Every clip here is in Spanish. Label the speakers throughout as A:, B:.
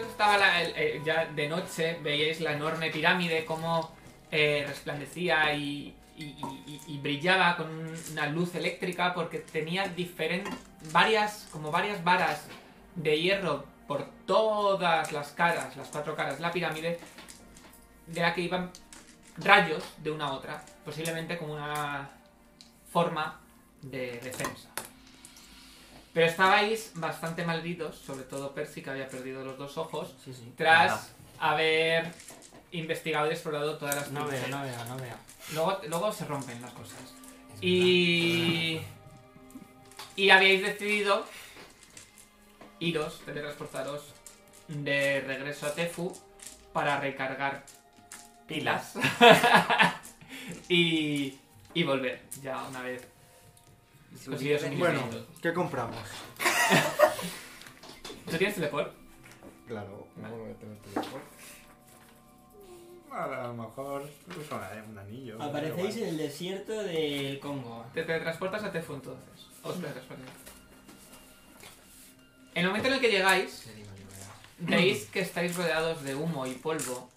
A: estaba la- el- eh, ya de noche, veíais la enorme pirámide, cómo eh, resplandecía y, y- y- y- y brillaba con un- una luz eléctrica, porque tenía diferentes, varias, como varias varas de hierro por todas las caras, las cuatro caras de la pirámide, de la que iban rayos de una a otra, posiblemente como una forma de defensa. Pero estabais bastante malditos, sobre todo Percy, que había perdido los dos ojos,
B: Sí, sí.
A: tras haber investigado y explorado todas las
B: No veo,
A: trincheras.
B: no veo, no veo.
A: Luego, luego se rompen las cosas. Y. Y habíais decidido iros, teletransportaros de regreso a Tefu para recargar pilas. y. Y volver, ya una vez. conseguidos un
C: Bueno,
A: infinito.
C: ¿qué compramos?
A: ¿Tú tienes teleport?
C: Claro,
A: Vale.
C: no voy a tener teléfono. A lo mejor uso una- un anillo.
D: Ah,
B: Aparecéis
C: da
B: en el desierto del Congo.
A: Te teletransportas a Tefu entonces. Os teletransportáis. En el momento en el que llegáis, Veis que estáis rodeados de humo y polvo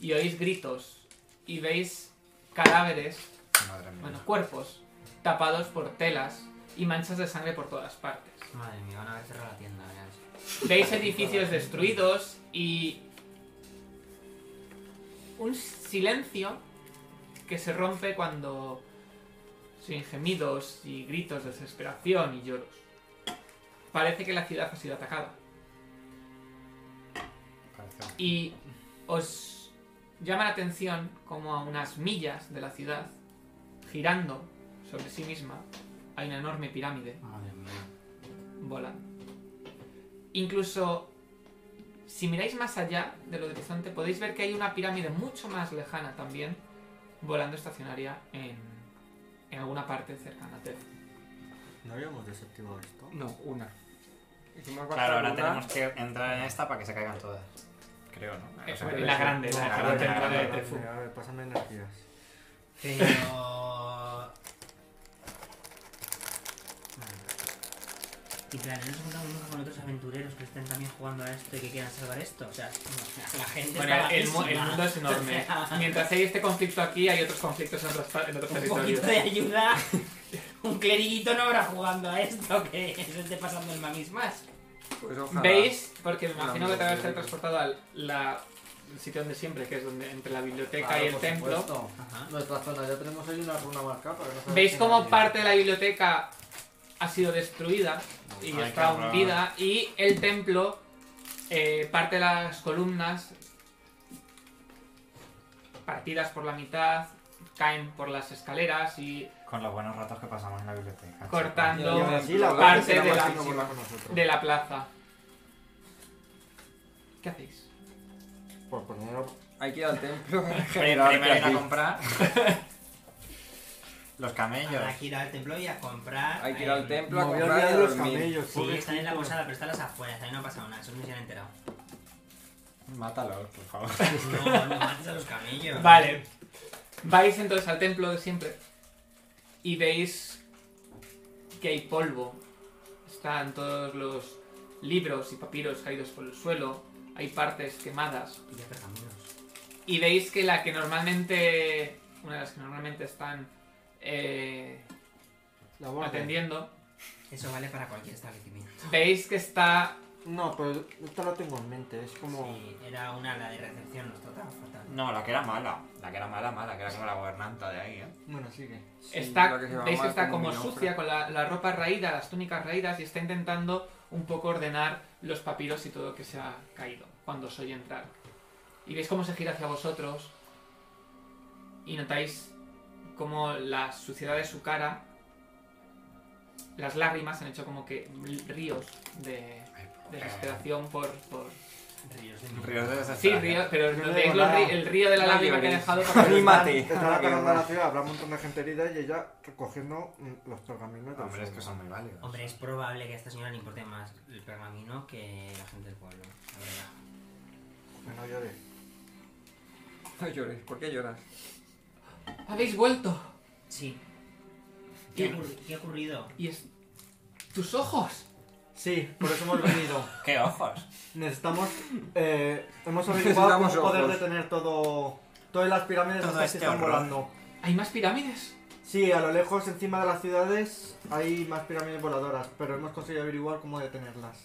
A: y oís gritos y veis cadáveres,
C: igual. Madre mía.
A: bueno, cuerpos tapados por telas y manchas de sangre por todas partes.
E: Madre mía, van a haber cerrado la tienda, verás.
A: Veis edificios destruidos y un silencio que se rompe cuando sin gemidos y gritos de desesperación y lloros. Parece que la ciudad ha sido atacada.
C: Parece-
A: Y os llama la atención como a unas millas de la ciudad, girando sobre sí misma, hay una enorme pirámide
E: Madre mía.
A: volando. Incluso si miráis más allá del horizonte, podéis ver que hay una pirámide mucho más lejana también, volando estacionaria en, en alguna parte cercana a Tef.
D: ¿No habíamos desactivado esto?
C: No, una. Hicimos
E: Claro,
C: bastar
E: ahora
C: una,
E: tenemos que entrar en esta para que se caigan todas.
C: Creo, ¿no?
A: Eh,
C: O sea,
A: la
C: que-
A: grande, la
C: Ah,
A: grande,
C: la
A: la grande.
C: grande.
D: A ver, a ver, pásame energías.
E: Pero...
B: Y planeamos juntar unos con otros aventureros que estén también jugando a esto y que quieran salvar esto. O sea, la gente
A: Bueno,
B: está
A: el, mu- el
B: bajísima.
A: mundo es enorme. Mientras hay este conflicto aquí, hay otros conflictos en otros, pa- en otros
B: Un
A: territorios.
B: poquito de ayuda. Un cleriguito no habrá jugando a esto que se esté pasando el mamis más.
C: Pues ojalá.
A: ¿Veis? Porque me
C: La
A: imagino que te habrás
C: biblioteca.
A: transportado al la- el sitio donde siempre, que es donde entre la biblioteca
D: Claro,
A: y el
D: por
A: templo.
D: supuesto.
B: Ajá.
D: Nuestra zona, ya tenemos ahí una runa marcada. para que no se
A: ¿Veis
D: vea
A: cómo
D: nadie.
A: parte de la biblioteca ha sido destruida y
E: Ay,
A: está
E: qué horror.
A: hundida? Y el templo, eh, parte de las columnas partidas por la mitad, caen por las escaleras y
E: Con los buenos ratos que pasamos en la biblioteca.
A: Cortando.
C: Y aún así, la
A: Parte
C: será
A: de
C: más
A: la-
C: que no vuelva con nosotros.
A: de la plaza. ¿Qué hacéis?
C: Pues primero
D: Hay que ir al templo.
E: chicos. Primero ir a comprar... los camellos.
B: Habrá que ir al templo y a comprar.
D: Hay que ir al
B: eh,
D: templo a
C: movió el
D: comprar y
C: día
D: a
C: de los
D: dormir.
C: camellos.
B: Sí, están en la
C: pobrecito.
B: posada, pero están las afueras. Ahí no ha pasado nada. Eso no se han enterado.
E: Mátalos, por favor.
B: No, no mates a los camellos.
A: Vale. Vais entonces al templo de siempre y veis que hay polvo. Están todos los libros y papiros caídos por el suelo. Hay partes quemadas.
B: Y ya pergaminos.
A: Y veis que la que normalmente. Una de las que normalmente están eh,
C: La borda.
A: atendiendo.
B: Eso vale para cualquier establecimiento.
A: Veis que está.
C: No, pero esta la tengo en mente. Es como.
B: Sí, era una la de recepción, nos trataba fatal.
E: No, la que era mala. La que era mala, mala, que era como la gobernanta de ahí, ¿eh?
C: Bueno, sigue.
D: Sí,
A: está,
D: la que se va
A: veis que
D: mal
A: está
D: como
A: como
D: mi ofre.
A: sucia, con la, la ropa raída, las túnicas raídas, y está intentando un poco ordenar los papiros y todo que se ha caído cuando os oye entrar. Y veis cómo se gira hacia vosotros y notáis cómo la suciedad de su cara, las lágrimas han hecho como que ríos de
D: Ah.
A: de desesperación por... por...
B: Ríos de
E: Ríos de
A: Sí,
E: desesperación.
A: ríos, pero
C: No
A: notáis
C: digo
A: los
C: nada.
A: rí- el río de la
D: No
A: lágrima que ha
D: llores.
A: dejado...
D: Anímate.
C: Está
D: Ah,
C: la
D: que
C: cara de la
D: más.
C: ciudad, habrá un montón de gente herida y ella recogiendo mm, los pergaminos del
E: Hombre, es
C: suelo.
E: que son muy válidos.
B: Hombre, es probable que a esta señora le importe más el pergamino que la gente del pueblo, la verdad.
C: Que No llores.
D: No llores, ¿por qué lloras?
A: Habéis vuelto
B: Sí. ¿Qué,
A: ¿Qué?
B: ha ocurri- qué ha ocurrido?
A: y es... ¡Tus ojos!
C: Sí, por eso hemos venido.
E: ¡Qué ojos!
C: Necesitamos. Eh, hemos averiguado
D: Necesitamos
C: cómo poder
D: ojos.
C: detener todo. Todas las pirámides
E: Todo
C: estas
E: este
C: que están
E: horror.
C: volando.
A: ¿Hay más pirámides?
C: Sí, a lo lejos, encima de las ciudades, hay más pirámides voladoras, pero hemos conseguido averiguar cómo detenerlas.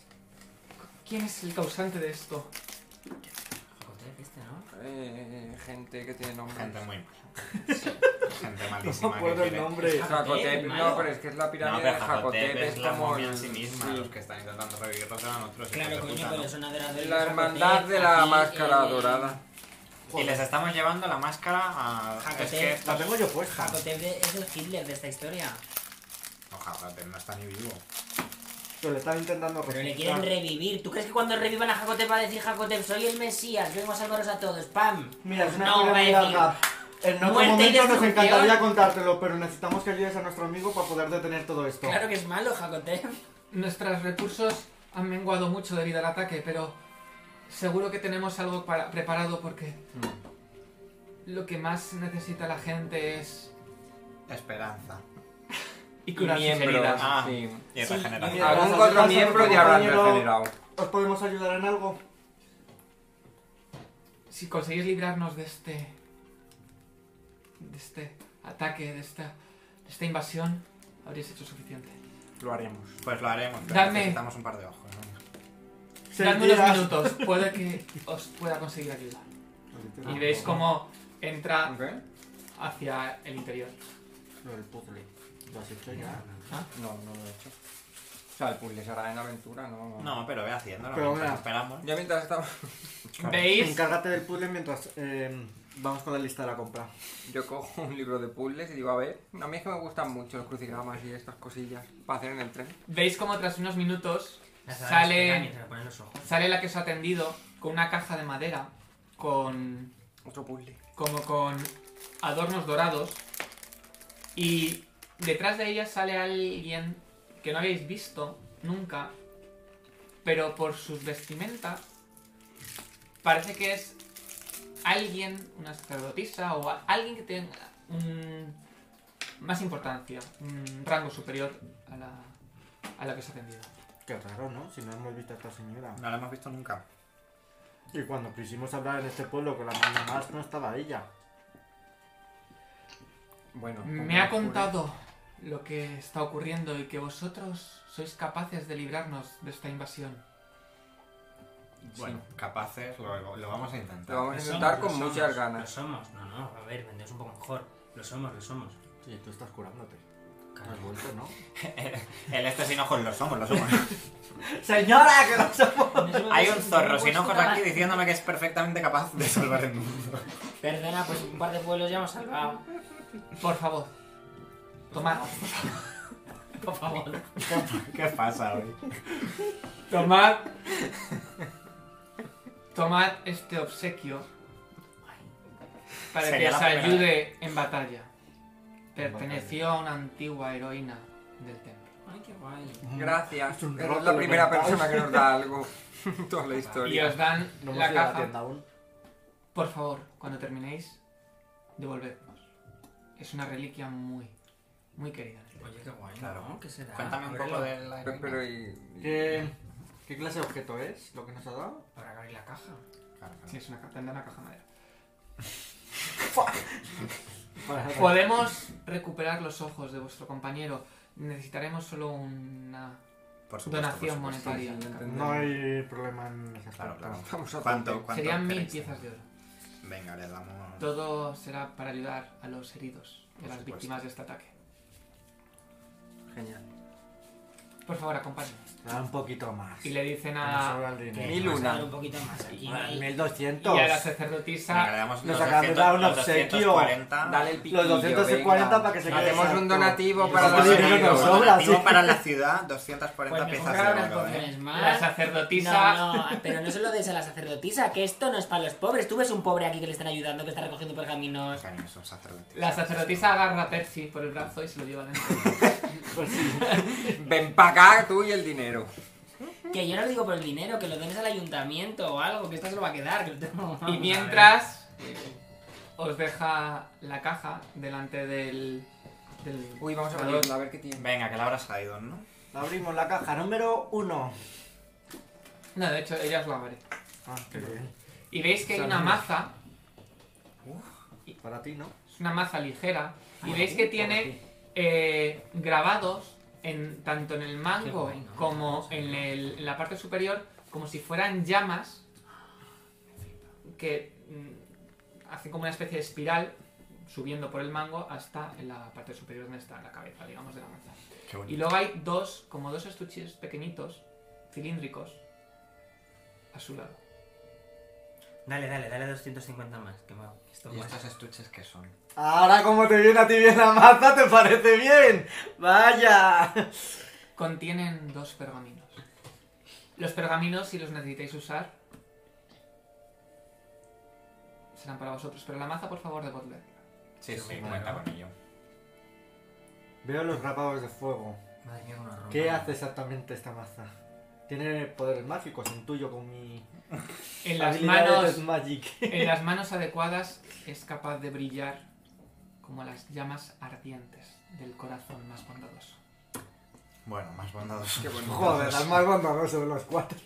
A: ¿Quién es el causante de esto?
B: Jacotec este, ¿no?
D: Eh, gente que tiene nombre.
E: Gente muy mala. Gente
C: No
E: malísima.
C: me
E: que
C: acuerdo el
E: quiere-
C: nombre.
D: Jacotep,
B: Jacotep, malo.
D: no, pero es que es la
E: No,
D: pirámide
E: pero
D: de
E: Jacotep
D: Jacotep,
E: es la
D: como
E: momia en
D: el-
E: sí misma.
D: sí.
E: Los que están intentando revivirlos eran otros. hijos de
B: Claro, coño,
E: puta,
B: pero
E: ¿no?
B: son adoradores.
D: La
B: de
D: hermandad
B: Jacotec,
D: de la
B: aquí,
D: máscara
B: eh,
D: dorada.
E: Y les estamos llevando la máscara a...
B: Jacotep.
E: Es que
C: La
E: estos-
C: tengo yo puesta.
B: Jacotec de- es el Hitler de esta historia.
E: No, Jacotep no está ni vivo.
C: Pero le están intentando
B: Pero le quieren
C: rescatar.
B: revivir. ¿Tú crees que cuando revivan a Jacotep va a decir Jacotep, soy el Mesías, vengo a salvaros a todos? ¡Pam!
C: Mira, es una
B: No,
C: historia muy
B: va a decir,
C: larga. En otro
B: "Muerte y
C: momento nos
B: destrucción".
C: encantaría contártelo, pero necesitamos que ayudes a nuestro amigo para poder detener todo esto.
B: Claro que es malo, Jacotep.
A: Nuestros recursos han menguado mucho debido al ataque, pero seguro que tenemos algo para- preparado porque lo que más necesita la gente es...
E: Esperanza.
A: Y
D: Miembros,
A: curar sus heridas.
E: Ah.
D: sí.
E: Y
B: Sí,
E: regeneración. Ah,
C: mira.
D: Algún
C: Gracias,
D: que otro
C: gracias,
D: miembro ya habrán
C: compañero.
D: regenerado.
C: ¿Os podemos ayudar en algo?
A: Si conseguís librarnos de este... De este ataque, de esta, de esta invasión, habréis hecho suficiente.
D: Lo haremos.
E: Pues lo haremos. Pero
A: Dame.
E: Necesitamos un par de ojos. ¿no?
A: Dadme
C: Seis
A: unos
C: días.
A: minutos, puede que os pueda conseguir ayuda.
C: Ah,
A: Y veis cómo entra hacia el interior. ¿Ah?
C: Lo del puzzle. Lo has hecho ya.
D: No, no lo he hecho. O sea, el puzzle se hará en aventura, no.
E: No, pero ve haciéndolo.
C: Pero
E: mientras
C: mira.
E: esperamos.
D: Ya mientras estaba.
A: ¿Veis?
C: Encárgate del puzzle mientras eh, vamos con la lista de la compra.
D: Yo cojo un libro de puzzles y digo, a ver, a mí es que me gustan mucho los crucigramas y estas cosillas para hacer en el tren.
A: ¿Veis cómo tras unos minutos
B: Las adoradores
A: sale,
B: mientras le ponen los ojos.
A: sale la que os ha atendido con una caja de madera con
D: Otro puzzle.
A: como con adornos dorados y detrás de ella sale alguien que no habéis visto nunca, pero por sus vestimentas parece que es alguien, una sacerdotisa o a- alguien que tenga un- más importancia, un rango superior a la, a la que os ha atendido.
C: Qué raro, ¿no? Si no hemos visto a esta señora.
E: No la hemos visto nunca.
C: Y cuando quisimos hablar en este pueblo con la mamá más, no estaba ella.
D: Bueno.
A: Me ha contado lo que está ocurriendo y que vosotros sois capaces de librarnos de esta invasión.
E: Bueno, capaces, lo, lo vamos a intentar.
D: Lo vamos a
B: Lo
D: intentar
B: somos,
D: con
B: lo
D: muchas
B: somos, Lo
D: ganas.
B: somos, no, no, a ver, vendemos un poco mejor. Lo somos, lo somos.
C: Sí, tú estás curándote.
B: Claro.
C: Has vuelto, ¿no?
E: El este sin ojos lo somos, lo somos.
C: ¡Señora! ¡Que no somos!
E: Hay un zorro sin ojos aquí diciéndome que es perfectamente capaz de salvar el mundo.
B: Perdona, pues un par de pueblos ya hemos salvado.
A: Por favor. Tomad.
B: Por favor.
E: ¿Qué pasa hoy?
A: Tomad. Tomad este obsequio para que
E: Sería la
A: os
E: primera
A: ayude en batalla. Perteneció a una antigua heroína del templo.
B: Ay, qué guay.
D: Gracias.
C: Es un
D: Eres
C: roto
D: la primera
C: elemental.
D: persona que nos da algo. Toda la
A: Y
D: historia.
A: os dan
C: No hemos
A: la
C: ido a la
A: caja.
C: tienda aún.
A: Por favor, cuando terminéis, devolvednos. Es una reliquia muy, muy querida.
B: Oye, qué guay.
E: Claro.
B: ¿no? ¿Qué será?
E: Cuéntame un
B: Ábrelo.
E: poco de la
D: Pero,
E: heroína.
D: pero y.
A: Eh,
C: ¿Qué, ¿Qué clase de objeto es lo que nos ha dado?
B: Para abrir la caja.
E: Claro, claro.
A: Sí, es una, ca- tendrá una caja de madera.
C: Para-
A: Podemos recuperar los ojos de vuestro compañero. Necesitaremos solo una
E: Por supuesto,
A: donación
E: por supuesto.
A: monetaria.
D: Sí, sí, entendemos.
C: No hay problema en esas
E: Claro, claro.
C: compras.
D: Vamos a
E: ¿Cuánto, cuánto
A: Serían mil
E: queréis?
A: piezas de oro.
E: Venga, le damos...
A: Todo será para ayudar a los heridos y
E: Por
A: a las
E: supuesto.
A: víctimas de este ataque.
D: Genial.
A: Por favor, acompáñenme.
C: Da un poquito más.
A: Y le dicen
C: Que nos
A: a,
C: sobra el dinero.
D: Mil
B: Vamos a
D: una.
B: dar un poquito más aquí.
C: Ah,
B: Ay,
A: y
C: 1200.
A: a la
E: Venga, le
A: sacerdotisa.
E: damos
C: Nos
E: los
C: acaban de dar un
E: 200,
C: obsequio.
E: 240.
D: Dale el piquillo.
C: Los 240
D: venga.
C: para que se quede
D: Hacemos un
C: exacto.
D: donativo
C: Y
D: para
C: los
D: los
C: otros
D: amigos.
C: dinero nos sobra.
E: Donativo
C: sí.
E: para la ciudad, 240
B: Pues me
E: piezas
B: comprar unas
E: de oro, ¿eh?
B: pociones más.
A: La sacerdotisa.
B: No, no, pero no se lo des a la sacerdotisa, que esto no es para los pobres. Tú ves un pobre aquí que le están ayudando, que está recogiendo pergaminos.
E: Cariño, es un sacerdote.
A: La sacerdotisa agarra a Percy por el brazo y se lo lleva dentro.
D: Ven para acá tú y el dinero.
B: Que yo no lo digo por el dinero, que lo dones al ayuntamiento o algo, que esto se lo va a quedar. que lo tengo-
A: Y mientras eh, os deja la caja delante del. del
D: Uy, vamos a
A: ganador.
D: abrirla, a ver qué tiene.
E: Venga, que la habrás ido, ¿no?
C: Abrimos la caja número 1.
A: No, de hecho, ella os la abre.
C: Ah,
A: Y veis que hay
D: Son
A: una
D: unos-
A: maza,
C: para ti, ¿no?
A: es una maza ligera, y
B: Ah,
A: veis que tiene eh, grabados en, tanto en el
B: Qué
A: mango
B: guay, ¿no?
A: como en, el- en la parte superior, como si fueran llamas que mm, hacen como una especie de espiral subiendo por el mango hasta en la parte superior donde está la cabeza, digamos, de la maza.
E: Qué
A: Y
E: bonito.
A: luego hay dos, como dos estuches pequeñitos, cilíndricos, a su lado.
B: Dale, dale, dale 250 más. Que me... Esto
E: ¿Y
B: cuesta.
E: estos estuches qué son?
C: Ahora, como te viene a ti bien la maza, ¿te parece bien? ¡Vaya!
A: Contienen dos pergaminos. Los pergaminos, si los necesitáis usar, serán para vosotros. Pero la maza, por favor, devolver.
E: Sí, sí,
B: bueno.
E: cuenta con ello.
C: Veo los grabados de fuego.
B: Madre mía, una
C: ¿Qué hace exactamente esta maza? Tiene poderes mágicos, intuyo con mi.
A: En las manos,
C: habilidades Magic.
A: en las manos adecuadas es capaz de brillar como las llamas ardientes del corazón más bondadoso.
E: Bueno, más bondadosos.
D: Qué bueno.
C: Joder, las más bondadosos de los cuatro.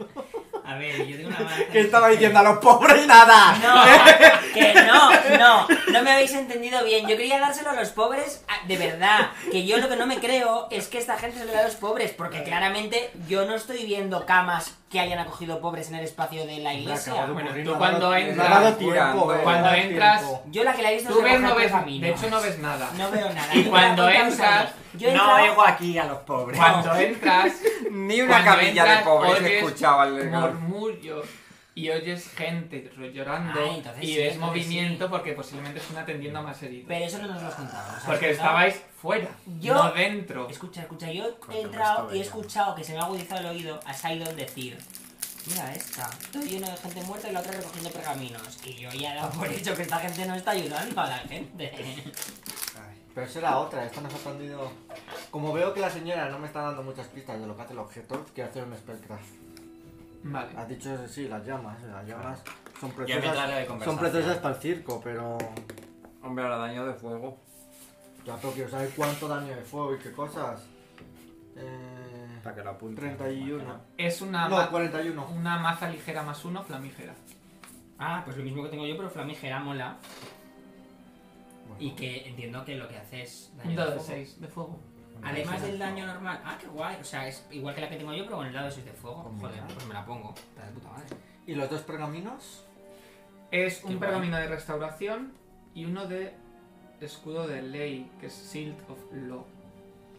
B: A ver, yo tengo una maza.
C: Que estaba diciendo a los pobres y nada.
F: No, que no, no, no me habéis entendido bien. Yo quería dárselo a los pobres, a- de verdad. Que yo lo que no me creo es que esta gente se lo da a los pobres, porque claramente yo no estoy viendo camas que hayan acogido pobres en el espacio de la iglesia.
A: Bueno,
C: ocurrir,
A: tú
C: me ha
A: cuando
C: dado- me ha
A: entras-
C: dado tiempo, eh,
A: cuando
C: me ha dado
A: entras-
C: tiempo.
F: Yo la que la he visto
A: Tú
F: es la
A: ves, no
F: mujer
A: ves,
F: de Famino.
A: de hecho no ves nada.
F: No veo nada.
A: Y
F: Yo
A: cuando
F: la he contado
A: entras,
F: solo. yo
E: no
F: entraba-
E: oigo aquí a los pobres.
A: Cuando entras,
D: Ni una
A: Cuando
D: camilla
A: entras,
D: de pobres
A: oyes
D: escuchaba el regalo.
A: murmullos y oyes gente ro- llorando
F: Ah, entonces
A: y
F: sí,
A: ves
F: entonces
A: movimiento porque posiblemente es una tienda más herida.
F: Pero eso no nos lo has contado. ¿nos has
A: Porque
F: contado?
A: estabais fuera,
F: Yo-
A: no dentro.
F: Escucha, escucha, yo
E: Cuéntame
F: he entrado
E: esta
F: y he
E: bella.
F: escuchado que se me ha agudizado el oído a Sidon decir Mira esta, todo lleno de gente muerta y la otra recogiendo pergaminos Y yo ya he dado por hecho que esta gente no está ayudando a la gente
E: Ay,
C: Pero esa era otra, esta nos ha aprendido. Como veo que la señora no me está dando muchas pistas de lo que hace el objeto, quiero hacer un spellcraft.
A: Vale.
C: Has dicho eso, sí, las llamas, eh, las llamas son
E: Ya me
C: preciosas.
E: trae la de
C: Son
E: conversación.
C: preciosas para el circo, pero
D: Hombre, ahora daño de fuego.
C: ya pero quiero saber cuánto daño de fuego y qué cosas. Eh,
E: Para que lo apunte.
C: 31.
A: Es una, ma-
C: No, 41.
A: una maza ligera más uno, flamígera.
B: Ah, pues lo mismo que tengo yo, pero flamígera mola.
C: Bueno.
B: Y que entiendo que lo que hace es daño
A: Un
B: de
A: dado de
B: fuego.
A: 6 de fuego.
B: Además del daño normal. Ah, qué guay. O sea, es igual que la que tengo yo, pero con el dado 6 de fuego.
C: Pues mira.
B: Joder, pues me la pongo. Está de puta madre.
C: ¿Y los dos pergaminos?
A: Es
B: Qué
A: un
B: guay.
A: pergamino de restauración y uno de escudo de ley, que es Shield of Law.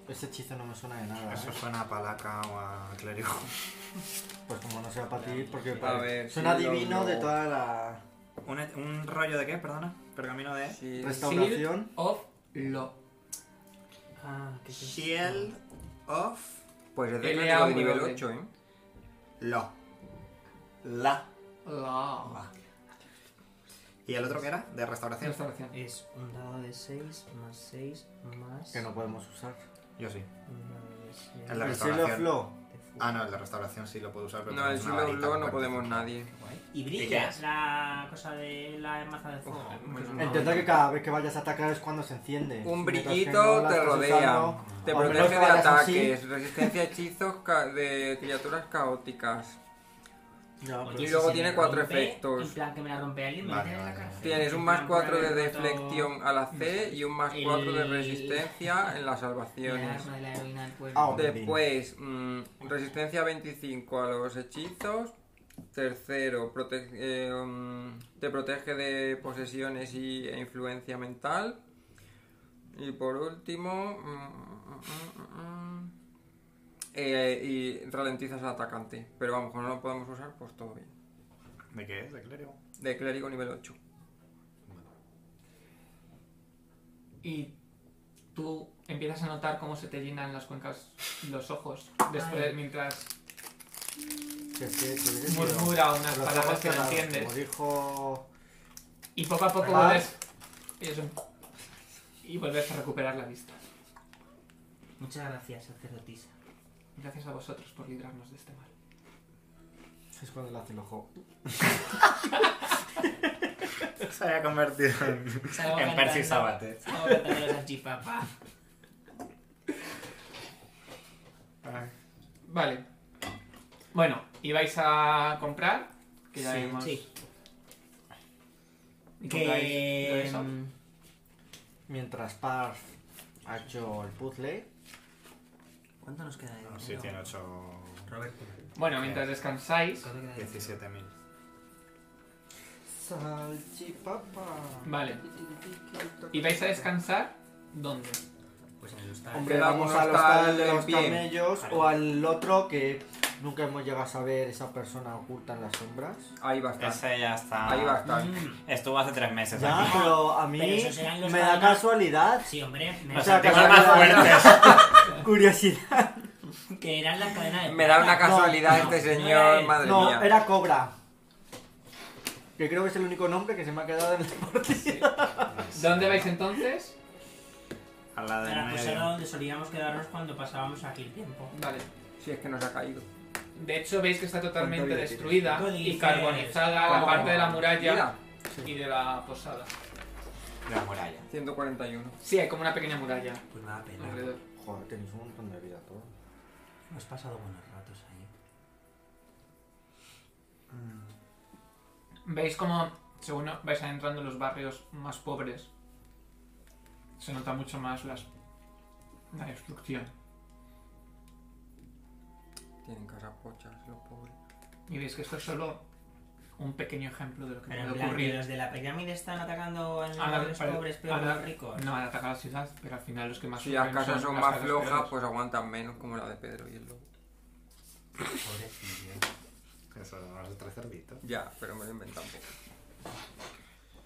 C: Ese hechizo no me suena de nada.
E: Eso
C: ¿eh?
E: suena a palaca o a clérigo.
C: Pues como no sea para ti, porque
D: A
C: para-
D: ver,
C: suena
D: sí, lo-
C: divino
D: lo-
C: de toda la
E: ¿Un, un rollo de qué? Perdona. Pergamino de.
D: Sí.
C: restauración.
A: Of Law.
B: Ah, qué
E: Shield of.
D: Pues es de
A: LA
D: clérigo de nivel
A: W.
D: 8, ¿eh?
E: Lo. La.
A: Law.
E: ¿Y el otro qué era? De restauración.
A: Restauración.
B: Ah, Es un dado de 6 más 6 más.
C: Que no podemos usar.
E: Yo sí.
B: Un dado de 6
E: El La
C: El
E: restauración.
C: Seal of Law.
E: Ah, no, el de restauración sí lo puedo usar, pero
D: No,
E: tengo
D: el
E: una
D: solo
E: varita
D: luego
E: con
D: no
E: cuerpo.
D: podemos nadie.
B: Y
E: ¿Y qué
B: brilla
E: es?
B: la cosa de la maza de fuego.
D: Ojo, bueno,
B: Una
C: Entiendo que cada vez que vayas a atacar es cuando se enciende.
D: Un
C: Mientras que
D: brillito
C: no la
D: te
C: estás
D: rodea.
C: usando,
D: Te
C: a menos
D: protege de
C: que vayas así.
D: ataques, resistencia a hechizos ca- de criaturas caóticas.
B: Oye,
C: No, pero-
D: Y
A: pues,
B: si
D: luego
B: se
D: tiene
B: me
D: cuatro
B: rompe,
D: efectos.
B: En plan que me la rompe alguien, me la
E: Vale,
B: tiene en la
E: vale,
B: cara.
E: vale.
D: Tienes un
B: En
D: más
B: plan,
D: 4 de
B: por el rato,
D: deflección a la C y un más 4 de
B: El-
D: resistencia en las
B: El
D: salvaciones.
B: arma de la heroína del pueblo.
C: Ah, hombre.
D: Después, mm, resistencia 25 a los hechizos. Tercero, prote- eh, mm, te protege de posesiones y, e influencia mental. Y por último, mm, mm, mm, mm, eh, y ralentizas al atacante. Pero vamos, como no lo podemos usar, pues todo bien.
E: ¿De qué es? ¿De clérigo?
D: De clérigo nivel 8.
A: y tú empiezas a notar cómo se te llenan las cuencas los ojos después
B: Ay.
A: mientras
C: Que es que- que hubiese sido-
A: murmura unas
C: Los
A: palabras
C: ojos
A: que no
C: cerrados,
A: entiendes
C: Como dijo
A: y poco a poco
C: Ah.
A: vuelves y, es un- y vuelves a recuperar la vista
B: Muchas gracias, sacerdotisa.
A: gracias a vosotros por librarnos de este mal
C: Es cuando le hace el ojo.
E: Se había convertido en, en Percy eh. Sabate.
B: Vamos a cantar los salchipapa.
E: Ay.
A: Vale. Bueno, ibais a comprar. Que ya
F: Sí,
A: vimos.
F: sí.
A: Y compráis
F: Que...
A: eso.
B: em,
F: mm,
C: Mientras Parf ha hecho el puzzle,
B: ¿Cuánto nos queda de dinero?
E: No, sí, tiene 8...
B: Roberto.
A: Bueno, mientras descansáis.
B: ¿Cuánto queda de dinero?
E: 17.000.
C: salchipapa.
A: Vale. ¿Y vais a descansar? ¿Dónde?
B: Pues en el hostal.
C: Hombre,
D: Le
C: vamos
D: damos
C: al
D: hasta
C: hostal de
D: el
C: los
D: pie.
C: camellos
B: Vale.
C: o al otro que nunca hemos llegado a saber esa persona oculta en las sombras.
D: Ahí va a estar.
E: Ese ya está.
D: Ahí va a estar.
E: Estuvo hace 3 meses.
C: Ya,
E: aquí.
C: pero a mí
F: Pero esos eran los
C: me da
F: almas.
C: casualidad,
B: Sí, hombre. me-
E: Los
C: sea,
E: antiguos
C: que-
E: más fuertes.
C: curiosidad.
B: Que eran las cadenas de...
D: Me da una casualidad
B: No,
D: este
B: no
D: señor,
B: es.
D: madre
C: No,
D: mía.
C: era Cobra. Que creo que es el único nombre que se me ha quedado en el partido.
A: ¿Dónde vais entonces?
E: Al lado del
B: Era la
E: medio.
B: posada donde solíamos quedarnos cuando pasábamos aquí el tiempo.
A: Vale.
D: Si es que nos ha caído.
A: De hecho, veis que está totalmente
C: ¿Cuánto vida
A: destruida
B: tienes?
A: y
B: Dices-
A: carbonizada la
D: ¿Cómo?
A: parte de la muralla
D: Mira,
A: y de la posada.
E: De la muralla.
D: 141.
A: Sí, hay como una pequeña muralla
B: Pues me da pena.
A: alrededor.
C: Joder, tenéis un montón de vida todo.
B: Hemos pasado buenos ratos ahí.
A: Veis como, según vais adentrando en los barrios más pobres, se nota mucho más las, la destrucción.
D: Tienen casas pochas, los pobres.
A: Y veis que esto es solo un pequeño ejemplo de lo que
B: Pero en
A: puede
B: plan, que
A: ocurrir.
B: los de la pirámide están atacando a los
A: Ahora- para-
B: pobres, pero a
A: ahora-
B: los ricos.
A: No, han atacado a la ciudad, pero al final los que más
D: Si las
A: sufren
D: casas son más
A: casas
D: flojas,
A: peores.
D: pues aguantan menos, como la de Pedro y el lobo.
B: Pobrecillo.
E: Eso, los tres cerditos.
D: Ya, pero me lo inventan un poco.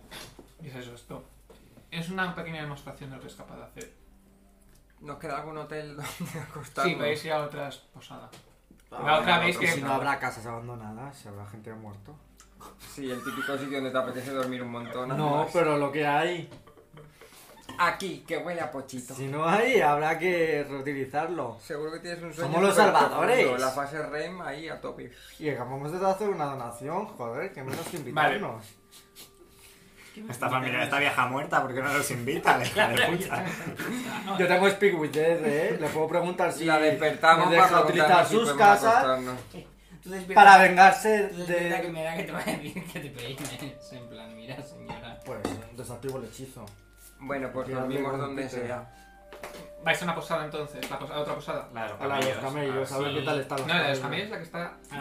D: pues.
A: Y es eso, esto. Es una pequeña demostración de lo que es capaz de hacer.
D: ¿Nos queda algún hotel donde acostarnos?
A: Sí, pues. podéis ir a otras posadas.
D: Ah,
A: La otra vez
D: otro
A: que...
C: pues Si no habrá casas abandonadas, si habrá gente que ha muerto.
D: Sí, el típico sitio donde te apetece dormir un montón.
C: No,
D: además.
C: pero lo que hay,
D: Aquí, que huele a pochito.
C: si no hay, habrá que reutilizarlo.
D: Seguro que tienes un sueño.
C: Somos los
D: súper
C: salvadores.
D: profundo, La fase REM ahí a tope.
C: Y acabamos de hacer una donación, joder, que menos que
A: Vale.
C: invitarnos.
E: Esta familia, esta vieja muerta, ¿por qué no los invita? la hija de puta?
C: Yo tengo Speak with Dead, ¿eh? Le puedo preguntar si
D: la despertamos
C: me
D: para
C: deja utilizar
D: preguntarnos si
C: sus
D: podemos
C: casas
D: acostarnos.
F: Tú despierta-
C: para vengarse
F: tú despierta que
C: de...
F: me da que te va a decir que te peines. En plan, mira, señora.
C: Pues desactivo el hechizo.
D: Bueno, pues
C: Que hable
D: dormimos
C: con
D: donde
C: Peter.
D: sea.
A: ¿Vais a una posada entonces? ¿La posa- ¿A otra posada?
E: La de los
C: A la de los
E: camellos.
C: camellos,
E: Ah,
C: a ver
F: sí.
C: qué tal están
A: No,
C: los
A: la de los camellos es la que está...
E: Es que eso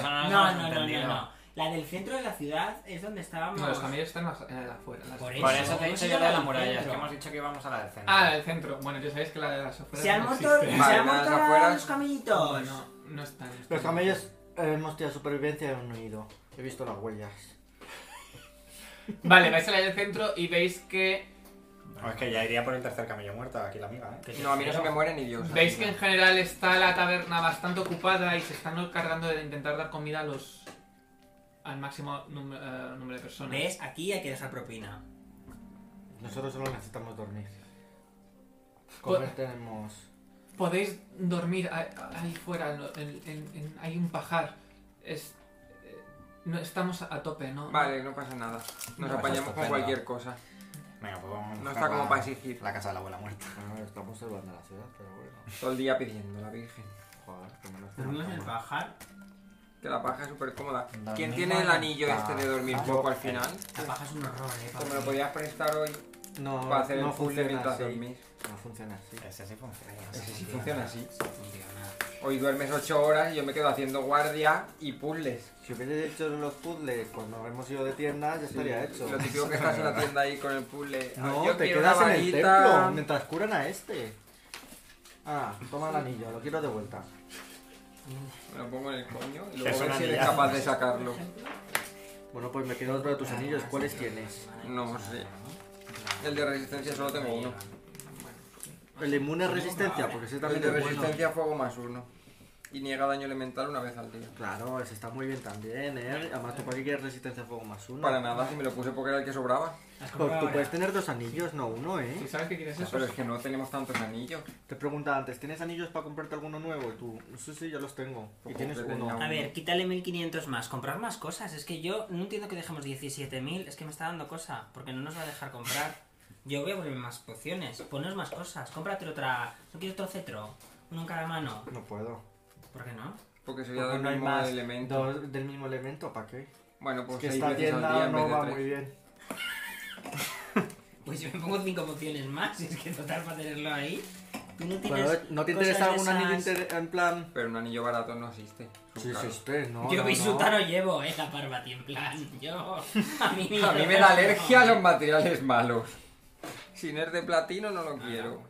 E: no,
F: No,
E: nos
F: Ah, no,
E: hemos
F: no, no,
E: entendido.
F: no. La del centro de la ciudad es donde estábamos.
A: No, los camellos están más eh, afuera. las-
F: Por
E: Por eso te he
F: Hemos
E: dicho
F: ido
E: yo la de
F: al
E: la muralla, es
F: centro.
E: que hemos dicho que íbamos a la del centro.
A: Ah, la del centro. Bueno, ya sabéis que la de las afueras
F: Se han
A: no
F: muerto, se
A: existe.
D: Vale,
F: han
D: nada,
F: muerto
D: afuera.
F: los camellitos.
A: Bueno, no están. no están.
C: Los camellos eh, hemos tirado supervivencia y han huido. He visto las huellas.
A: Vale, vais a la del centro y veis que...
E: No, es que ya iría por el tercer camello muerto, aquí la amiga, ¿eh?
D: No, a mí no se me muere ni Dios.
A: Veis que en general está la taberna bastante ocupada y se están cargando de intentar dar comida a los... al máximo num- eh, número de personas.
B: ¿Ves? Aquí hay que dejar propina.
C: Nosotros solo necesitamos dormir. Comer tenemos...
A: Podéis dormir a- a- ahí fuera, en lo- en- en- en- hay un pajar. Es, eh, no, estamos a tope, ¿no?
D: Vale, no pasa nada.
E: No,
D: Nos
E: eso
D: apañamos
E: está
D: con
E: pena.
D: cualquier cosa.
E: Venga, pues vamos a
D: No
E: buscar
D: está como
E: la-
D: para exigir.
E: La casa de la abuela muerta.
C: Bueno, estamos salvando Ah, la ciudad, pero bueno.
D: Todo el día pidiendo la Virgen.
C: Joder, que menos que
B: Dormimos
C: una
B: en el
C: cama.
B: pajar.
D: Que la paja es súper cómoda. ¿Quién
E: Dormimos
D: tiene el
E: en
D: anillo
E: la
D: este de dormir
C: Ah.
E: paja.
D: poco al final?
B: La paja es un horror, eh.
D: Que me
B: Pablo.
D: lo podías prestar hoy
C: No,
D: para hacer
C: no
D: el puzzle
C: funciona
D: mientras
C: así.
D: dormís.
C: No funciona así.
E: Ese sí funciona.
D: Ese sí funciona así.
B: Sí, funciona.
D: Hoy duermes 8 horas y yo me quedo haciendo guardia y puzzles.
C: Si hubiese hecho los puzzles cuando hemos ido de tiendas, ya estaría hecho.
D: Lo típico que estás en la tienda ahí con el puzzle. Ah,
C: No,
D: yo
C: te
D: quiero
C: quedas en
D: una
C: el
D: varita.
C: templo mientras curan a este. Ah, toma el anillo, lo quiero de vuelta.
D: Me lo pongo en el coño y
E: Es
D: luego a ver
E: una
D: si eres
E: mirada.
D: capaz de sacarlo.
C: Bueno, pues me quedo otro de
B: Ah,
C: tus anillos, ¿cuáles tienes?
D: No sé. El de resistencia solo tengo uno.
C: El inmune resistencia, porque ese
D: El
C: también
D: de
C: es bueno.
D: resistencia a fuego más uno. Y niega daño elemental una vez al día.
C: Claro, ese está muy bien también, ¿eh? Además, tú para qué quieres resistencia a fuego más uno.
D: Para nada, si me lo puse porque era el que sobraba.
B: ¿Has
C: Pues
B: comprado
C: tú puedes
B: ahora?
C: tener dos anillos, no uno,
A: ¿Y
C: ¿eh?
A: sabes qué quieres eso?
D: Pero es que no tenemos tantos anillos.
C: Te preguntaba antes, ¿tienes anillos para comprarte alguno nuevo? Y tú, sí, sí, ya los tengo. Y
D: Ojo,
C: tienes
D: que
C: uno.
D: tenía
B: A ver, quítale 1500 más. Comprar más cosas. Es que yo no entiendo que dejemos 17.000. Es que me está dando cosa. Porque no nos va a dejar comprar. Yo voy a poner más pociones. Ponos más cosas. Cómprate otra. ¿No quieres otro cetro? Uno en cada mano.
C: No puedo.
B: ¿Por qué no?
D: Porque sería
C: Porque
D: del
C: no hay
D: mismo
C: más
D: elemento.
C: dos del mismo elemento, ¿para qué?
D: Bueno,
C: Es
D: pues
C: que
D: seis
C: esta
D: veces al
C: tienda
D: día en vez
C: no
D: de
C: va
D: tres.
C: muy bien.
B: Pues yo me pongo cinco mociones más, es que total para tenerlo ahí. Tú no tienes.
C: Pero, ¿eh? ¿No te
B: cosas
C: interesa
B: de
C: algún anillo
B: esas?
C: inter- en plan?
D: Pero un anillo barato no existe. son
C: Sí, sí,
D: caros.
C: usted, no.
B: yo
C: no, no.
B: bisuta no. llevo, eh, la parvati, en plan. Yo. A mí,
D: A mí me da alergia a los materiales malos. Sin es de platino no lo quiero.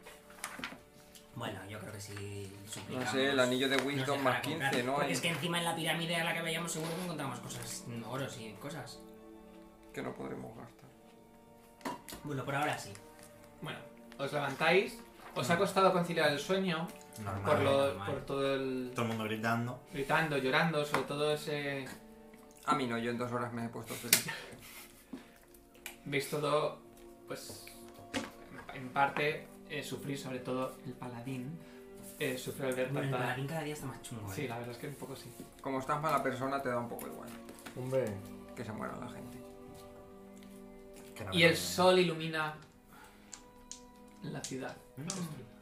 B: Bueno, yo creo que sí.
D: No
B: suplicamos.
D: sé, el anillo de
B: Nos
D: Wisdom
B: dejará
D: más 15,
B: comprar.
D: ¿no?
B: Porque
D: Hay-
B: Es que encima en la pirámide a la que vayamos seguro que encontramos cosas, oros y cosas.
D: Que no podremos gastar.
B: Bueno, por ahora sí.
A: Bueno, os levantáis, os
C: Mm.
A: ha costado conciliar el sueño
E: Normal.
A: por, lo-
B: normal.
A: por todo el...
E: Todo el mundo gritando.
A: gritando, llorando, sobre todo ese...
D: A mí no, yo en dos horas me he puesto feliz.
A: Veis todo, pues, en parte eh, sufrir, sobre todo el paladín, eh, sufrió al ver
B: Bueno, el
A: tanta...
B: paladín cada día está más chungo.
A: Sí,
B: eh.
A: la verdad es que un poco sí.
D: Como estás mala persona, te da un poco igual
C: Hombre,
D: que se muera la gente.
E: que no
A: Y
E: me
A: el
E: lo-
A: sol ilumina la ciudad.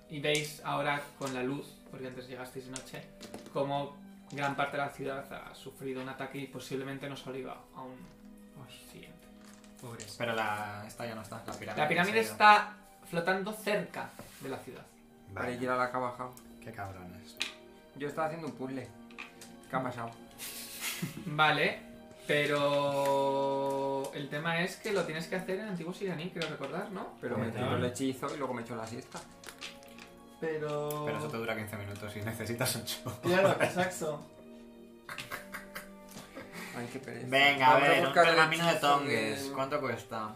A: Y veis ahora con la luz, porque antes llegasteis de noche, como gran parte de la ciudad ha sufrido un ataque y posiblemente no sobreviva a un a un siguiente.
B: Pobres.
E: Pero la... esta ya no está. La pirámide,
A: La pirámide
E: en serio.
A: está flotando cerca de la ciudad.
D: Vale,
E: Vale,
D: ir a la cabaja.
E: qué cabrones.
D: Yo estaba haciendo un puzzle. ¿Qué ha pasado?
A: Vale, pero el tema es que lo tienes que hacer en antiguo siraní, creo recordar, ¿no?
D: Pero me tiró el hechizo y luego me echó la siesta. Oh.
C: pero.
E: Pero eso te dura 15 minutos y necesitas 8.
C: Claro, exacto.
D: Ay, qué pereza.
E: Venga, a
D: Vamos
E: ver, un
D: buscar el
E: pergamino de
D: hechizo
E: tongues.
D: que-
E: ¿Cuánto cuesta?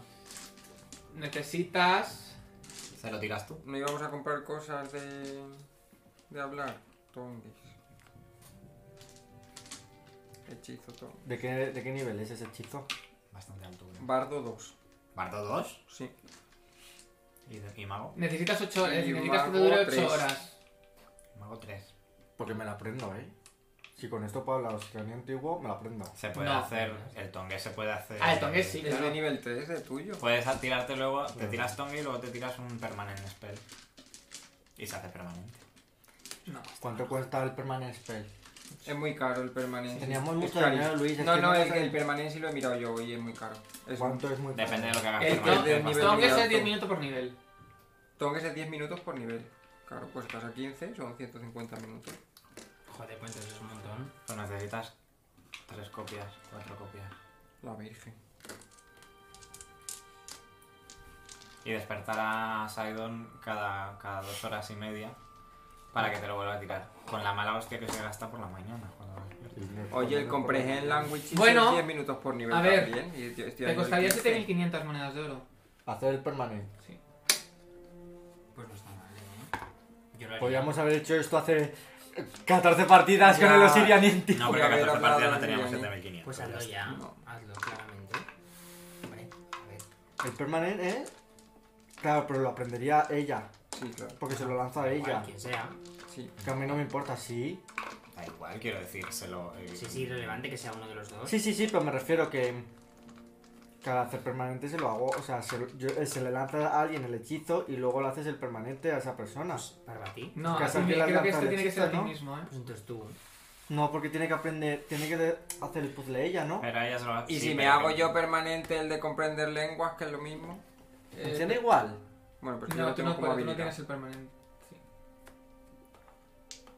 A: Necesitas...
E: ¿Se lo tiras tú?
D: No íbamos a comprar cosas de. de hablar. Tongues. Hechizo tongues.
C: ¿De qué, ¿De qué nivel es ese hechizo?
E: Bastante alto. creo.
D: Bardo 2.
E: ¿Bardo 2?
D: Sí.
E: ¿Y, de- y mago?
A: Necesitas 8
D: Y
A: necesitas que te
D: mago
A: dure 8
D: tres.
A: horas.
E: Mago 3.
C: Porque me la aprendo, ¿eh? Si con esto puedo hablar australiano antiguo, me la aprendo.
E: Se puede
A: No.
E: hacer. El tongue se puede hacer.
A: Ah, el tongue sí,
D: Es de
A: claro.
D: nivel 3, de tuyo.
E: Puedes tirarte luego. Te tiras tongue y luego te tiras un permanent spell. Y se hace permanente.
A: No.
C: ¿Cuánto cuesta el permanent spell?
D: Es muy caro el permanente.
C: Teníamos
D: Es
C: mucho
D: carísimo.
C: dinero, Luis, es
D: No,
C: que
D: no,
C: no
D: el,
C: sé-
D: el permanente sí lo he mirado yo y es muy caro. Es
C: ¿Cuánto es muy
E: Depende de lo que hagas.
A: El
E: permanente
D: de
E: es
D: nivel
A: tongue
E: bastante-
A: tongues
D: nivel
A: es
D: alto.
A: 10 minutos por nivel.
D: Tongues es 10 minutos por nivel. Claro, pues estás a 15, son 150 minutos.
B: Joder, pues entonces es un montón.
E: Pues necesitas 3 copias, 4 copias.
D: La Virgen.
E: Y despertar a Sidon cada, cada dos horas y media para que te lo vuelva a tirar. Con la mala hostia que se gasta por la mañana. cuando lo despiertas.
D: Oye, el Comprehend Language
A: Bueno,
D: es 10 minutos por nivel
A: a ver,
D: también. y estoy- estoy
A: Te
D: en el
A: costaría
D: 15.
A: 7.500 monedas de oro.
C: Hacer el permanent.
A: Sí.
B: Pues no está mal, eh. Yo lo haría.
C: Podríamos haber hecho esto hace 14 partidas
D: Ya.
C: con el Osirian
E: No,
D: Por
E: porque
D: haber
E: 14
D: hablado
E: partidas no
D: de
E: teníamos
D: Liliani.
E: 7500.
B: Pues
E: ya
B: hazlo
E: está.
B: ya.
D: No.
B: Hazlo, claramente. Vale, a ver.
C: El permanent, ¿eh? Claro, pero lo aprendería ella.
D: Sí, claro.
C: Porque se lo lanza a
B: Igual,
C: ella.
B: quien sea.
D: Sí.
C: Que a mí no me importa, sí.
E: Da igual, quiero decir, se lo. eh,
B: Sí, sí, relevante que sea uno de los dos.
C: Sí, sí, sí, pero me refiero que. Cada hacer permanente se lo hago. O sea, se, yo- eh, se le lanza a alguien el hechizo y luego le haces el permanente a esa persona.
B: Pues, Parvati.
A: No,
C: Que
A: así
C: saque
A: que
C: la
A: creo que
C: lanza
A: esto
C: de
A: tiene que ser a ti
C: hechizo, ¿no?
A: mismo, ¿eh?
B: Pues entonces tú.
C: No, porque tiene que aprender. Tiene que de- hacer el puzzle ella,
A: Eh,
C: ¿no?
E: Pero ella se lo
D: Y
E: sí,
D: si me
E: pero
D: hago
E: que-
D: yo permanente el de comprender lenguas, que es lo mismo. eh,
C: Funciona igual.
D: bueno, pues yo
A: No,
D: lo
A: tú
D: tengo
A: no,
D: como
A: puedes, tú no
D: habilidad.
A: tienes el permanente. Sí.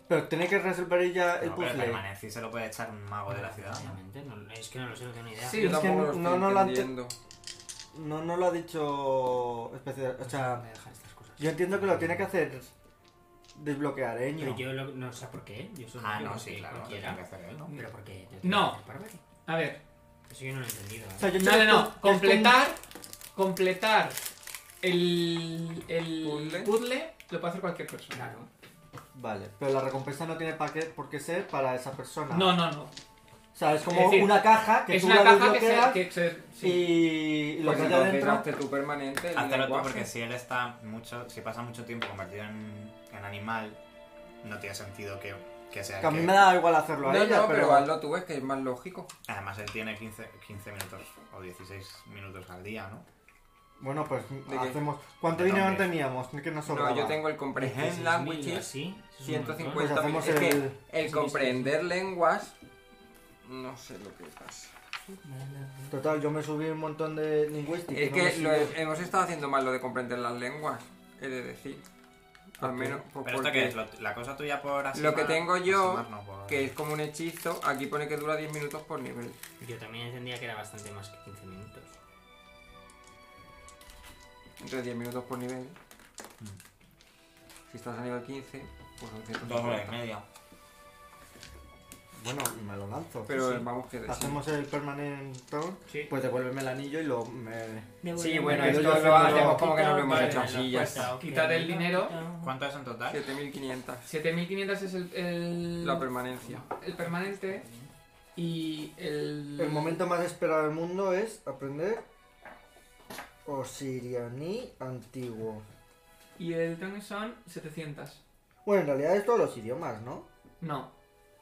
C: Pero tiene que resolver ella el
E: No, pero
C: puzzle.
E: permanece y se lo puede echar un mago de la ciudad. ¿no?
B: Obviamente, no- es que no lo sé, no tengo ni idea.
A: Sí,
C: es
D: Yo
C: que
D: tampoco lo
C: no-
D: estoy
C: no lo han te-
D: entendiendo.
C: No, no lo ha dicho. especial- O sea,
B: Voy a dejar estas cosas.
C: yo entiendo que lo tiene que hacer. Desbloquear, ¿eh?
B: Pero yo lo- no sé por qué. Yo solo
E: Ah,
B: digo
E: no,
B: que
E: sí, claro. lo tiene que
B: Cualquiera.
E: hacer él, ¿no?
B: Pero por qué.
A: No.
B: Parvati.
A: A ver,
B: Eso yo no lo he entendido.
C: O
B: ¿eh?
C: sea, yo
A: No, no,
C: entiendo
A: no.
C: que es
A: Completar. Completar el. el
D: Puzzle.
A: puzzle lo puede hacer cualquier persona.
B: Claro.
C: como- Vale, pero la recompensa no tiene pa' qué- por qué ser para esa persona.
A: No, no, no.
C: O sea, es como
A: Es decir,
C: una caja que
A: es
C: tú
A: una
C: la
A: caja que se.
C: desbloqueas
A: Que se sí.
C: y lo
D: Pues
C: que hay
D: entonces
C: adentro.
D: hazte tú permanente el
E: Hazlo tú
D: lenguaje.
E: porque si él está mucho, si pasa mucho tiempo convertido en, en animal, no tiene sentido que, que sea.
C: Que a mí
E: que-
C: me da igual hacerlo
D: No,
C: a
D: no,
C: ella,
D: pero...
C: pero,
D: hazlo tú, es que es más lógico.
E: Además él tiene 15, 15 minutos o 16 minutos al día, ¿no?
C: Bueno, pues
D: qué?
C: hacemos. ¿Cuánto
E: De
C: dinero
E: nombres.
C: teníamos? Que nos sobraba.
D: No, yo tengo el Comprehend Languages.
B: así. Eso es un montón.
D: 150
C: Pues hacemos
D: Es que
C: el-
D: el comprender lenguas. No sé lo que pasa.
C: Total, yo me subí un montón de lingüística.
D: Es
C: no me
D: que lo
C: sirve.
D: he- hemos estado haciendo mal lo de comprender las lenguas, he de decir. Al menos pues,
E: ¿Pero esto
D: porque
E: qué es? Lo- ¿La cosa tuya por así?
D: Lo que tengo yo, que es como un hechizo, aquí pone que dura 10 minutos por nivel.
B: Yo también entendía que era bastante más que 15 minutos.
D: Entonces 10 minutos por nivel. Si estás a nivel 15, pues son
E: Dos horas y
D: 150.
E: media.
C: Bueno, me lo lanzo.
D: Pero
C: Sí.
D: vamos que decir.
C: Hacemos el permanent tour,
A: Sí.
C: pues devuélveme el anillo y lo me...
D: Sí, bueno,
C: Pero
D: esto
C: yo
D: lo
C: firmo-
D: hacemos como que no lo hemos
A: Vale,
D: hecho así, ya está.
A: Quitad el dinero.
E: ¿Cuánto es en total?
D: 7500,
A: 7500 es el, el,
D: la permanencia.
A: el permanente y el...
C: El momento más esperado del mundo es aprender Osirianí antiguo.
A: Y el Tony son 700.
C: Bueno, en realidad es todos los idiomas, ¿no?
A: No.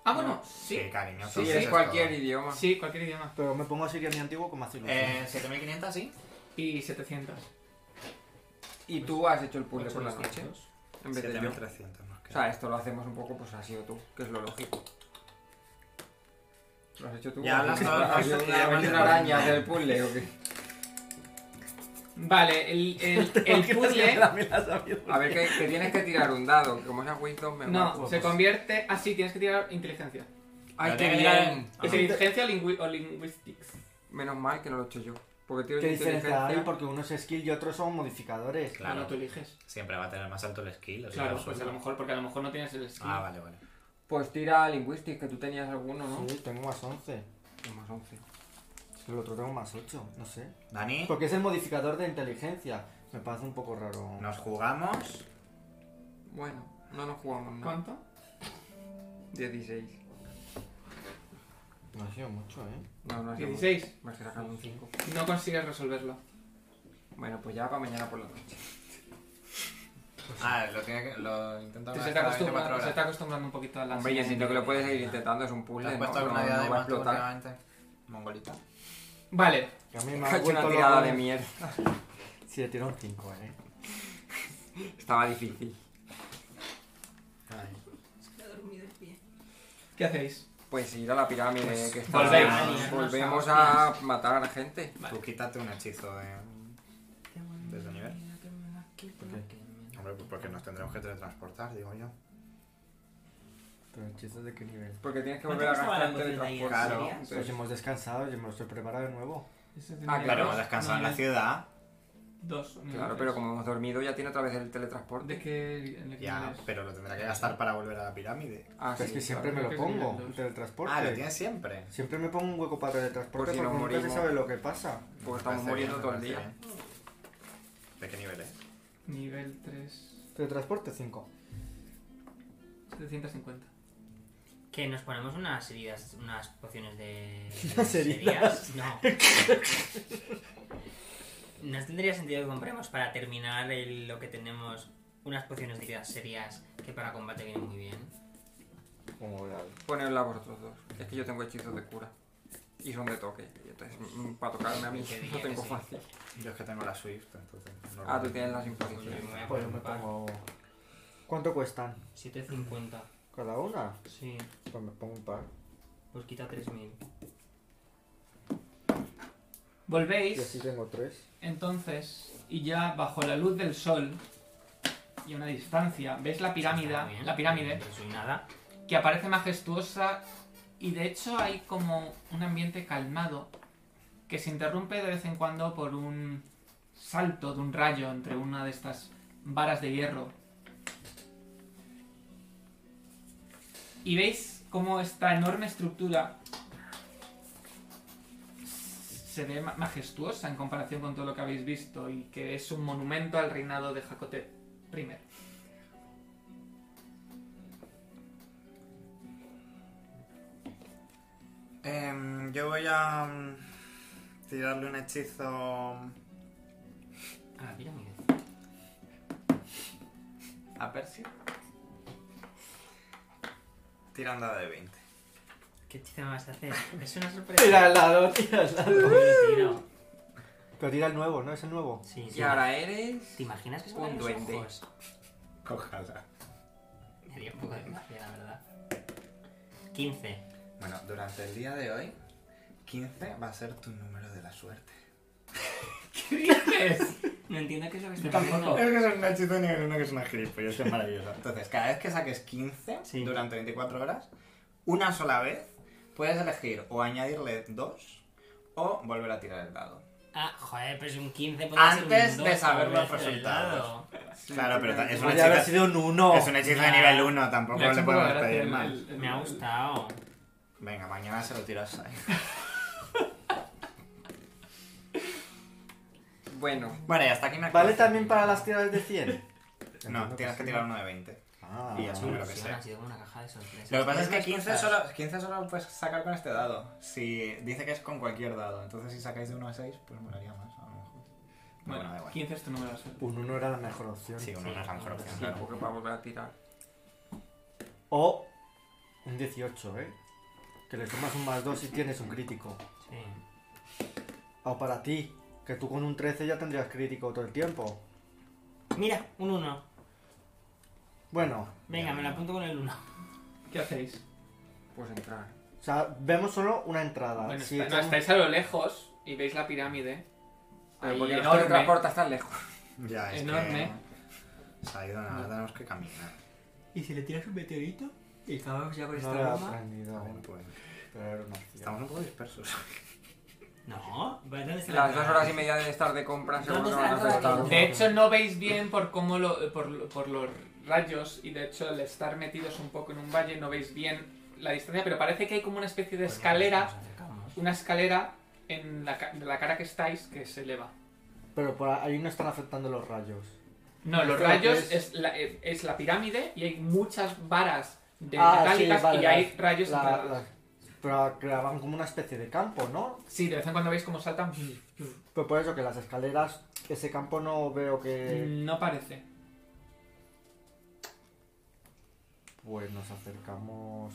A: Ah, bueno, sí.
E: Qué cariñoso.
D: Sí,
E: ¿qué
D: es
E: esto?
D: cualquier idioma.
A: Sí, cualquier idioma.
C: Pero me pongo Osirianí antiguo como hace ilusión.
E: Eh, 7.500, sí.
A: Y 700.
D: Y tú has hecho el puzzle
B: Ocho
D: por la
B: más
D: noche,
B: cientos.
D: en vez de yo.
E: nos
D: O sea, esto lo hacemos un poco, pues ha sido tú, que es lo lógico. Lo has hecho tú.
E: Ya hablas todo el
D: ¿Has sido
E: rato,
D: una-
E: ya hablas
D: una
E: todo el
D: araña
E: rato.
D: del puzzle o qué?
A: Vale, el, el, el
D: pues
A: puzzle...
D: A ver, que, que tienes que tirar un dado. que Como sea Wisdom, me
A: No,
D: marco.
A: se convierte... Ah, sí, tienes que tirar inteligencia.
D: Ay,
E: Lo
D: qué
E: tiene que tirar
D: bien.
E: Ah.
A: Inteligencia o, lingui- o linguistics.
D: Menos mal que no lo he hecho yo. Porque tiro
C: ¿Qué
D: yo
C: diferencia hay?
D: inteligencia.
C: Porque uno es skill y otro son modificadores.
A: Ah, no,
E: Claro,
A: tú eliges.
E: siempre va a tener más alto el skill. o sea,
A: Claro,
E: eso.
A: pues a lo mejor, porque a lo mejor no tienes el skill.
E: Ah, vale, vale.
D: Pues tira Linguistics, que tú tenías alguno, ¿no?
C: Sí, tengo más 11.
D: Tengo Más 11.
C: El otro tengo más 8, no sé.
E: Dani,
C: Porque es el modificador de inteligencia. Me parece un poco raro.
E: nos jugamos.
D: Pues Bueno, no nos jugamos nada.
A: ¿Cuánto?
D: 16.
C: No ha sido mucho, ¿eh?
D: No, no es
A: 16.
D: Más que sacar un 5.
A: No consigues resolverlo.
D: Bueno, pues ya para mañana por la noche.
E: Ah, lo tiene que. Lo intentamos.
A: Se está, acostumbrando, se está acostumbrando un poquito a la
D: Hombre, yo siento que lo puedes seguir intentando, es un
E: ¿Te has
D: puzzle. No,
E: puesto
D: no,
E: alguna idea
D: no
E: de
D: va a
E: más tú
D: explotar.
E: últimamente? Mongolita.
A: Vale,
C: Que a mí me
D: Ha
C: ha
D: hecho
C: vuelto
D: una
C: loco.
D: tirada de mierda.
C: Sí, he tirado un 5, ¿eh?
D: Estaba difícil.
A: ¿qué hacéis?
D: Pues ir a la pirámide que está.
A: volvéis.
D: Volvemos a matar a la gente.
E: Tú quítate un hechizo de. desde el nivel. Hombre, pues porque nos tendremos que teletransportar, digo yo.
C: Pero chistes de qué nivel.
D: Porque tienes que
F: ¿No te
D: volver a
F: gustaba la
D: gastarte de
F: emoción de ayer,
E: Claro.
D: transporte.
F: Silvia?
C: Pues
D: Entonces,
C: hemos descansado, yo me lo estoy preparando de nuevo.
D: Ah, claro,
E: Claro, hemos descansado en la ciudad.
A: Dos. nivel
D: Claro,
A: tres.
D: pero como hemos dormido ya tiene otra vez el teletransporte.
A: ¿De qué en qué
E: Ya,
A: nivel es?
E: pero lo tendrá que gastar para volver a la pirámide.
D: Ah,
C: Pero es que
D: sí,
C: siempre
D: claro.
C: me lo
A: Creo que es
C: pongo,
A: nivel dos.
C: del transporte.
E: Ah, lo tienes siempre.
C: Siempre me pongo un hueco para teletransporte
D: Por si
C: porque
D: nos
C: nunca se
D: morimos.
C: sabe lo que pasa.
D: Pues estamos
E: Me parece
D: muriendo
E: bien,
D: todo el
E: me
D: día.
E: parece bien. ¿De qué nivel es?
A: Nivel 3.
C: Teletransporte 5.
A: 750.
F: Que nos ponemos unas heridas, unas pociones de.
C: Unas heridas.
F: heridas? No. ¿No tendría sentido que compremos para terminar el- lo que tenemos unas pociones de heridas serias que para combate vienen muy bien?
C: Como la-
D: Ponedla vosotros dos. Es que yo tengo hechizos de cura. Y son de toque. Y entonces, mm, para tocarme a mí,
F: Qué
D: no
F: bien,
D: tengo
F: sí.
D: fácil.
E: Yo es que tengo la Swift, entonces. no
D: Ah,
E: lo-
D: tú tienes las
F: Pues yo
D: imposiciones.
F: me
E: Ah,
F: voy a
C: Pues yo me
F: preocupar.
C: pongo... ¿Cuánto cuestan?
F: 7.50.
C: ¿Cada una?
F: Sí.
C: Pues me pongo un par.
F: Pues quita 3.000.
C: Y
A: Volvéis,
C: así tengo tres.
A: entonces, y ya bajo la luz del sol y a una distancia, ves la pirámide,
F: Está bien.
A: la pirámide,
F: No soy nada.
A: que aparece majestuosa y de hecho hay como un ambiente calmado que se interrumpe de vez en cuando por un salto de un rayo entre una de estas varas de hierro. Y veis cómo esta enorme estructura se ve ma- majestuosa en comparación con todo lo que habéis visto y que es un monumento al reinado de Jacote I.
E: Em, yo voy a mm, tirarle un hechizo
F: A Ah, la pirámide.
D: ¿A Percy?
E: tirando de 20.
F: ¿Qué chiste me vas a hacer? Es una sorpresa.
C: Tira al lado, tira al lado.
F: Uy, tiro.
C: Pero tira el nuevo, ¿no? Es el nuevo.
B: Sí, sí.
D: Y ahora eres.
B: ¿Te imaginas que se
D: Un
B: me abren los
D: duende.
B: ojos?
E: Ojalá.
B: Me haría un poco de gracia, la verdad. 15.
E: Bueno, durante el día de hoy, 15 va a ser tu número de la suerte.
A: ¿Qué dices?
B: No entiendo qué es lo que
A: Yo
B: estoy
A: tampoco.
B: haciendo.
E: que es una hechizo negro, no que es una gilipollas, es maravilloso. Entonces, cada vez que saques 15
C: Sí.
E: durante 24 horas, una sola vez, puedes elegir o añadirle 2 o volver a tirar el dado.
B: Ah, joder, pero es un 15 podría ser un
E: Antes de
B: dos,
E: saber
B: podría
E: los
B: ser el
E: resultados.
B: dado.
E: claro, pero ta- es una
C: Podría haber
E: hechizo,
C: sido un 1.
E: es un hechizo de
B: Ya.
E: nivel 1, tampoco
A: Me ha hecho
E: le
A: un poco de
E: podemos
A: gracia
E: pedir
A: el-
E: más.
A: el-
B: Me ha gustado.
E: Venga, mañana se lo tiras ahí.
D: Bueno,
E: Bueno, y hasta aquí me
C: ¿Vale
E: actuación.
C: también para las tiradas de 100?
E: No, tienes que tirar uno de 20.
C: Ah,
E: Y ya está. Número que
B: Sí,
E: sea.
B: Ha sido como una caja de sorpresas.
E: Lo que pasa es que
B: Más
E: 15
B: cosas.
E: solo, 15 solo puedes sacar con este dado. Si dice que es con cualquier dado, entonces si sacáis de 1 a 6, pues molaría más, a lo mejor. Bueno, da
A: Bueno,
E: igual.
A: 15 es tu número de suerte.
C: Un 1 era la mejor opción.
E: Sí, uno no es la mejor opción,
D: sí,
E: claro.
D: porque para volver a tirar.
C: O un 18, ¿eh? Que le tomas un más 2 si tienes un crítico.
B: Sí.
C: O para ti, que tú con un 13 ya tendrías crítico todo el tiempo.
B: Mira, un 1.
C: Bueno,
B: Venga, me lo apunto con el 1.
A: ¿Qué hacéis?
D: Pues entrar.
C: o sea, vemos solo una entrada.
A: Bueno,
C: Si
A: está- no,
C: echamos-
A: estáis a lo lejos y veis la pirámide.
D: Pero
A: Ahí,
D: porque los
A: enorme.
D: teletransportas tan lejos.
E: Ya, es
A: Enorme.
E: que... Saidon, ahora tenemos que caminar.
B: ¿Y si le tiras un meteorito? Y acabamos ya con
C: no lo he aprendido
E: Bueno,
C: aún,
E: pues,
C: pero era una opción.
E: estamos un poco dispersos.
B: No, ¿dónde está la
D: Las dos horas y media de estar de compra seguro que
B: ¿Dónde
D: van a
B: está la
D: estar.
B: torre?
A: De hecho, no veis bien por cómo lo, por, lo- por los rayos y de hecho el estar metidos un poco en un valle no veis bien la distancia, pero parece que hay como una especie
B: Pues
A: de escalera, una escalera en la, ca- de la cara que estáis que se eleva.
C: Pero por ahí no están afectando los rayos.
A: No, los
C: Creo que
A: rayos
C: es-
A: es... la, eh, es la pirámide y hay muchas varas de
C: Ah,
A: metálicas
C: sí, vale,
A: y hay
C: las-
A: rayos
C: La-
A: enterrados.
C: la- pero creaban como una especie de campo, ¿no?
A: Sí, de vez en cuando veis cómo saltan.
C: Pero por eso que las escaleras, ese campo no veo
E: Eh,
C: que...
A: No parece.
C: Pues nos acercamos...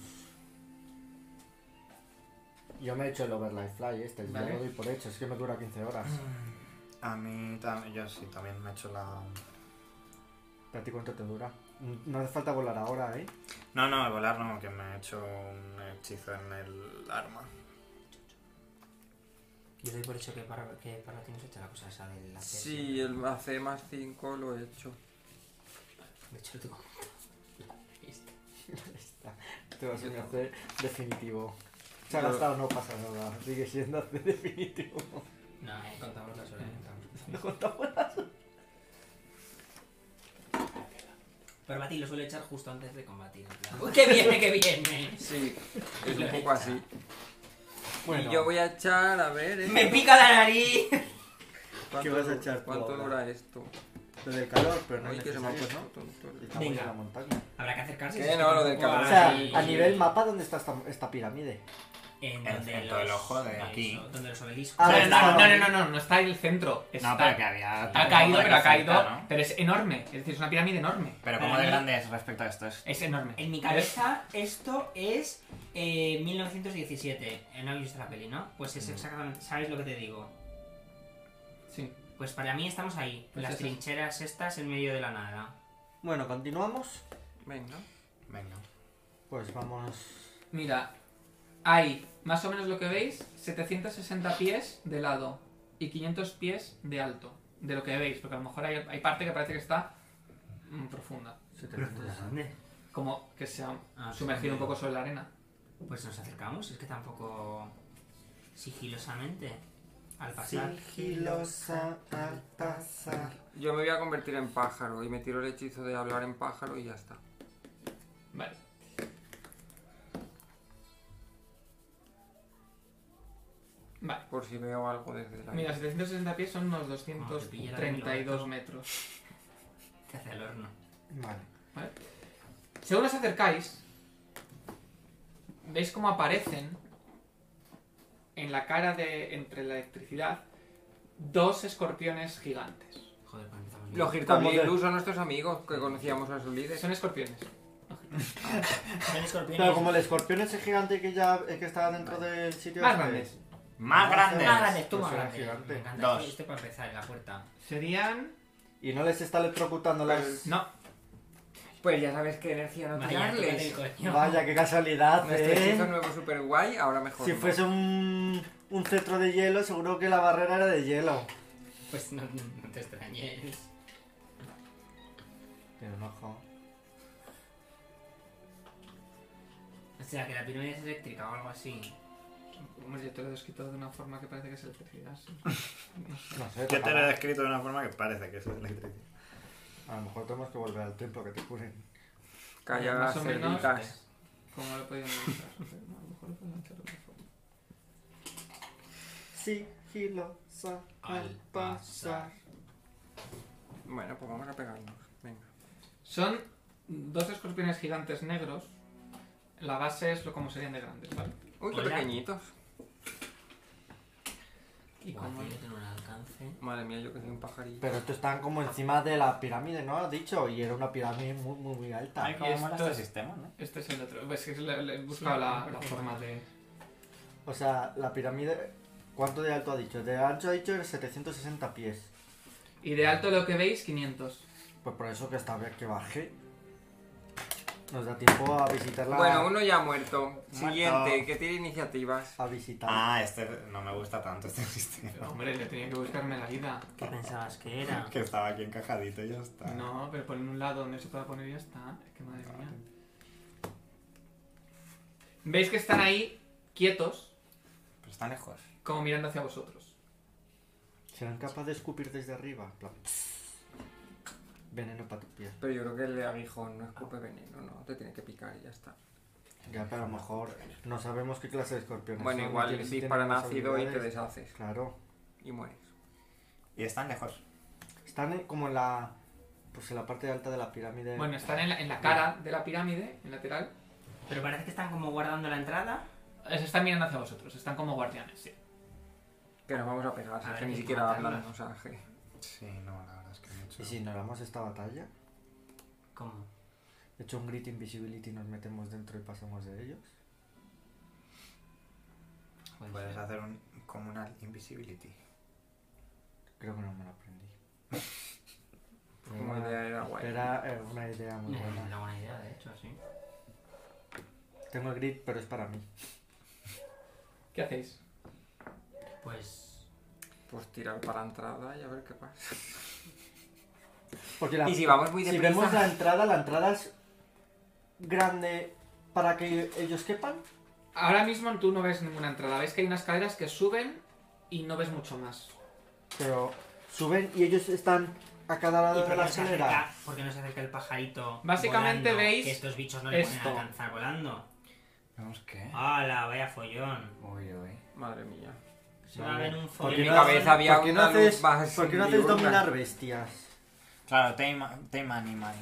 C: Yo me he hecho el Overlife Fly este, ya
A: Vale.
C: lo doy por hecho, es que me dura 15 horas.
E: A mí también, yo sí, también me he hecho la...
C: ¿Pero a ti cuánto te dura? No hace falta volar ahora, ¿eh?
E: No, no, el volar no, que me he hecho un hechizo en el arma.
B: Yo doy por hecho que para, que para tienes hecha la cosa esa del hacer.
D: Sí, el AC más 5 lo he hecho.
B: De hecho, tú.
C: Te vas a hacer definitivo. Se ha
D: Yo-
C: gastado, no pasa nada. Sigue siendo hacer definitivo.
B: No, eh, contamos las horas. contamos.
C: No contamos.
B: Pero Mati lo suele echar justo antes de combatir. en plan, ¡Uy, qué viene, qué viene!
D: Sí, es
B: Lo
D: un
B: he
D: poco así.
C: Bueno,
D: Y yo voy a echar, a ver, eh,
B: ¡Me pica la nariz!
D: ¿cuánto,
C: ¿Qué vas a
D: du-
C: echar tú
D: ¿Cuánto
C: ahora?
D: dura esto?
C: lo del calor, pero no
D: Ay,
C: es
D: que se me ha
C: necesario,
D: puesto
C: ¿no?
D: tonto. el-
C: Estamos
B: Venga.
C: en la montaña.
B: Habrá que acercarse.
D: Que
B: si es
D: no, lo
B: tampoco
D: de
B: va
D: Ah,
C: O
D: cada-
C: sea,
B: así.
C: a nivel mapa, ¿dónde está esta, esta pirámide?
B: En
E: En-
B: donde
E: en todo el
B: los-
E: ojo de aquí.
B: eso, donde los obeliscos.
A: no,
C: Ah, vale,
A: no, no,
C: está-
A: no, no, no, no está en el centro. Está,
E: No, pero que había...
A: ha
E: tampoco
A: caído,
E: hay que
A: pero ha caído.
E: aceptar, ¿no?
A: Pero es enorme. Es decir, es una pirámide enorme.
E: Pero como
B: Para
E: de
B: mí-
E: grande es respecto a esto es...
A: Es enorme.
B: En mi cabeza, esto es eh, 1917. Eh, No habéis visto la peli, ¿no? Pues es exactamente. ¿Sabes lo que te digo?
A: Sí.
B: Pues para mí estamos ahí,
A: Pues
B: las
A: eso.
B: trincheras estas en medio de la nada.
C: Bueno, continuamos.
D: Venga.
E: Venga.
C: Pues vamos.
A: Mira, hay más o menos lo que veis, 760 pies de lado y 500 pies de alto, de lo que veis, porque a lo mejor hay, hay parte que parece que está mm, profunda,
B: ¿Dónde?
A: como que se ha
B: Ah,
A: sumergido un
B: sí.
A: poco sobre la arena.
B: Pues nos acercamos, es que tampoco sigilosamente al pasar.
C: Sigilosa al pasar.
D: Yo me voy a convertir en pájaro y me tiro el hechizo de hablar en pájaro y ya está.
A: Vale. Vale.
D: Por si veo algo desde la...
A: Mira, 760 pies son unos
B: Ah, te pillara de
A: 232
B: nuevo.
A: metros.
B: Te hace el horno.
C: Vale.
A: ¿vale? Según os acercáis, veis cómo aparecen en la cara de entre la electricidad dos escorpiones gigantes.
B: Joder, pues empezamos bien.
D: Los
C: Como de-
D: Girtamilus son nuestros amigos que conocíamos a su líder.
A: Son escorpiones.
B: Son escorpiones.
C: Claro, como el escorpión ese gigante que ya eh, que está dentro del sitio.
A: Más
C: este,
A: grandes.
E: Más
C: Más
E: grandes.
F: Más grande, tú
C: Pues
F: más
C: era
F: grande.
C: gigante.
F: Me encanta
E: Dos.
F: que esté para empezar en la puerta.
A: Serían.
C: Y no les está electrocutando las.
A: No,
D: Pues ya sabes qué energía no
F: Vaya,
D: tirarles.
F: tócate el coño.
C: Vaya, qué casualidad,
D: Nuestro Este hechizo
C: eh.
D: nuevo super guay, ahora mejor.
C: Si
D: no.
C: fuese un, un cetro de hielo, seguro que la barrera era de hielo.
F: Pues no, no te extrañes.
C: Pero no, jo.
F: O sea, que la pirámide es eléctrica o algo así.
A: Hombre, yo te lo he descrito de una forma que parece que es electricidad, sí.
C: No sé,
E: Yo te lo he
C: ojalá.
E: descrito de una forma que parece que es electricidad.
C: A lo mejor tenemos que volver al templo que te curen.
D: Calla
A: Más
D: las
A: o menos,
D: cerditas.
A: Como lo he podido lanzar. Pero no, a lo mejor lo puedo lanzar de otra forma.
C: Sigilosa
F: al pasar.
D: Bueno, pues vamos a pegarnos. Venga.
A: Son dos escorpiones gigantes negros. La base es lo como serían de grandes, ¿vale?
D: Uy, qué
F: Hola.
D: pequeñitos.
A: Y
F: Guau,
A: como
F: tío, yo tengo un alcance.
D: Madre mía, yo que soy un pajarillo.
C: Pero estos están como encima de la pirámide, ¿no? Has dicho. Y era una pirámide muy, muy, muy alta.
E: Ay, cómo mola
A: esto
E: este
A: es-
E: sistema, ¿no?
A: Este es el otro. Pues es que le, le he buscado
F: Sí,
A: la,
F: no,
A: la
F: porque-
A: forma de.
C: O sea, la pirámide. ¿Cuánto de alto ha dicho? De ancho ha dicho 760 pies.
A: Y de alto lo que veis, 500.
C: Pues por eso que esta vez que baje. Nos da tiempo a visitar la.
D: Bueno, uno ya ha muerto. Siguiente,
E: Muerto.
D: que tiene iniciativas.
C: A visitar.
E: Ah, este no me gusta tanto este sistema.
A: Hombre, le tenía que buscarme la vida.
B: ¿Qué pensabas que era?
E: Que estaba aquí encajadito y ya está.
A: No, pero poner un lado donde se pueda poner y ya está. Es que madre mía. Veis que están ahí quietos,
E: Pero está lejos.
A: como mirando hacia vosotros.
C: ¿Serán capaces de escupir desde arriba? En plan, Veneno para tus pies.
D: Pero yo creo que el aguijón no escupe veneno, no. Te tiene que picar y ya está.
C: Ya, pero a lo mejor no sabemos qué clase de escorpiones
D: Bueno,
C: son,
D: igual
C: tienen-
D: si
C: tienen
D: disparan
C: más
D: ácido y te
C: habilidades.
D: deshaces.
C: Claro.
D: Y mueres.
E: Y están lejos.
C: Están en- como en la. Pues en la parte alta de la pirámide.
A: Bueno, están en la, en la cara de la pirámide, en lateral.
B: Pero parece que están como guardando la entrada.
A: Se están mirando hacia vosotros, están como guardianes, sí.
D: Que nos vamos a pegar, si
B: A
D: es
B: ver,
D: que ni
B: que
D: siquiera
B: matan.
D: hablan, o sea, que...
E: Sí, no, la verdad es que mucho.
C: Y si ignoramos esta batalla,
B: ¿Cómo?
C: de hecho un grit invisibility nos metemos dentro y pasamos de ellos.
B: Puede
E: Puedes
B: ser.
E: hacer un comunal invisibility.
C: Creo que no me lo aprendí.
D: Pues Como idea era guay.
C: Era eh, una idea muy
F: No, no
C: buena.
F: tengo buena idea, de hecho, sí.
C: Tengo el grit, pero es para mí.
A: ¿Qué hacéis?
F: Pues.
D: Pues tirar para la entrada y a ver qué pasa.
C: Porque la-
D: Y si vamos muy
C: si
D: deprisa...
C: vemos la entrada, la entrada es grande para que ellos quepan.
A: Ahora mismo tú no ves ninguna entrada, ves que hay unas caderas que suben y no ves mucho más.
C: Pero suben y ellos están a cada lado
B: por
C: de
B: qué
C: la
B: no se
C: escalera.
B: acerca- por qué no se acerca el pajarito?
A: Básicamente
B: volando,
A: veis
B: Que estos bichos no le
A: esto.
B: pueden alcanzar volando.
E: ¿Vemos qué?
B: ¡Hala! Vaya follón.
E: Uy, uy.
D: Madre mía.
B: Se va a ver un follón.
D: En mi cabeza había
C: ¿Por qué no
D: una luz
C: haces,
D: más
C: por qué no haces
D: diurna.
C: dominar bestias?
E: Claro, tame, tame animal.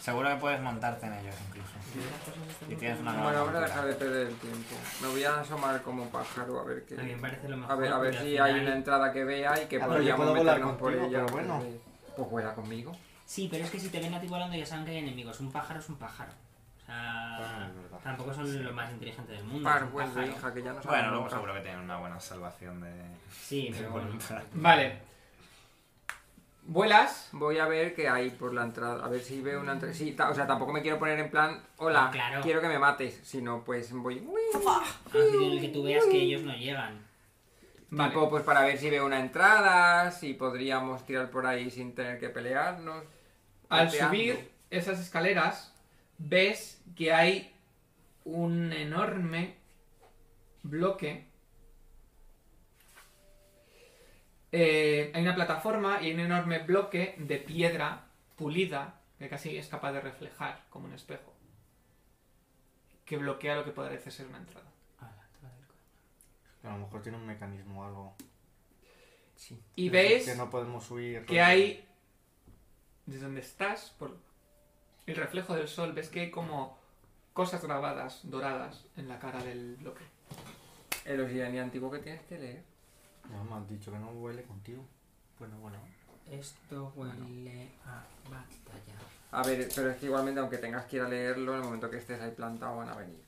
E: Seguro que puedes montarte en ellos incluso. Y tienes una gran
D: Bueno, vamos a
E: aventura.
D: dejar de perder el tiempo. Me voy a asomar como un pájaro a ver qué...
B: A mí me parece lo mejor.
D: A ver, a ver
B: porque al
D: si hay
B: final-
D: una entrada que vea y que
C: Ah, pero yo
D: podríamos
C: puedo volar
D: meternos por
C: contigo,
D: ella.
C: pero bueno.
D: porque- Pues vuela conmigo.
B: Sí, pero es que si te ven a ti volando ya saben que hay enemigos. Un pájaro es un pájaro. O
D: Ah,
C: Bueno,
B: sea,
C: es verdad.
B: tampoco son los más inteligentes del mundo. es un
D: Parwell pues, de
B: pájaro.
D: hija, que ya no sabe
E: Bueno, luego
D: nunca.
E: seguro que tienen una buena salvación de,
B: Sí,
E: de
B: pero bueno.
E: voluntad.
A: Vale. Vuelas.
D: Voy a ver qué hay por la entrada, a ver si veo una entrada. Sí, ta- o sea, tampoco me quiero poner en plan, hola,
B: Claro.
D: quiero que me mates, sino pues voy... uy,
B: A un sitio en el que tú veas que ellos no llegan.
A: Vale.
D: Tipo, pues para ver si veo una entrada, si podríamos tirar por ahí sin tener que pelearnos.
A: Al
D: Pateando.
A: subir esas escaleras, ves que hay un enorme bloque. Eh, hay una plataforma y hay un enorme bloque de piedra pulida que casi es capaz de reflejar como un espejo. Que bloquea lo que parece ser una entrada.
C: A lo mejor tiene un mecanismo o algo.
D: Sí.
A: Y
C: Es decir,
A: veis
C: Que no podemos huir.
A: que hay desde donde estás por el reflejo del sol ves que hay como cosas grabadas doradas en la cara del bloque
D: El Oceanía antiguo que tienes que leer.
C: No, me has dicho que no huele contigo.
B: Bueno, bueno. Esto huele a batalla.
D: A ver, pero es que igualmente, aunque tengas que ir a leerlo, en el momento que estés ahí plantado van a venir.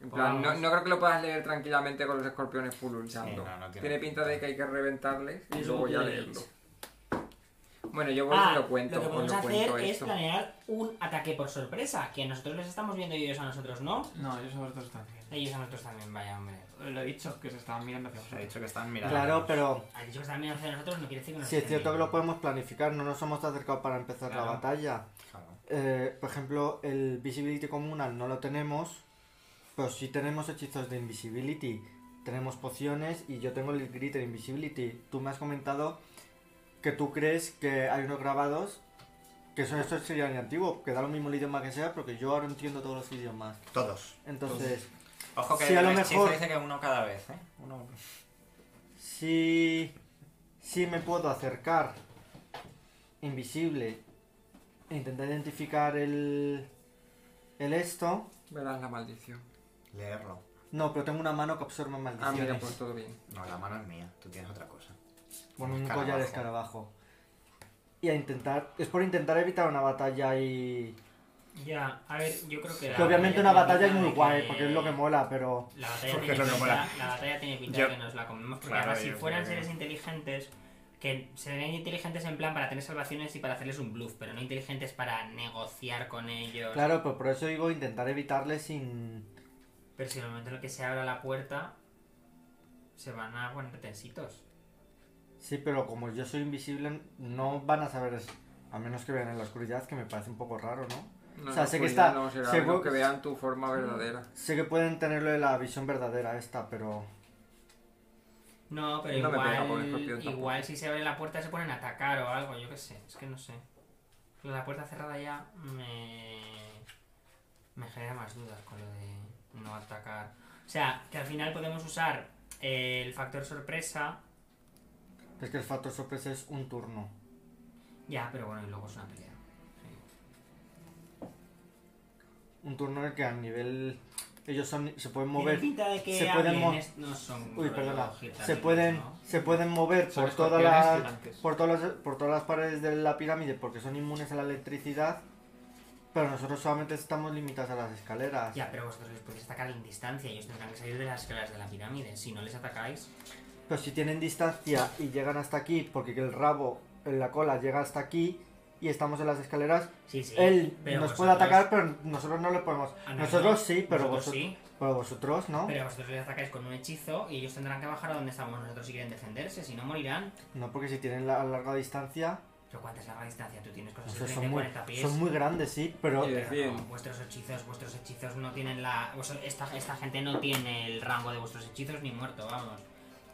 D: En plan, no,
G: Vamos.
D: no creo que lo puedas leer tranquilamente con los escorpiones full
E: Sí, no, no tiene
D: tiene, pinta de que hay que reventarles y
B: Es
D: luego
B: un
D: ya
B: bullet.
D: leerlo. Bueno, yo por eso
B: Ah,
D: lo cuento,
B: que
D: os
B: podemos
D: lo
B: hacer
D: cuento
B: es
D: esto.
B: planear un ataque por sorpresa, que nosotros les estamos viendo y ellos a nosotros no.
A: No, ellos a vosotros también.
B: Ellos a nosotros también, vaya hombre.
A: Lo he dicho, que se estaban mirando hacia
E: Se ha
A: vosotros.
E: dicho que están mirando.
C: Claro, pero
B: Ha dicho que están mirando hacia nosotros, no quiere decir que nos
C: si es
B: estén
C: cierto que lo
B: viendo.
C: podemos planificar, no nos hemos acercado para empezar
A: Claro.
C: la batalla.
E: Claro.
C: Eh, por ejemplo, el Visibility Communal no lo tenemos, pero sí tenemos hechizos de Invisibility. Tenemos pociones y yo tengo el Glitter Invisibility. Tú me has comentado que tú crees que hay unos grabados que son estos serían antiguos, que da lo mismo el idioma que sea, porque yo ahora entiendo todos los idiomas.
E: Todos.
C: Entonces,
E: Ojo que
C: Sí, a
E: el
C: lo
E: hechizo
C: mejor.
E: dice que uno cada vez, ¿eh? Uno.
C: si si me puedo acercar invisible e intentar identificar el el esto,
D: Verás la maldición.
E: Leerlo.
C: no, pero tengo una mano que absorbe
D: Ah,
C: maldiciones.
D: mira, pues todo bien.
E: No, la mano es mía. Tú tienes otra cosa.
C: Con un
E: Escarabajo.
C: collar de escarabajo. Y a intentar. Es por intentar evitar una batalla y.
B: Ya, a ver, yo creo que. la
C: Que obviamente
B: batalla
C: una batalla es
B: tiene
C: muy
B: pinta de
C: guay,
B: que-
C: porque es lo que mola, pero.
B: La batalla,
E: Porque
B: tiene
E: es lo que
B: pinta,
E: mola.
B: la batalla tiene pinta
E: Yo-
B: de que nos la comemos, porque
E: Claro,
B: además si
E: yo
B: fueran
E: creo que-
B: seres inteligentes, que serían inteligentes en plan para tener salvaciones y para hacerles un bluff, pero no inteligentes para negociar con ellos.
C: Claro, pero por eso digo intentar evitarle sin.
B: Pero si en el momento en el que se abra la puerta, se van a poner tensitos.
C: Sí, pero como yo soy invisible, no van a saber eso. A menos que vean en la oscuridad, que me parece un poco raro, ¿no?
D: No,
C: O sea,
D: no,
C: sé que
D: pues
C: está-
D: ya No será
C: sé
D: bueno
C: que-
D: que vean tu forma verdadera.
C: Sé que pueden tenerlo de la visión verdadera esta, pero.
B: No, pero
D: No me pega por el escorpión
B: igual,
D: tampoco.
B: igual si se abre la puerta se ponen a atacar o algo, yo qué sé, es que no sé. La puerta cerrada ya me, me genera más dudas con lo de no atacar. O sea, que al final podemos usar el factor sorpresa,
C: Es que el factor sorpresa es un turno.
B: ya, pero bueno, y luego es una pelea. Sí.
C: Un turno en el que a nivel. Ellos son, se pueden mover.
B: Tiene pinta de que
C: se pueden
B: alienes no son
C: Uy, perdona.
B: gitanos,
C: Se pueden,
B: ¿no?
C: se pueden mover
A: Son
C: por toda
A: escorpiones
C: la.
A: gigantes.
C: por todas, las, por todas las paredes de la pirámide porque son inmunes a la electricidad, pero nosotros solamente estamos limitados a las escaleras.
B: Ya, pero vosotros les podéis atacar en distancia, ellos tendrán que salir de las escalas de la pirámide, si no les atacáis...
C: Pero si tienen distancia y llegan hasta aquí, porque el rabo en la cola llega hasta aquí y estamos en las escaleras,
B: Sí, sí.
C: él
B: pero
C: nos puede
B: vosotros-
C: atacar, pero nosotros no le podemos.
B: Ah, no,
C: nosotros
B: no.
C: sí, pero
B: Vosotros
C: vosotros,
B: sí.
C: pero vosotros no.
B: Pero vosotros les atacáis con un hechizo y ellos tendrán que bajar a donde estamos nosotros si quieren defenderse, si no morirán.
C: No, porque si tienen la larga distancia,
B: Pero ¿cuánta es la distancia? Tú tienes cosas de
C: nosotros
B: 30,
C: son muy,
B: 40 pies.
C: son muy grandes, sí, pero
D: Sí.
B: Pero no,
D: Bien.
B: vuestros hechizos, vuestros hechizos no tienen la... vos- Esta, esta gente no tiene el rango de vuestros hechizos ni muerto, vamos.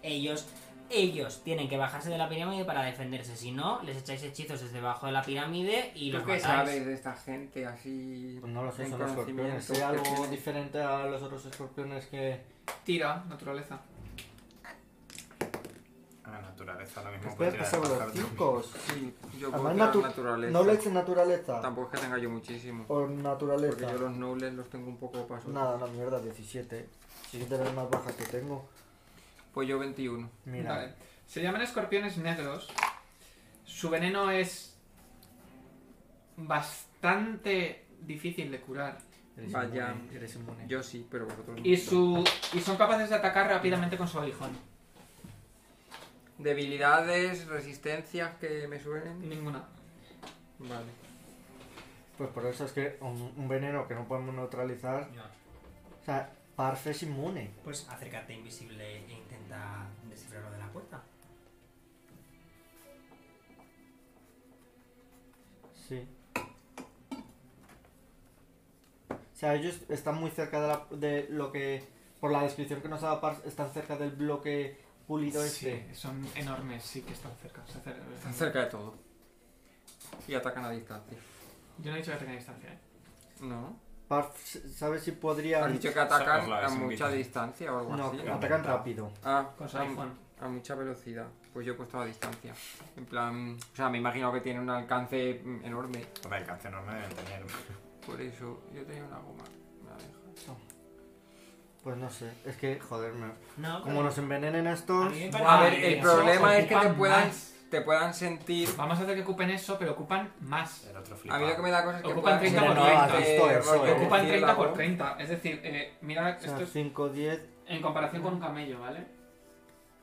B: Ellos... Ellos tienen que bajarse de la pirámide para defenderse, si no, les echáis hechizos desde debajo de la pirámide y los
D: ¿Tú qué
B: matáis.
D: sabes de esta gente así?
C: Pues No lo sé,
D: en
C: son escorpiones.
D: conocimiento?
C: Sé algo
D: ¿Qué tiene?
C: diferente a los otros escorpiones que.
A: Tira, naturaleza.
E: A la naturaleza lo mismo.
C: Espera, que
E: tirar
C: se
E: al
C: los
E: pájaro.
C: chicos.
D: Sí, yo puedo
C: Además,
D: tirar
C: natu-
D: naturaleza.
C: knowledge en naturaleza.
D: Tampoco es que tenga yo muchísimo.
C: O
D: Porque
C: naturaleza.
D: yo los nobles los tengo un poco pasos.
C: Nada, una mierda, 17. Sí que de las más bajas que tengo.
D: Pues yo 21.
C: Mira.
A: Vale. Se llaman escorpiones negros. Su veneno es bastante difícil de curar.
C: Eres
D: Vaya.
C: inmune, Eres inmune.
D: Yo sí, pero vosotros no.
A: Y, su, y son capaces de atacar rápidamente con su aguijón.
D: Debilidades, resistencias que me suenen.
A: Ninguna.
D: Vale.
C: Pues por eso es que un, un veneno que no podemos neutralizar.
B: Ya.
C: O sea, Parfe es inmune.
B: Pues acércate invisible e intenta descifrarlo de la puerta.
C: Sí. O sea, ellos están muy cerca de, la- de lo que. Por la descripción que nos ha dado Parf, están cerca del bloque pulido este.
A: Sí, son enormes, sí que están cerca. se acer-
D: Están cerca de todo. Y atacan a distancia.
A: Yo no he dicho que tengan distancia, ¿eh?
D: No.
C: Parf, ¿sabes si podría.?
D: Has dicho que
E: Son
D: atacan
E: las
D: a
E: laves, un
D: mucha
E: bicho.
D: distancia o algo
C: No,
D: así.
C: que
D: ¿no?
C: atacan rápido.
D: Ah,
A: Con su
D: a-
A: iPhone.
D: A mucha velocidad. Pues yo he puesto a distancia. En plan, o sea, me imagino que tiene un alcance mm, enorme.
E: Hombre, el cáncer enorme deben tener.
D: Por eso yo tenía una goma. Me la dejas.
C: Pues no sé, es que, joder, me-
B: No,
C: como nos envenenen estos,
B: A mí me
D: A
B: Ah,
D: ver,
B: eh,
D: el
B: eso
D: problema es que te
A: Ocupan
D: puedan,
A: más.
D: te puedan sentir.
A: Vamos a hacer que ocupen eso, pero ocupan más.
C: Eh,
E: El otro
D: A mí lo que me da cosa es que
A: Ocupan
D: puedan
A: 30
D: sentir
A: por 30.
D: que
C: Esto es,
D: rollo,
C: Pero
A: ocupan
D: decir,
A: 30 por
D: la-
A: 30. Es decir, eh, mira,
C: O sea,
A: esto es
C: 5, 10.
A: en comparación con un camello, ¿vale?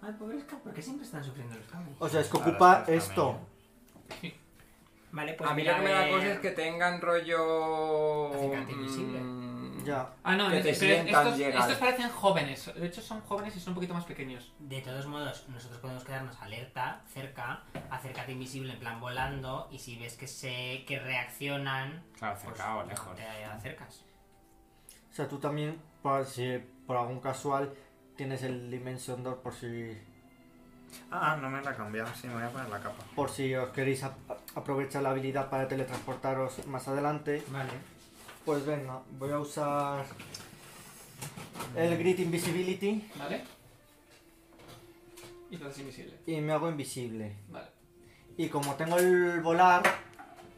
F: Ay, pobres cabros, ¿por qué siempre están sufriendo los camellos?
C: O sea, es que ocupa esto.
F: Vale, pues
D: a mí lo
F: mira,
D: que me da
F: eh,
D: cosa es que tengan rollo.
F: Acicate invisible.
D: mm,
C: Ya.
A: Ah, no,
D: Que
A: es-
D: te
A: pero
D: sientan
A: estos,
D: llegar.
A: estos parecen jóvenes. De hecho, son jóvenes y son un poquito más pequeños.
F: De todos modos, nosotros podemos quedarnos alerta, cerca, acércate invisible, en plan volando, y si ves que se que reaccionan,
E: Claro,
F: pues
E: cerca o lejos.
B: eh,
F: te acercas.
C: O sea, tú también, por, si por algún casual, tienes el Dimension Door por si,
E: Ah, no me la he cambiado. Sí, me voy a poner la capa.
C: por si os queréis ap- aprovechar la habilidad para teletransportaros más adelante.
F: Vale.
C: Pues venga, voy a usar el Grid Invisibility
A: ¿Vale? Y entonces invisible.
C: y me hago invisible.
A: Vale.
C: Y como tengo el volar,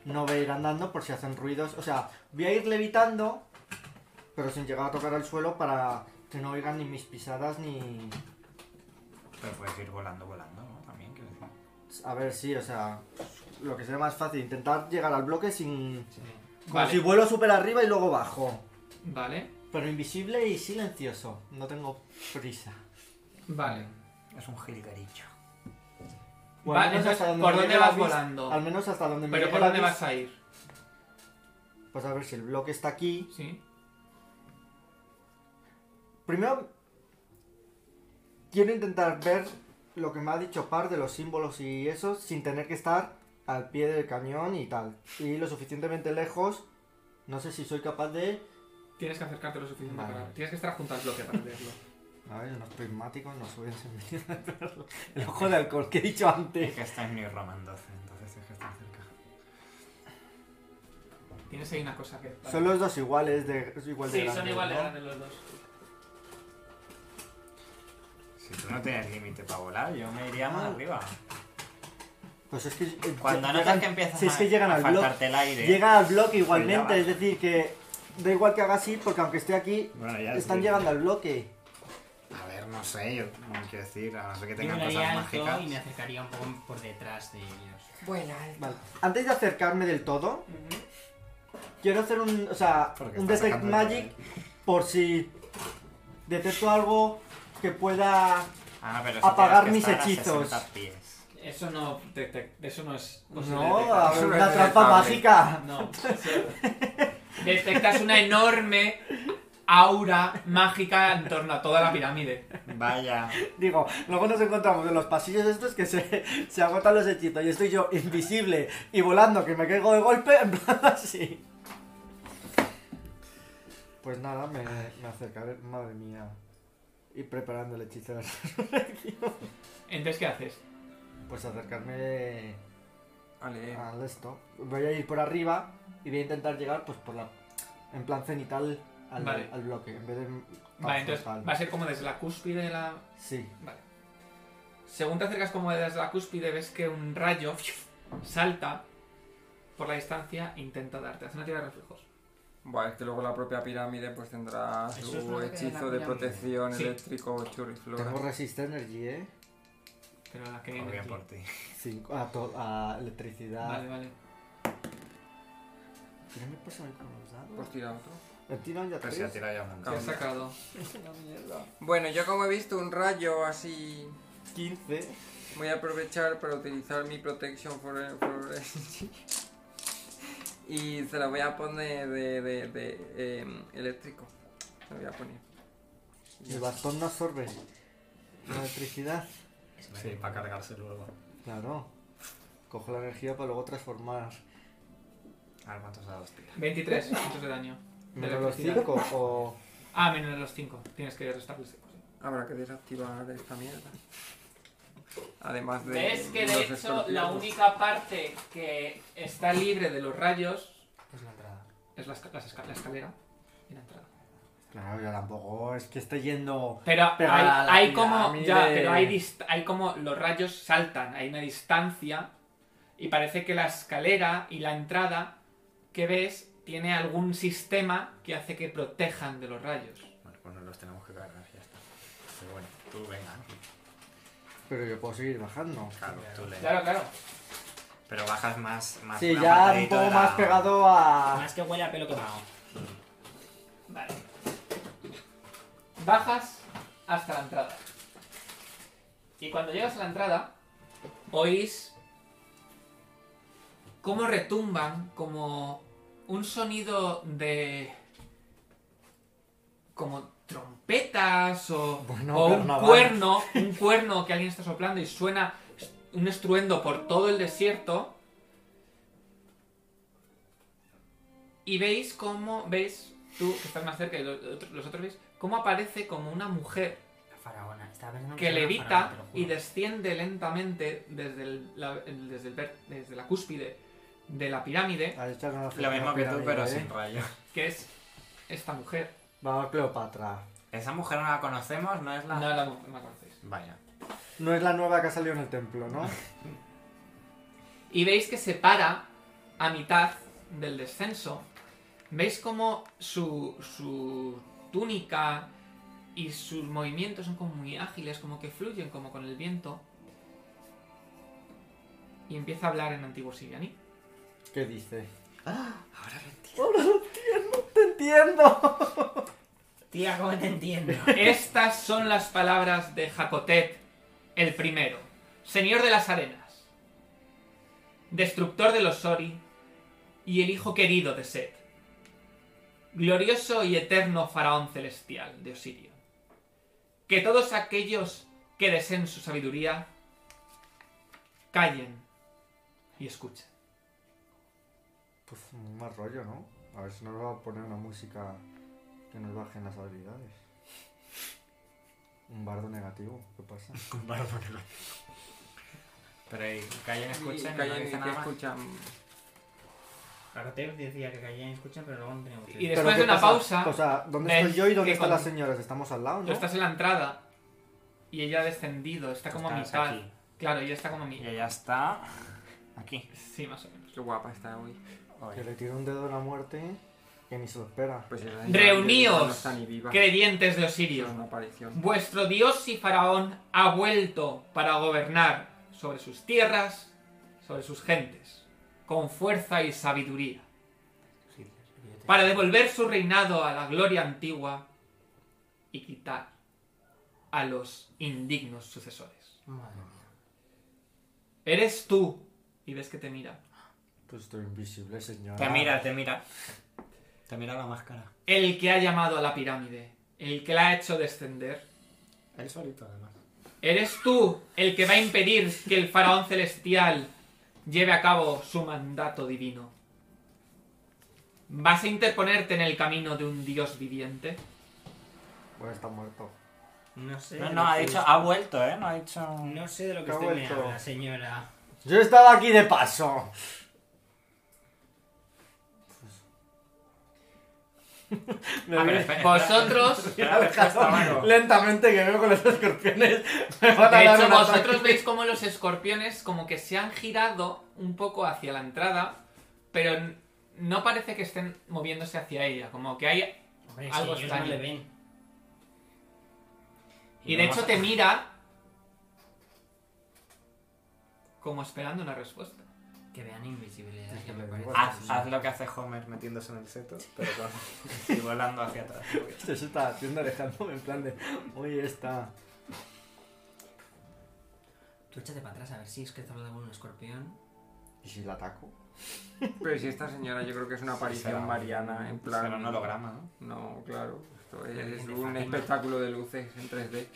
C: no voy a ir andando por si hacen ruidos. O sea, voy a ir levitando, pero sin llegar a tocar el suelo para que no oigan ni mis pisadas ni...
E: Pero puedes ir volando, volando, ¿no? También, quiero decir.
C: A ver, sí, o sea, lo que sea más fácil, intentar llegar al bloque sin... Como
A: Vale.
C: si vuelo súper arriba y luego bajo.
A: Vale.
C: Pero invisible y silencioso. No tengo prisa.
A: Vale.
E: Es un gilgaricho.
A: Vale,
C: Bueno, al menos
A: entonces,
C: hasta donde
A: ¿por
C: me
A: dónde
C: llegue la
A: vas
C: vista-
A: volando?
C: Al menos hasta donde me
A: Pero ¿por
C: llegue la
A: dónde vas
C: vista.
A: a ir?
C: Pues a ver si el bloque está aquí.
A: Sí.
C: Primero, quiero intentar ver lo que me ha dicho Par de los símbolos y eso sin tener que estar al pie del cañón y tal. Y lo suficientemente lejos, no sé si soy capaz de...
A: Tienes que acercarte lo suficiente
C: Vale.
A: para. Tienes que estar junto al bloque para verlo.
C: A ver, en los prismáticos no se voy a encender el ojo de alcohol que he dicho antes.
E: Es que está en New Roman 12, entonces es que está cerca.
A: Tienes ahí una cosa que. vale.
C: Son los dos iguales de, es igual de
A: Sí,
C: grandes,
A: son iguales
C: ¿no?
A: grandes los dos.
E: Si tú no tienes límite para volar, yo me iría más
C: Ah.
E: arriba.
C: Pues es que eh,
E: Cuando
C: lle-
E: notas
C: llegan-
E: que empiezas
C: si es que
E: a-
C: llegan
E: a
C: al
E: faltarte Pues
C: bloque,
E: el aire.
C: llegan al bloque
E: Cuidado.
C: igualmente, es decir que da igual que haga así porque aunque esté aquí
E: Bueno, ya
C: están
E: sí.
C: llegando al bloque.
E: A ver, no sé, yo no quiero decir, a no ser que
F: Yo
E: tengan
F: volaría
E: cosas
F: alto
E: mágicas.
F: y me acercaría un poco por detrás de ellos.
C: Vale. Antes de acercarme del todo, quiero hacer un, o sea,
E: Porque
C: un
E: está
C: detect
E: atacando el
C: magic por si detecto algo que pueda
E: Ah, pero
C: Apagar
E: tienes
C: mis
E: que estar a
C: hechizos.
E: 60 pies.
A: Eso no. te- te- eso no es.
E: Pues
A: posible
C: no,
A: detectar.
C: a
D: Eso
C: ver,
D: no es
C: una trampa mágica.
D: detectable.
A: No. Detectas una enorme aura mágica en torno a toda la pirámide.
E: Vaya.
C: Digo, luego nos encontramos en los pasillos estos que se, se agotan los hechizos y estoy yo invisible y volando que me caigo de golpe, en plan así. Pues nada, me, me acercaré, madre mía. Y preparando el hechizo. de resurrección.
A: Entonces, ¿qué haces?
C: Pues acercarme
D: Vale.
C: al esto. Voy a ir por arriba y voy a intentar llegar pues por la... En plan cenital al,
A: Vale.
C: al bloque, en vez de...
A: Vale, entonces
C: horizontal.
A: va a ser como desde la cúspide de la.
C: Sí.
A: Vale. Según te acercas como desde la cúspide, ves que un rayo salta por la distancia e intenta darte. Haz una tira de reflejos.
D: Buah, es que luego la propia pirámide pues tendrá
F: Eso
D: su
F: es lo que tiene la
D: hechizo de
F: pirámide.
D: protección
A: Sí.
D: eléctrico churriflora.
C: Tengo resist energy, ¿eh?
A: Pero la que.
E: Corría por ti.
C: Cinco, a, to- a electricidad.
A: Vale, vale.
C: ¿Qué me pasa hoy con los dados?
D: Pues tira otro.
C: ¿Me tiran ya
E: Pero si ha
C: tres?
E: tirado Pues, ya un
A: Te has
E: montón.
A: sacado.
D: Bueno, yo como he visto un rayo así,
C: 15.
D: voy a aprovechar para utilizar mi Protection for, for Energy. Y se la voy a poner de, de- de, em, eléctrico. Se la voy a poner.
C: El bastón no absorbe la electricidad.
E: Sí, para cargarse luego.
C: Claro. Cojo la energía para luego transformar.
E: A ver cuántos dados tira.
A: 23 puntos de daño. De
C: Menos los
A: electricidad.
C: 5 o.
A: Ah, menos los 5. Tienes que restarles.
D: Habrá que desactivar esta mierda. Además de.
A: Ves que de
D: los
A: hecho
D: escorpiones.
A: la única parte que está libre de los rayos
F: Pues la entrada.
A: es la, esca- las esca- la escalera y la entrada.
C: Claro, yo tampoco. Es que estoy yendo.
A: Pero
C: Pero
A: hay,
C: la- la
A: hay como
C: pirámide-
A: ya, pero hay, dist- hay como los rayos saltan, hay una distancia y parece que la escalera y la entrada que ves tiene algún sistema que hace que protejan de los rayos.
E: Bueno, pues nos los tenemos que cargar, ya está. Pero bueno, tú venga.
C: pero yo puedo seguir bajando.
E: Claro, tú le-
A: Claro, claro.
E: Pero bajas más. más
C: Sí,
E: más
C: ya un
E: apartadito
C: poco
E: de la-
C: más pegado a...
B: Más que huele a pelo quemado.
A: Vale. Bajas hasta la entrada. Y cuando llegas a la entrada, oís cómo retumban como un sonido de... como trompetas o,
C: Bueno,
A: o un
C: carnaval.
A: cuerno, un cuerno que alguien está soplando y suena un estruendo por todo el desierto. Y veis cómo, veis, tú que estás más cerca y los, otro- los otros veis, cómo aparece como una mujer
B: La faraona. Estaba pensando
A: que
B: era una
A: levita
B: faraona, te lo juro.
A: y desciende lentamente desde, el- la, el- desde, el ver- desde la cúspide de la pirámide,
C: a echar una
E: Lo mismo que tú,
C: pirámide,
E: pero
C: ¿eh?
E: sin rayo.
A: que es esta mujer.
C: Vamos, Cleopatra.
E: Esa mujer no la conocemos, no es la.
A: No la, no la conocéis.
E: Vaya.
C: No es la nueva que ha salido en el templo, ¿no?
A: Y veis que se para a mitad del descenso. Veis como su, su túnica y sus movimientos son como muy ágiles, como que fluyen como con el viento. Y empieza a hablar en antiguo sirianí.
C: ¿Qué dice?
E: Ahora lo entiendo.
C: Ahora lo entiendo, te entiendo.
B: Tía, ¿cómo te entiendo?
A: Estas son las palabras de Jacotet el primero, señor de las arenas, destructor de los Ori y el hijo querido de Set, glorioso y eterno faraón celestial de Osirio. Que todos aquellos que deseen su sabiduría callen y escuchen.
C: Pues un mal rollo, ¿no? A ver si nos va a poner una música que nos baje en las habilidades. Un bardo negativo, ¿qué pasa?
E: Con barba que lo- Pero ahí, callen, escuchen,
D: Y
E: y
D: callen
E: no
D: y
E: dicen
D: que mm,
E: nada más.
D: escuchan.
B: Carter decía que caía y escucha, pero luego no teníamos
A: Y
C: ¿Pero
A: después
C: qué
A: de una
C: pasa?
A: pausa,
C: O sea, ¿dónde
A: ves
C: estoy yo y dónde
A: que
C: están
A: con-
C: las señoras? Estamos al lado,
A: tú
C: ¿no?
A: estás en la entrada y ella ha descendido, está como a
E: Estás
A: mitad.
E: aquí. Eh.
A: Claro, ella está como a
E: Y
A: mitad.
E: ella está. Aquí.
A: Sí, más o menos.
D: Qué guapa está hoy.
C: Que
E: Oye.
C: le tira un dedo a la muerte que ni se lo espera.
D: Pues esa señora
A: Reuníos,
D: No está ni viva.
A: Creyentes de
D: Es una
A: Osirio,
D: aparición.
A: vuestro dios y faraón ha vuelto para gobernar sobre sus tierras, sobre sus gentes, con fuerza y sabiduría, para devolver su reinado a la gloria antigua y quitar a los indignos sucesores.
B: Madre mía.
A: Eres tú, y ves que te mira,
C: Pues estoy invisible, señora.
E: Te mira, te mira. Te mira la máscara.
A: el que ha llamado a la pirámide, el que la ha hecho descender,
E: Él solito, además.
A: ¿Eres tú el que va a impedir que el faraón celestial lleve a cabo su mandato divino? ¿Vas a interponerte en el camino de un dios viviente?
C: Bueno, está muerto.
B: No sé.
E: No,
B: de
E: no,
B: lo
E: ha
B: que
E: dicho,
B: es-
E: ha vuelto, ¿eh? No ha dicho.
B: No sé de lo que
C: Ha
B: usted me
C: vuelto.
B: habla, señora.
C: Yo estaba aquí de paso. Me
E: Ah, pero
C: viene-
E: espera, espera.
A: Vosotros,
E: Espera, a ver, que está malo.
C: Lentamente que veo con los escorpiones me van a
A: de
C: dar
A: hecho,
C: un ataque.
A: vosotros veis como los escorpiones como que se han girado un poco hacia la entrada, pero n- no parece que estén moviéndose hacia ella, como que hay...
B: Hombre,
A: Algo
B: si ellos
A: extraño.
B: no le ven.
A: Y de hecho te mira como esperando una respuesta.
B: Que vean
C: Es
B: invisibilidad,
C: que
B: que me
C: me
B: parece.
C: igual.
E: Haz, haz lo que hace Homer metiéndose en el seto, pero con... y volando hacia atrás.
C: Esto se está haciendo alejándome en plan de. Oye, está.
B: Tú échate para atrás a ver si es que te habla de un escorpión.
C: ¿Y si la ataco?
D: Pero si esta señora yo creo que es una aparición
E: Pues Será un-
D: mariana, en plan...
E: Será un holograma, ¿no?
D: No, claro. Esto
B: Pero
D: es
B: viene
D: un
B: Fátima.
D: espectáculo de luces en 3D.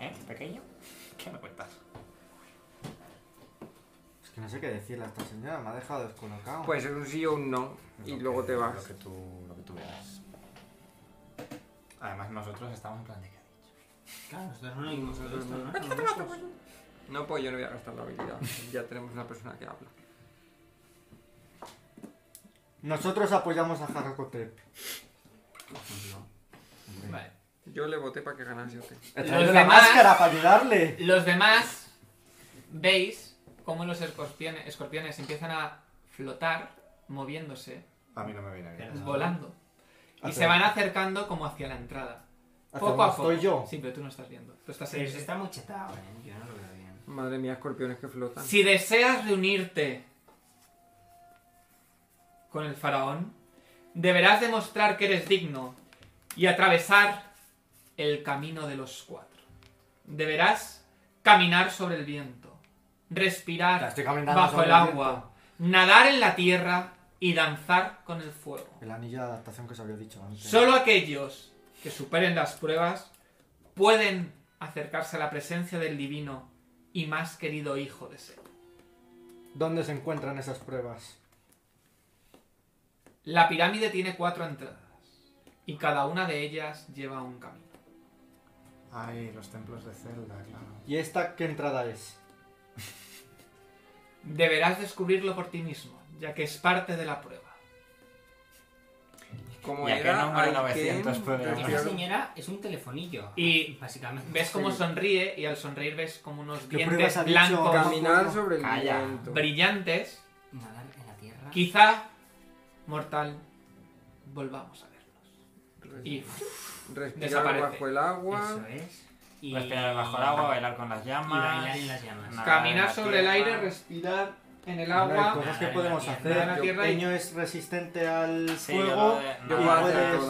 E: ¿Eh? ¿Pequeño? ¿Qué me cuentas?
C: Es que no sé qué decirle a esta señora, me ha dejado descolocado.
D: Pues es un sí o un no. Y luego te
E: Lo
D: vas.
E: que tú, lo que tú veas. Además, nosotros estamos en plan de que.
B: Claro, nosotros no oímos todo esto, ¿no?
D: No, pues yo no voy a gastar la habilidad. Ya tenemos una persona que habla.
C: Nosotros apoyamos a Harakotep.
A: Vale.
D: Yo le voté para que ganase o qué.
C: He
A: Los
C: traído la
A: demás-
C: máscara para ayudarle.
A: Los demás veis cómo los escorpiones, escorpiones empiezan a flotar, moviéndose,
E: A mí no me viene bien.
B: Pero-
A: volando. Y
C: Ah,
A: se
C: claro.
A: van acercando como hacia la entrada.
C: Hasta
A: Poco a
C: donde
A: poco.
C: estoy yo.
A: Sí, pero tú no estás viendo. Tú estás
B: Pero
A: en-
B: eso está muy chetado, eh. Yo no lo veo bien.
D: Madre mía, escorpiones que flotan.
A: Si deseas reunirte con el faraón, deberás demostrar que eres digno y atravesar el camino de los cuatro. Deberás caminar sobre el viento,
C: Ya
A: respirar
C: Estoy caminando
A: bajo
C: sobre
A: el agua, nadar en la tierra y danzar con el fuego.
C: viento. El anillo de adaptación que os había dicho antes.
A: Solo aquellos que superen las pruebas pueden acercarse a la presencia del divino y más querido hijo de Set.
C: ¿Dónde se encuentran esas pruebas?
A: La pirámide tiene cuatro entradas y cada una de ellas lleva un camino.
E: Ay, los templos de Zelda, claro.
C: ¿Y esta qué entrada es?
A: Deberás descubrirlo por ti mismo, ya que es parte de la prueba.
D: Como
E: Ya que
D: era,
E: no, número
D: hay que
E: 900 programas.
D: refiero-
B: Esa señora es un telefonillo.
A: Y
B: básicamente.
A: ves cómo sonríe y al sonreír ves como unos
C: ¿Qué pruebas
A: dientes
C: ha dicho?
A: blancos
D: Caminar sobre el
E: Calla.
D: viento.
A: brillantes.
B: Nadar en la tierra.
A: Quizá, mortal, volvamos a vernos. Y uff,
D: Respirar
A: Desaparece.
D: bajo el agua.
B: Eso es. Y...
E: Respirar bajo el agua, bailar con las
B: Y
E: llamas.
B: bailar en las llamas.
E: Nada.
A: caminar
E: la
A: sobre el
E: tierra.
A: aire, respirar en el
C: Hay
A: agua.
C: cosas que
B: Nadar en
C: podemos
B: la
C: hacer.
A: tierra. Nadar en la tierra y-
C: Peño es resistente al
E: Sí, yo
C: fuego.
E: lo de-
C: y
E: nadar
C: puede
D: en la
C: esto.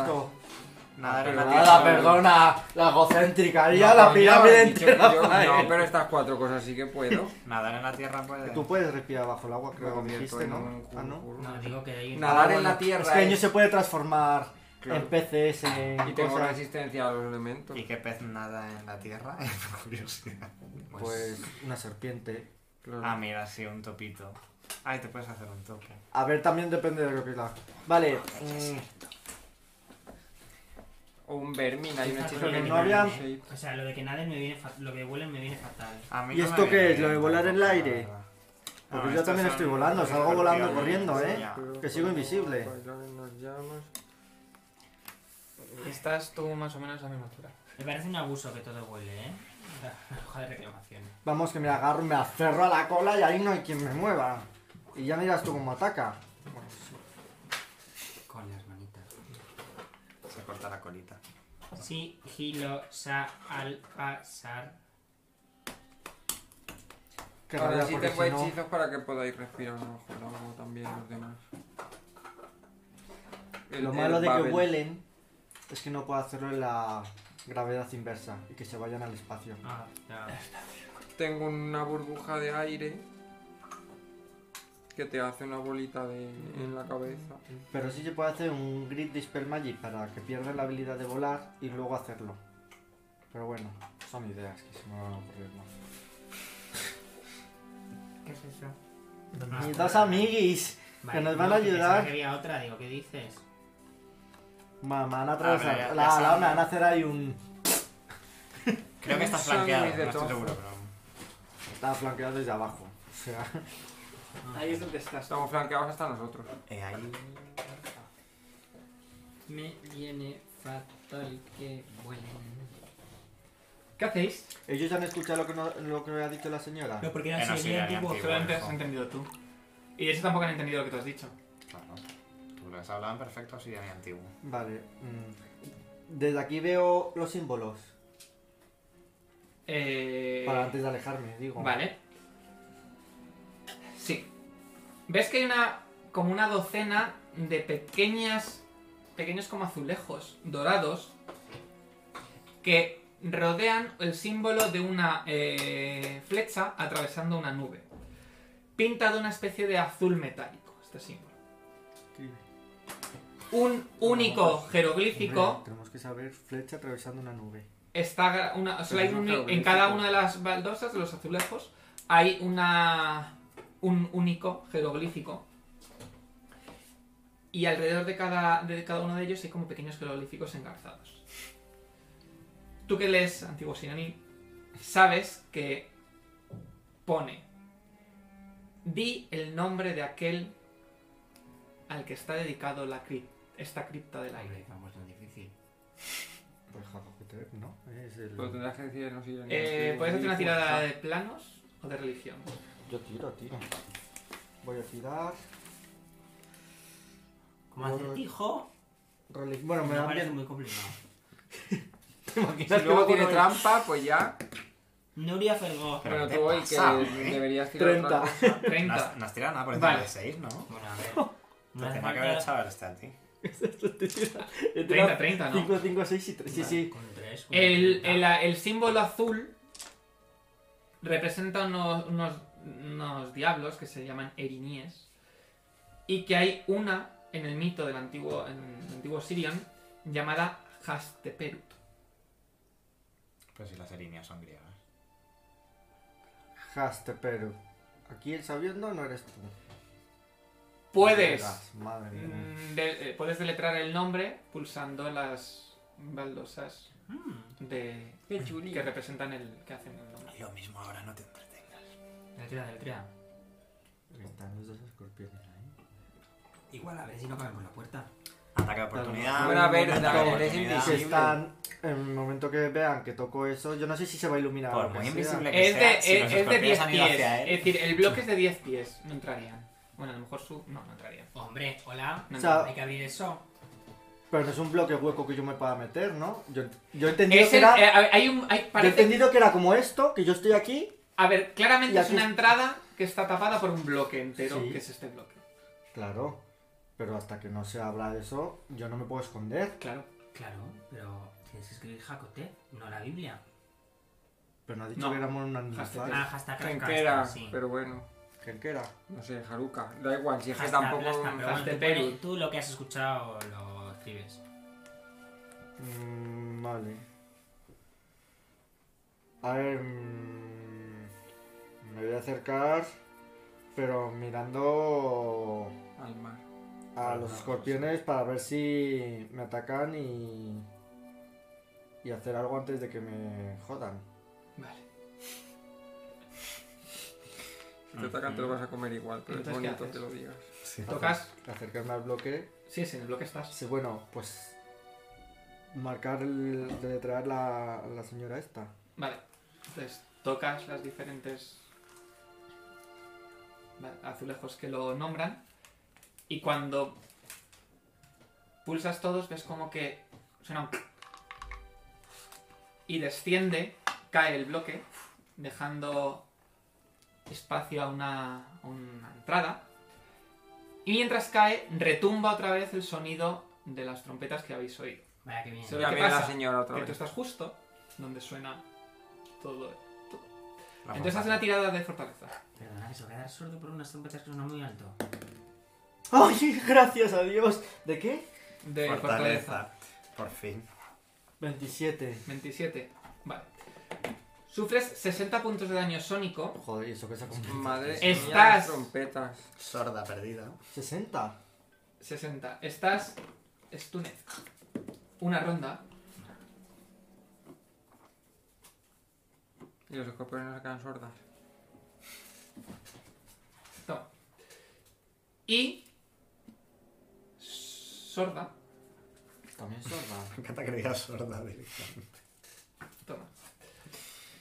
D: tierra.
E: Nadar en
D: Pero
E: la
D: nada,
E: tierra.
C: perdona, la egocéntrica, ya
D: No,
C: la
D: coño,
C: pirámide
D: he dicho que
C: entera.
D: yo-
C: vale.
D: No, pero estas cuatro cosas sí que puedo.
E: Nadar en la tierra puede.
C: Tú puedes respirar bajo el agua, creo
D: Creo
C: que
D: que
C: dijiste,
D: estoy en
C: ¿no?
D: un
C: Ah, no.
D: juro.
B: No, digo que hay
D: Nadar en la
C: Es
D: tierra.
C: que Peño
D: es-
C: se puede transformar
D: Claro.
C: en peces, en
D: Y tengo
C: cosas.
D: resistencia a los elementos.
E: ¿Y qué pez nada en la tierra? Por curiosidad.
C: Pues una serpiente.
D: Claro.
E: Ah, mira, sí, un topito. Ay, te puedes hacer un tope.
C: A ver, también depende de lo que la. Vale, mm,
D: O un vermin, hay un
B: Está
D: hechizo
B: todo
D: que
C: bien,
D: ni
C: no había-
D: Sí.
B: O sea, lo de que naden me viene fa- lo que huelen me viene fatal.
E: A mí
C: ¿Y
E: no me
C: esto qué
E: viene
C: es, lo de
E: bien
C: volar en el
E: tampoco,
C: aire?
E: la verdad.
C: Porque
E: No,
C: yo
E: estos
C: también
E: son
C: estoy volando, salgo volando corriendo,
E: sí,
C: ¿eh?
E: ya.
C: Que sigo invisible.
D: Bailar en las llamas.
A: pues, Estás tú más o menos a mi altura.
B: Me parece un abuso que todo huele, ¿eh? La hoja de reclamaciones.
C: vamos que me agarro, me aferro a la cola y ahí no hay quien me mueva. Y ya miras tú cómo ataca.
B: Con las manitas.
E: Se corta la colita.
B: Sí, gilo, sa, al, pasar.
C: Qué
D: Ahora
C: rabia,
D: sí
C: porque
D: tengo
C: si no-
D: hechizos para que podáis respirar bajo el agua también los demás. El-
C: Lo
D: el
C: malo de que
D: Babel.
C: vuelen es que no puedo hacerlo en la gravedad inversa y que se vayan al espacio.
B: Ah, ya.
D: Tengo una burbuja de aire que te hace una bolita de, en la cabeza.
C: Pero sí se puede hacer un Grid Dispel Magic para que pierdan la habilidad de volar y luego hacerlo. Pero bueno, son ideas que se me van a ocurrir más.
B: ¿Qué es eso? Ah, pues
C: Mis Ah, dos amiguis que nos van a ayudar.
B: había otra, digo, ¿qué dices?
C: Ma- Me van a
E: Ah, pero
C: atravesar.
E: ya-
C: La,
E: ya
C: la-
E: saben.
C: me van a hacer ahí un.
E: Creo que está
D: Un
E: flanqueado,
D: sándwich de
E: no estoy
D: tofu.
E: seguro, pero.
C: Estaba flanqueado desde abajo. O sea,
A: Ahí es donde estás.
D: Estamos flanqueados hasta nosotros.
E: Eh, ahí.
B: Me viene fatal que vuelen.
A: ¿Qué hacéis?
C: ellos ya han escuchado lo que, no- lo que ha dicho la señora.
B: No, porque
E: Eh,
B: era
E: no,
B: así,
E: sí,
B: era
E: era
B: antiguo.
E: antiguo.
A: Solamente
E: eso.
A: has entendido tú. Y eso tampoco han entendido lo que tú has dicho.
E: Claro. Tú lo has hablado en perfecto así de mi antiguo.
C: Vale. mm. Desde aquí veo los símbolos.
A: Eh,
C: Para antes de alejarme, digo.
A: Vale. Sí. ¿Ves que hay una. como una docena de pequeñas. pequeños como azulejos dorados. que rodean el símbolo de una eh, flecha atravesando una nube. Pinta de una especie de azul metálico, este símbolo. Un único
C: Hombre,
A: jeroglífico
C: tenemos que saber flecha atravesando una nube.
A: está gra- una, o sea, hay
D: Pero
A: un-
D: no
A: en
D: jeroglífico.
A: cada una de las baldosas de los azulejos hay una un único jeroglífico y alrededor de cada de cada uno de ellos hay como pequeños jeroglíficos engarzados tú que lees antiguo sinaní sabes que pone di el nombre de aquel al que está dedicado la crip- esta cripta del aire
B: Hombre, vamos, tan difícil.
C: Pues Jacobete, ¿no? Es el-
D: Pero tendrás que decirnos si
A: Eh, ¿Puedes hacer una tirada de planos o de religión?
C: Yo tiro, tiro. Voy a tirar.
B: Como acertijo,
C: Reli- Bueno, me
B: me
C: dan
B: parece
C: bien.
B: muy complicado.
C: ¿Te
D: Si
C: imaginas que
D: luego
C: luego
D: tiene
C: no hay
D: trampa, pues ya.
F: Nuria Fergó.
E: Pero
D: Bueno,
E: ¿qué
D: tú hoy que
E: pasa?
D: deberías tirar
C: 30.
D: otra cosa.
E: No
A: 30.
E: has, no has tirado nada por encima
A: Vale.
E: de 6, ¿no? Te
B: Bueno, a ver. No hace
E: tenía que
B: falta-
E: haber echado este a ti.
C: Yo
A: 30, 30, ¿no?
C: 5, 5, 6 y 3. Sí, sí.
B: Con tres, con
A: El,
B: treinta.
A: el- el símbolo azul representa unos, unos- unos diablos que se llaman Eriníes y que hay una en el mito del antiguo, en el antiguo Sirion llamada Hasteperut.
E: Pero Pues si las erinias son griegas.
C: Haste, pero. Aquí el sabiendo no eres tú.
A: Puedes,
C: Verás, Madre mía.
A: mm, de- eh, puedes deletrar el nombre pulsando las baldosas
B: Mm,
A: de,
D: Qué chuli.
A: que representan el que hacen el nombre.
E: Lo mismo ahora, no te entretengas.
B: deletrea, deletrea.
C: Están los dos escorpiones ¿eh? ahí.
B: Igual a ver si no cabemos la puerta.
E: Ataque de oportunidad.
D: Bueno, a ver,
E: ataque
D: dale,
E: de
D: eres
E: oportunidad.
D: invisible.
C: Que están. En el momento que vean que toco eso, yo no sé si se va a iluminar.
E: Por
C: o lo
E: muy
C: que sea.
E: invisible que
A: Es de,
E: sea, si
A: es-
E: los
A: es de
E: escorpiones
A: 10
E: han ido
A: pies.
E: hacia
A: Es
E: él...
A: decir, el bloque es de 10 pies. No entrarían. Bueno, a lo mejor su. No, no entrarían.
B: Hombre, hola.
A: No
C: O sea,
B: Hay que abrir eso.
C: Pero no es un bloque hueco que yo me pueda meter, ¿no? Yo, yo he entendido
A: Es
C: que
A: el-
C: era.
A: eh, a ver, hay un, hay-
C: yo he
A: parece-
C: entendido que era como esto, que yo estoy aquí.
A: a ver, claramente
C: y
A: es
C: aquí
A: una
C: es-
A: entrada que está tapada por un bloque entero,
C: Sí.
A: que es este bloque.
C: Claro. Pero hasta que no se habla de eso, yo no me puedo esconder.
A: Claro.
B: Claro, pero tienes que escribir Jacote, no la Biblia.
C: Pero no ha dicho
A: No.
C: que éramos un
B: Ah,
C: animal.
B: hashtag
D: Tranquera,
B: hashtag, sí.
D: pero bueno.
C: ¿Qué que era?
D: No sé, Haruka. Da igual, si es que
B: Hashtag,
D: tampoco.
B: hashtag, pero bueno,
A: hashtag
B: tú pones-
A: Perú.
B: tú lo que has escuchado lo escribes.
C: Mm, vale. A ver. mm, me voy a acercar. Pero mirando
D: Al mar.
C: a los escorpiones para ver si me atacan y. Y hacer algo antes de que me jodan.
A: Vale.
D: Si te atacan, te lo vas a comer igual, pero es
A: Entonces, ¿qué
D: bonito
A: haces?
D: que lo digas.
A: Tocas.
C: Acercarme al bloque.
A: Sí, sí, en el bloque estás.
C: Sí, bueno, pues. Marcar el. deletrear la, la señora esta.
A: Vale. Entonces tocas las diferentes vale, azulejos que lo nombran. Y cuando pulsas todos, ves como que suena un y desciende, cae el bloque, dejando espacio a una, a una entrada. Y mientras cae, retumba otra vez el sonido de las trompetas que habéis oído.
B: Vaya que bien.
A: Se
D: Ya
A: ¿Qué
D: viene la
A: pasa?
D: señora otra
A: Porque tú
D: vez.
A: estás justo donde suena todo.
E: La
A: Entonces haz
E: fortaleza.
A: una tirada de fortaleza.
B: Perdona, que se va a quedar sordo por unas trompetas que suenan muy alto.
C: ¡Ay, gracias a Dios! ¿De qué?
A: De fortaleza.
E: Fortaleza. Por fin.
C: 27.
A: 27. Vale. Sufres 60 puntos de daño sónico.
C: Joder, ¿y eso que se ha comprado?
D: Madre mía,
A: Estás-
D: las trompetas.
E: Sorda perdida.
C: 60.
A: 60. Estás stunned. Una ronda.
D: Y los escorpiones no se quedan sordas.
A: Toma. Y... Sorda.
C: También sorda.
E: Me encanta que le digas sorda directa.
A: Toma.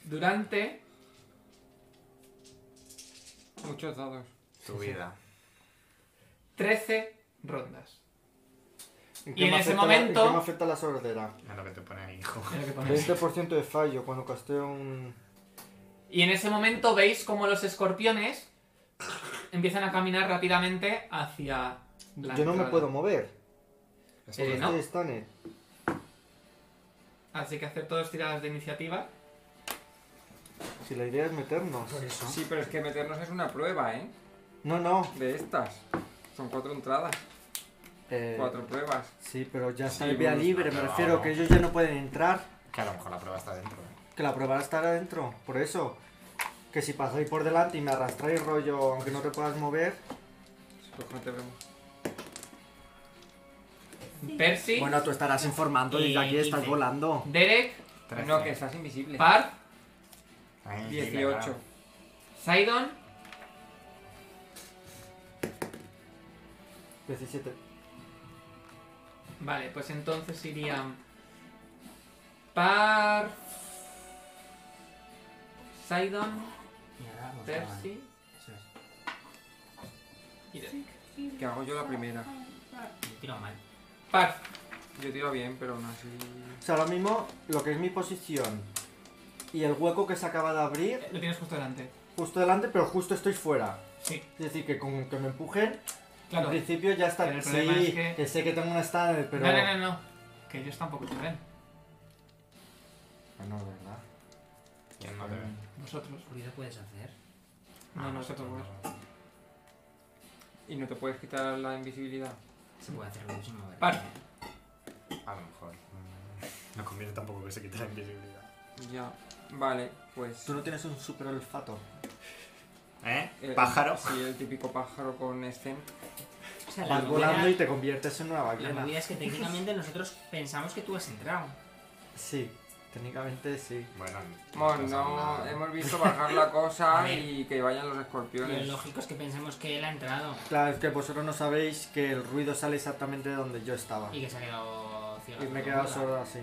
A: Durante...
D: Muchos dados.
E: Tu vida.
A: 13 rondas.
C: ¿En
A: Y en
C: me
A: ese
C: afecta la- en
A: momento-
C: qué me afecta la sordera?
E: Es lo que te pone ahí, hijo.
A: Mira que pones.
C: 20% de fallo cuando casteo un.
A: Y en ese momento veis como los escorpiones empiezan a caminar rápidamente hacia la
C: yo no me
A: entrada.
C: puedo mover. Pues
A: Eh,
C: porque
A: no.
C: estoy stunned.
A: Así que hacer todos tiradas de iniciativa.
C: Si la idea es meternos.
D: Sí, pero es que meternos es una prueba, ¿eh?
C: No, no.
D: De estas. Son cuatro entradas,
C: Eh,
D: cuatro pruebas.
C: Sí, pero ya está
E: Sí,
C: el vía
E: bueno,
C: libre. Me
E: pero
C: refiero
E: no.
C: que ellos ya no pueden entrar.
E: Que a lo mejor la prueba está dentro. ¿eh?
C: Que la prueba está adentro. Por eso. Que si pasáis por delante y me arrastráis rollo, aunque no te puedas mover.
D: Pues no te vemos.
A: Percy,
C: Bueno, tú estarás informando desde aquí, estás
B: Quince.
C: volando.
A: Derek,
E: Trece.
D: No, que estás invisible.
A: Parth,
E: Ay, dime,
D: 18.
E: claro.
A: Sidon,
C: 17.
A: Vale, pues entonces irían. Par. Sidon,
B: Y ahora vamos
A: Percy
B: Eso es.
A: y Derek.
D: Que hago yo la primera.
B: Yo tiro mal.
A: Par.
D: Yo tiro bien, pero aún así.
C: O sea, ahora mismo lo que es mi posición y el hueco que se acaba de abrir,
A: eh, Lo tienes justo delante.
C: justo delante, pero justo estoy fuera.
A: Sí,
C: Es decir, que con que me empujen,
A: claro.
C: al principio ya está.
A: Pero el
C: sí,
A: problema es que-
C: sé que tengo un stand, pero.
A: No, no, no, no. Que ellos tampoco te ven.
C: Bueno, Ah, verdad.
E: Yo no te Ah, veo.
A: Vosotros.
B: Ruido puedes hacer.
A: No, no te
E: pues
A: preocupes.
D: Y no te puedes quitar la invisibilidad.
B: Se puede hacer ruido sin mover.
A: Vale.
E: A lo mejor. mm, No conviene tampoco que se quite la invisibilidad.
D: Ya. Vale, pues.
C: Tú no tienes un super olfato.
E: ¿Eh?
D: el-
E: Pájaro.
D: Sí, el típico pájaro con este.
B: O
D: Sten.
B: sea, la
C: Vas volando y te conviertes en una
B: La
C: ballena.
B: movida es que técnicamente nosotros pensamos que tú has entrado.
C: Sí, técnicamente sí.
E: Bueno,
D: Bueno,
E: pasa
D: no,
E: nada.
D: hemos visto bajar la cosa
B: A ver.
D: y que vayan los
B: Y lo
D: escorpiones.
B: lógico es que pensemos que él ha entrado
C: Claro, es que vosotros no sabéis que el ruido sale exactamente de donde yo estaba.
B: y que se ha quedado ciego.
C: Y me he quedado sordo así.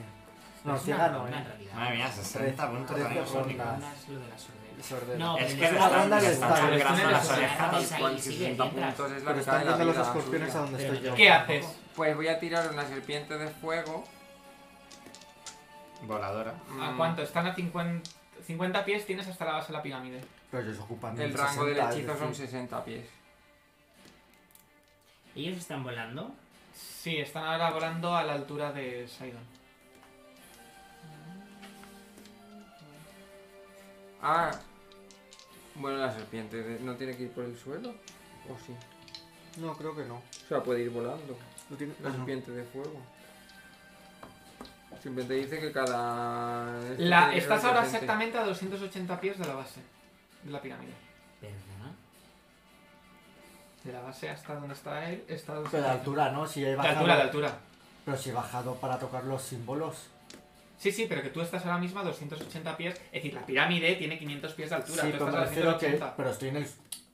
C: No, ciega no, eh.
E: Madre mía, 60 puntos de
C: Trece
E: daño sónico.
C: rondas.
B: lo de la sordera.
C: Sordera.
B: No,
E: Es
B: pero es
E: que le
B: una
E: están,
C: ronda
E: le
C: de
E: están
C: estar.
E: sangrando las
B: Pero
E: orejas.
B: estáis ahí,
D: Cual
B: sigue,
D: 60
B: mientras.
D: puntos es la
C: Pero
D: mitad
C: están
D: de la
C: yendo los
D: vida
C: escorpiones
D: suya.
C: a donde
B: Pero
C: estoy yo.
A: ¿Qué haces?
D: Pues voy a tirar una serpiente de fuego.
E: Voladora.
A: ¿A
D: Mm,
A: cuánto? Están a 50, 50 pies, tienes hasta la base de la pirámide.
C: Pero ellos ocupan
D: El rango del
C: 60, es
D: hechizo son
C: decir,
D: 60 pies.
B: Ellos están volando.
A: Sí, están ahora volando a la altura de Sidon.
D: Ah, bueno, la serpiente de- no tiene que ir por el suelo. ¿O sí?
C: No, creo que no.
D: O sea, puede ir volando.
C: No tiene-
D: La
C: ah, no.
D: serpiente de fuego. Simplemente dice que cada.
A: La,
D: este
A: estás ahora
D: represente-
A: exactamente a 280 pies de la base de la pirámide.
B: ¿Verdad?
A: De la base hasta donde está él, está a
C: Pero de
A: 280.
C: altura, ¿no? Si he
A: De
C: bajado.
A: altura, de altura.
C: Pero si he bajado para tocar los símbolos.
A: Sí, sí, pero que tú estás ahora mismo a 280 pies. Es decir, la pirámide tiene 500 pies de altura.
C: sí,
A: tú
C: pero me
A: estás a
C: refiero que.
A: 280.
C: Pero estoy en el.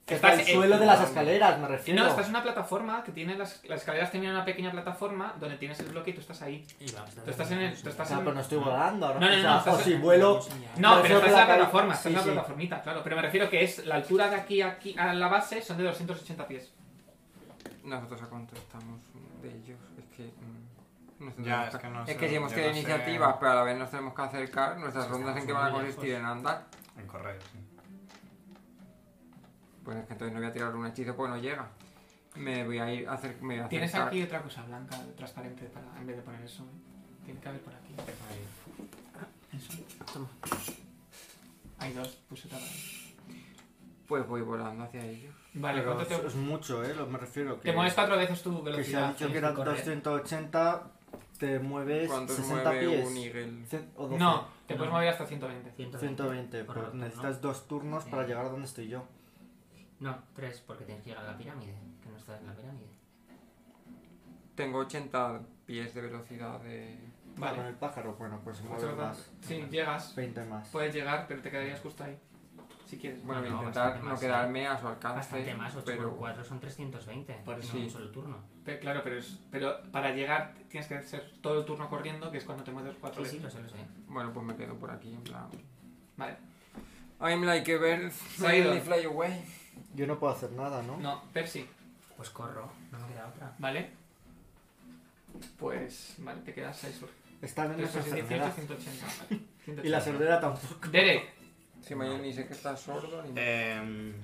A: Estás
C: Está en el
A: en-
C: suelo de las escaleras, me
A: Sí,
C: refiero.
A: No, estás en una plataforma que tiene las, las escaleras tienen una pequeña plataforma donde tienes el bloque y tú estás ahí.
B: Y vamos,
A: Tú estás en el- tú
C: O
A: estás
C: sea,
A: en-
C: pero no estoy volando ahora.
A: No, no,
C: o
A: no,
C: sea,
A: no, estás
C: o si
A: en-
C: vuelo.
A: No,
C: Me
A: pero
C: refiero
A: estás en
C: que
A: la
C: la calle-
A: plataforma, estás en
C: sí,
A: la
C: sí.
A: plataformita, claro. Pero me refiero que es la altura de aquí a aquí a la base son de 280 pies.
D: Nosotros a cuánto estamos de ellos. Es que. mm, nos
E: Ya,
D: tendremos
E: es que no sé,
D: si hemos
E: yo
D: tenido
E: no sé.
D: iniciativas, pero a la vez nos tenemos que acercar. Nuestras
B: Estamos
D: rondas en que van a
B: muy
D: consistir
B: lejos.
D: en andar.
E: En correo, sí.
D: Pues es que entonces no voy a tirar un hechizo porque no llega. Me voy a ir a hacer.
C: Ah,
D: Me voy a
A: Tienes
D: acercar.
A: aquí otra cosa blanca, transparente, para, en vez de poner eso. ¿eh? Tiene que haber por aquí. Eso. Hay dos, puse otra para ahí.
D: Pues voy volando hacia ellos.
A: Vale,
C: Pero
A: ¿cuánto
C: es-
A: te,
C: es mucho, ¿eh? Lo, me refiero que.
A: te mueves cuatro veces tu
C: Que se ha
A: velocidad?
C: dicho que eran
B: que correr.
C: 280, te mueves
D: ¿Cuántos
C: 60
D: mueve
C: pies.
D: un Eagle?
C: Cien- o 12.
A: No, te
B: No.
A: puedes mover hasta 120.
C: 120, pero
B: Correcto,
C: pues, necesitas dos turnos
B: Sí.
C: para llegar a donde estoy yo.
B: No, tres, porque tienes que llegar a la pirámide. Que no estás en la pirámide.
D: Tengo 80 pies de velocidad de.
C: Con
A: Vale.
C: el pájaro, bueno, pues se mueve
A: Muchas
C: más.
A: gracias. Sí, Pues- llegas.
C: 20 más.
A: Puedes llegar, pero te quedarías justo ahí. Si quieres.
D: Bueno, voy a
B: No,
D: intentar
B: bastante
D: no
B: más,
E: ¿eh?
D: quedarme a su
B: Bastante
D: alcance.
B: más, 8 por
D: Ah, Pero
B: 4 son 320.
D: Por
B: no
D: eso.
B: un solo turno.
A: Pe- claro, pero, es, pero para llegar tienes que hacer todo el turno corriendo, que es cuando te mueves cuatro
B: Sí, sí,
A: veces.
B: lo sé, lo sé.
D: bueno, pues me quedo por aquí en plan.
A: Vale.
D: I'm like a bird,
A: ido.
D: suddenly fly away.
C: Yo no puedo hacer nada, ¿no?
A: No, Percy,
B: Pues corro, no me queda otra.
A: ¿vale? Pues, vale, te quedas ahí sur.
C: Están en las
A: 318,
C: enfermeras.
A: 180.
C: Y
A: 180.
C: la sordera tampoco.
A: Derek,
D: Si mañana ni sé que está sordo ni nada.
E: Eh,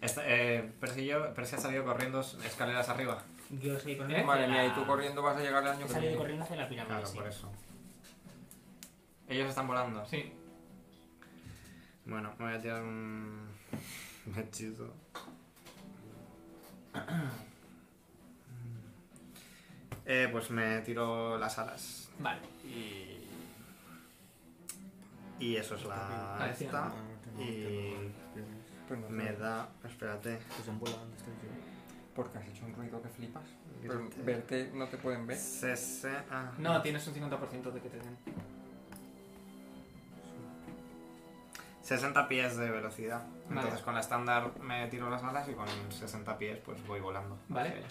E: esta- eh, Percy, yo, Percy ha salido corriendo escaleras arriba.
B: Yo estoy corriendo.
A: ¿Eh?
B: hacia
D: Madre mía,
B: la-
D: y tú corriendo vas a llegar el año
B: He
D: que
B: salido
D: viene.
B: corriendo hacia la pirámide.
E: Claro,
B: sí.
E: por eso. Ellos están volando.
A: sí.
E: Bueno, me voy a tirar un. un hechizo. Eh, pues me tiro las alas.
A: Vale.
E: Y. Y eso es la.
A: Ah, sí,
E: Esta.
C: Ah, no tengo-
E: Y.
C: tengo-
D: Pues no
E: Me
D: sé,
E: da. Espérate.
C: Pues en bola donde estoy yo.
D: Porque has hecho un ruido que flipas. Pero
E: Espérate.
D: verte no te pueden ver.
E: Sese- ah,
A: No, tienes un 50% de que te den.
E: 60 pies de velocidad.
A: Vale.
E: Entonces con la estándar me tiro las alas y con 60 pies pues voy volando.
A: Vale.
E: hacia allá.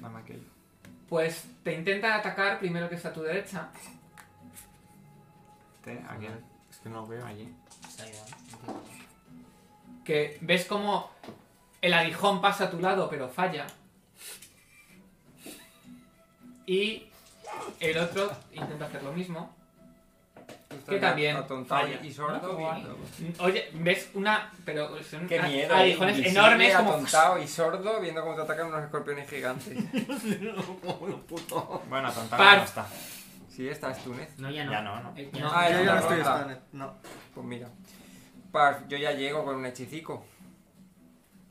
E: Dame aquello.
A: Pues te intenta atacar primero que está a tu derecha.
E: Este, aquí.
C: Es que no veo.
E: Allí.
B: Se ha ido, entiendo.
A: Que ves como el aguijón pasa a tu lado, pero falla. Y El otro intenta hacer lo mismo.
D: Está
A: Que también
D: atontado
A: falla,
D: y sordo
A: ¿no?
D: viendo.
A: Oye, ves una. Pero son
E: Qué
A: a-
E: miedo,
A: aguijones
E: invisible,
A: enormes como.
D: atontado y sordo viendo cómo te atacan unos escorpiones gigantes.
E: Bueno, tontada
A: Par.
E: no está.
D: Sí, esta es Túnez.
B: No, ya no.
E: Ya no, ¿no?
B: Eh,
A: No.
D: Ah,
C: yo ya no
D: la
C: estoy
D: roja.
C: esta- No.
D: Pues mira. Parf, yo ya llego con un hechicico.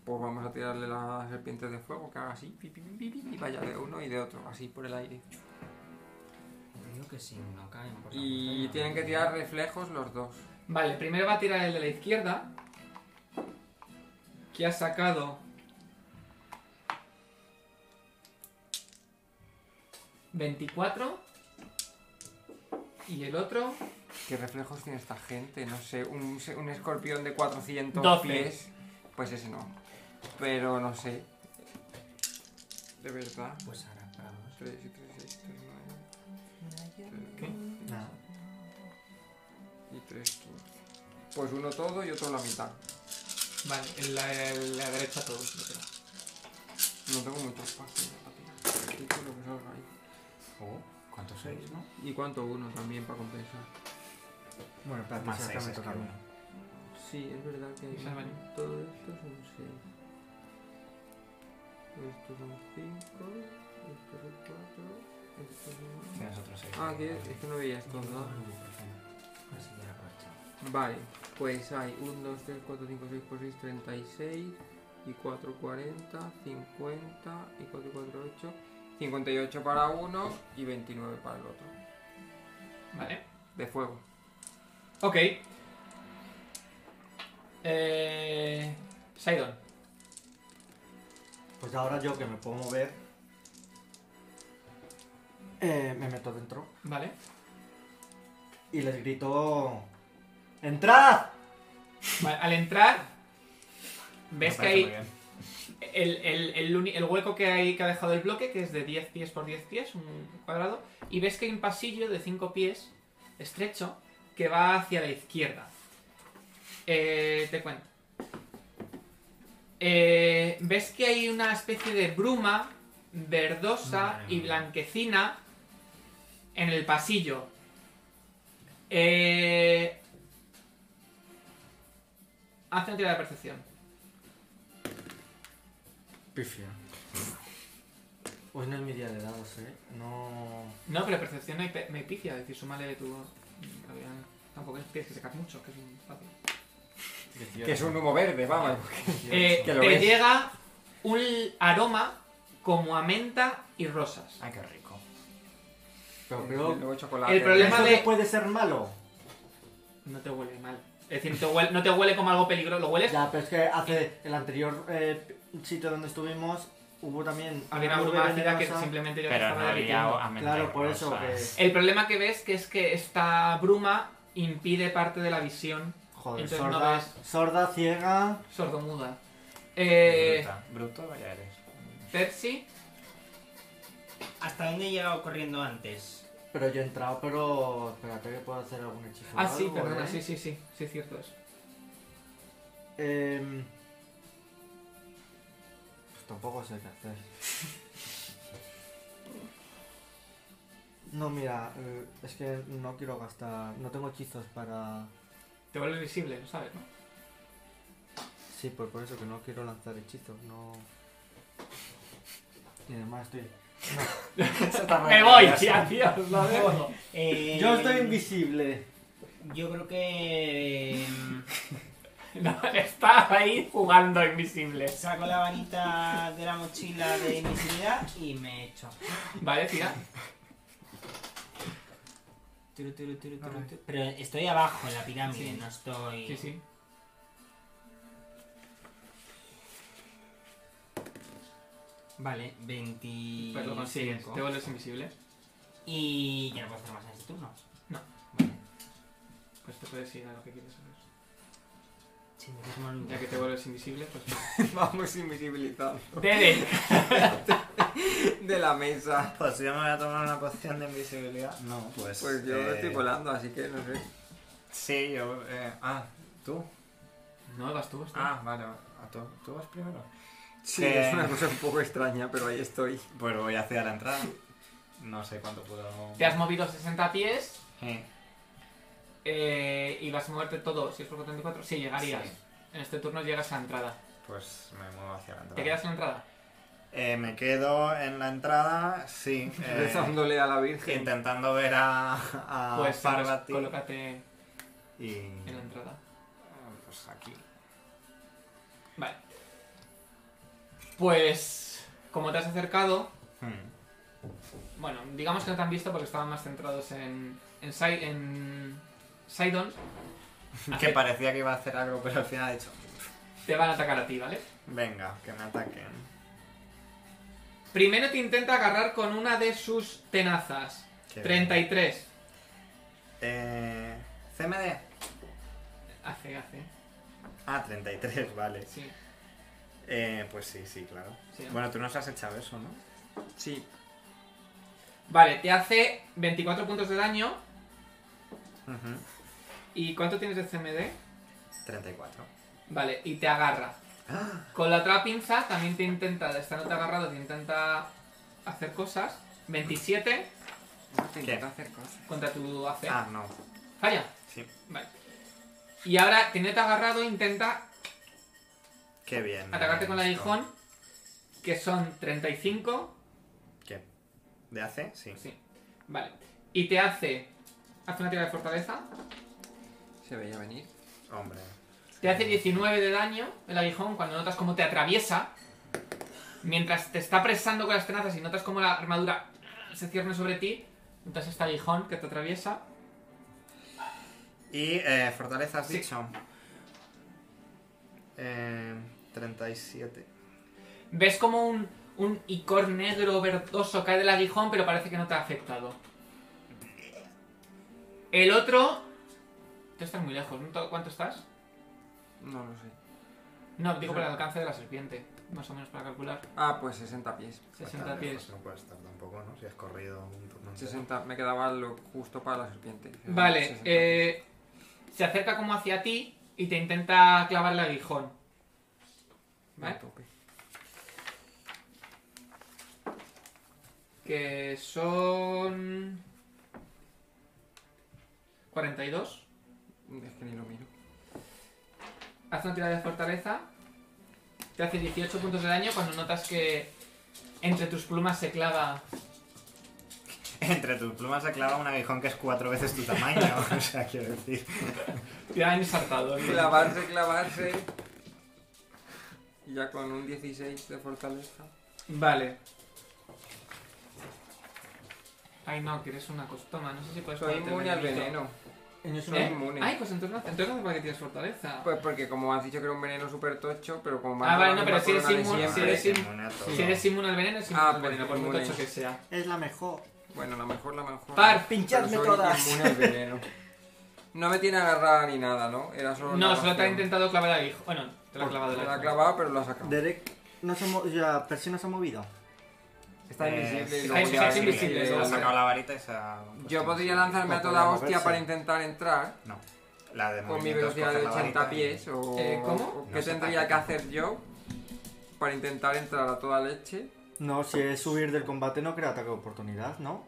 D: Pues vamos a tirarle las serpientes de fuego, que haga así, pi, pi, pi, pi, pi, y vaya de uno y de otro, así por el aire.
B: Digo que sí, no caen por la
D: Y
B: montaña.
D: tienen que tirar reflejos los dos.
A: Vale, primero va a tirar el de la izquierda. Que ha sacado. 24. Y el otro.
D: ¿Qué reflejos tiene esta gente? No sé, un, se- un escorpión de 400
A: Doce.
D: pies. Pues ese no. Pero no sé. De verdad.
B: Pues ahora paramos.
D: 3, 3, 6, 3, 9.
C: Nada.
D: Y 3, 15. Pues uno todo y otro la mitad.
A: Vale, el- la, la derecha todos. yo creo.
D: No tengo mucho espacio para tirar. Esto es lo que salga ahí.
E: Oh, ¿Cuántos sois, no?
D: ¿Y cuánto uno también para compensar?
C: Bueno, espérate,
E: Más
C: si
E: seis,
C: acá me
E: es que
C: toca a mí.
E: uno.
D: Sí, es verdad que
A: Esa vale.
D: todo esto es un 6. Estos son 5, estos son 4, estos son...
E: Tienes otros seis.
D: Ah, que es que no veía estos dos.
B: Así que aprovechamos.
D: Vale, pues hay 1, 2, 3, 4, 5, 6, 4, 6, 36 y 4, 40, 50 y 4, 4, 8, 58 para uno y 29 para el otro.
A: Vale.
D: De fuego.
A: Ok. Eh. Sidon.
C: Pues ahora yo que me puedo mover. eh, me meto dentro.
A: Vale.
C: Y les grito. ¡Entrad!
A: Vale, al entrar, ves que
E: Me parece
A: hay
E: muy bien.
A: el, el- el uni- el hueco que, hay, que ha dejado el bloque, que es de 10 pies por 10 pies, un cuadrado, y ves que hay un pasillo de 5 pies estrecho que va hacia la izquierda. Eh, te cuento. Eh, ves que hay una especie de bruma verdosa
B: Madre
A: y
B: mía.
A: blanquecina en el pasillo. Eh, haz una tirada de percepción.
C: Pifia. Hoy no es mi día de dados, eh. No.
A: No, pero percepción me, me picia, es decir, súmale tu. Tampoco es- tienes que sacar mucho, que es un fácil.
D: Que es un humo verde, vamos.
A: Eh,
D: que lo
A: te
D: ves.
A: llega un aroma como a menta y rosas.
E: Ay, qué rico.
C: Pero
D: Y
C: creo.
D: luego chocolate.
A: el problema-
C: ¿Eso
A: de-
C: que puede ser malo?
A: No te huele mal. Es decir, no te huele, no te huele como algo peligroso, lo hueles.
C: Ya, pero es que hace el anterior eh, sitio donde estuvimos hubo también.
A: Había una
C: nube
A: bruma ácida que
C: venenosa.
A: simplemente yo te
E: Pero
A: estaba
E: no
A: derritiendo.
E: había a mentar
C: Claro, por eso
E: rosas.
A: El problema que ves que es que esta bruma impide parte de la visión
C: Joder,
A: Entonces no
C: sorda, sorda, ciega.
A: sordomuda. Eh,
E: Bruta. Bruto, vaya eres.
A: Percy,
B: ¿Hasta dónde he llegado corriendo antes?
C: Pero yo he entrado, pero. Espérate que puedo hacer algún hechizo. o
A: Ah, sí,
C: algo,
A: perdona,
C: ¿eh?
A: sí, sí, sí, sí, es cierto eso.
C: Em, pues tampoco sé qué hacer. No, mira, eh, es que no quiero gastar. No tengo hechizos para.
A: Te vuelve visible, lo sabes, ¿no?
C: Sí, pues por eso que no quiero lanzar hechizos, no. Y además estoy.
A: Me voy, adiós, lo dejo.
B: Eh,
C: Yo estoy invisible.
B: Yo creo que. em,
A: No, está ahí jugando invisible.
B: Saco la vanita de la mochila de invisibilidad y me echo.
A: Vale, tira.
B: Turu, turu, turu, turu, turu. Pero estoy abajo en la pirámide,
A: Sí.
B: no estoy.
A: Sí, sí.
B: Vale, 20.
A: Pues lo consigues. Te vuelves invisible.
B: Y ya no puedo hacer más en este turno.
A: No.
B: Vale.
A: Pues te puedes ir a lo que quieres hacer.
B: Sí, me quieres morir.
A: Ya que te vuelves invisible, pues.
D: Vamos invisibilizados
A: Dede.
D: de la mesa.
E: Pues si yo me voy a tomar una poción de invisibilidad. No, pues.
D: Pues yo
E: eh,
D: estoy volando, así que no sé.
E: Sí, yo. eh, ah, tú.
A: No, vas tú, vas tú.
E: Ah, vale. ¿A tú, ¿Tú vas primero?
D: Sí,
E: Que-
D: es una cosa un poco extraña, pero ahí estoy.
E: Pues voy hacia la entrada. No sé cuánto puedo.
A: Te has movido 60 pies
E: Eh,
A: eh, y vas a moverte todo. Si es por 44, sí, llegarías.
E: Sí.
A: En este turno llegas a la entrada.
E: Pues me muevo hacia la entrada.
A: ¿Te quedas en la entrada?
E: Eh, me quedo en la entrada, sí. eh,
D: Rezándole a la Virgen.
E: intentando ver a, a
A: pues
E: Parvati.
A: colócate en
E: Y.
A: la entrada.
E: Pues aquí.
A: Vale. Pues, como te has acercado,
E: Hmm.
A: bueno, digamos que no te han visto porque estaban más centrados en, en, Sai- en Sidon.
E: Que parecía que iba a hacer algo, pero al final ha dicho:
A: Te van a atacar a ti, ¿vale?
E: Venga, que me ataquen.
A: Primero te intenta agarrar con una de sus tenazas.
E: Qué
A: 33.
E: Eh, CMD.
A: Hace, hace.
E: Ah, 33, vale.
A: Sí.
E: Eh, pues sí, sí, claro.
A: Sí.
E: Bueno, tú nos has echado eso, ¿no?
D: Sí.
A: Vale, te hace 24 puntos de daño.
E: Ujú.
A: ¿Y cuánto tienes de CMD?
E: 34.
A: Vale, y te agarra. Con la otra pinza también te intenta, de esta no te ha agarrado, te intenta hacer cosas. 27
D: Te
E: ¿Qué?
D: intenta hacer cosas.
A: contra tu AC.
E: Ah, no.
A: Falla.
E: Sí.
A: Vale. Y ahora, teniéndote agarrado, intenta
E: Qué bien.
A: atacarte con la
E: esto.
A: aguijón, que son 35.
E: ¿Qué? ¿De AC? Sí.
A: pues Sí. Vale. Y te hace. Hace una tirada de fortaleza.
D: Se veía venir.
E: Hombre.
A: Te hace 19 de daño el aguijón cuando notas cómo te atraviesa. Mientras te está presando con las tenazas y notas cómo la armadura se cierne sobre ti, notas este aguijón que te atraviesa.
E: Y eh, fortaleza, has
A: Sí.
E: dicho. Eh, 37.
A: Ves como un, un icor negro verdoso cae del aguijón, pero parece que no te ha afectado. El otro... Tú estás muy lejos, ¿no? ¿cuánto estás?
D: No lo sé.
A: No, digo por el alcance de la serpiente, más o menos para calcular.
D: Ah, pues 60 pies.
A: 60
E: Lejos
A: pies.
E: pues No puede estar tampoco, ¿no? Si has corrido un turno. entero.
D: 60, me quedaba lo justo para la serpiente.
A: Vale,
D: 60 pies.
A: eh, se acerca como hacia ti y te intenta clavar el aguijón.
D: Me
A: ¿Vale?
D: tope.
A: Que son... 42.
D: Es que ni lo miro.
A: Haz una tirada de fortaleza. Te hace 18 puntos de daño cuando notas que entre tus plumas se clava.
E: Entre tus plumas se clava un aguijón que es cuatro veces tu tamaño. o sea, quiero decir.
A: Te han ensartado. ¿eh? ¿no?
D: Clavarse, clavarse. Y ya con un 16 de fortaleza.
A: Vale. Ay, no, que eres una costoma. No sé si puedes
D: Soy
A: ponerte
D: inmune al
A: venenito.
D: veneno. Soy
A: ¿Eh?
D: inmune.
A: Ay, pues entonces no, entonces no hace para que tienes fortaleza.
D: Pues porque como has dicho que era un veneno súper tocho, pero como
A: Ah, vale, no, pero si
D: sí
A: eres inmune- si eres in- si eres inmune al veneno, es inmune
D: Ah,
A: al veneno, por
D: pues
A: muy
D: inmune.
A: tocho que sea.
C: Es la mejor.
D: Bueno, la mejor, la mejor.
A: Par,
D: Pero
C: pinchadme
D: soy
C: todas.
D: inmune al veneno. No me tiene agarrada ni nada, ¿no? Era solo
A: No,
D: una
A: solo te ha
D: ración.
A: intentado clavar el aguijón. Bueno, te lo ha clavado el
D: Me la ha
A: aguijón.
D: clavado, pero la ha sacado.
C: Derek no se ha mo- ya, Percy no se ha movido.
D: Está
E: Eh,
D: invisible y
E: sí,
D: luego
A: sí,
D: ya
A: sí,
D: se
A: sí, invisible,
D: ve.
A: sí,
E: Ha
A: sí.
E: sacado la varita y se ha... pues,
D: Yo podría lanzarme a
C: No
D: toda
C: podía
D: hostia
C: moverse.
D: para intentar entrar
E: No. La de
D: con mi
E: movimiento es
D: velocidad
E: coger
D: de
E: la varita
D: 80
E: y-
D: pies o...
A: Eh, ¿cómo?
D: o
E: No
D: ¿Qué
E: se
D: tendría
E: ataca.
D: que hacer yo para intentar entrar a toda leche?
C: No, si es subir del combate no crea ataque de oportunidad, ¿no?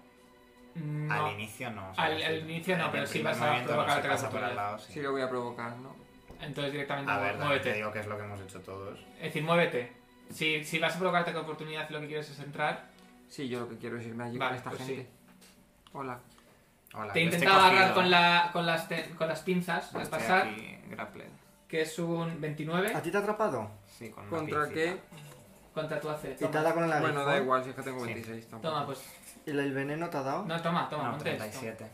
A: No.
E: Al inicio no. o sea,
A: Al-
E: sí.
A: al inicio no,
E: En el
A: pero sí
E: primer
A: vas a
E: movimiento
A: provocar
E: no, se
A: el
E: pasa por
A: trazo
E: al
A: lateral.
E: lado, sí.
D: Si lo voy a provocar, ¿no?
A: Entonces directamente
E: A ver, también te
A: muévete.
E: digo que es lo que hemos hecho todos.
A: Es decir, muévete. Si, si vas a provocarte con oportunidad y lo que quieres es entrar,
D: Sí, yo lo que quiero es irme allí
A: Vale,
D: con esta
A: pues
D: gente. Hola.
E: Hola,
A: te
E: yo estoy
A: intentaba agarrar
E: cogido. ¿eh?
A: con, la, con, las te- con las pinzas al
E: Estoy
A: pasar,
E: aquí, grappled.
A: que es un
C: ¿A
A: 29
C: ti te ha atrapado?
E: Sí, con una
D: ¿Contra
E: piecita.
D: qué?
A: contra tu AC.
C: Y te ha
A: Toma,
C: dado con el aguijón.
D: Bueno, da igual, si es que tengo
E: Sí.
D: 26 tampoco.
A: Toma, pues.
C: ¿Y el veneno te ha dado?
A: No, toma, toma,
E: No,
A: ponte esto.
E: 37.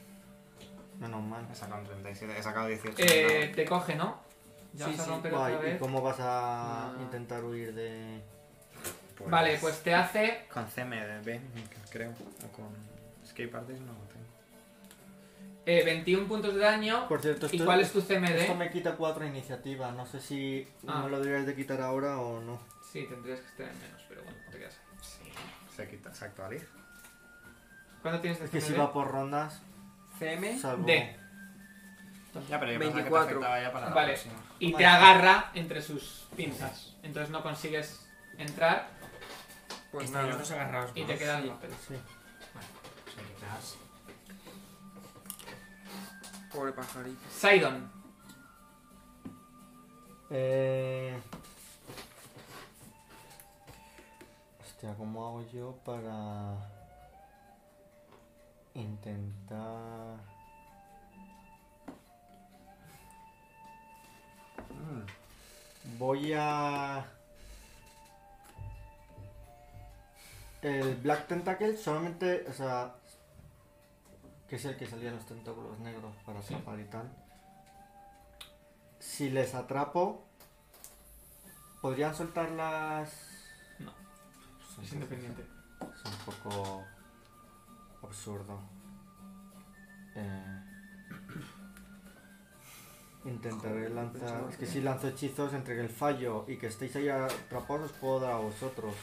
C: Menos mal.
E: He sacado un 37. He sacado 18.
A: Eh, te coge, ¿no? Ya
D: Sí,
A: vas a
D: sí.
A: romper
C: Guay,
A: otra
C: ¿Y
A: vez.
C: cómo vas a
A: Ah.
C: intentar huir de...?
E: Pues-
A: Vale, pues te hace.
E: Con CMDB, creo. O con Escape Artist no lo tengo.
A: eh, 21 puntos de daño.
C: Por cierto, esto,
A: ¿Y cuál es tu CMD?
C: esto me quita cuatro iniciativas. No sé si
A: Ah.
C: me lo deberías de quitar ahora o no.
A: Sí, tendrías que estar en menos, pero bueno, te quedas ahí.
E: Sí. Se quita, se actualiza.
A: ¿Cuánto tienes este de
C: Es que
A: CMD?
C: si va por rondas,
D: CM.
C: salvo...
A: ¿Eh? D.
E: Ya, pero yo pensaba que te
D: 24.
E: afectaba ya para la
A: Vale.
E: próxima.
A: Y te
C: Vale.
A: agarra entre sus pinzas. Entonces no consigues entrar
D: Pues
B: Están los
D: nada.
B: dos agarrados.
A: y
B: ¿no?
A: te quedan
D: sí.
A: los papeles.
C: Sí.
E: quizás.
D: Pobre pajarito.
A: Sidon.
C: Eh... Hostia, ¿cómo hago yo para intentar...
E: Mm,
C: Voy a... El Black Tentacle solamente, o sea, que es el que salía en los tentáculos negros para escapar y tal. Si les atrapo, ¿podrían soltar las...?
A: No.
C: Pues
A: Es
C: entonces
A: independiente.
C: Es un poco absurdo. Eh, Intentaré lanzar... Es que si lanzo hechizos entre el fallo y que estéis ahí atrapados, os puedo dar a vosotros.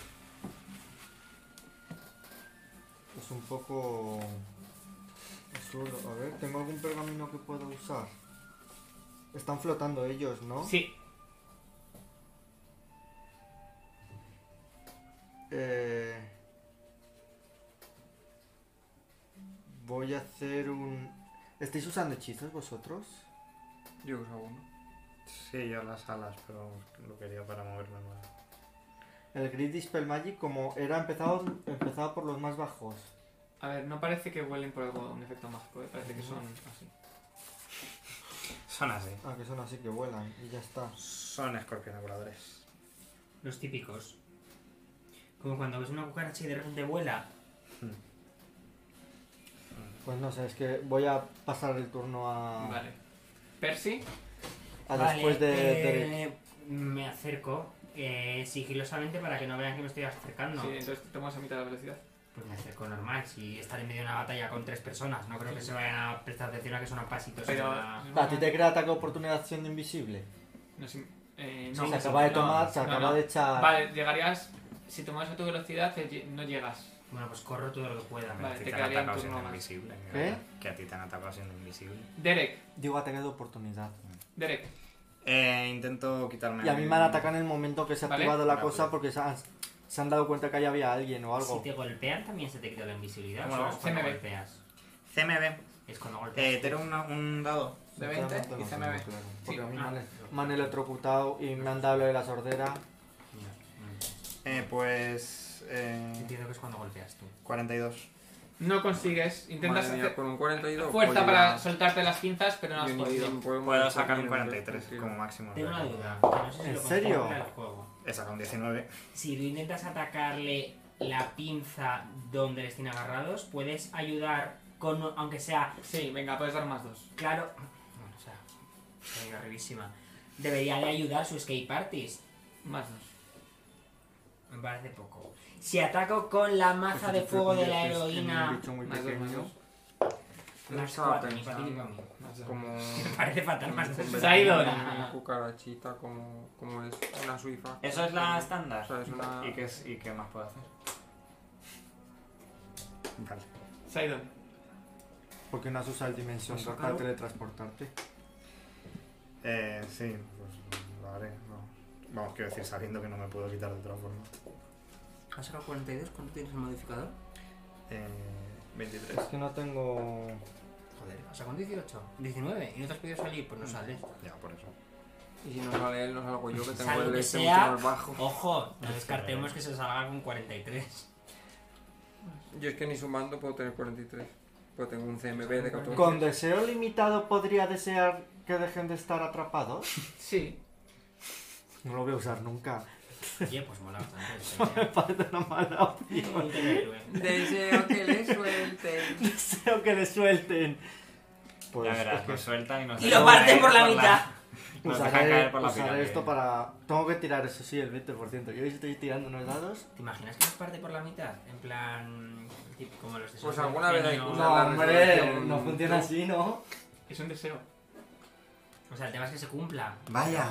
C: Es un poco... Absurdo. A ver, ¿tengo algún pergamino que pueda usar? Están flotando ellos, ¿no?
A: Sí.
C: Eh, voy a hacer un... ¿Estáis usando hechizos vosotros?
D: Yo uso uno.
E: Sí, yo las alas, pero lo quería para moverme más.
C: El Grid Dispel Magic, como era empezado, empezaba por los más bajos.
A: A ver, no parece que vuelen por algo, un efecto mágico, ¿eh? parece que son así.
E: Son así.
C: Ah, que son así que vuelan y ya está.
E: Son escorpiones voladores.
B: Los típicos. Como cuando ves una cucaracha y de repente vuela.
C: Pues no sé, es que voy a pasar el turno a,
A: Vale. Percy.
C: a
B: Vale,
C: Ah, después de... de-
B: eh, Me acerco eh, sigilosamente para que no vean que me estoy acercando.
A: Sí, entonces te tomas a mitad de la velocidad.
B: Pues me acerco normal, si estar en medio de una batalla con tres personas, no creo que se vayan a prestar atención a que son pasitos.
A: Pero.
B: a-
C: ¿A ti te crea ataque de oportunidad siendo invisible?
A: No, sí, eh,
B: Sí,
A: no,
C: se
B: sí,
C: acaba de
A: no,
C: tomar, se
A: no,
C: acaba
A: no.
C: de echar...
A: Vale, llegarías. Si tomas a tu velocidad, te lle- no llegas.
B: Bueno, pues corro todo lo que pueda.
A: Vale, te
E: que te han
A: quedaría un
E: atacado
A: turno
E: siendo
A: más.
E: invisible.
C: ¿Qué?
E: Que a ti te han atacado siendo invisible.
A: Derek,
C: Digo ataque de oportunidad.
A: Derek.
E: Eh, intento quitarme.
C: Y a mí me han atacado en el momento que se ha
A: Eh, Vale. pues.
C: activado la
E: Vale.
C: cosa porque se han, se han dado cuenta que ahí había alguien o algo.
B: Si te golpean también se te quita la invisibilidad.
E: Bueno,
B: ¿o es cuando
A: CMB.
B: golpeas.
E: CMB.
B: Es cuando
E: Eh,
B: golpeas.
E: tiro una- un dado.
A: De
C: Sinceramente,
A: 20 y CMB.
C: no tengo claro, Porque a mí
A: ah.
C: me han- me han electrocutado y me han dado lo de la sordera.
B: Mira, mm.
E: Eh, pues. Eh,
B: Entiendo que es cuando golpeas tú.
E: 42.
A: No consigues. Intentas
D: Madre mía,
A: hacer
D: con un 42.
A: fuerza
D: pollo,
A: para
D: ya.
A: soltarte las pinzas, pero no has
D: Yo ni
A: podido.
D: bien puedo
E: Puedo
D: mover
E: sacar un
D: mi
E: 43
D: tiro.
E: como máximo.
B: Tengo una duda. que No sé si
C: ¿En
B: lo
C: serio?
B: contempla el juego.
E: He sacado un 19.
B: Si tú intentas atacarle la pinza donde les tiene agarrados, puedes ayudar con, aunque sea
A: Sí, venga, puedes dar más dos.
B: Claro. Bueno, o sea, soy horribilísima. Debería de ayudar su escape parties.
A: Más dos.
B: Me parece poco. Si ataco con la maza de fuego de la
C: Pues este Es que es un
B: heroína.
D: Pues
C: bicho muy
A: Más dos, más
C: pequeño.
A: dos.
D: No
B: Más
D: estaba
B: cuatro, ni para ti ni para mí.
A: Más dos.
D: Como.
B: Me parece fatal, más dos.
A: Se ha ido.
D: Una cucarachita, como, como es una suifa.
B: Eh,
E: Eso es la
D: O
E: estándar.
D: sea, es una-
E: ¿Y, qué es- ¿Y qué más puedo hacer? Vale.
A: Sidon.
C: Porque no has usado el Dimension
A: Pues
E: ¿Has
C: Door
E: sacado?
C: para teletransportarte.
E: Eh, sí, pues lo haré. no. Vamos, quiero decir, sabiendo que no me puedo quitar de otra forma.
B: ¿Has sacado 42? ¿Cuánto tienes el modificador?
E: Eh, 23.
C: Es que no tengo.
B: Joder, ¿has sacado un 18? ¿19? ¿Y no te has podido salir? Pues no sales.
E: Ya, por eso.
D: Y si no sale él, no salgo yo, que tengo
B: Salvo
D: el
B: que
D: este
B: sea-
D: mucho más bajo.
B: Ojo, no descartemos que se salga con 43.
D: Yo es que ni sumando puedo tener 43. Pues tengo un CMB de
A: Pues
D: 14.
C: Con deseo limitado podría desear que dejen de estar atrapados.
A: Sí.
C: No lo voy a usar nunca.
B: Oye, pues mola bastante. enseña.
C: Parece una mala opción.
B: Un héroe.
D: Deseo que le suelten.
C: Deseo que le suelten. Pues
E: ya verás,
C: es que Pues
E: nos sueltan y nos
B: Y
E: dejan
B: lo parten
E: caer
B: por la mitad.
E: Nos dejan
C: usaré,
E: caer por la
C: usaré
E: pirámide.
C: esto para. Tengo que tirar, eso sí, el 20%. Yo estoy tirando unos dados.
B: ¿Te imaginas que nos parte por la mitad? En plan. tipo, Como los de
D: Pues
B: Sonic
D: alguna vez hay
B: Genio.
D: O sea, la resolución-
C: así, ¿no?
A: Es un deseo.
B: O sea, el tema es que se cumpla.
E: Vaya.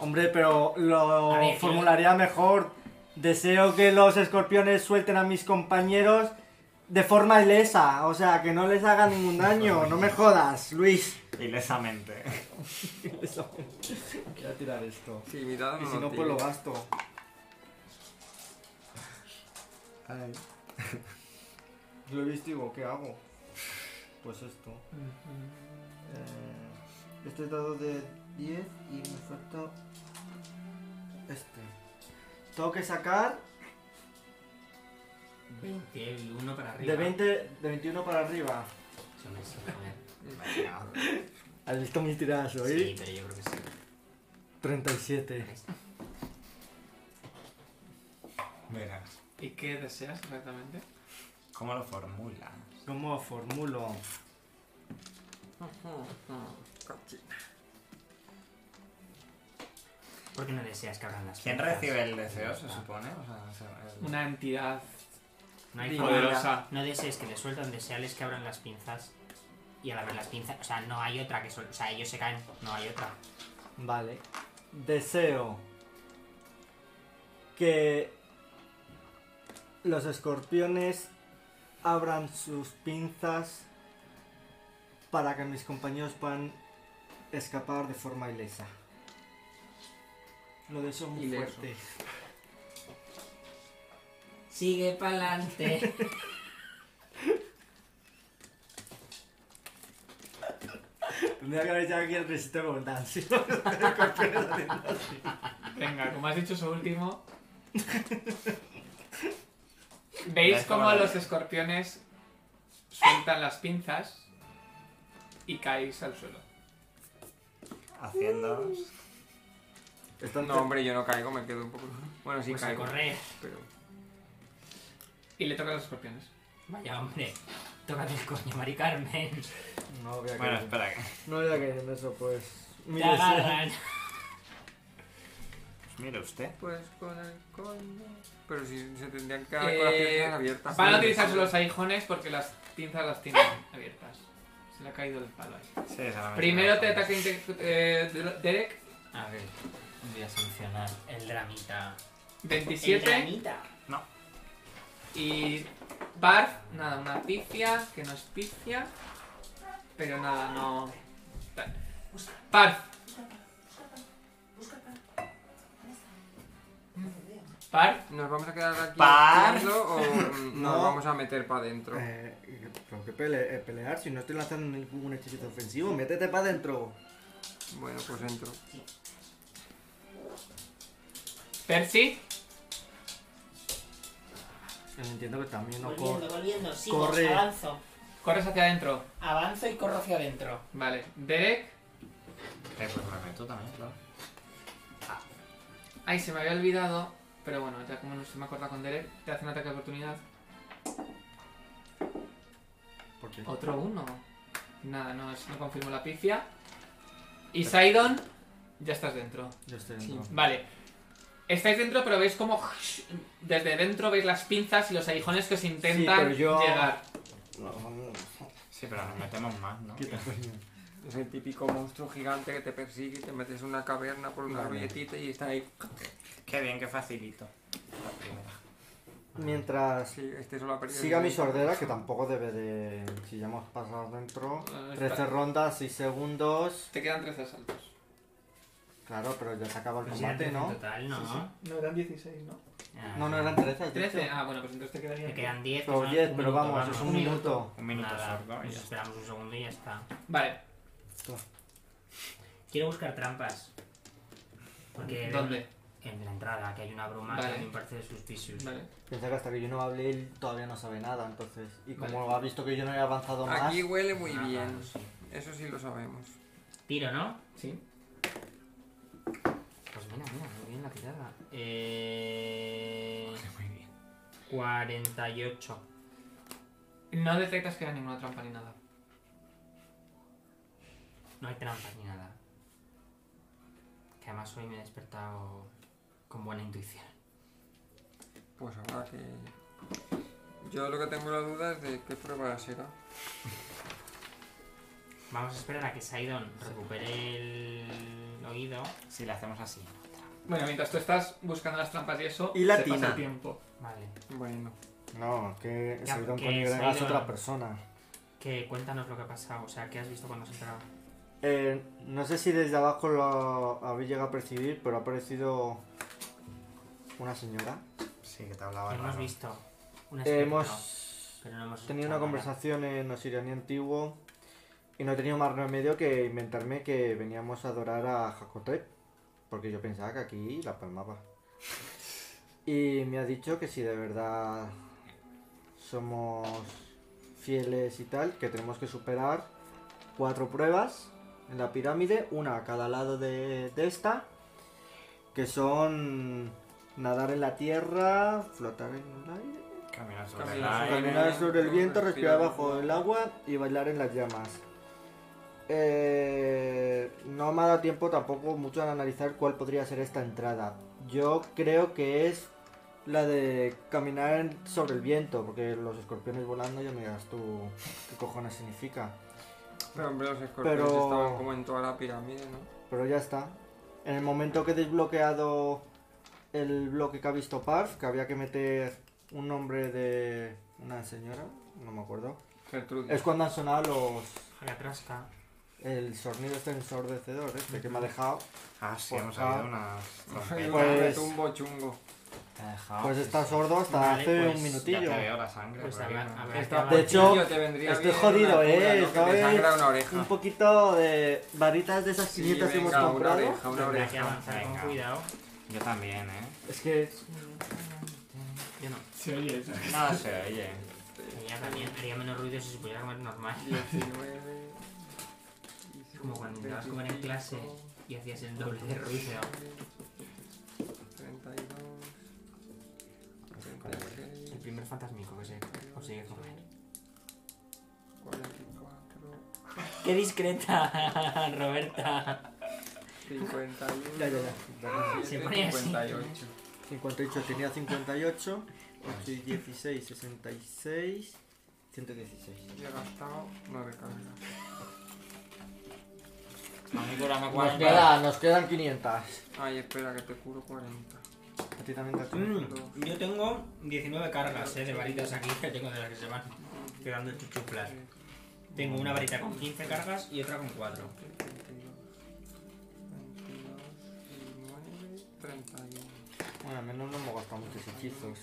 C: Hombre, pero lo
B: A ver,
C: formularía mejor. Deseo que los escorpiones suelten a mis compañeros de forma ilesa, o sea, que no les haga ningún daño. No me jodas, Luis.
E: Ilesamente.
C: Quiero tirar esto.
D: Sí, mi dado
C: Y
D: no
C: si
D: lo
C: no, pues lo
D: tiene.
C: gasto.
E: Ay.
C: Lo he visto y digo, ¿qué hago? Pues esto. Eh, este es dado de 10 y me falta este. Tengo que sacar
B: 21 para arriba.
C: de 20, de 21 para arriba.
B: Son eso, ¿no?
C: ¿Has visto mis tiradas
B: Sí,
C: hoy?
B: pero yo creo que sí.
C: 37.
E: Verás.
A: ¿Y qué deseas exactamente?
E: ¿Cómo lo formulas?
C: ¿Cómo formulo?
D: Cochina.
B: ¿Por qué no deseas que abran las
E: ¿Quién
B: puertas?
E: reside el deseo, se
B: Ah.
E: supone? O sea, se- el-
A: Una entidad.
B: No hay
A: Sí,
B: forma de-
A: poderosa.
B: No desees que le sueltan, deseales que abran las pinzas. Y al abrir las pinzas, o sea, no hay otra que sol... O sea, ellos se caen, no hay otra.
C: Vale. Deseo que los escorpiones abran sus pinzas para que mis compañeros puedan escapar de forma ilesa. Lo deseo muy
D: Ileso.
C: fuerte.
F: Sigue pa'lante.
C: Tendría que haber echado aquí el resiste con Nancy.
A: Venga, como has dicho su último. ¿Veis
E: Dejo
A: cómo
E: la-
A: los escorpiones sueltan las pinzas y caéis al suelo?
E: Haciendo.
C: Están
D: No, hombre, yo no caigo, me quedo un poco. Bueno, sí
B: pues a
D: caigo.
B: correr.
D: Pero.
A: Y le toca a los escorpiones.
B: Vaya hombre. Tócate el coño, Mari Carmen.
C: No voy a
E: Bueno,
C: caer.
E: espera. que-
C: No voy a caer en eso, pues. Mi
B: Te
C: deseo.
B: agarran.
E: Mire usted.
D: Pues con el coño. Pero si se tendrían que dar con las
A: Eh,
D: piernas abiertas.
A: Van a utilizar los aguijones porque las pinzas las tienen abiertas. Se le ha caído el palo ahí.
E: Sí, esa la
A: Primero te
E: mencioné.
A: ataca inte- eh, Derek.
B: A ver, voy a solucionar el dramita.
F: El
A: 27
F: granita.
A: y Barf, nada, una pifia, que no es pifia, pero nada, no... tal. Barf. Barf,
D: ¿Nos vamos a quedar aquí
E: Par.
D: haciendo o mm,
C: No.
D: nos vamos a meter para adentro?
C: Eh, tengo que pele- eh, pelear. Si no estoy lanzando ningún hechizo ofensivo, métete para adentro.
D: Bueno, pues entro.
A: Percy,
C: Pues Entiendo que también no
F: Volviendo,
C: corre.
F: volviendo. Sigo,
C: corre.
F: avanzo.
A: corres hacia adentro.
F: Avanzo y corro hacia adentro.
A: Vale, Derek,
E: Eh, pues me meto también, claro.
A: ay, se me había olvidado, pero bueno, ya como no se me acorda con Derek, te hace un ataque de oportunidad.
C: ¿Por qué?
A: Otro uno. Nada, no, es- no confirmo la pifia. Y Sidon, ya estás dentro.
C: Yo estoy
A: Sí,
C: dentro.
A: Vale. Estáis dentro, pero veis como desde dentro veis las pinzas y los aguijones que os intentan
C: pero yo-
A: llegar.
E: Sí, pero nos metemos más, ¿no?
C: Quita, coño.
D: Es el típico monstruo gigante que te persigue y te metes en una caverna por una
C: Vale.
D: ruedetita y está ahí.
E: Qué bien, qué facilito.
C: Mientras
D: Sí, este solo ha perdido.
C: siga
D: el-
C: mi sordera, que tampoco debe de. Si ya hemos pasado dentro.
A: Ah, está.
C: 13 rondas, 6 segundos.
A: Te quedan 13 asaltos.
C: Claro, pero ya se acaba el
B: Pues
C: combate,
B: en
C: ¿no?
B: Total, no.
A: No, eran 16, ¿no?
B: Ah,
C: No, no eran 13. has dicho.
A: 13. Ah, bueno, pues entonces te
B: Te
A: quedarían.
B: quedan 10. que
C: Pero
B: son
C: 10,
B: un
C: Pues pero
B: minuto,
C: vamos, es un minuto.
E: Un minuto
B: Nada,
E: sordo y
B: nos
E: ya está.
B: esperamos un segundo y ya está.
A: Vale,
B: Quiero buscar trampas. Porque
A: ¿dónde?
B: En la entrada, que hay una bruma
A: Vale.
B: que hay un parte de sus pisos.
A: Vale.
C: Piensa que hasta que yo no hable, él todavía no sabe nada, entonces. Y como
A: Vale.
C: ha visto que yo no he avanzado más.
D: Aquí huele muy
B: Ah,
D: bien.
B: claro, sí.
D: Eso sí lo sabemos.
B: Tiro, ¿no?
A: Sí.
B: Pues mira, mira, muy bien la tirada. Eh... 48.
A: No detectas que haya ninguna trampa ni nada.
B: No hay trampas ni nada. Que además hoy me he despertado con buena intuición.
D: Pues ahora que. Yo lo que tengo la duda es de qué prueba será.
B: Vamos a esperar a que Saidon recupere el oído.
E: Si le hacemos así.
A: Bueno, mientras tú estás buscando las trampas y eso,
C: Y la
A: se pasa
C: tina.
A: el tiempo.
B: Vale.
D: Bueno,
C: No, que
B: Ya,
C: se con
B: porque
C: Y
B: se ha
C: es
B: ido-
C: otra persona.
B: Que cuéntanos lo que ha pasado, o sea, ¿qué has visto cuando has entrado?
C: Eh, no sé si desde abajo lo habéis llegado a percibir, pero ha aparecido una señora.
E: Sí, que te hablaba
B: Hemos
E: raro.
B: visto una
C: Ah, Hemos
B: Pero no hemos
C: Tenía
B: hecho
C: una
B: nada.
C: conversación en Osiriani antiguo y no he tenido más remedio que inventarme que veníamos a adorar a Jacotep, porque yo pensaba que aquí la palmaba. Y me ha dicho que si de verdad somos fieles y tal, que tenemos que superar cuatro pruebas en la pirámide, una a cada lado de, de esta, que son nadar en la tierra, flotar en el aire
E: Caminar sobre el
D: Caminar
E: aire.
C: Caminar sobre el viento, respirar
D: respirar
C: bajo el agua y bailar en las llamas. Eh, no me ha dado tiempo tampoco mucho a analizar cuál podría ser esta entrada. Yo creo que es la de caminar en- sobre el viento, porque los escorpiones volando ya me digas tú qué cojones significa.
D: Pero hombre, los escorpiones
C: Pero-
D: estaban como en toda la pirámide, ¿no?
C: Pero ya está. En el momento que he desbloqueado el bloque que ha visto Parf, que había que meter un nombre de una señora, no me acuerdo,
D: Gertrudis.
C: es cuando han sonado los,
B: La trasca.
C: El sonido este ensordecedor este que me ha dejado.
E: Ah, sí,
C: Por
E: hemos
C: favor.
E: oído unas
D: Ay,
E: trompetas.
C: Pues-
D: me retumbo chungo.
B: Te ha
E: Ah,
B: dejado.
C: Pues está sordo hasta
B: Vale,
C: hace
B: pues,
C: un
E: Ya te
C: minutillo.
E: veo la sangre.
B: Pues
E: por ahí,
B: habrá-
E: ¿no?
B: habrá
D: Esta
B: que
C: de hecho,
D: martillo te vendría
C: Estoy
D: bien
C: jodido,
D: una cura,
C: eh.
D: ¿no? Que te
C: ¿sabes?
D: sangra una oreja.
C: Un poquito de varitas de esas
D: Sí,
C: 500 que hemos
D: venga, una
C: comprado.
D: oreja, una
B: Habrá que
D: oreja.
B: avanzar
E: Venga.
B: con cuidado.
E: Yo también, ¿eh?
C: Es que
B: Yo no.
A: Se oye eso.
E: No se oye.
B: Haría, también, haría menos ruido si se pudiera comer normal.
D: 19.
B: Como cuando intentabas comer en clase y hacías el doble de ruido.
D: 32. 36.
B: El primer fantasmico que se consigue comer.
D: 44.
B: ¡Qué discreta, Roberta!
D: 51.
C: Ya, ya, ya.
B: Se
D: 57,
B: pone así.
D: 58.
C: 58, tenía 58. 8 y 16, 66. 116.
D: Y he gastado 9 cargas.
E: A mí cúrame
C: Nos,
E: 40.
C: queda, nos quedan 500.
D: Ay, espera, que te curo 40.
C: A ti también te ha hecho.
B: Mm, yo tengo 19 cargas eh, de varitas aquí que tengo de las que se van quedando chuchuplas. Tengo una varita con 15 cargas y otra con 4.
D: 32, 22 y 9, 31.
C: Bueno, al menos no hemos gastado muchos hechizos.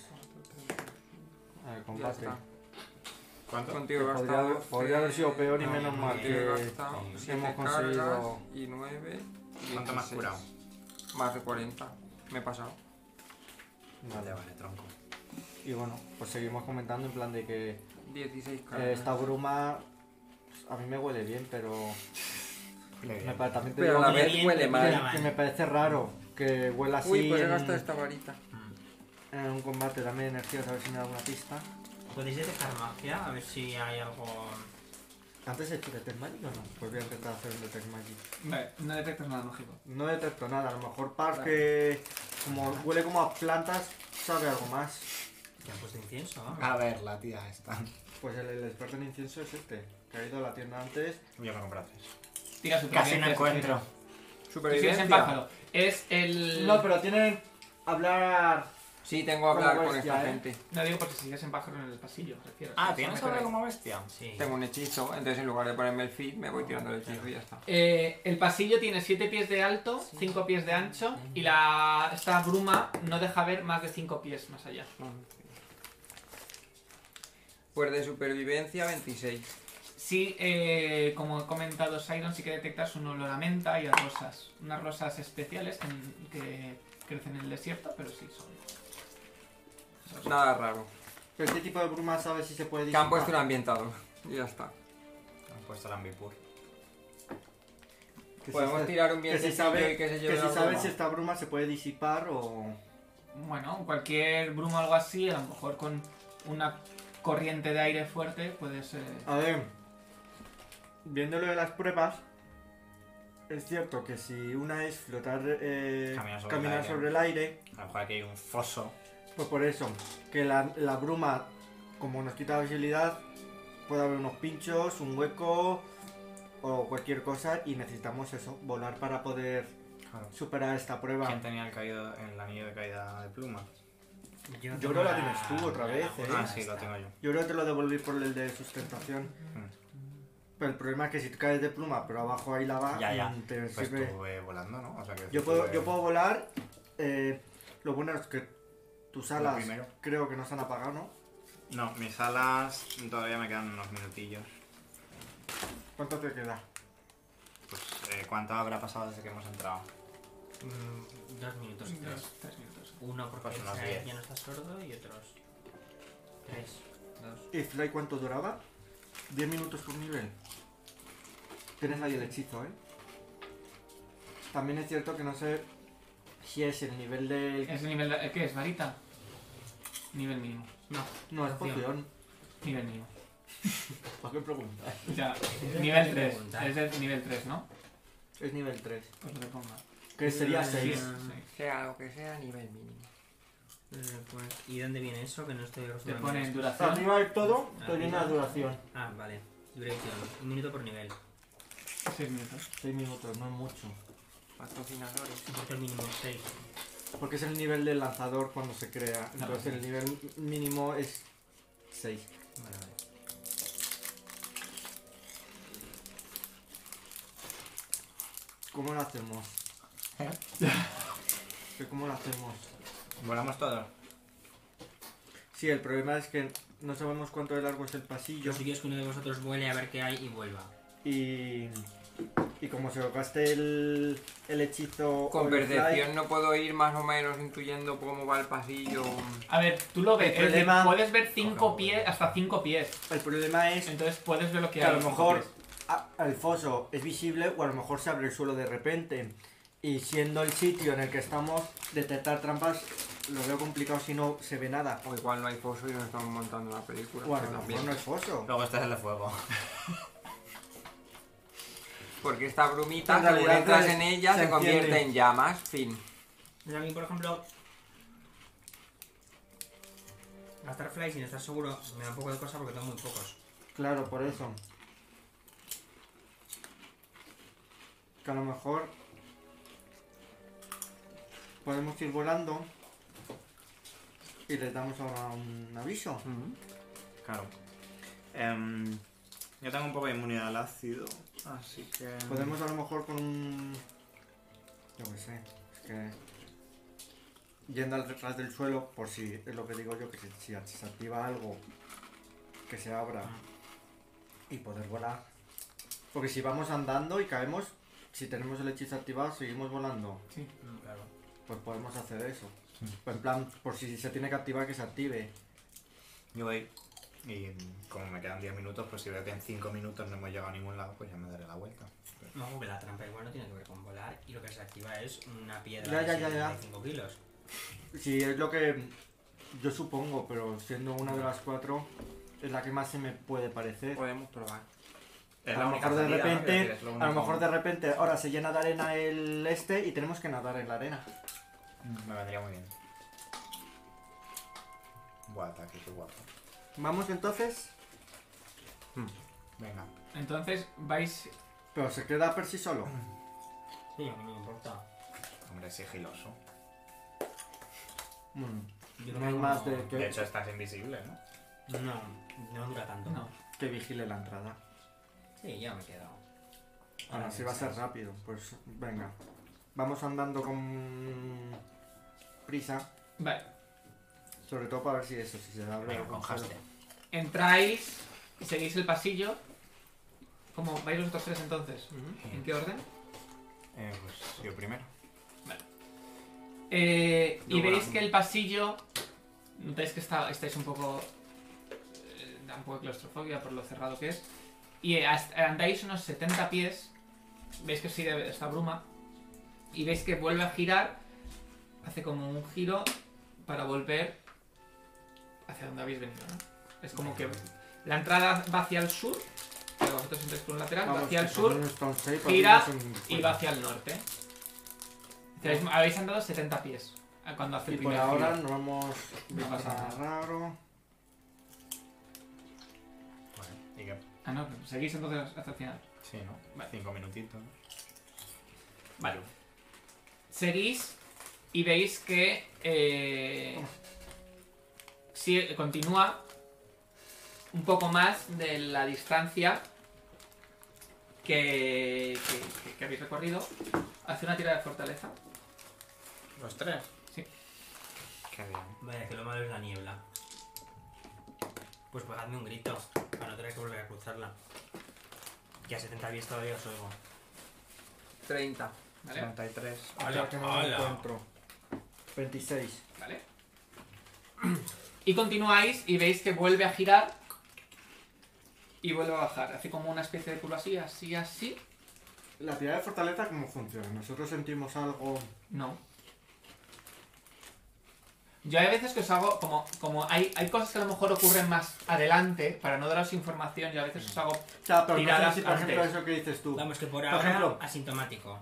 C: A ver,
D: Ya
C: combate.
D: está.
E: ¿Cuánto?
D: Contigo he
C: Podría
D: gastado
C: haber- podría haber sido peor y
D: no,
C: menos mal
D: contigo he
C: que
D: gastado
E: hemos
D: siete
C: conseguido-
D: cargas Y 9.
E: ¿Cuánto me has curado?
D: Más de 40. Me he pasado.
E: Vale,
C: Vale.
E: vale, tronco.
C: Y bueno, pues seguimos comentando en plan de que
D: 16
C: Eh,
D: cargas.
C: esta bruma pues, a mí me huele bien, pero me pa- también te
D: Pero
C: digo
D: a la
C: que,
D: vez huele
C: que-
D: mal.
C: que me parece raro que huela así
D: Uy, pues he
C: en,
D: gastado esta varita.
C: en un combate también de energía, a ver si me da alguna pista.
B: ¿Podéis detectar magia? A ver si hay algo...
C: ¿Antes he hecho Detect Magic o no? Pues voy a intentar hacer un Detect Magic.
A: Vale, no detectas nada mágico.
C: No detecto nada, a lo mejor para
D: Vale.
C: que como huele como a plantas, sabe algo más.
B: ¿Te han puesto incienso?
C: Ah,
E: A ver, la tía esta.
C: Pues el, el experto en incienso es este, que ha ido a la tienda antes.
E: Yo me compré tres.
A: Tira su
E: Casi no encuentro.
A: es
D: Supervivencia.
A: en pájaro. Es el.
C: No, pero tienen hablar...
D: Sí, tengo a hablar
C: Como
D: con
C: bestia,
D: esta
C: ¿eh?
D: gente.
A: No digo porque si sigues en pájaro en el pasillo, me refiero.
E: Ah,
A: Eso
E: ¿tienes
A: no te
E: hambre
A: da-
E: como bestia?
B: Sí.
D: Tengo un hechizo, entonces en lugar de ponerme el feed, me voy tirando el hechizo y ya está.
A: Eh, el pasillo tiene 7 pies de alto, 5 pies de ancho y la esta bruma no deja ver más de 5 pies más allá.
D: Pues de supervivencia 26.
A: Sí, eh, como he comentado, Siron sí que detectas un olor a menta y a rosas. Unas rosas especiales en- que crecen en el desierto, pero sí son.
D: Nada raro.
C: ¿Pero qué tipo de bruma sabes si se puede
D: Que han
C: disipar?
D: puesto un ambientador. Y ya está.
E: Han puesto el ambipur.
C: Que si
D: Podemos
C: se-
D: tirar un
C: que
D: viento
C: si sabe,
D: y que se lleve
C: que si
D: la
C: sabe
D: bruma.
C: si esta bruma se puede disipar o
A: Bueno, cualquier bruma o algo así, a lo mejor con una corriente de aire fuerte puedes. eh,
C: a ver viendo lo de las pruebas es cierto que si una es flotar eh,
E: Caminar sobre el
C: caminar
E: aire.
C: sobre el aire
E: A lo mejor aquí hay un foso.
C: pues por eso que la, la bruma como nos quita visibilidad puede haber unos pinchos un hueco o cualquier cosa y necesitamos eso volar para poder
E: Claro.
C: superar esta prueba
E: ¿Quién tenía el, caído, el anillo de caída de pluma?
C: Yo creo que la tienes tú otra vez, eh.
E: Ah, sí, lo tengo yo.
C: yo creo que te lo devolví por el de sustentación
E: Mm.
C: Pero el problema es que si te caes de pluma, pero abajo hay lava,
E: Ya, ya.
C: mm, te
E: Pues
C: sirve.
E: estuve volando, ¿no? O sea que
C: Yo puedo,
E: estuve-
C: yo puedo volar. eh, lo bueno es que tus
E: Lo
C: alas
E: primero.
C: creo que no se han apagado, ¿no?
E: No, mis alas todavía me quedan unos minutillos.
C: ¿Cuánto te queda?
E: Pues, eh, ¿cuánto habrá pasado desde que hemos entrado?
B: Mm, dos minutos y tres.
A: Dos, tres minutos.
B: Uno porque
E: Pues unos
B: Israel
E: diez.
B: ya no está sordo y otros tres. Dos.
C: ¿Y Fly cuánto duraba? 10 minutos por nivel. Tienes ahí el hechizo, ¿eh? También es cierto que no sé si es el nivel del...
A: Es nivel. eh, ¿Qué es? ¿Varita? Nivel mínimo. No,
C: No, es
B: poción.
C: poción.
A: nivel mínimo.
C: ¿Para qué preguntas?
A: Ya,
B: que
A: nivel
B: te
A: 3.
B: pregunta.
A: Es el nivel 3, ¿no?
C: Es nivel 3.
A: Pues lo que ponga.
C: Que sería
B: Sí.
C: 6.
A: Mm, Sí, sí.
D: Sea lo que sea, nivel mínimo.
B: Eh, pues, ¿Y dónde viene eso? Que no estoy
A: Te
B: acostumbrado.
A: pone duración.
C: Arriba del todo, te
B: Arriba.
C: viene la duración.
B: Ah, vale. Duration. Un minuto por nivel.
A: 6 minutos.
C: 6 minutos, no es mucho.
D: Patrocinadores.
B: ¿Y ¿Por qué el mínimo 6?
C: Porque es el nivel del lanzador cuando se crea. Entonces el nivel mínimo es 6.
B: Vale, vale.
C: ¿Cómo lo hacemos? ¿Que ¿Cómo lo hacemos?
E: Volamos todos.
C: Sí, el problema es que no sabemos cuánto de largo es el pasillo
B: Yo si quieres que uno de vosotros vuele a ver qué hay y vuelva.
C: y, y como se lo gaste el, el hechizo... o
D: Con
C: el fly,
D: percepción no puedo ir más o menos intuyendo cómo va el pasillo.
A: A ver, tú lo ves.
C: El
A: es decir,
C: problema-
A: Puedes ver 5 pies, hasta 5 pies.
C: El problema es
A: Entonces puedes ver lo que
C: que
A: hay.
C: a lo
A: cinco
C: mejor
A: pies.
C: a- el foso es visible o a lo mejor se abre el suelo de repente. Y siendo el sitio en el que estamos, detectar trampas lo veo complicado si no se ve nada.
D: O igual no hay foso y nos estamos montando la película.
C: O a
D: que
C: lo mejor
D: también.
C: no es foso.
E: Luego está el de fuego.
D: Porque esta brumita,
C: En
D: según
C: realidad,
D: entras
C: es-
D: en ella,
C: se
D: se, convierte
C: enciende.
D: en llamas. Fin.
B: Mira, A mí, por ejemplo, gastar fly si no estás seguro me da un poco de cosa porque tengo muy pocos.
C: Claro, por eso. Que a lo mejor podemos ir volando y les damos ahora un aviso.
E: Claro. Em, yo tengo un poco de inmunidad al ácido, así que...
C: Podemos a lo mejor con un... Yo qué sé, es que... Yendo al detrás del suelo, por si es lo que digo yo, que si, si se activa algo, que se abra y poder volar. Porque si vamos andando y caemos, si tenemos el hechizo activado, seguimos volando.
A: Sí.
B: Claro.
C: Pues podemos hacer eso. Pues en plan, por si se tiene que activar, que se active.
E: Yo voy. Y mm, como me quedan 10 minutos, pues si veo que en 5 minutos no hemos llegado a ningún lado, pues ya me daré la vuelta.
B: No, que la trampa igual no tiene que ver con volar y lo que se activa es una piedra
C: Ya, ya,
B: de
C: ya, ya.
B: 75 kilos.
C: Si es lo que yo supongo, pero siendo una de las cuatro, es la que más se me puede parecer.
D: Podemos probar.
E: Es
C: a
E: la
C: lo
E: única
C: mejor de
E: salida, ¿no? Quiero decir,
C: repente,
E: es lo
C: a lo
E: único.
C: mejor de repente, ahora se llena de arena el este y tenemos que nadar en la arena.
E: Mm, Me vendría muy bien. Buah, ataque, qué guapo.
C: Vamos entonces,
E: Venga.
A: Entonces vais.
C: pero se queda Percy solo.
B: Sí, a mí no me importa.
E: Hombre, sigiloso.
C: Bueno,
B: Yo
C: no hay más de
E: De
C: que,
E: hecho, estás invisible, ¿no?
B: No, no dura tanto.
A: No.
C: que vigile la entrada.
B: Sí, ya me he quedado.
C: Ahora sí va a ser rápido, pues venga. Vamos andando con prisa,
A: Vale.
C: sobre todo para ver si eso, si se da
E: Venga, con haste.
A: Entráis y seguís el pasillo. ¿Cómo vais los otros tres entonces? ¿En qué orden?
E: Eh, pues yo primero.
A: Eh,
D: Yo
A: y veis
D: volando.
A: que el pasillo. Notáis que está, estáis un poco. eh, Da un poco de claustrofobia por lo cerrado que es. Y eh, hasta- andáis unos 70 pies. Veis que sigue esta bruma. Y veis que vuelve a girar. Hace como un giro para volver hacia donde habéis venido. ¿no? Es como que la entrada va hacia el sur. Pero vosotros entráis por un lateral. va hacia el sur gira y va hacia el norte. Entonces, habéis andado 70 pies ah, cuando hace
C: Y
A: el
C: por
A: primer
C: ahora
A: giro.
C: no vamos
A: No pasa
C: nada raro.
E: Vale. ¿Y qué?
A: Ah, no, seguís entonces hasta el final.
E: Sí, ¿no?
A: Vale.
E: Cinco minutitos.
A: Vale. Seguís y veis que eh, si continúa un poco más de la distancia que, que- que- que habéis recorrido. Hace una tira de fortaleza.
B: ¿Los tres?
E: Qué bien.
B: Vaya, que lo malo es la niebla. Pues pegadme un grito, para no tener que volver a cruzarla. Que a 70 pies todavía os oigo.
D: 30.
A: ¿Vale?
C: 73.
B: Hola,
C: Ataque no lo
B: hola.
C: encuentro. 26.
A: ¿Vale? Y continuáis y veis que vuelve a girar y vuelve a bajar. Hace como una especie de culo así, así, así.
C: La tirada de fortaleza, ¿cómo funciona? Nosotros sentimos algo.
A: No. Yo hay veces que os hago, como, como hay, hay cosas que a lo mejor ocurren más adelante, para no daros información, yo a veces os hago...
C: O sea, pero no sé
A: Tiradas
C: si, por ejemplo,
A: antes.
C: eso que dices tú.
B: Vamos, que por
C: Por
B: ahora
C: ejemplo.
B: asintomático.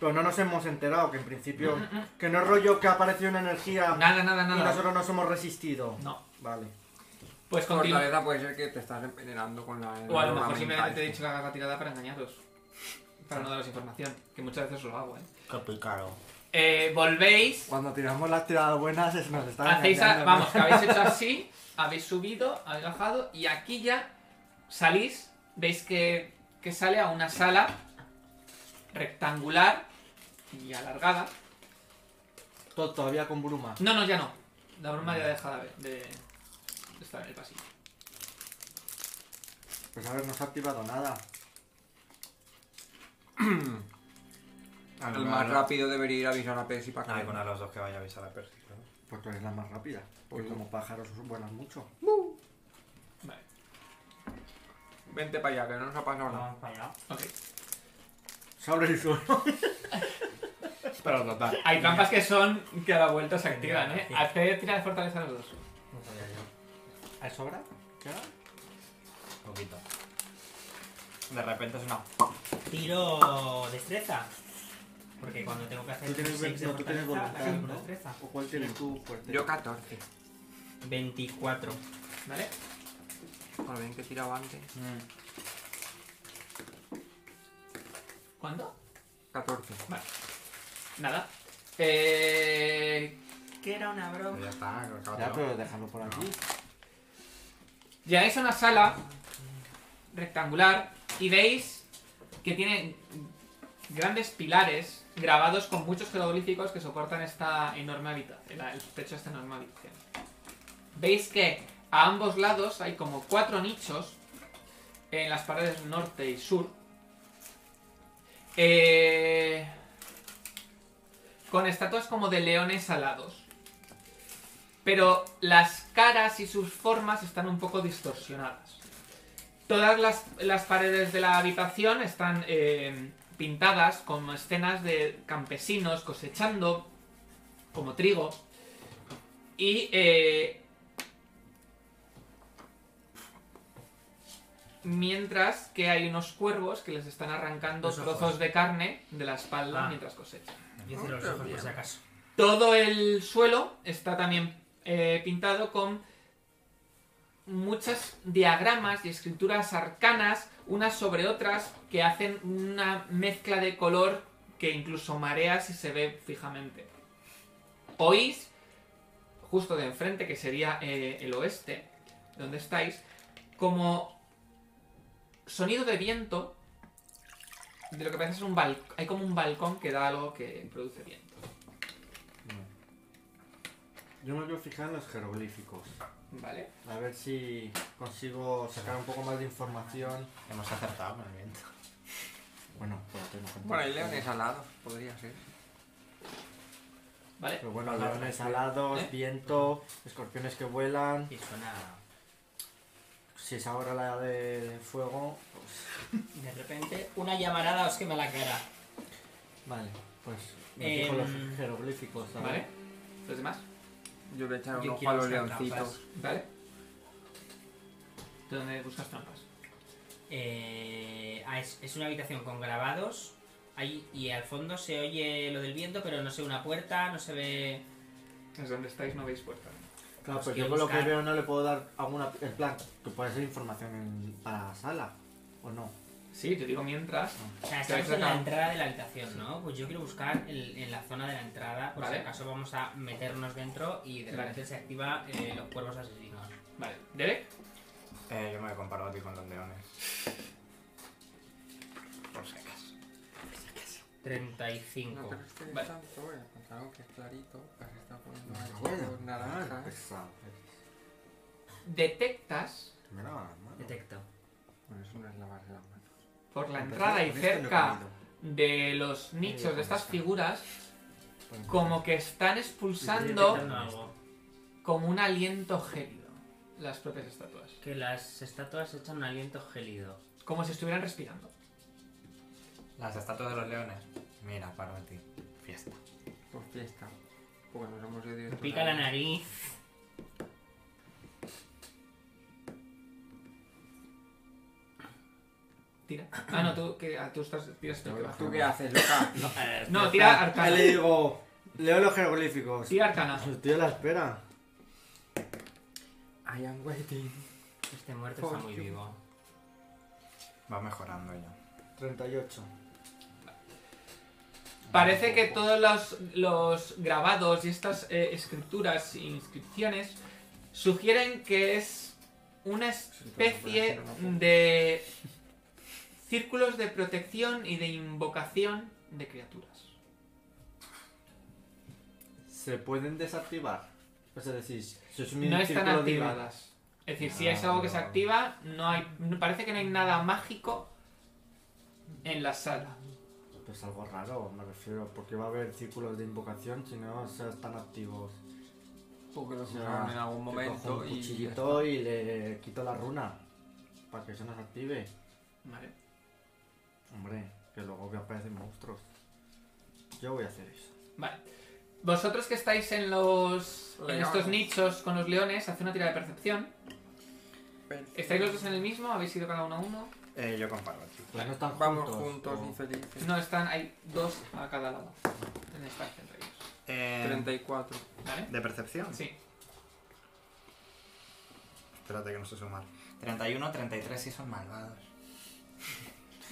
C: Pero no nos hemos enterado que en
A: Mm,
C: principio. Que no es rollo que ha aparecido una energía
A: Nada, nada,
C: y
A: nada.
C: nosotros nos hemos resistido.
A: No.
C: Vale.
A: Pues continúa.
D: Fortaleza puede ser que te estás envenenando con la.
A: O a lo mejor
D: ornamental.
A: simplemente te he dicho que haga la tirada para engañaros. Para no daros información, que muchas veces os lo hago, ¿eh?
E: Qué picaro.
A: Eh, volvéis,
C: Cuando tiramos las tiradas buenas es- nos están
A: hacéis, a-
C: engañando, ¿no?
A: vamos, que habéis hecho así, habéis subido, habéis bajado, y aquí ya salís, veis que, que sale a una sala rectangular y alargada.
C: To- Todavía con bruma.
A: No, no, ya no. La broma ya deja de, de estar en el pasillo.
C: Pues a ver, no se ha activado nada.
D: El más
E: rápido.
D: rápido debería ir a avisar a Percy para que.
E: Alguno de los dos que vaya a avisar a Percy. ¿no?
C: Pues tú eres la más rápida. Porque como pájaros vuelan mucho.
A: Vale,
D: Vente para allá, que no nos ha pasado nada.
B: Vamos para allá.
A: ok.
C: Se abre el suelo.
E: Pero total.
A: Hay trampas que son que a la vuelta se activan, ¿eh?
B: Sí.
A: Hacer tira de fortaleza a los dos.
B: No sabía Pues yo.
C: ¿Al sobra? ¿Qué era?
E: Poquito. De repente es una.
B: Tiro destreza. Porque cuando tengo que hacer
C: Tú tienes,
B: un
C: ve-
B: six de
C: no, tú tienes
B: fortaleza,
C: voluntad,
B: la hago con
C: ¿no?
B: destreza.
C: ¿O cuál tienes tú fuerte?
D: Yo 14.
B: 24.
A: ¿Vale?
D: Por bien que tiraba antes.
A: ¿Cuándo?
D: 14.
A: Vale. Nada. Eh,
B: Que era una broma.
E: Ya está,
C: Ya,
E: acábatelo.
C: pero déjalo por aquí.
A: Llegáis a una sala rectangular y veis que tiene grandes pilares grabados con muchos jeroglíficos que soportan esta enorme habitación, el techo de esta enorme habitación. Veis que a ambos lados hay como cuatro nichos en las paredes norte y sur. eh, con estatuas como de leones alados. Pero las caras y sus formas están un poco distorsionadas. Todas las, las paredes de la habitación están eh, pintadas con escenas de campesinos cosechando como trigo. Y eh, mientras que hay unos cuervos que les están arrancando
B: Los ojos.
A: trozos de carne de la espalda
B: Ah.
A: mientras cosechan.
B: Yo cierro los ojos por si acaso.
A: Todo el suelo está también eh, pintado con muchas diagramas y escrituras arcanas, unas sobre otras, que hacen una mezcla de color que incluso marea si se ve fijamente. Oís, justo de enfrente, que sería eh, el oeste, donde estáis, como sonido de viento de lo que parece ser un balcón. Hay como un balcón que da algo que produce viento.
C: Yo me voy a fijar en los jeroglíficos.
A: Vale.
C: A ver si consigo sacar un poco más de información.
E: Hemos acertado con el viento.
C: Bueno, pero tengo que-
D: Bueno, hay leones alados, podría ser.
A: ¿Vale?
C: Pero bueno, leones alados,
A: ¿Eh?
C: viento, escorpiones que vuelan.
B: Y suena.
C: Si es ahora la de fuego, pues.
B: De repente, una llamarada os quema la cara.
C: Vale, pues me fijo en
B: Em,
C: los jeroglíficos. ¿sabes?
A: ¿Vale? ¿Los demás?
D: Yo voy a echar un
B: Yo
D: ojo
B: quiero
D: a los
B: buscar
D: leoncitos.
B: trampas.
A: ¿Vale? ¿Dónde buscas trampas?
B: Eh, ah, es, es una habitación con grabados. Ahí, y al fondo se oye lo del viento, pero no se ve una puerta, no se ve.
A: Es donde estáis, no veis puerta.
C: Claro,
B: Pues
C: pero
B: quiero
C: yo por lo que
B: buscar.
C: veo no le puedo dar alguna. En plan, que puede ser información en- para la sala, ¿o no?
A: Sí, yo digo mientras.
B: O sea,
A: Claro,
B: estamos
A: eso
B: en la
A: acaba.
B: entrada de la habitación, ¿no? Pues yo quiero buscar el- en la zona de la entrada, por
A: Vale.
B: si acaso vamos a meternos dentro y de
A: Vale.
B: repente se activa eh, los cuervos asesinos.
A: Vale. ¿Derek?
E: Eh, yo me comparo a ti con los leones. Por si acaso.
B: 35.
D: No te restes
A: Vale.
D: tanto, voy a contar algo que es clarito. Has estado poniendo
C: No,
D: ahí
C: bueno,
D: con naranjas.
C: pesado.
A: detectas
H: Me lavan las manos.
B: Detecto.
D: Bueno, eso no es lavarse las manos.
A: por la
H: Empecé
A: entrada y
H: con esto no he
A: cerca
H: comido.
A: de los nichos de estas figuras
H: Pues,
A: como que están
B: Estoy
A: expulsando
B: detectando algo.
A: como un aliento gélido las propias estatuas.
B: Que las estatuas echan un aliento gélido.
A: Como si estuvieran respirando.
E: Las estatuas de los leones. Mira, Parvati. Fiesta.
D: Por fiesta. Porque nos hemos ido
B: Me pica la nariz.
A: Tira. Ah, no, tú, que, ah, tú estás, tiras tú, que vas.
D: ¿Tú qué haces, loca?
A: No, tira
C: Ah, le
A: arcana.
C: digo, leo los jeroglíficos.
A: Tira arcana.
C: Estoy a la espera.
D: I am waiting.
B: Este muerto
A: Oh,
B: está muy vivo.
E: Va mejorando ya.
C: 38.
A: Parece que todos los, los grabados y estas eh, escrituras e inscripciones sugieren que es una especie de círculos de protección y de invocación de criaturas.
C: ¿Se pueden desactivar? Es decir, si es un
A: No están
C: círculo de-
A: activadas. Es decir, si es algo que se
E: Ah,
A: activa, no hay, no- parece que no hay nada mágico en la sala.
C: Pues algo raro, me refiero, porque va a haber círculos de invocación si no o sea, están activos.
D: Porque lo
C: O sea,
D: usaron en algún
C: le cojo
D: momento
C: un
D: y.
C: cuchillito y le quito la runa para que se nos active.
A: Vale.
C: Hombre, que luego que aparecen monstruos. Yo voy a hacer eso.
A: Vale. Vosotros que estáis en los. en
D: Leones.
A: estos nichos con los leones, haced una tira de percepción. ¿Estáis los dos en el mismo? ¿Habéis ido cada uno a uno?
E: Eh, yo con Parvati.
C: Pues no están
D: Vamos
C: juntos
D: juntos,
C: o-
D: infelices.
A: No, están. hay dos a cada lado. En esta entre ellos.
E: Eh,
D: 34.
A: ¿Vale?
E: ¿De percepción?
A: Sí.
E: Espérate que no sé sumar. 31, 33 sí son malvados.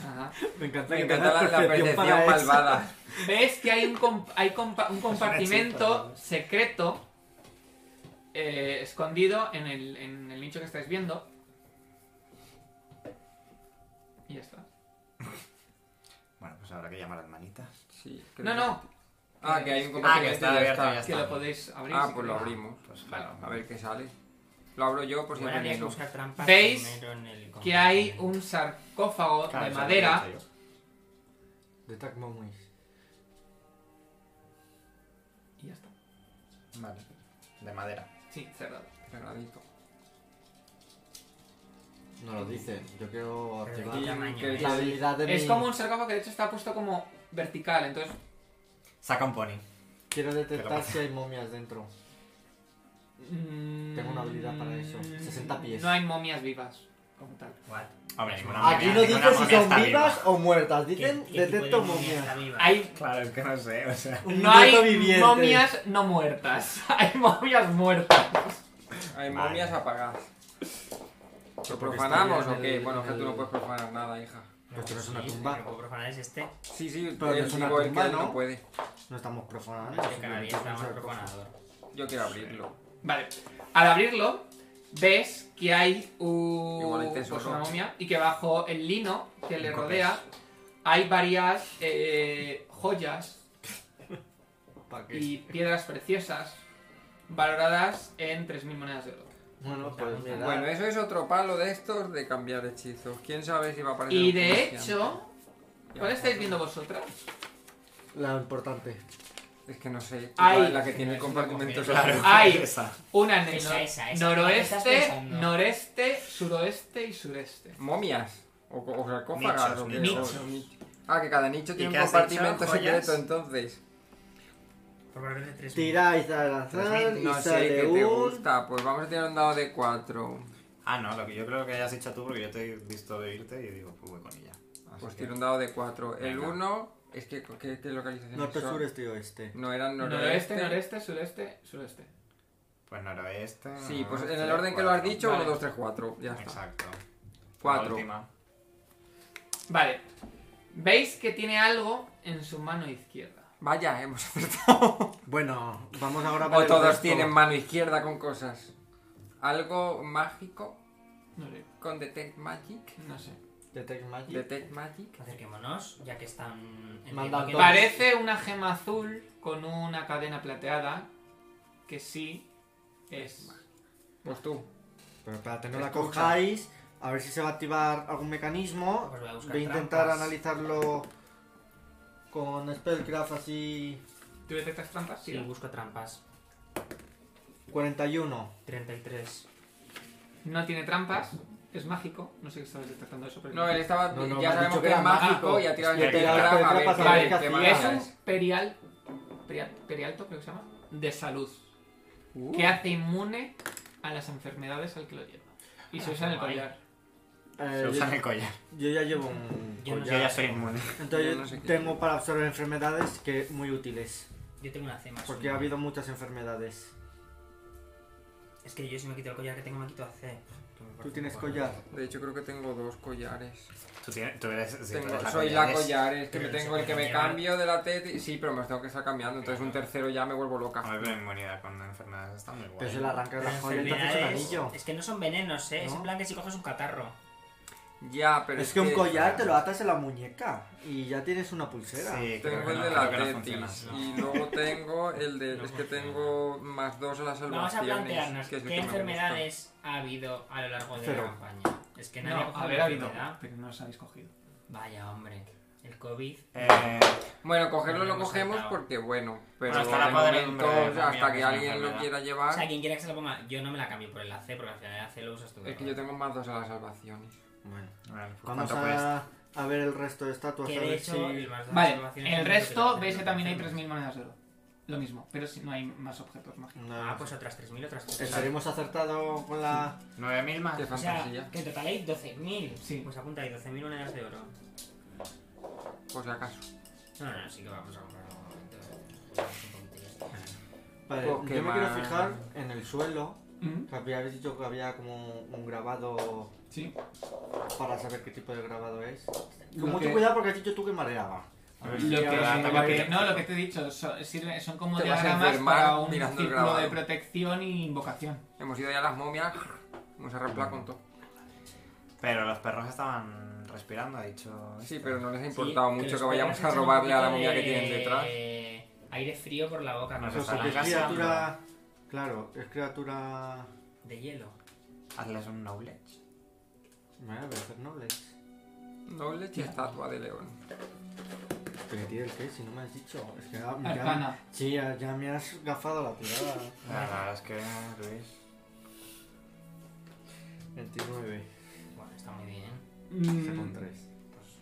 A: Ajá.
C: Me encanta
D: Me
C: que
D: encanta la,
C: tengas
D: la
C: percepción para
D: percepción
C: eso.
D: malvada.
A: Ves que hay un, comp- hay compa- un compartimento
C: ¿no?
A: secreto eh, escondido en el, en el nicho que estáis viendo. Y ya está.
E: Bueno, pues habrá que llamar a las manitas.
D: Sí, creo
A: No,
D: que-
A: no.
D: Ah, que hay un
E: Ah, que
D: compartimento
E: está
D: y ya
E: abierto ya
A: Que
E: está.
A: lo podéis abrir.
D: Ah,
A: si
D: pues lo
A: queréis.
D: abrimos.
E: Pues claro.
D: Vale, a ver qué sale. Lo abro yo por si
B: Igual habría que
D: aprendí, ¿no?
B: buscar trampas
A: ¿Veis
B: primero en el
A: Que hay
B: compartimento.
A: un sarcófago
E: Claro,
A: de
E: eso es lo que
A: madera.
E: he dicho yo.
C: De Tacmomuis.
A: Y ya está.
E: Vale. De madera.
A: Sí, cerrado.
D: Cerradito.
C: No lo dicen, yo quiero
B: Pero de
C: activar
B: qué tamaño
D: que-
B: es?
C: la habilidad de
A: Es
C: mi-
A: como un sarcófago que de hecho está puesto como vertical, entonces
E: Saca un pony.
C: Quiero detectar
E: Pero-
C: si hay momias dentro.
A: mm,
C: Tengo una habilidad para eso. 60 pies.
A: No hay momias vivas como tal.
B: What?
E: Hombre, ninguna
B: Aquí
E: momia.
C: Aquí no
E: ninguna
C: dicen si
E: momia está
C: son
E: viva.
C: vivas o muertas,
B: ¿Qué-
C: dicen
B: qué tipo de
C: detecto
B: momia está
C: momias.
B: viva?
A: Hay
E: Claro, es que no sé, o sea.
C: Ah. Un
A: no
C: muerto
A: hay
C: viviente.
A: momias no muertas. Hay momias muertas.
E: Vale.
D: Hay momias apagadas. ¿Lo
C: Porque
D: profanamos
C: está
D: o
C: en
D: qué?
C: el-
D: Bueno, es que tú no
C: el-
D: puedes profanar nada, hija.
C: Pero esto no es una
B: Sí,
C: tumba. Ah,
B: lo que puedo profanar es este.
D: Sí, sí,
C: Pero
D: yo
C: es una
D: digo el
C: tumba,
D: que él
C: ¿no?
D: no puede.
C: No estamos profanando.
B: Que cada día está más profanador.
D: Yo quiero abrirlo.
A: Vale. Al abrirlo, ves que hay un-
D: Igual hay
A: pues
D: tesoro.
A: una momia y que bajo el lino que le
E: Un
A: rodea hay varias eh, joyas
C: ¿Para qué?
A: y piedras preciosas valoradas en 3.000 monedas de oro.
C: Bueno, pues mira.
D: Bueno, eh. eso es otro palo de estos de cambiar hechizos. ¿Quién sabe si va a aparecer
A: Y
D: un
A: de
D: comerciante?
A: hecho, ¿cuál estáis viendo vosotras?
C: La importante.
D: Es que no sé.
A: Ay.
D: la- la que tiene el
B: Es una
D: compartimento
B: confianza.
D: social.
A: Hay
E: Esa.
A: una en el
B: Esa,
A: nor-
B: esa, esa. ¿Qué estás
A: noroeste,
B: pensando?
A: noreste, suroeste y sureste.
D: ¿Momias? ¿O, o sarcófagas?
E: Nichos,
D: o qué,
E: nichos.
D: o- Ah, que cada nicho tiene
E: qué
D: un
E: has dicho?
D: compartimento
E: ¿Joyas?
D: secreto, entonces.
C: Ah,
B: Por valor de 3.000.
C: Tiráis al azar y
D: No sé,
C: sale
D: que te
C: un.
D: gusta. Pues vamos a tirar un dado de 4.
E: Ah, no, lo que yo creo que hayas dicho tú, porque yo te he visto de irte y digo, pues voy con ella. Así
D: Pues
E: que-
D: tiro un dado de 4. El
E: Venga.
D: 1 es que, ¿qué, qué localización
C: Norte,
D: es?
C: sur, este y oeste.
D: No, eran
A: Noroeste,
D: noroeste.
A: noreste, sureste, sureste.
E: Pues noroeste.
D: Sí, pues en
E: noroeste,
D: el orden que lo has
E: Ah, este, cuatro.
D: dicho,
A: Vale.
D: 1, 2, 3, 4. Ya está.
E: Exacto. La
D: 4.
E: última.
A: Vale. Veis que tiene algo en su mano izquierda.
D: Vaya, hemos acertado.
C: Bueno, vamos ahora
D: O
C: para.
D: todos tienen mano izquierda con cosas. ¿Algo mágico
A: No sé.
D: con Detect Magic?
A: No sé.
C: Detect Magic.
D: Detect Magic.
B: Acerquémonos, ya que están... entiendo
C: Mandan
B: que-
C: dos.
A: Parece una gema azul con una cadena plateada que sí es
D: Pues tú.
C: Pero para que no la
D: Escucha.
C: cojáis, a ver si se va a activar algún mecanismo.
B: Pues voy a buscar
C: Voy a intentar
B: trampas.
C: analizarlo con Spellcraft así.
A: ¿Tú detectas trampas?
B: Sí, busco trampas.
C: 41.
B: 33.
A: No tiene trampas, es mágico. No sé qué estabas detectando eso, pero.
D: No, él estaba.
C: No, no, me
D: ya
C: has dicho
D: sabemos que
C: que
D: es
C: era
D: mágico
C: mágico.
D: y ha tirado el
E: Es que
D: spell
E: era
D: trap a
C: spell
D: ver
C: trap,
D: qué-
A: vale,
D: qué
C: que
D: más
A: es
D: da.
A: un perial, perial. Perialto, creo que se llama. De salud.
D: Uh,
A: Que hace inmune a las enfermedades al que lo lleva. Y se usa en el
E: guay.
A: collar.
C: Eh,
E: Se
C: yo,
E: usa en el collar.
C: yo ya llevo un.
B: Yo no
E: Yo ya soy inmune.
C: Entonces
D: Yo no sé qué
C: tengo
D: llevo.
C: para absorber enfermedades que muy útiles.
B: Yo tengo una C más.
C: Porque ha
B: uno.
C: habido muchas enfermedades.
B: Es que yo si me quito el collar que tengo me quito a C. Que me
C: ¿Tú
B: parece
C: tienes
B: un poco-
C: collar?
D: De hecho, creo que tengo dos collares.
E: Tú, tienes, tú eres. sí, tú
D: Tengo-
C: pues,
E: eres
D: soy la
E: collares.
D: collares, que me
B: Pero
D: tengo
B: se
D: el que
B: puede
D: me
B: llevar.
D: cambio de la teta. Sí, pero me los tengo que estar cambiando. Entonces, un tercero ya me vuelvo loca.
E: A ver, pero inmunidad con enfermedades está muy
C: Pero
E: guay.
C: se le arranca
B: Pero
C: la joya y te haces un
B: enfermedades-
C: anillo.
B: Es que no son venenos, eh. Es
C: ¿No?
B: en plan que si coges un catarro.
D: Ya, pero.
C: Es que un collar te lo atas en la muñeca y ya tienes una pulsera.
E: Sí, creo
D: Tengo
E: que
D: el
E: no,
D: de
E: creo
D: la
E: que no
D: tetis
E: funciona,
D: y
E: no.
D: luego tengo el de...
B: No
D: es que
B: funciona.
D: tengo más dos a las
B: Vamos a
D: salvaciones.
B: plantearnos
D: que es el
B: qué
D: que me gusta.
B: enfermedades ha habido a lo largo de
C: Cero.
B: la campaña. Es que nadie ha
A: No,
B: cogido
A: haber
B: la
A: habido.
B: enfermedad.
A: Pero no os habéis cogido.
B: Vaya, hombre. El COVID.
E: Eh,
D: Bueno, cogerlo
B: Bueno,
D: lo
B: hemos
D: cogemos
B: saltado.
D: porque, bueno, pero
E: Bueno, está la
D: de
E: podredumbre
D: momento,
E: de la mía,
D: hasta que
E: que es una
D: alguien lo
E: enfermedad.
D: quiera
B: O
D: llevar,
B: sea, quien quiera que se lo ponga, yo no me la cambio por el AC porque al final el AC lo usas tú.
D: es que yo tengo más dos a las salvaciones.
C: Bueno,
E: bueno, pues,
C: vamos
E: ¿Cuánto cuesta?
C: a, a ver el resto de estatuas.
B: Que
C: a
B: de
C: ver
B: hecho,
C: si-
B: el más dos
A: Vale,
B: observaciones
A: el
B: es lo que
A: resto veis
B: te
A: que
B: hacen,
A: también hay
B: lo que
A: 3.000 monedas de oro. Lo mismo, pero si no hay más objetos mágicos.
C: No,
B: hacen. Ah, pues otras 3.000, otras 3.000.
C: Estaremos acertado con la.
E: 9.000 más.
D: Qué
B: O sea,
D: fantasía,
B: que en total hay 12.000.
A: Sí.
B: Pues apunta ahí, 12.000 monedas de oro.
D: por si acaso.
B: No, no, sí que vamos a comprar en algún momento. eh, Un poquito y ya está.
C: Vale,
D: Pokémon.
C: yo me quiero fijar en el suelo.
A: Mm,
C: Que habíais dicho que había como un grabado
A: Sí.
C: para saber qué tipo de grabado es.
A: Lo
C: Con mucho
A: que-
C: cuidado porque has dicho tú que mareaba. A ver
E: Lo
C: si
A: Lo que,
C: ahora sí
A: lo
C: va a
A: que-
C: ir.
A: no, lo que te he dicho, son, sirve- son como
D: Te vas a
A: diagramas
D: enfermar
A: para un
D: mirando el
A: círculo
D: grabado.
A: de protección y invocación.
D: Hemos ido ya a las momias, hemos arrastrado con todo.
E: Pero los perros estaban respirando, ha dicho. este,
D: Sí,
E: esto.
D: pero no les ha
B: Sí,
D: importado mucho
B: los
D: que vayamos a
B: perros
D: robarle a la
B: echan un
D: momia que
B: poquito
D: tienen detrás.
B: de Aire frío por la boca,
E: No
B: no
E: sé,
C: Pero
E: Pues a la
C: porque es
E: casa,
C: criatura. Claro, es criatura.
B: De hielo.
E: Hazles un knowledge.
C: Me voy a hacer nobles.
D: Doble y estatua de león.
C: ¿Pero tira el qué? Si no me has dicho. Es que ya, ya,
A: Arcana.
C: sí, ya, ya me has gafado la tirada.
E: La verdad es que, Luis.
C: 29.
B: Bueno, está muy bien.
A: Mm,
C: Se con 3.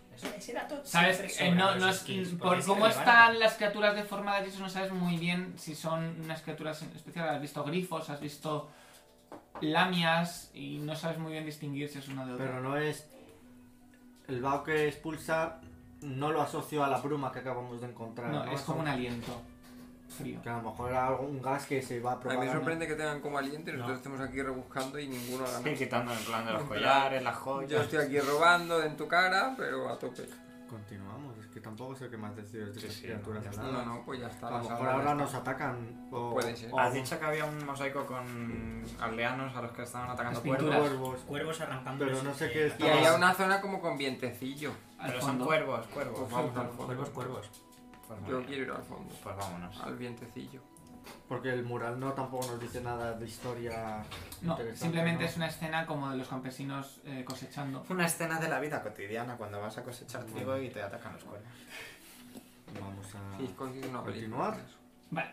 B: Pues eso, ese dato.
A: ¿Sabes?
B: siempre
A: Eh, no,
B: sobra
A: no
B: los
A: es-
B: skills, porque
A: por
B: es
A: cómo
B: irrelevante.
A: están las criaturas deformadas y eso no sabes muy bien si son unas criaturas en especial. Has visto grifos, has visto lamias y no sabes muy bien distinguir si es uno de otro.
C: Pero no es. El vaho que expulsa no lo asocio a la bruma que acabamos de encontrar.
A: No, es como un
C: Eso-
A: aliento frío.
C: Que a lo mejor era algo- un gas que se va a
D: A mí
C: propagar.
D: me
C: ¿no?
D: sorprende que tengan como aliento y
E: No.
D: nosotros estemos aquí rebuscando y ninguno ha
E: Estoy
D: ganado.
E: quitando en plan de los
D: En plan,
E: collares, las
D: Yo
E: joyas.
D: estoy aquí robando en tu cara, pero a tope.
C: Continuamos, es que tampoco sé qué más decir de
E: Sí,
C: estas
E: sí,
C: criaturas.
E: no, ya
D: No,
C: aladas.
D: no, no, pues ya está.
C: A lo
D: las
C: mejor
D: armas
C: ahora
D: están.
C: nos atacan. O,
D: Puede ser.
C: o-
E: Has dicho que había un mosaico con aldeanos a los que estaban atacando
A: Las
E: cuervos.
A: pinturas.
C: cuervos.
B: Cuervos arrancando.
C: Pero
B: los-
C: no sé
B: eh,
C: qué es-
D: Y
B: las-
D: había una zona como con vientecillo.
A: Al
E: Pero son
A: fondo.
E: cuervos, cuervos.
D: Pues
E: Vamos al
D: vamos,
E: fondo.
B: Cuervos, cuervos.
E: Pues
D: Yo
E: vaya.
D: quiero ir Ah. al fondo,
E: Pues vámonos.
D: al vientecillo.
C: Porque el mural no tampoco nos dice nada de historia.
A: No,
C: interesante,
A: simplemente
C: ¿no?
A: es una escena como de los campesinos eh, cosechando.
E: Una escena de la vida cotidiana cuando vas a cosechar trigo y te atacan los cuervos.
C: Vamos a.
D: Sí, coincide una
C: Continuar.
D: película.
A: Vale.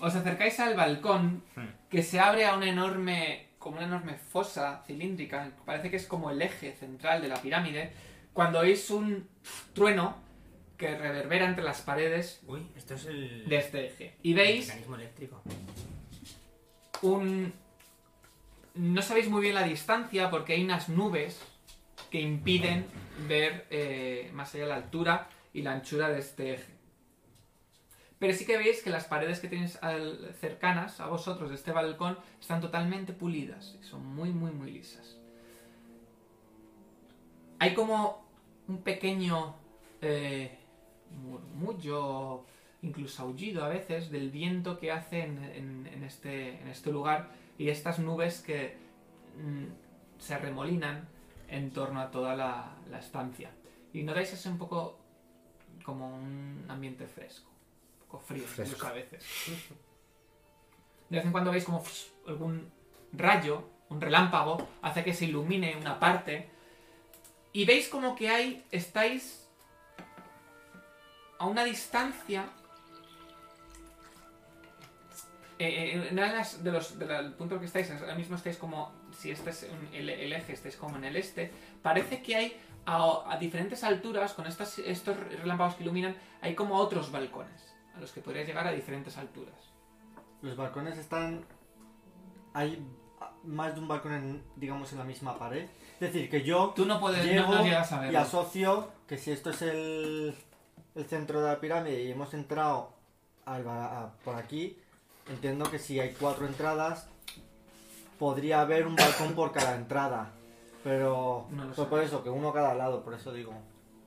A: Os acercáis al balcón
E: Hmm.
A: que se abre a una enorme, como una enorme fosa cilíndrica, parece que es como el eje central de la pirámide, cuando oís un trueno que reverbera entre las paredes
B: Uy, esto es el.
A: de este eje. Y
B: el
A: veis
B: mecanismo eléctrico.
A: un... No sabéis muy bien la distancia porque hay unas nubes que impiden ver eh, más allá de la altura y la anchura de este eje. Pero sí que veis que las paredes que tenéis al- cercanas a vosotros de este balcón están totalmente pulidas y son muy, muy, muy lisas. Hay como un pequeño eh, murmullo, incluso aullido a veces, del viento que hace en, en- en este, en este lugar y estas nubes que mm, se remolinan en torno a toda la, la estancia. Y notáis ese un poco como un ambiente fresco, un poco frío
E: Fresco.
A: incluso a veces. De vez en cuando veis como algún rayo un relámpago, hace que se ilumine una parte. Y veis como que hay, estáis a una distancia... Eh, eh, una de las- de los, de la- del punto al que estáis, ahora mismo estáis como, si este es un- el, el eje, estáis como en el este, parece que hay a, a diferentes alturas, con estas, estos relámpagos que iluminan, hay como otros balcones a los que podrías llegar a diferentes alturas.
C: Los balcones están. Hay más de un balcón, en, digamos, en la misma pared. Es decir, que yo
A: Tú no puedes, no,
C: llego
A: no llegas a
C: y
A: verlo.
C: asocio que si esto es el, el centro de la pirámide y hemos entrado al ba- a- por aquí, entiendo que si hay cuatro entradas, podría haber un balcón por cada entrada. Pero.
A: No lo
C: pues
A: sé.
C: por eso, que uno a cada lado, por eso digo.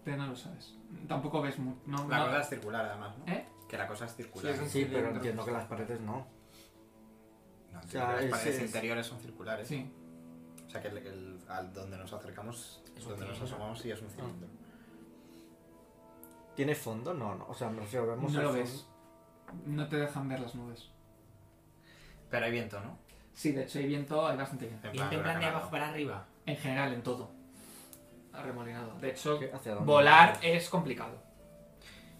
A: Pero no lo sabes. Tampoco ves mucho. No,
E: La
A: no-
E: cosa es circular, además, ¿no?
A: ¿Eh?
E: Que la cosa es circular.
D: Sí, es un-
C: Sí, pero entiendo que las paredes no.
E: No,
C: sea,
E: las
C: es-
E: paredes
C: es-
E: interiores son circulares.
A: Sí.
E: O sea que el, el- al donde nos acercamos,
B: Es un
E: donde nos
B: cilindro.
E: asomamos, sí es un cilindro.
C: ¿Tiene fondo? No, no. O sea, me refiero, vemos
A: No
C: el
A: lo
C: fondo.
A: ves. No te dejan ver las nubes.
E: Pero hay viento, ¿no?
A: Sí, de hecho hay viento, hay bastante viento.
E: En
B: Y en plan de
E: huracanado.
B: abajo para arriba.
A: En general, en todo. Arremolinado. De hecho,
C: ¿Qué- hacia dónde?
A: volar es complicado.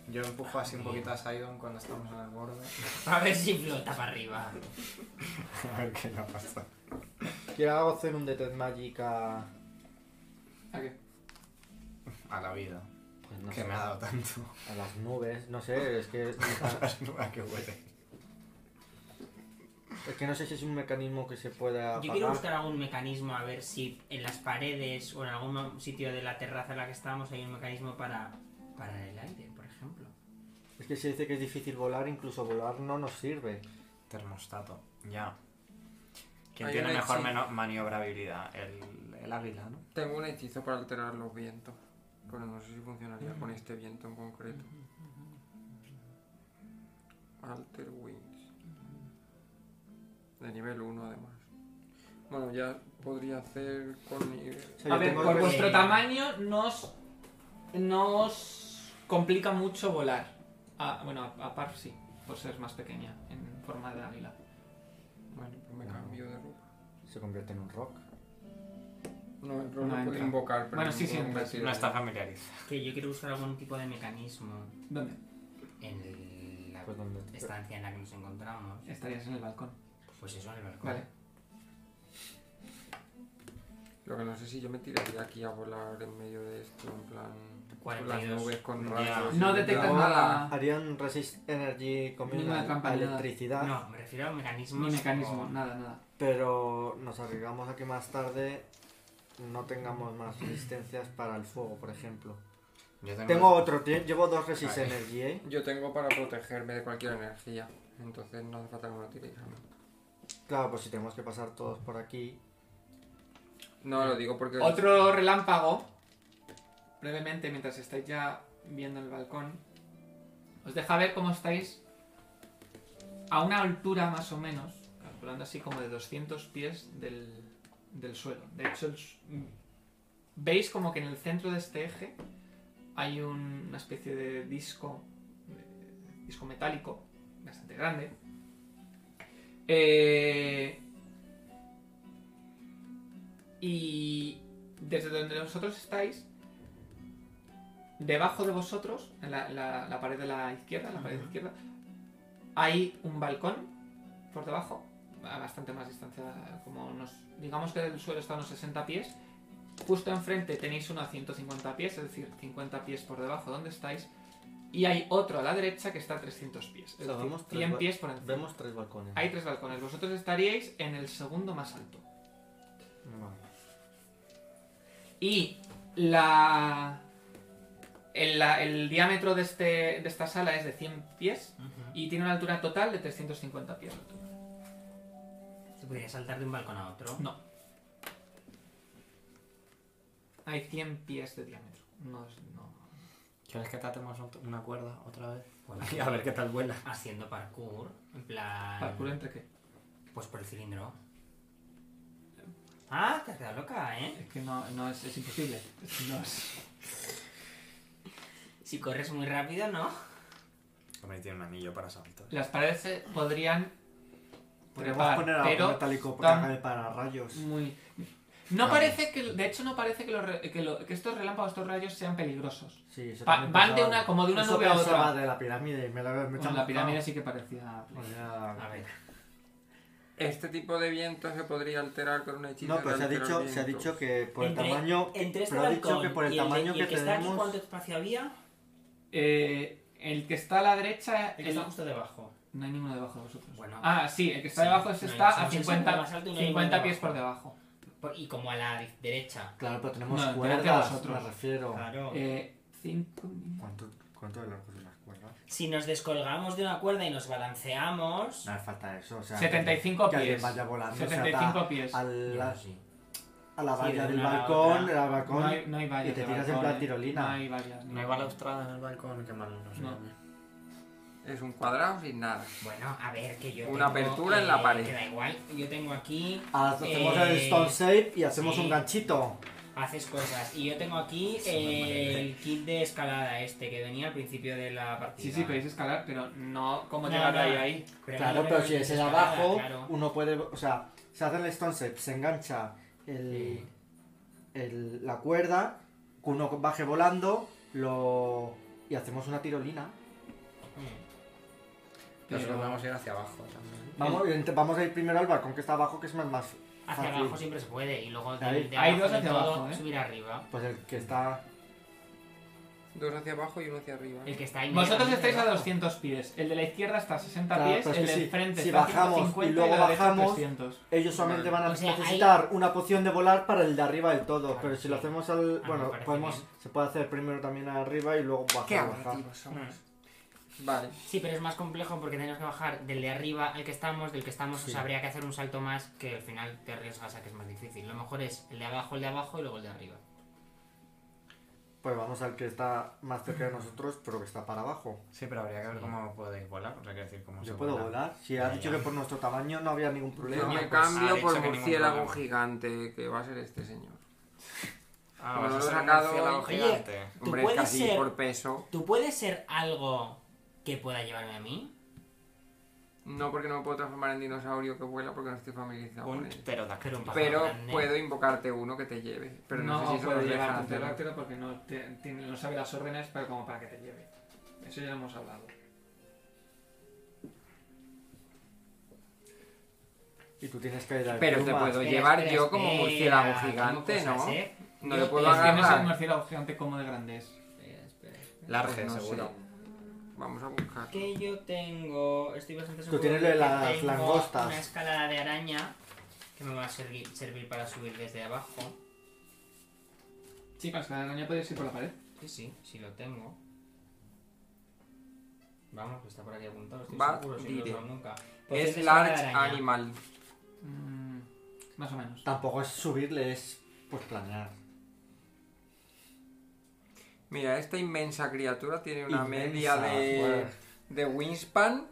E: Yo empujo así un poquito a Sidon cuando estamos en el borde.
B: A ver si flota para arriba.
E: a ver qué le pasa.
C: Quiero hacer un Detect Magic a...
A: ¿A qué?
E: A la vida.
C: Pues no
E: que
C: sé,
E: me ha dado tanto.
C: A las nubes, no sé, es que...
E: A que huele.
C: Es que no sé si es un mecanismo que se pueda
B: Yo quiero
C: apagar.
B: buscar algún mecanismo a ver si en las paredes o en algún sitio de la terraza en la que estamos hay un mecanismo para parar el aire, por ejemplo.
C: Es que se dice que es difícil volar, incluso volar no nos sirve.
E: Termostato. Ya. ¿Quién
D: Hay
E: tiene
D: un
E: mejor
D: hechizo.
E: meno- maniobrabilidad? El, el águila, ¿no?
D: Tengo un hechizo para alterar los vientos, pero no sé si funcionaría con este viento en concreto. Alter Winds. De nivel 1 además. Bueno, ya podría hacer con... ni-
C: O sea,
A: A
C: yo
A: ver,
C: tengo
A: por
C: el-
A: vuestro
B: eh,
A: tamaño nos, nos complica mucho volar. Ah, bueno, a, a Parf sí, por ser más pequeña en forma de águila.
D: Bueno, pues me cambio de ropa.
C: Se convierte en un rock.
D: No, el rol
A: No
D: no, puedo
A: entra.
D: invocar, pero
A: Bueno,
D: no
A: sí,
D: puedo
A: sí, entra,
D: convertir.
E: No está familiarizado.
B: Que yo quiero buscar algún tipo de mecanismo
A: ¿Dónde?
B: en la
C: Pues donde-
B: estancia en la que nos encontramos.
A: Estarías en el balcón.
B: Pues eso en el balcón.
A: Vale.
D: Lo que no sé si yo me tiraría aquí a volar en medio de esto, en plan... Con las
B: 42.
D: nubes con
E: Ya.
D: rayos.
A: No
D: en
A: detectas
D: plan-
A: nada.
C: Harían Resist Energy comiendo
A: Ninguna trampa,
C: a
A: nada.
C: electricidad,
B: No, me refiero a mecanismos.
A: Ni mecanismo,
B: como-
A: nada, nada.
C: pero nos arriesgamos a que más tarde no tengamos más resistencias para el fuego, por ejemplo.
E: Yo
C: Tengo otro, tie- llevo dos Resist
E: Vale.
C: Energy, ¿eh?
D: Yo tengo para protegerme de cualquier energía, entonces no hace falta que me lo tiréis a mí.
C: Claro, pues si tenemos que pasar todos por aquí,
D: No, lo digo porque...
A: Otro relámpago, brevemente, mientras estáis ya viendo el balcón, os deja ver cómo estáis a una altura más o menos, calculando así como de 200 pies del, del suelo. De hecho, el s- veis como que en el centro de este eje hay un- una especie de disco, eh, disco metálico, bastante grande. Eh, y desde donde vosotros estáis, debajo de vosotros, en la, la- la pared de la izquierda, la pared
B: Ujú.
A: izquierda, hay un balcón por debajo, a bastante más distancia, como unos, digamos que el suelo está a unos 60 pies. Justo enfrente tenéis uno a 150 pies, es decir, 50 pies por debajo donde estáis. Y hay otro a la derecha que está a 300 pies. Es
C: O sea,
A: decir,
C: vemos tres
A: 100
C: ba-
A: pies por encima.
C: vemos tres balcones.
A: Hay tres balcones. Vosotros estaríais en el segundo más alto.
C: Vale.
A: Y la. El, la- el diámetro de, este, de esta sala es de 100 pies
B: Ujú.
A: y tiene una altura total de 350 pies. de altura.
B: Se podría saltar de un balcón a otro.
A: No. Hay 100 pies de diámetro. No, es- no.
E: ¿Quieres que tratemos ot- una cuerda otra vez?
B: Bueno,
E: Y a ver qué tal vuela.
B: Pues
E: ¿eh?
B: haciendo parkour. En plan.
A: ¿Parkour entre qué?
B: Pues por el cilindro. Ah, te has quedado loca, ¿eh?
A: Es que no, no es, es imposible. Es- no es-
B: Si corres muy rápido, ¿no?
E: Hombre, tiene un anillo para saltar.
A: Las paredes se podrían
C: Podemos
A: trepar,
C: poner algo
A: pero
C: metálico
A: tan-
C: para, para rayos.
A: muy... No
C: Claro.
A: parece que, de hecho no parece que, los re- que lo- que estos relámpagos, estos rayos sean peligrosos.
C: Sí, eso
A: Pa-
C: también
A: van de
C: pensaba.
A: una- como de una
C: Eso
A: nube a otra.
C: pensaba de la pirámide y me la me
A: Bueno, la pirámide sí que parecía...
C: O sea,
B: A ver.
D: Este tipo de viento se podría alterar con un hechizo.
C: no, pero
D: de
C: se ha
D: alterar
C: dicho, se ha
D: vientos.
C: dicho que por el
B: Entre-
C: tamaño,
B: entre este
C: pero ha dicho
B: balcón
C: que por el
B: y de-
C: tamaño
B: y
C: que
B: el está aquí,
C: tenemos,
B: ¿cuánto espacio había?
A: Eh, el que está a la derecha...
B: El que
A: el-
B: está justo debajo.
A: No hay ninguno debajo de vosotros.
B: Bueno.
A: ah, sí, el que está
B: Sí,
A: debajo ese
B: no hay-
A: está a
B: somos el segundo
A: 50,
B: más alto y no hay
A: 50
B: ninguno
A: pies por
B: debajo.
A: debajo.
B: Por- Y como a la derecha.
C: claro, pero tenemos
A: No, pero que
C: cuerdas,
A: vosotros.
C: me refiero.
B: Claro.
A: Eh, cinco-
C: ¿Cuánto, cuánto de largo son las cuerdas?
B: Si nos descolgamos de una cuerda y nos balanceamos.
C: No hace falta eso, o sea,
A: 75
C: que alguien
A: pies.
C: vaya volando, se
A: 75
C: ata
A: pies.
C: a la,
B: Sí.
C: a la
B: Sí,
C: valla
B: de
C: del
B: una a la
C: balcón,
B: otra.
C: del balcón.
A: No hay, no hay vallas
C: y te
A: de
C: tiras en
A: balcón,
C: plan
A: eh.
C: tirolina.
A: No hay vallas.
E: No hay balaustrada en el balcón, qué malo, no sé.
A: No.
D: Es un cuadrado sin nada.
B: Bueno, a ver, que yo.
D: Una
B: tengo,
D: apertura en
B: eh,
D: la pared.
B: Que da igual, yo tengo aquí.
C: Hacemos
B: eh,
C: el stone shape y hacemos
B: sí.
C: un ganchito.
B: Haces cosas. Y yo tengo aquí eh, el kit de escalada este que venía al principio de la partida.
A: Sí, sí, podéis escalar, pero no cómo
B: No,
A: llegar
B: no.
A: ahí ahí.
C: Claro,
B: no
C: pero
B: tengo
C: si
B: kit
C: es
B: de
C: el
B: escalada,
C: abajo,
B: claro.
C: uno puede, o sea, se hace el stone shape, se engancha el,
B: Sí.
C: el- la cuerda, que uno baje volando, lo y hacemos una tirolina.
A: Pero-
E: Nosotros vamos a ir hacia abajo también.
C: Vamos, ent- vamos a ir primero al balcón que está abajo, que es más más
B: Hacia
C: fácil.
B: abajo siempre se puede. Y luego de,
C: Ahí.
B: de
A: Hay
B: abajo
A: dos
B: de
A: hacia
B: todo,
A: abajo, ¿eh?
B: subir arriba.
C: Pues el que está
D: Dos hacia abajo y uno hacia arriba.
B: El que está ahí.
A: Vosotros
B: inmediatamente
A: estáis a
B: debajo.
A: 200 pies. El de la izquierda está a 60
C: Claro,
A: pies,
C: pero es
A: el
C: que
A: de
C: si-
A: enfrente
C: si
A: está a
C: bajamos y
A: 150
C: luego
A: la derecha
C: bajamos,
A: 300.
C: Ellos solamente van a
B: O sea, ahí-
C: necesitar una poción de volar para el de arriba del todo,
B: Claro,
C: pero si
B: sí. Ah,
C: lo hacemos al...
B: me
C: bueno,
B: parece
C: podemos,
B: bien.
C: se puede hacer primero también arriba y luego bajar.
D: Qué
C: bajar.
D: aburridos somos. Vale.
B: Sí, pero es más complejo porque tenemos que bajar del de arriba al que estamos, del que estamos, o
C: Sí.
B: sea, habría que hacer un salto más que al final te arriesgas a que es más difícil. Lo mejor es el de abajo, el de abajo y luego el de arriba.
C: Pues vamos al que está más cerca de nosotros, pero que está para abajo.
E: Sí, pero habría que ver cómo podéis volar, o sea, quiero decir, cómo se
C: Yo puedo
E: vuela.
C: volar. Si
B: Ya,
C: ha dicho
B: ya.
C: que por nuestro tamaño no había ningún problema.
D: Yo
E: Coño,
D: me
E: pues, ha
D: cambio
E: dicho
D: por
E: que ningún
D: murciélago
E: problema.
D: gigante, que va a ser este señor.
E: Ah, vas
D: Como lo
E: a
D: he
E: ser un
D: sacado
E: murciélago
D: hoy.
B: Oye,
E: gigante.
B: ¿tú
D: Hombre, es
B: puedes
D: casi
B: ser-
D: por peso.
B: ¿Tú puedes ser algo que pueda llevarme a mí?
D: No porque no me puedo transformar en dinosaurio que vuela porque no estoy familiarizado con
E: Un
D: él.
B: Pero un
E: pterodáctilo.
B: pájaro
D: Pero
B: grande.
D: puedo invocarte uno que te lleve. Pero no, sé si eso
A: puedo
D: lo
A: llevar
D: deja
A: a un
D: hacer.
A: pterodáctilo porque no, te- tiene- no sabe las órdenes para, como para que te lleve. Eso ya lo hemos hablado.
C: Y tú tienes que ir al
D: Pero te puedo llevar yo como murciélago
B: espera,
D: gigante,
B: tengo
D: ¿no?
B: cosas, ¿eh?
D: No
B: Yo-
D: le puedo
B: es que
A: Es que no es un
D: agarrar.
A: murciélago gigante como de grande es.
B: Espera, espera, espera.
E: Large,
D: Pues no
E: seguro.
D: sé. Vamos a buscar.
B: Que yo tengo. Estoy bastante seguro.
C: tienes lo
B: que
C: de las
B: tengo
C: langostas.
B: Una escalada de araña que me va a servir, servir para subir desde abajo.
A: Chicas, cada araña podéis ir por la pared.
B: Sí, sí, sí lo tengo. Vamos, que está por aquí apuntado, estoy
D: Va,
B: seguro, si no
D: diré.
B: lo he nunca. Pues
D: Es
B: es la
D: large
B: araña.
D: animal.
A: Mm, más o menos.
C: Tampoco es subirle, es pues planear.
D: Mira, esta inmensa criatura tiene una media
C: Inmensa,
D: de,
C: joder.
D: de wingspan,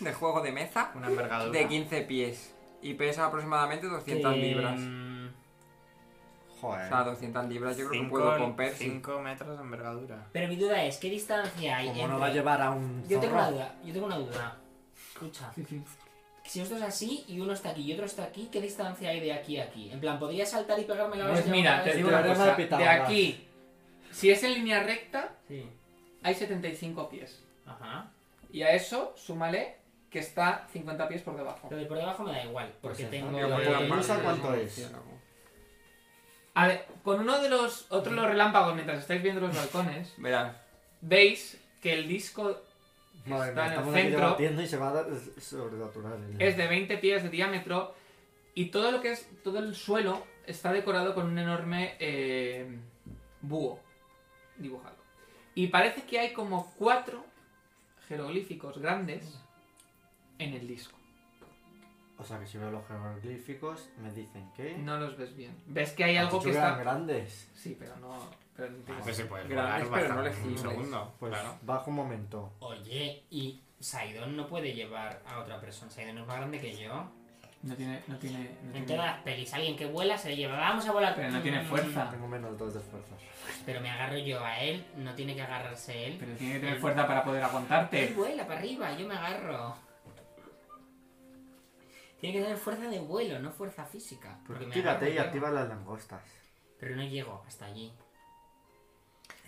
D: de juego de meza,
E: Una envergadura.
D: de 15 pies. Y pesa aproximadamente 200
B: Que,
D: libras.
B: mm,
D: O
C: Joder.
D: sea, 200 libras yo creo que
E: Cinco-
D: puedo con Percy.
E: 5 metros de envergadura.
B: Pero mi duda es, ¿qué distancia hay
C: Como
B: entre-
C: no va a llevar a un
B: Yo tengo
C: zorro.
B: una duda, yo tengo una duda. Escucha,
A: Sí, sí.
B: si esto es así y uno está aquí y otro está aquí, ¿qué distancia hay de aquí a aquí? En plan, ¿podría saltar y pegarme la
A: Pues
B: hostia
A: mira,
B: otra
A: te
B: vez?
A: digo una
C: Teorema
A: cosa.
C: de
A: De
C: Pitágoras.
A: aquí, si es en línea recta,
B: Sí,
A: hay 75 pies.
B: ajá.
A: Y a eso, súmale que está 50 pies por debajo.
B: Lo de por debajo me da igual, porque
C: Pues
B: tengo...
C: entonces, la
B: eh,
C: hipotenusa,
B: eh,
C: ¿cuánto es?
A: A ver, con uno de los otros los relámpagos, mientras estáis viendo los balcones,
D: Verás.
A: veis que el disco
C: Madre
A: Está en el
C: mía, estamos aquí
A: centro.
C: debatiendo y se va a dar es sobrenatural. ¿eh?
A: es de 20 pies de diámetro y todo lo que es todo el suelo está decorado con un enorme eh, búho dibujado. Y parece que hay como cuatro jeroglíficos grandes en el disco.
C: O sea, que si veo los jeroglíficos, me dicen que...
A: No los ves bien. Ves que hay
C: Has
A: algo
C: dicho
A: que
C: eran
A: está
C: grandes.
A: Sí, pero no pero no
E: No
A: tienes-
E: sé si Pues puedes
D: Grandes,
E: volar,
D: Ah, pero no
E: bajar un
D: legibles.
E: segundo.
C: Pues
E: Claro.
C: bajo un momento.
B: Oye, y Saidon no puede llevar a otra persona. Saidon es más grande que yo.
A: no tiene
C: Ah, pues,
A: no tiene no
B: En
A: tiene-
B: todas las pelis, alguien que vuela se le lleva. Vamos a volar.
A: Pero no tiene
B: Mm,
A: fuerza.
C: Tengo menos dos de fuerza.
B: Pero me agarro yo a él, no tiene que agarrarse él.
A: Pero tiene que tener fuerza para poder aguantarte.
B: Él vuela para arriba, yo me agarro.
F: Tiene que tener fuerza de vuelo, no fuerza física. Porque me
C: Tírate
F: agarro
C: y
F: llego.
C: activa las langostas.
F: Pero no llego hasta allí.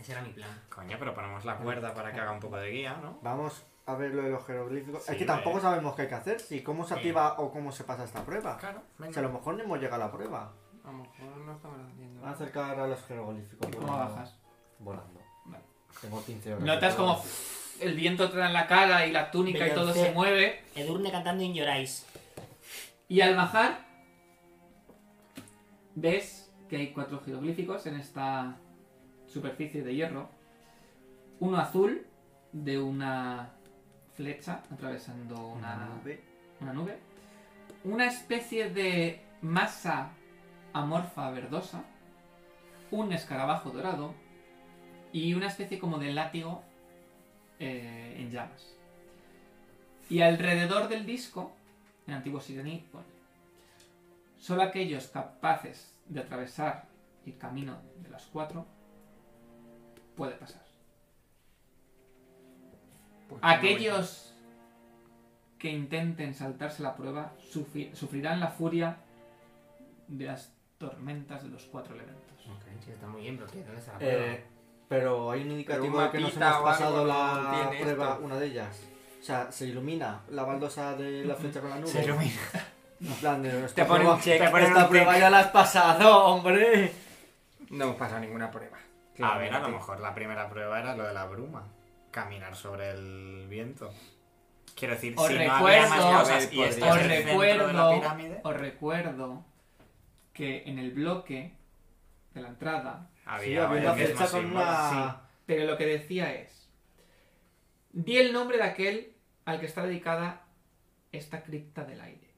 F: Ese era mi plan.
E: Coño, pero ponemos
C: eh,
E: la cuerda para que haga un poco de guía, ¿no?
C: Vamos a ver lo de los jeroglíficos.
E: Sí,
C: es que tampoco
E: eh.
C: sabemos qué hay que hacer, si cómo se activa o cómo se pasa esta prueba.
E: Claro,
C: Si a lo mejor no hemos llegado a la prueba.
D: A lo mejor no estamos haciendo.
C: Voy a acercar a los jeroglíficos.
A: ¿Y cómo
C: volando.
A: bajas?
C: Volando.
A: Vale.
C: Tengo 15 horas.
A: Notas
C: de
A: como
C: vuelo.
A: el viento entra en la cara y la túnica y todo se mueve.
F: Edurne cantando In Your Eyes.
A: Y al bajar, ves que hay cuatro jeroglíficos en esta superficie de hierro. Uno azul de una flecha atravesando
C: Una
A: una,
C: nube.
A: una nube. Una especie de masa amorfa verdosa. Un escarabajo dorado. Y una especie como de látigo eh, en llamas. Y alrededor del disco, en antiguo siraní, pone, solo aquellos capaces de atravesar el camino de las cuatro puede pasar.
D: Pues no voy
A: Aquellos que intenten saltarse la prueba sufri- sufrirán la furia de las tormentas de los cuatro elementos.
F: Sí, está muy bien, pero ¿qué? ¿dónde está la prueba?
C: Eh, pero hay un
D: Pero
C: indicativo
D: un
C: de que nos
D: mapita
C: hemos
D: o algo
C: pasado
D: no
C: la
D: tiene
C: prueba,
D: esto.
C: una de ellas. O sea, se ilumina la baldosa de la flecha con la nube.
E: Se ilumina.
C: En plan, de
E: Te ponen un check, te ponen
C: esta
E: un
C: prueba
E: tick.
C: ya la has pasado, hombre.
D: a- No hemos pasado ninguna prueba.
E: A ver, a lo
D: claramente.
E: mejor la primera prueba era lo de la bruma. Caminar sobre el viento. Quiero decir,
A: Os
E: si no había más
A: recuerdo-
E: cosas y
D: os
E: estás en el centro de la
A: recuerdo-
E: pirámide,
A: Os recuerdo que en el bloque de la entrada
C: Sí,
E: había,
C: había
E: el
C: una
E: mismo
C: flecha con
E: símbolo.
C: una...
A: Pero lo que decía es, di el nombre de aquel al que está dedicada esta cripta del aire.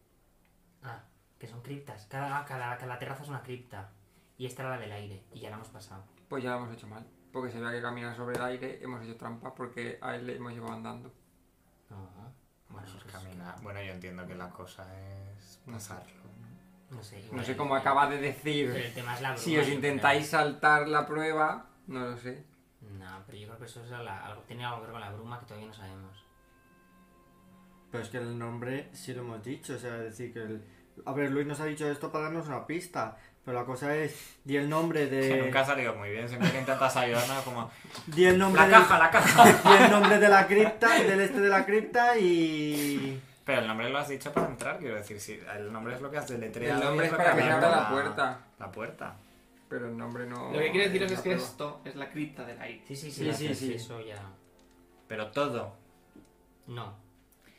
F: Ah, que son criptas. Cada, cada, cada terraza es una cripta. Y esta era la del aire. Y ya la hemos pasado.
D: Pues ya lo hemos hecho mal. Porque se vea que caminar sobre el aire, hemos hecho trampa porque a él le hemos llevado andando.
F: Ah, bueno,
E: Bueno, pues
F: pues
E: caminar. Bueno, yo entiendo que la cosa es pasarlo. ¿no?
F: No sé.
D: No
F: igual-
D: sé cómo
F: igual-
D: acaba de
F: Pero el
D: decir.
F: tema es la bruma.
D: Si os
F: yo creo.
D: intentáis saltar la prueba, no lo sé.
F: No, pero yo creo que eso es la- algo, tiene algo que ver con la bruma que todavía no sabemos.
C: Pero es que el nombre sí lo hemos dicho, o sea, decir que el... A ver, Luis nos ha dicho esto para darnos una pista, pero la cosa es, di el nombre
E: Que
C: de...
E: nunca ha salido muy bien. Siempre que intentas ayudarnos, como.
C: Di el nombre
E: ¡La
C: del-
E: caja, la caja!
C: di el nombre de la cripta, del este de la cripta y...
E: Pero el nombre lo has dicho para entrar, quiero decir. Si el nombre es lo que has deletreado.
D: El
E: y
D: nombre es
E: lo
D: para que se
E: abre
D: abra la puerta.
E: La puerta.
D: Pero el nombre no.
A: Lo que quiero deciros
D: la
A: es que
D: prueba.
A: esto es la cripta del aire.
F: Sí, sí,
D: Sí,
F: sí. la-
D: sí,
F: pero
D: sí.
F: Eso ya.
E: Pero todo.
F: No.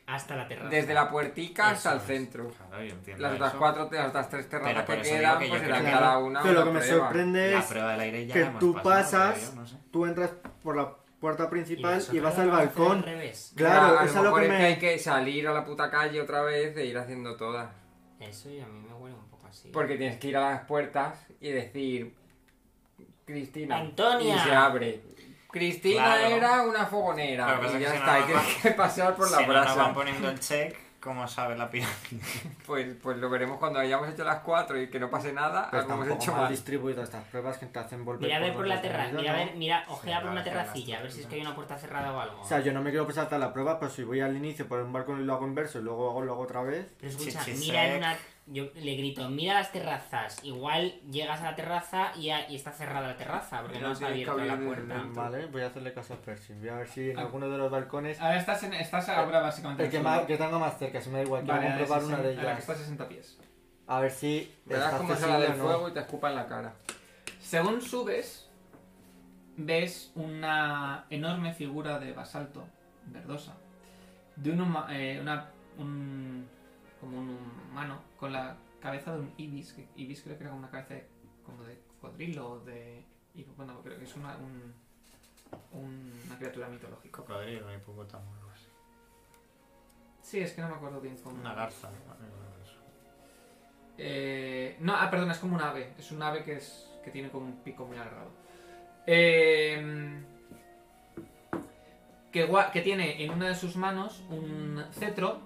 F: Hasta la terraza.
D: Desde la puertica hasta el
E: Eso es.
D: centro.
E: Claro, yo entiendo.
D: Las otras
E: eso.
D: cuatro, las otras tres terrazas
E: Pero por
D: que
E: eso digo
D: quedan,
E: que yo
D: pues
E: creo
D: será
E: que-
D: cada una.
C: pero lo que
D: una
C: me
D: prueba.
C: sorprende
E: La
C: es
E: prueba del aire ya
C: que
E: la hemos
C: tú
E: pasado,
C: pasas-
E: creo yo, no sé.
C: tú entras por la puerta
F: Y
C: principal
F: las
C: y
F: otras
C: vas al
F: las vamos a hacer
C: balcón.
F: al revés.
C: Claro,
D: Ya, a
C: es a lo
D: mejor
C: que
D: es
C: me...
D: hay que salir a la puta calle otra vez e ir haciendo todas.
F: Eso y a mí me huele un poco así.
D: Porque tienes que ir a las puertas y decir. Cristina.
F: Antonia.
D: Y se abre. Cristina
E: Claro.
D: era una fogonera.
E: Lo que pasa es
D: y ya
E: que si no
D: está. y
E: nos
D: tienes que pasar por la
E: si no nos
D: brasa.
E: van poniendo el check, ¿cómo sabe la pirámide?
D: Pues, pues lo veremos cuando hayamos hecho las cuatro y que no pase nada.
C: Pues
D: hemos
C: tampoco
D: hecho
C: mal
D: mal.
C: distribuido estas pruebas que te hacen volver
F: Mira a ver por la
C: donde has
F: terraza.
C: venido,
F: Mira, a
C: ¿no?
F: ver, mira, ojea
E: Sí,
F: por una
E: claro, claro,
F: terracilla. A ver si es que hay una puerta cerrada o algo.
C: O sea, yo no me quiero saltar la prueba, pero si voy al inicio por un balcón y lo hago inverso y luego hago, lo hago otra vez...
F: Pero escucha,
E: Chichi
F: mira en
E: sec.
F: una. Yo le grito, mira las terrazas. Igual llegas a la terraza y, a- y está cerrada la terraza, porque
D: Pero
F: no está
D: tienes que
F: abierta la
D: abrir desde
F: puerta.
D: dentro.
C: Vale, voy a hacerle caso a Percy. Voy a ver si en alguno de los balcones...
A: Ahora estás, en, estás ahora básicamente...
C: El que,
A: en
C: más,
A: el-
C: que tengo más cerca, si me da igual,
A: Eh, Vale,
C: quiero
A: a la de
C: comprobar una de
A: 60 a la que
C: ellas.
A: está a 60 pies.
C: A ver si
D: Verás
C: está
D: cómo sale del
C: accesible o no.
D: fuego y te escupa en la cara.
A: Según subes, ves una enorme figura de basalto verdosa. De un huma- eh, una, un- como un humano con la cabeza de un ibis. Que ibis creo que era una cabeza de- como de cocodrilo o de... y Bueno, creo que es una, un- una criatura mitológica.
E: Cocodrilo, hipopótamo, algo así.
A: Sí, es que no me acuerdo bien cómo...
E: Una garza. algo de eso.
A: Eh, no, ah, perdón, es como un ave. Es un ave que, es, que tiene como un pico muy alargado. Eh, que, gua- que tiene en una de sus manos un cetro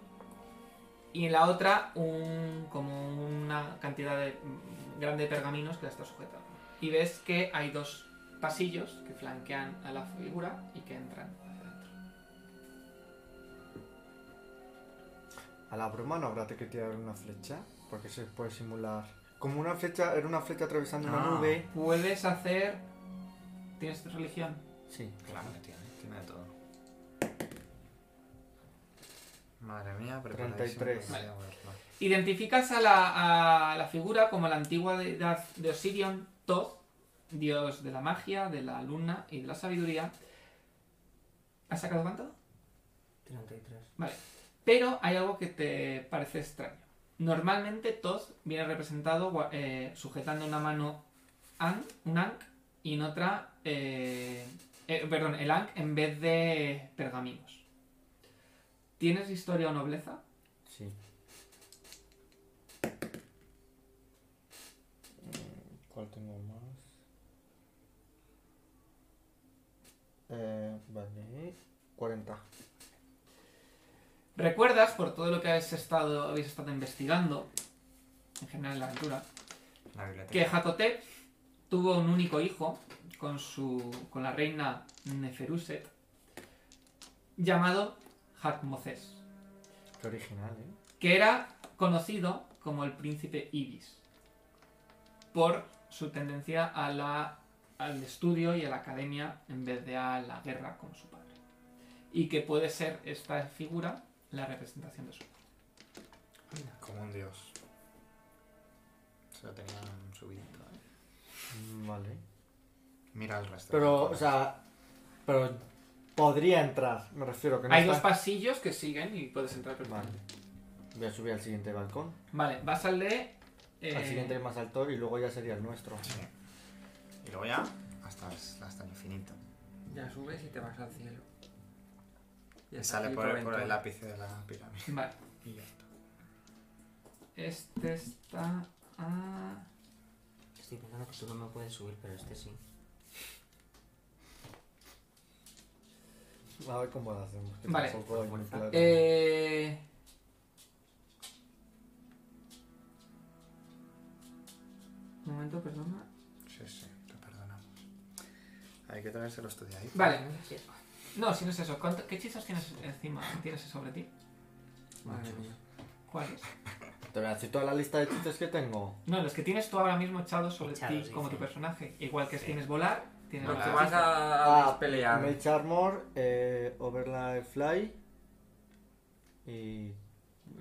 A: y en la otra un, como una cantidad de mm, grande de pergaminos que la está sujetando. Y ves que hay dos pasillos que flanquean a la figura y que entran hacia adentro.
C: A la broma no habrá que tirar una flecha, porque se puede simular. Como una flecha, era una flecha atravesando una
E: Ah.
C: nube.
A: Puedes hacer. ¿Tienes religión?
C: Sí.
E: Claro que tiene, tiene de todo. Madre mía, preparadísimo.
C: 33.
E: Vale, voy a verlo.
A: Identificas a la, a la figura como la antigua deidad de Osirion, Thoth, dios de la magia, de la luna y de la sabiduría. ¿Has sacado cuánto?
B: 33.
A: Vale. Pero hay algo que te parece extraño. Normalmente Thoth viene representado gua- eh, sujetando en una mano an, un Ankh y en otra... eh, eh, perdón, el Ankh en vez de pergaminos. ¿Tienes historia o nobleza?
C: Sí. Eh, Mm, ¿Cuál tengo más? Eh, vale. 40.
A: ¿Recuerdas, por todo lo que habéis estado, habéis estado investigando, en general en la aventura,
E: La biblioteca.
A: que Jatotep tuvo un único hijo con, su, con la reina Neferuset, llamado Hatmoses,
C: Qué original, ¿eh?
A: que era conocido como el príncipe Ibis, por su tendencia a la- al estudio y a la academia en vez de a la guerra como su padre. Y que puede ser esta figura la representación de su
E: Como un dios. Se lo tenía en su vida. ¿eh?
C: Mm, Vale.
E: Mira el resto.
C: Pero, o sea. Pero podría entrar, me refiero que no
A: Hay
C: está-
A: dos pasillos que siguen y puedes entrar
C: Vale.
A: perfectamente.
C: Voy a subir al siguiente balcón.
A: Vale, vas al de. eh,
C: Al siguiente más alto y luego ya sería el nuestro.
E: Sí. Y luego ya, hasta, hasta el infinito.
D: Ya subes y te vas al cielo. Y
E: Y
D: hasta
E: sale
D: aquí
E: por, por
D: Proventura.
E: el lápiz de la pirámide.
A: Vale,
E: Y ya está.
A: este está. a-
B: Estoy pensando que tú no me puedes subir, pero este sí.
C: A ver cómo lo hacemos. que
A: Vale.
C: tampoco hay muy claro.
A: Eh. Un momento, perdona.
E: Sí, sí, te perdonamos. Hay que traérselo estudiadito.
A: Vale. No, si no es eso. ¿cuánto- ¿Qué hechizos tienes encima? ¿Tienes sobre ti?
D: Madre mía.
A: ¿Cuáles?
C: Te voy a decir toda la lista de chistes que tengo.
A: No, los que tienes tú ahora mismo echados sobre
B: Echados,
A: ti como
B: sí.
A: tu personaje. Igual que tienes volar, tienes.
D: Lo
E: Los
D: que
E: Ah.
D: vas a, a
C: Ah,
D: pelear.
C: Mage Armor, eh, Overlay Fly y...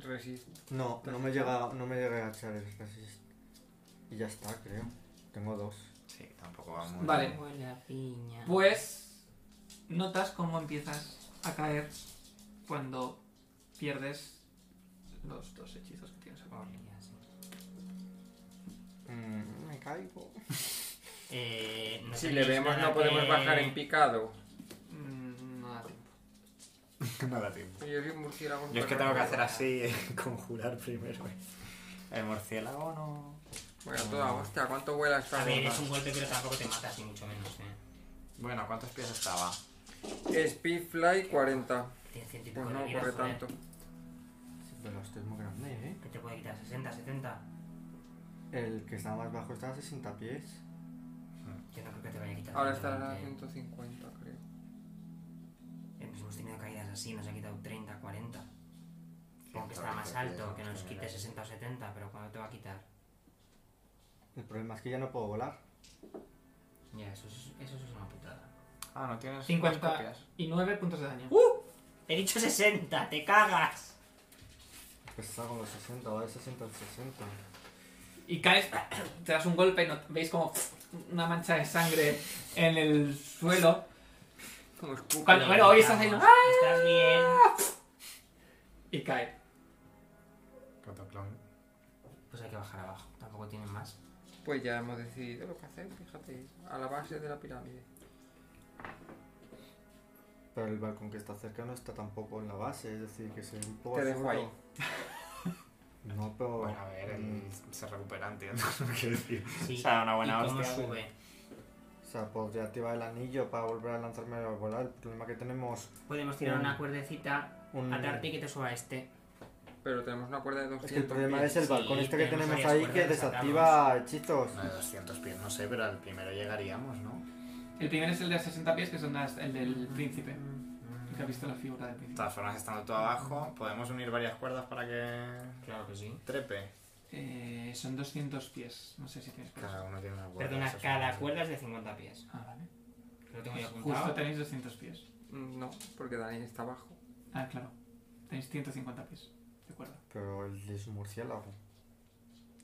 D: Resist.
C: No, no me llega, no me llega a echar el Resist. Y ya está, creo. Tengo dos.
E: Sí, tampoco va muy
A: Vale.
B: Huele a piña.
A: Pues notas cómo empiezas a caer cuando pierdes los dos hechizos que tienes a favor.
B: Olía, sí.
C: Mm, me caigo.
B: Eh, no
D: Si le
B: tenéis
D: vemos
B: nada
D: no podemos
B: que-
D: bajar en picado.
A: Mm, No da tiempo.
E: No da tiempo.
D: Yo soy un murciélago.
E: Yo es que tengo que hacer así, conjurar primero. El murciélago no.
D: Bueno, toda hostia, ¿cuánto vuela esta
B: A ver,
D: bomba?
B: es un golpe, pero tampoco te matas, ni mucho menos, eh.
E: Bueno, ¿cuántos pies estaba?
D: Speedfly 40.
B: Tiene ciento y pico de
D: Pues no
B: vida,
D: corre
B: joder.
D: tanto.
C: Pero este es muy grande, ¿eh?
B: ¿Qué te puede quitar? ¿60, 70?
C: El que está más bajo está a 60 pies.
B: Yo no creo que te vaya a quitar.
D: Ahora
B: tanto,
D: estará a
B: eh.
D: 150, creo.
B: Hemos hemos tenido caídas así, nos ha quitado 30, 40. Supongo que está más
E: 120 pies,
B: alto, que nos
E: más o
B: quite
E: menos.
B: 60 o 70, pero ¿cuándo te va a quitar?
C: El problema es que ya no puedo volar.
B: Ya, eso es, eso es una putada.
E: Ah, no tienes.
A: 50
E: copias.
A: y 9 puntos de daño.
B: He dicho 60, te cagas.
C: Pues está con los 60, va de 60 al 60.
A: Y caes, te das un golpe y no- veis como una mancha de sangre en el suelo.
D: Como escupe.
A: Cuando- bueno, hoy estás ahí,
B: Vamos,
A: ¡ah!
B: Estás bien.
A: y cae.
E: Protoclon.
B: Pues hay que bajar abajo, tampoco tienen más.
D: Pues ya hemos decidido lo que hacer, fíjate. A la base de la pirámide.
C: Pero el balcón que está cerca no está tampoco en la base, es decir, que es un poco
D: Te dejo
C: absurdo.
D: ahí.
C: No, pero...
E: Bueno, a ver,
C: mm,
E: el- se recupera, entiendo lo que quiero decir.
B: Sí.
E: O sea, una buena
B: ¿Y cómo
E: hostia.
B: sube?
C: O sea, podría activar el anillo para volver a lanzarme a volar. El problema que tenemos
B: Podemos tirar
C: Un-
E: Mm.
B: una cuerdecita,
C: un...
B: atarte y que te suba este.
D: Pero tenemos una cuerda de 200
C: Es que el problema
D: pies.
C: es el
B: Sí,
C: balcón este que
B: tenemos
C: tenemos
B: varias
C: ahí que
B: cuerdas,
C: desactiva hechizos.
E: Una de 200 pies, no sé, pero al primero llegaríamos, ¿no?
A: Mm. El primero es el de 60 pies, que es donde está el del príncipe.
B: Mm,
A: que ha visto la figura del
E: De
A: principio.
E: todas formas, estando todo abajo, podemos unir varias cuerdas para que
B: Claro que sí.
E: trepe.
A: Eh, son 200 pies, no sé si tienes pies.
E: Cada uno tiene una cuerda.
B: Perdona,
E: eso es
B: cada
E: una-
B: cuerda es de 50 pies.
A: Ah, vale. Pues
B: Lo tengo yo
A: Justo
B: apuntado.
A: tenéis 200 pies.
D: Mm, No, porque Dani está abajo.
A: Ah, claro. Tenéis 150 pies de cuerda.
C: Pero él es un murciélago.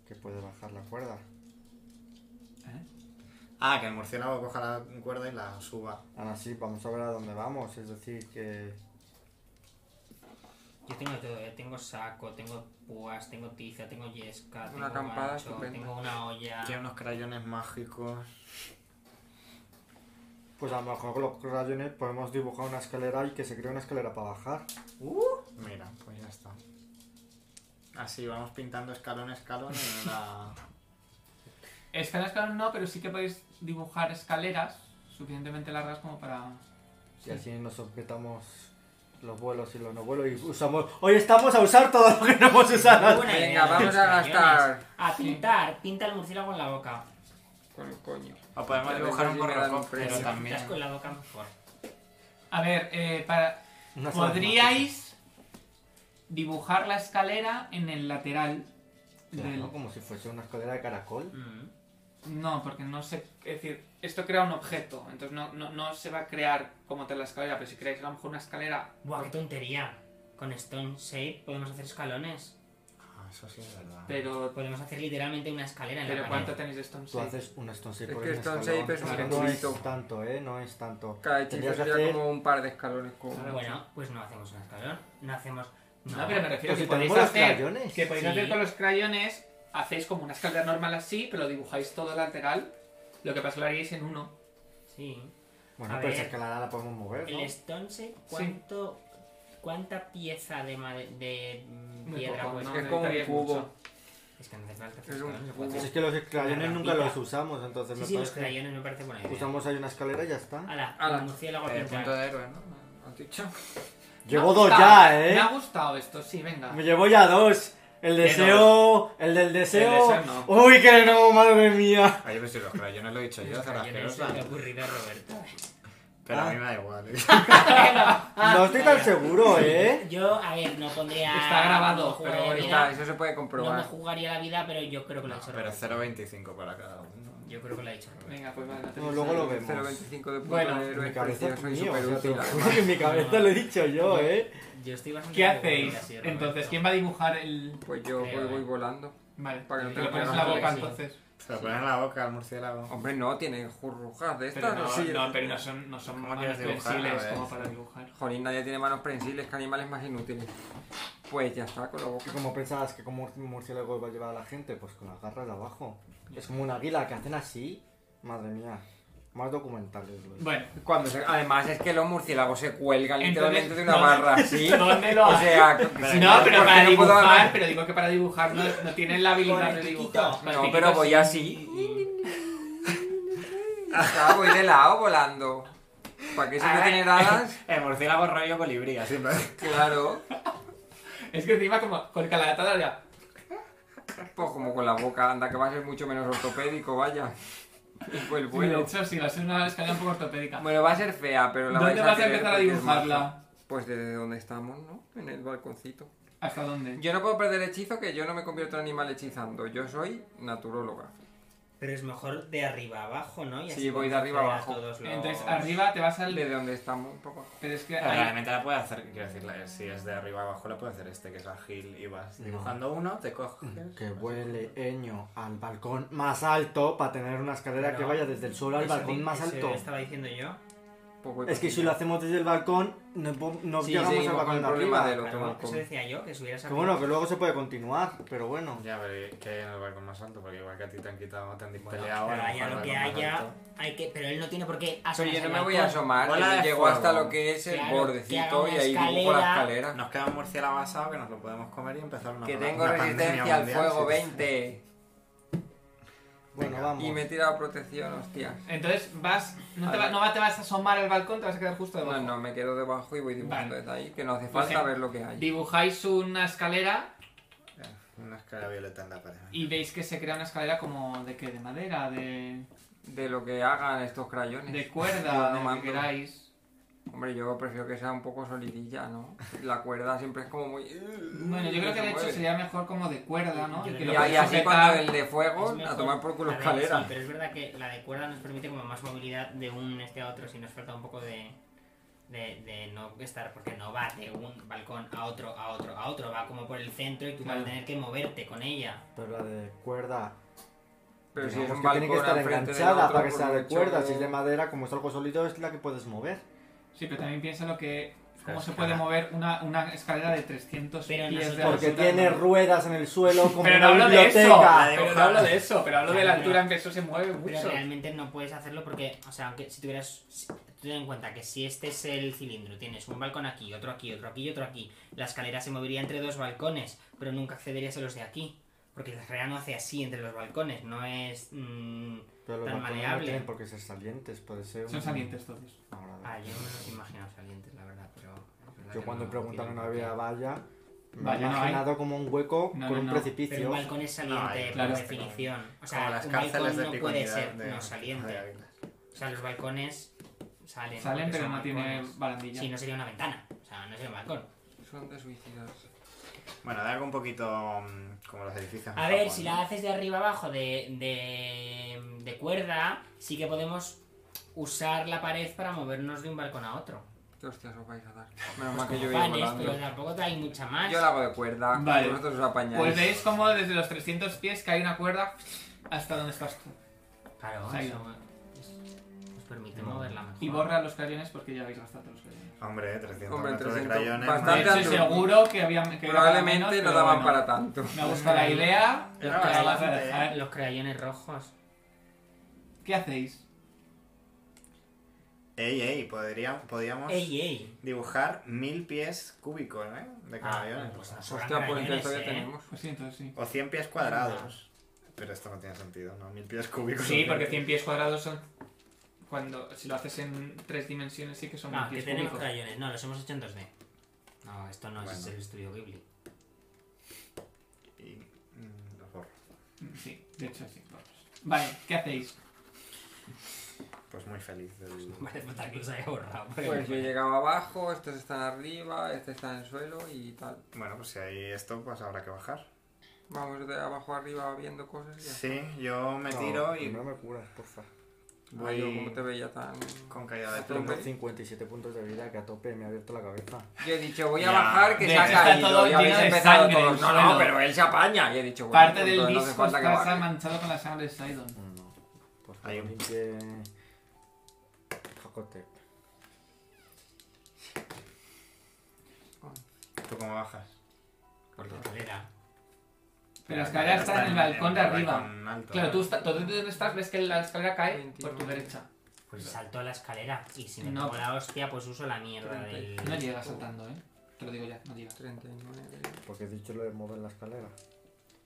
C: Que puede bajar la cuerda.
A: ¿Eh?
E: Ah, que el murciélago coja la cuerda y la suba.
C: Aún así, vamos a ver a dónde vamos. Es decir, que.
B: Yo tengo todo, eh, tengo saco, tengo púas, tengo tiza, tengo yesca,
D: Una
B: tengo
D: acampada
B: gancho,
D: estupenda.
B: tengo una olla.
E: Tiene unos crayones mágicos.
C: Pues a lo mejor con los rayones podemos dibujar una escalera y que se cree una escalera para bajar.
E: Mira, pues ya está. Así vamos pintando escalón a escalón en la.
A: Escaleras, claro, no, pero sí que podéis dibujar escaleras suficientemente largas como para.
C: Y así nos objetamos los vuelos y los no vuelos y usamos. Hoy estamos a usar todo lo que no hemos usado.
B: Buena idea,
D: Venga, vamos a
B: crayones.
D: gastar.
B: A pintar, pinta el murciélago en la boca.
D: Con el coño.
E: O podemos
D: Ya
E: dibujar
D: ves,
E: un
D: así me dan
E: borrascón, pero
D: presa.
E: también.
B: Pintas con la boca mejor.
A: A ver, eh, para.
C: Una sola
A: Podríais dibujar la escalera en el lateral
C: temática.
A: del.
C: Claro, Como si fuese una escalera de caracol.
B: Mm.
A: No, porque no sé. Es decir, esto crea un objeto, entonces no, no, no se va a crear como tal la escalera, pero si creáis a lo mejor una escalera.
B: Buah, qué tontería. Con Stone Shape podemos hacer escalones.
E: Ah, eso sí es verdad.
A: Pero.
B: Podemos hacer literalmente una escalera en
A: Pero
B: la
A: ¿cuánto
B: pared.
A: tenéis de Stone
C: Tú
A: Shape?
C: haces un Stone Shape
D: Es
C: por
D: que
C: el
D: Stone
C: escalón.
D: Shape es un
C: Claro, No
D: circulito.
C: es tanto, ¿eh? No es tanto.
D: Cada hechizo
C: Tendrías que
D: sería
C: hacer-
D: como un par de escalones. Como...
B: Bueno, pues no hacemos un escalón. No hacemos. No,
A: No, pero me refiero
C: Pues si
A: que podéis
C: tenemos los
A: hacer.
C: crayones.
A: Que podéis
B: Sí.
A: hacer con los crayones, hacéis como una escalera normal así, pero dibujáis todo lateral. Lo que pasa es que lo haríais en uno.
B: Sí.
C: Bueno,
B: A
C: pero
B: ver.
C: esa escalera la podemos mover,
B: El
C: ¿no?
B: Stone Shape, ¿cuánto. ¿Cuánta pieza de, made- de mm,
A: Muy
B: piedra
A: poco,
B: pues?
A: no
D: es como un
A: necesitaríais
D: cubo.
A: mucho.
B: Es que no hace falta hacer
D: Es un
B: escalones, se
D: cubo.
B: puede
C: Pues
B: hacer-
C: es que los crayones
B: Una
C: nunca los
B: rampita.
C: usamos, entonces
B: Sí,
C: me
B: sí, los
C: parece.
B: crayones me parece buena idea.
C: Usamos ahí una escalera y ya está.
B: Ala,
D: Ala. Eh,
B: el murciélago a
E: El punto
B: pintar.
E: de héroe, ¿no? ¿Has dicho?
A: Me
C: Llevo
A: ha
C: dos
A: gustado,
C: ya,
A: Me
C: ¿eh?
A: ha gustado esto, sí, venga.
C: Me llevo ya dos. El deseo. El del deseo.
A: El deseo
C: Uy, que no, madre mía.
E: Oye, pero si los crayones lo he dicho yo,
B: Los crayones se
E: zarasquerosa.
B: le ha ocurrido a Roberto.
E: Pero a
C: Ah.
E: mí me da igual. ¿eh?
B: Ah,
C: No estoy tan seguro, ¿eh?
B: Yo, a ver, no pondría.
A: Está grabado,
B: no jugaría
A: pero
B: la vida,
D: Ahí está, eso se puede
B: No me
D: comprobar.
B: jugaría la vida, pero yo creo que lo ha
E: No,
B: hecho
E: pero
B: Roberto.
E: 0.25 para cada uno.
B: Yo creo que lo ha hecho Roberto.
A: Venga, pues vale.
C: No, luego lo vemos.
D: 0.25 de punto
A: Bueno,
D: de héroe
C: Mi
D: es
C: cabeza es
D: precioso
C: mío.
D: y súper
C: o sea,
D: útil.
C: te juro que en mi cabeza lo he dicho yo, ¿eh?
B: Yo estoy bastante.
A: ¿Qué
B: seguro que
A: hacéis?
B: lo ha sido Roberto.
A: Entonces, ¿quién va a dibujar el...?
D: Pues yo
B: Creo,
D: voy,
B: eh.
D: voy volando.
A: Vale,
D: Para que no
A: te
D: te
A: lo pones en la
D: pongas
A: boca
B: así.
A: entonces.
E: Se lo pones en la boca al murciélago.
D: Hombre, no, tienen jurrujas de estas.
A: Pero no,
D: sí.
A: no, pero no son, no son
E: ¿Cómo
A: manos
E: quieres dibujar? A
A: flexibles
E: ver.
A: como para dibujar.
D: Jolín, nadie tiene manos prensiles, que animales más inútiles. Pues ya está, con la
C: ¿Y
D: boca.
C: cómo pensabas que como un murciélago va a llevar a la gente? Pues con las garras de abajo. Es como una águila que hacen así. Madre mía. Más documentales, Luis.
A: Bueno,
D: Cuando se- Además es que los murciélagos se cuelgan
A: Entonces,
D: literalmente de una
A: no.
D: barra así.
A: ¿dónde lo
D: O
A: haces?
D: sea, si
A: No, pero
D: ¿por qué
A: para
D: no puedo
A: dibujar,
D: hablar?
A: pero digo que para dibujar no, no tienen la
B: Con
A: habilidad
B: el
A: de
B: piquito.
A: dibujar. Con el
D: No,
A: piquito
D: pero voy
A: sí.
D: así. O sea, voy de lado volando. ¿Para qué si no tiene alas?
E: El murciélago rollo colibrí, así ¿no?
D: Claro.
A: Es que encima como con calatada ya...
D: Pues como con la boca, anda que va a ser mucho menos ortopédico, vaya. Y Fue el
A: Sí, de
D: vuelo.
A: hecho, sí, va a ser una escalera un poco ortopédica.
D: Bueno, va a ser fea, pero la
A: ¿Dónde
D: vais a
A: vas a
D: querer
A: empezar a
D: porque es maja.
A: dibujarla?
D: Pues desde donde estamos, ¿no? En el balconcito.
A: ¿Hasta dónde?
D: Yo no puedo perder hechizo que yo no me convierto en animal hechizando. Yo soy naturóloga.
B: Pero es mejor de arriba abajo, ¿no? Y así
D: Sí, voy de
B: podemos
D: arriba
B: ver a
D: abajo.
B: todos los-
A: Entonces, arriba te vas al...
D: Desde donde estamos, un poco.
A: Pero es que
E: Pero
A: ahí...
E: Realmente la puede hacer, quiero decir, la- si es de arriba abajo, la puede hacer este, que es ágil y vas
C: No.
E: dibujando uno, te coges.
C: Que vuele Eño al balcón más alto para tener una escalera que
B: No.
C: vaya desde el suelo al
B: Eso
C: balcón
B: di-
C: más
B: eso
C: alto.
B: estaba diciendo yo.
D: Pues voy
C: Es que si lo hacemos desde el balcón, no, po- no
D: Sí,
C: llegamos al
D: seguimos con
C: balcón
D: el
C: de
D: problema
C: arriba.
D: de lo que
B: Claro,
D: me
B: eso
D: como.
B: decía yo, que subieras a
C: Que bueno, que luego se puede continuar, pero bueno.
E: Ya, pero que hay en el balcón más alto, porque igual que a ti te han quitado, te han peleado.
B: Pero
E: a lo
B: haya
E: mejor
B: lo
E: el
B: que
E: balcón más
B: haya,
E: alto.
B: hay que... Pero él no tiene por qué
D: Pero
B: asomarse
D: yo no
B: al
D: me voy a
B: balcón.
D: asomar,
E: Bola
D: yo
E: de
D: llego
E: fuego.
D: hasta lo que es el
B: Claro, que haga
D: bordecito
B: una
D: y ahí dibujo la
B: escalera.
D: escalera.
E: Nos queda un murciélago asado que nos lo podemos comer y empezar una
D: Que
E: una
D: tengo
E: pandemia
D: resistencia al
E: mundial,
D: fuego
E: sí.
D: 20
C: Bueno, vamos.
D: y me he tirado protección, hostia.
A: Entonces vas... No, te, va-
D: Ahora-
A: no va- te vas a asomar al balcón, te vas a quedar justo debajo.
D: No, Pues no, me quedo debajo y voy dibujando
A: Vale.
D: desde ahí, que no hace
A: Por
D: falta
A: ejemplo,
D: ver lo que hay.
A: Dibujáis una escalera
E: Una escala violeta en la pared.
A: y veis que se crea una escalera como de qué, de madera, de,
D: De lo que hagan estos crayones.
A: de
D: Yo
A: cuerda,
D: no
A: de lo
D: mando.
A: que queráis.
D: Hombre, yo prefiero que sea un poco solidilla, ¿no? La cuerda siempre es como muy...
A: Bueno, yo creo que de hecho sería mejor como de cuerda, ¿no?
B: Yo
A: Y que
B: creo
A: lo
D: Y
B: que-
D: ahí
A: puedes
D: así
A: sujetar-
D: cuando el de
B: Es
D: fuego, a
B: mejor.
D: tomar por culo
B: A ver,
D: escalera.
B: sí, pero es verdad que la de cuerda nos permite como más movilidad de un este a otro si nos falta un poco de, de, de no estar, porque no va de un balcón a otro, a otro, a otro, va como por el centro y tú vas
A: Claro.
B: a tener que moverte con ella.
C: Pero la de cuerda.
D: Pero si es
C: digamos
D: un
C: que tiene que
D: balcón
C: estar
D: enfrente del
C: enganchada
D: otro,
C: para que
D: por
C: sea de
D: mucho
C: cuerda.
D: que-
C: Si es de madera, como es algo sólido, es la que puedes mover.
A: Sí, pero también piensa lo que. ¿Cómo
E: Claro,
A: se puede
E: escala.
A: mover una, una escalera de 300
B: Pero
A: pies de
B: nosotros-
C: Porque
A: altura?
C: tiene ruedas en el suelo como
A: Pero
C: una
A: no hablo de eso.
C: biblioteca.
A: Pero no hablo de eso. Pero hablo de la
B: Claro,
A: altura en que eso se mueve
B: Pero
A: mucho.
B: realmente no puedes hacerlo porque, o sea, aunque si tuvieras. si- Tú ten en cuenta que si este es el cilindro, tienes un balcón aquí, otro aquí, otro aquí y otro aquí. La escalera se movería entre dos balcones, pero nunca accederías a los de aquí. Porque la escalera no hace así entre los balcones, no es. mm,
C: Pero los
B: Tan
C: balcones no
B: maleable.
C: tienen por qué ser salientes, puede ser.
A: Son
C: un-
A: salientes todos.
C: No, la verdad.
B: ah, yo no me los imagino salientes, la verdad, pero. es verdad
C: Yo
B: que
C: cuando
B: no
C: preguntaron
B: tienen
C: no
B: por qué.
C: había valla, me he
A: Valla no hay.
C: imaginado como un hueco
A: No,
C: con
A: no,
C: un
A: no.
C: precipicio.
B: Pero un balcón es saliente
E: No,
A: claro,
B: por
A: es
E: que no.
B: definición. O sea,
E: Como las
B: un
E: cárceles
B: balcón
E: de
B: no puede
E: Piconidad
B: ser
E: de-
B: no
E: de
B: saliente.
E: Ávila.
B: O sea, los balcones salen.
A: Salen,
B: porque
A: pero
B: son
A: no tiene
B: balcones.
A: barandilla.
B: Sí, no sería una ventana. O sea, no sería un balcón.
D: Son de suicidas.
E: Bueno, de algo un poquito mm, como los edificios. en
B: A ver,
E: Japón,
B: si
E: ¿no?
B: la haces de arriba abajo de, de, de cuerda, sí que podemos usar la pared para movernos de un balcón a otro.
D: ¿Qué hostias os vais a dar? Menos mal
B: Pues
D: que yo
B: como
D: voy
B: panes, pero
D: volando.
B: tampoco hay mucha más.
D: Yo la hago de cuerda,
A: Vale.
D: vosotros os apañáis.
A: Pues veis como desde los 300 pies cae una cuerda hasta donde estás tú.
B: Claro,
A: Ahí
B: eso
A: va.
B: es- nos permite moverla mejor.
A: Y borra los crayones porque ya habéis gastado los crayones.
E: Hombre, 300
D: Hombre,
E: metros
D: 300,
E: de crayones.
A: De
D: bastante.
A: hecho,
D: Tanto-
A: seguro que había. que era
D: Probablemente
A: menos,
D: no
A: pero bueno.
D: daban
A: Pues
D: para tanto.
A: Me ha gustado la idea.
E: Era
A: pero la vas a
E: bastante,
A: dejar.
B: Los crayones rojos.
A: ¿Qué hacéis?
E: Ey, ey, podría,
D: Ah,
E: podríamos
B: ¡Ey, ey!
E: dibujar mil pies cúbicos, ¿eh? De
B: Ah,
E: crayones.
B: pues nos sobran
D: Hostia, por el
B: crayones,
D: peso que
B: ¿eh?
D: tenemos.
A: Pues sí, entonces sí.
E: o 100 pies cuadrados. Pero esto no tiene sentido, ¿no? Mil pies cúbicos.
A: Sí, porque 100 pies cuadrados son. Cuando. Si lo haces en tres dimensiones, sí Ah, que son
B: No, que
A: pies
B: tenemos
A: cúbicos.
B: crayones. No, los hemos hecho en 2D. No, esto no es
E: Bueno.
B: el estudio Ghibli.
E: Y mm, los borro.
A: Sí, de hecho sí. vamos. Vale, ¿qué hacéis?
E: Pues muy feliz. del-
B: Vale, falta que los haya borrado. porque-
D: Pues yo he llegado abajo, estos están arriba, este está en el suelo y tal.
E: Bueno, pues si hay esto, pues habrá que bajar.
D: Vamos de abajo arriba viendo cosas y ya.
E: Sí, yo me
C: No,
E: tiro y
C: primero me curas, porfa.
D: Ay, yo como te
E: voy
D: veía tan...
E: con caída de
D: Pero
E: pluma.
C: Tengo
D: me-
C: 57 puntos de vida que a tope me ha abierto la cabeza.
D: Yo he dicho, voy a
E: Ya,
D: bajar que
A: de
D: se ha
A: hecho está
D: caído.
A: todo
D: y habéis
A: lleno de
D: empezado
A: sangre en
D: todos.
A: el
D: No, no,
A: suelo.
D: pero él se apaña. Y he dicho, bueno,
A: Parte
D: pues
A: del
D: entonces no hace
A: disco
D: falta que
A: está
D: baje.
A: manchado con la sangre de Sidon.
C: No, no. Por favor,
E: Hay un-
C: limpie- Jocote.
E: ¿Tú cómo bajas?
B: Por la escalera.
A: Pero la escalera está en el balcón de
E: el
A: arriba.
E: balcón alto.
A: Claro, tú, está, tú donde estás ves que la escalera cae por tu
D: 29.
A: derecha.
B: Pues salto a la escalera. Y si me
A: No.
B: pongo la hostia, pues uso la mierda del.
A: No llegas saltando, ¿eh? Te lo digo ya, no llegas.
D: 39.
C: Porque he dicho lo de mover la escalera.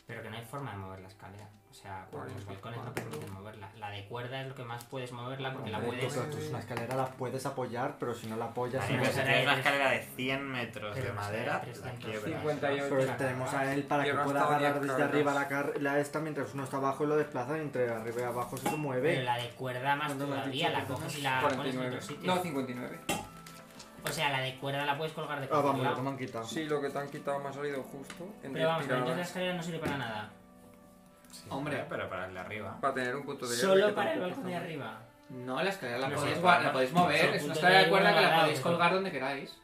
B: Pero que no hay forma de mover la escalera. O sea, porque los
D: 44.
B: balcones no permiten moverla. La de cuerda es lo que más puedes moverla porque la
C: Hombre,
B: puedes.
C: Pues, tú- tú una escalera la puedes apoyar, pero si no la apoyas...
B: Vale,
E: Sí,
C: no
E: pero
B: pues
E: si
C: se-
B: era-
E: tienes una escalera de 100 metros de
B: Pero no sé,
E: madera, la
B: 300.
E: quiebras.
D: 58.
C: Pero tenemos a él para que
D: Yo no
C: pueda
D: estaba
C: agarrar
D: bien,
C: desde
D: cabrón.
C: arriba la, car- la esta mientras uno está abajo y lo desplaza y entre arriba y abajo se
B: Pero
C: mueve.
B: la de cuerda más
C: ¿Cuándo me has
B: todavía,
C: dicho
B: la
C: que
B: coges y la pones en
D: 49.
B: otro sitio.
D: No, 59.
B: O sea, la de cuerda la puedes colgar de
C: Ah,
B: cualquier
C: vamos, lo que
B: lado.
C: me han quitado.
D: Sí, lo que te han quitado me ha salido justo. en
B: Pero vamos, pero entonces la
D: despiradas.
B: escalera no sirve para nada.
E: Sí,
A: Hombre.
E: Pero para el de arriba.
D: Para tener un punto de
B: Solo
D: que
B: para el
D: tampoco
B: balcón de
D: está mal.
B: arriba.
A: No, la escalera la,
B: No,
A: podéis,
B: sí,
A: gua-
B: no,
A: la podéis
B: no,
A: mover.
B: no,
A: Es una
B: no,
A: escalera de
B: no,
A: cuerda
B: no,
A: que
B: no,
A: la
B: no,
A: podéis
B: no.
A: colgar donde queráis.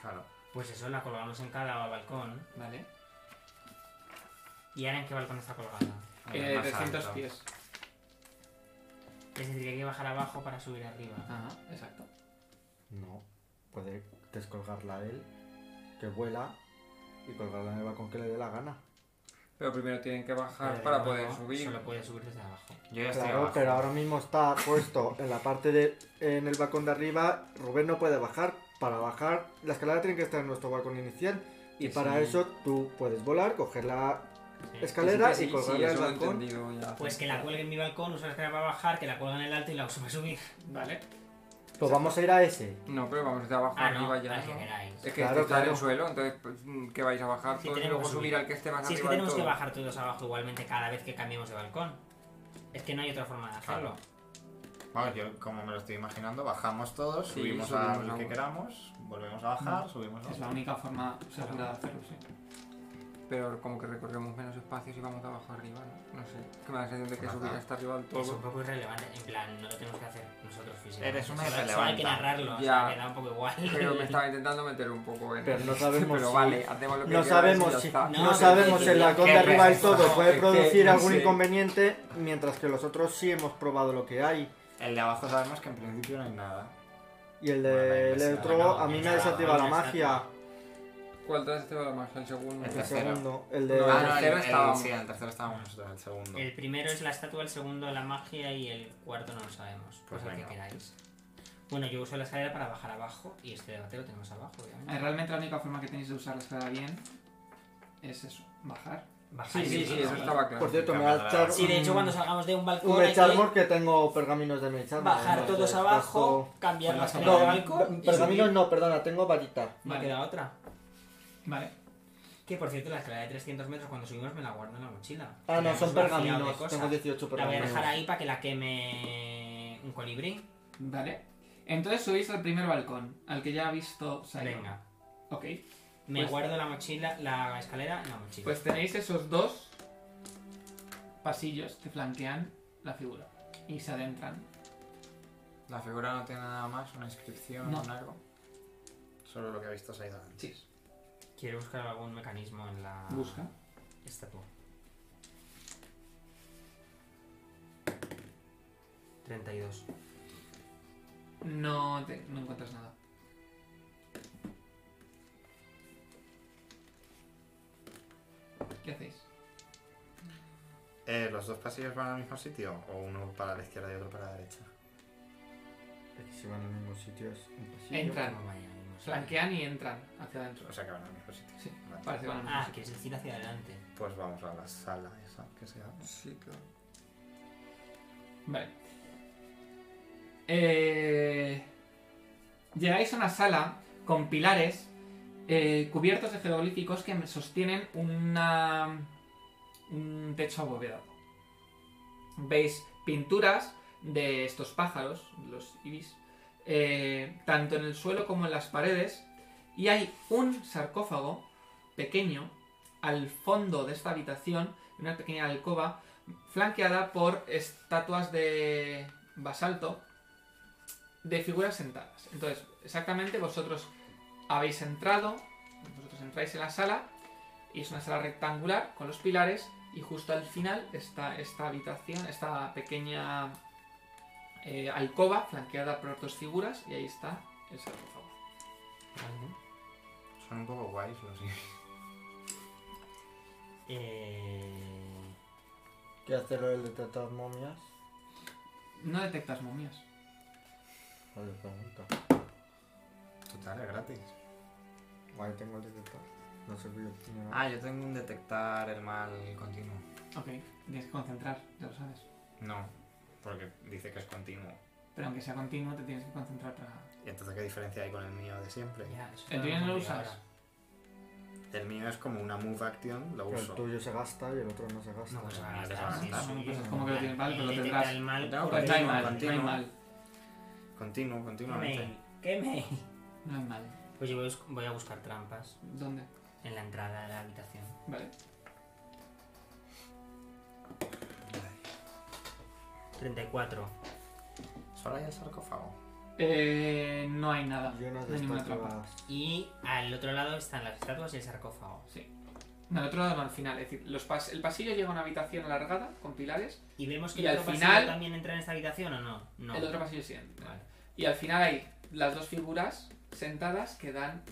E: Claro.
B: Pues eso, la colgamos en cada balcón.
A: Vale.
B: ¿Y ahora en qué balcón está colgada?
A: Eh,
E: más
A: 300
E: alto.
A: pies.
B: Es decir, que hay que bajar abajo para subir arriba.
A: Ajá, exacto.
C: No, puede descolgarla él, que vuela, y colgarla en el balcón que le dé la gana.
D: Pero primero tienen que bajar
B: Pero
D: Ah, para
B: desde
D: poder
B: abajo,
D: subir.
B: Solo puedes subir desde abajo.
E: Yo ya estoy
C: Claro,
E: abajo.
C: pero ahora mismo está puesto en la parte de... en el balcón de arriba, Rubén no puede bajar. Para bajar, la escalera tiene que estar en nuestro balcón inicial, y
D: Que
C: para
D: sí.
C: eso tú puedes volar, coger la
B: Sí.
C: escalera
D: Que sí,
C: y
D: que sí, sí,
C: colgarla en
D: eso
C: el
D: lo he
C: balcón.
D: entendido ya.
B: Pues que la cuelgue en mi balcón, uso la escalera para bajar, que la cuelgue en el alto y la uso para subir.
A: Vale.
C: Pues vamos a ir a ese.
D: No, pero vamos de abajo
B: Ah, no,
D: arriba ya.
B: al que
D: ¿no?
B: queráis.
D: Es que
C: Claro,
D: este está en
C: claro.
D: el suelo, entonces pues, mm, que vais a bajar
B: Sí,
D: todos y
B: tenemos
D: luego
B: que
D: subir
B: subir.
D: al que esté más
B: Si es que
D: arriba. del
B: tenemos que
D: todo.
B: bajar todos abajo igualmente cada vez que cambiemos de balcón. Es que no hay otra forma de hacerlo.
E: Vamos, yo como me lo estoy imaginando, bajamos todos,
D: Sí,
E: subimos, a
D: subimos
E: lo
D: a
E: que
D: uno.
E: queramos, volvemos a bajar, subimos a
A: Es la
E: otro.
A: única forma segura de hacerlo, sí.
D: Pero como que recorremos menos espacios y vamos de abajo arriba, ¿no? No sé. Que me da la sensación de que
E: Ajá.
D: subir hasta arriba del
B: Es un
D: todo.
B: poco irrelevante, en plan, no lo tenemos que hacer nosotros físicamente.
E: Eres una
B: Solo- solo Hay
E: irrelevante.
B: que narrarlo, o
D: Ya.
B: sea, me da un poco igual.
D: Pero me estaba intentando meter un poco en.
C: Pero no sabemos
D: Pero
C: si-
D: vale, hacemos lo que
C: No
D: queramos y
C: sabemos
D: ya
C: si,
D: está.
C: no,
B: No,
C: sabemos
B: sí,
C: si el
B: sí,
C: balcón
E: qué
C: de arriba del
E: pereza,
C: todo
D: no, es
C: puede
D: que
C: producir
D: no
C: algún
D: sé.
C: inconveniente, mientras que los otros sí hemos probado lo que hay.
E: El de abajo sabemos que en principio no hay nada.
C: Y el
E: Bueno, la
C: de el
E: investigación,
C: otro
B: no,
C: a mí me ha
B: la-
C: desactivado la
B: la
C: magia.
D: ¿Cuál te este la magia? El segundo.
E: El
C: El
E: tercero.
C: segundo, el de
D: No,
E: Ah,
D: el
E: no, el,
D: tercero
E: el-
D: estábamos.
E: sí, el tercero estábamos nosotros, el segundo.
B: El primero es la estatua, el segundo la magia y el cuarto no lo sabemos.
E: Pues
B: Pues el que
E: venga.
B: queráis. Bueno, yo uso la escalera para bajar abajo y este debate lo tenemos abajo, obviamente.
A: Eh, Realmente la única forma que tenéis de usar la escalera bien es eso, bajar.
B: Bajar
D: Sí,
B: y
D: sí, sí, eso
B: bajar.
D: estaba claro.
C: Por cierto, me
E: Cambio
C: va
E: de
C: a echar
E: lado.
B: Sí, de hecho,
C: un-
B: cuando salgamos de un balcón,
C: un
B: hay que
C: Mecharmor que tengo pergaminos de Mecharmor.
B: bajar
C: entonces,
B: todos abajo,
C: gasto-
B: cambiar la
A: No,
B: escalera
C: No,
B: de balcón. y
C: pergaminos
B: subir.
C: no, perdona, tengo varita.
B: Me
A: Vale.
B: queda otra.
A: Vale.
B: Que por cierto, la escalera de 300 metros cuando subimos me la guardo en la mochila.
C: Ah,
B: Me
C: no,
B: la
C: son
B: uso vaciado de
C: pergaminos.
B: cosas.
C: Tengo 18
B: La voy a
C: pergaminos.
B: dejar ahí para que la queme un colibrí.
A: Vale. Entonces subís al primer balcón, al que ya ha visto Simon.
B: Venga.
A: Ok.
B: Me
A: Pues-
B: guardo la mochila, la escalera en la mochila.
A: Pues tenéis esos dos pasillos que flanquean la figura. Y se adentran.
E: La figura no tiene nada más, una inscripción,
A: No.
E: un algo. Solo lo que ha visto Saidon antes.
A: Sí.
B: Quiero buscar algún mecanismo en la
A: Busca.
B: estatua. 32.
A: No, te- no encuentras nada. ¿Qué hacéis?
E: Eh, ¿Los dos pasillos van al mismo sitio? ¿O uno para la izquierda y otro para la derecha?
C: Si van al mismo sitio es un pasillo.
A: Entran.
B: No, vaya, no sé.
A: Flanquean y entran hacia adentro.
E: O sea que van al mismo sitio.
A: Sí,
E: Vale.
A: parece van al mismo
B: Ah,
A: sitio.
B: quieres decir hacia adelante.
E: Pues vamos a la sala esa que se llama.
D: Sí, claro.
A: Vale. Eh, Llegáis a una sala con pilares eh, cubiertos de jeroglíficos que sostienen una, un techo abovedado. Veis pinturas de estos pájaros, los ibis, eh, tanto en el suelo como en las paredes. Y hay un sarcófago pequeño al fondo de esta habitación, en una pequeña alcoba, flanqueada por estatuas de basalto de figuras sentadas. Entonces, exactamente vosotros habéis entrado, vosotros entráis en la sala, y es una sala rectangular con los pilares, y justo al final está esta habitación, esta pequeña eh, alcoba flanqueada por dos figuras, y ahí está el sarcófago.
B: Vale.
E: Son un poco guays los
B: Eh...
C: ¿Qué hacerlo el detectar momias?
A: No detectas momias.
C: Vale, pregunta.
E: Total, es gratis.
C: Ahí tengo el detector. No sé qué tiene nada.
E: Ah, yo tengo un detectar el mal continuo.
A: Ok, tienes que concentrar, ya lo sabes.
E: No, porque dice que es continuo.
A: Pero aunque sea continuo, te tienes que concentrar para...
E: ¿Y entonces qué diferencia hay con el mío de siempre?
B: Ya, eso
A: El tuyo
B: lo
A: no lo
B: hemos olvidado
A: usas.
B: ahora.
E: El mío es como una move action, lo
C: Pero el
E: uso.
C: tuyo se gasta y el otro no se gasta.
B: No, pues
E: Ah,
B: ahora
E: te
B: está,
E: vas a
B: sí,
E: gastar.
B: sí,
A: No, pues
B: sí.
A: es como que lo tienes mal, pero lo
B: Eh,
A: tendrás.
B: detecta el mal,
E: Lo tengo
B: pero
A: Pues no hay
E: continuo,
A: mal,
E: continuo.
A: no hay mal.
E: Continuo,
B: ¿Qué
E: continuamente.
B: mail? ¿Qué mail?
A: No hay mal.
B: Pues yo voy a bus- voy a buscar trampas
A: ¿Dónde?
B: en la entrada de la habitación.
A: Vale.
B: 34.
E: Solo hay el sarcófago.
A: Eh, no hay nada.
C: Yo no
A: No hay ninguna trampa.
B: Y al otro lado están las estatuas y el sarcófago.
A: Sí. No, el otro lado no, al final. Es decir, los pas- el pasillo llega a una habitación alargada con pilares.
B: ¿Y vemos que
A: Y
B: el
A: al
B: otro
A: final-
B: pasillo también entra en esta habitación o no? No.
A: El otro pasillo siguiente.
B: Vale.
A: Y al final hay las dos figuras sentadas que dan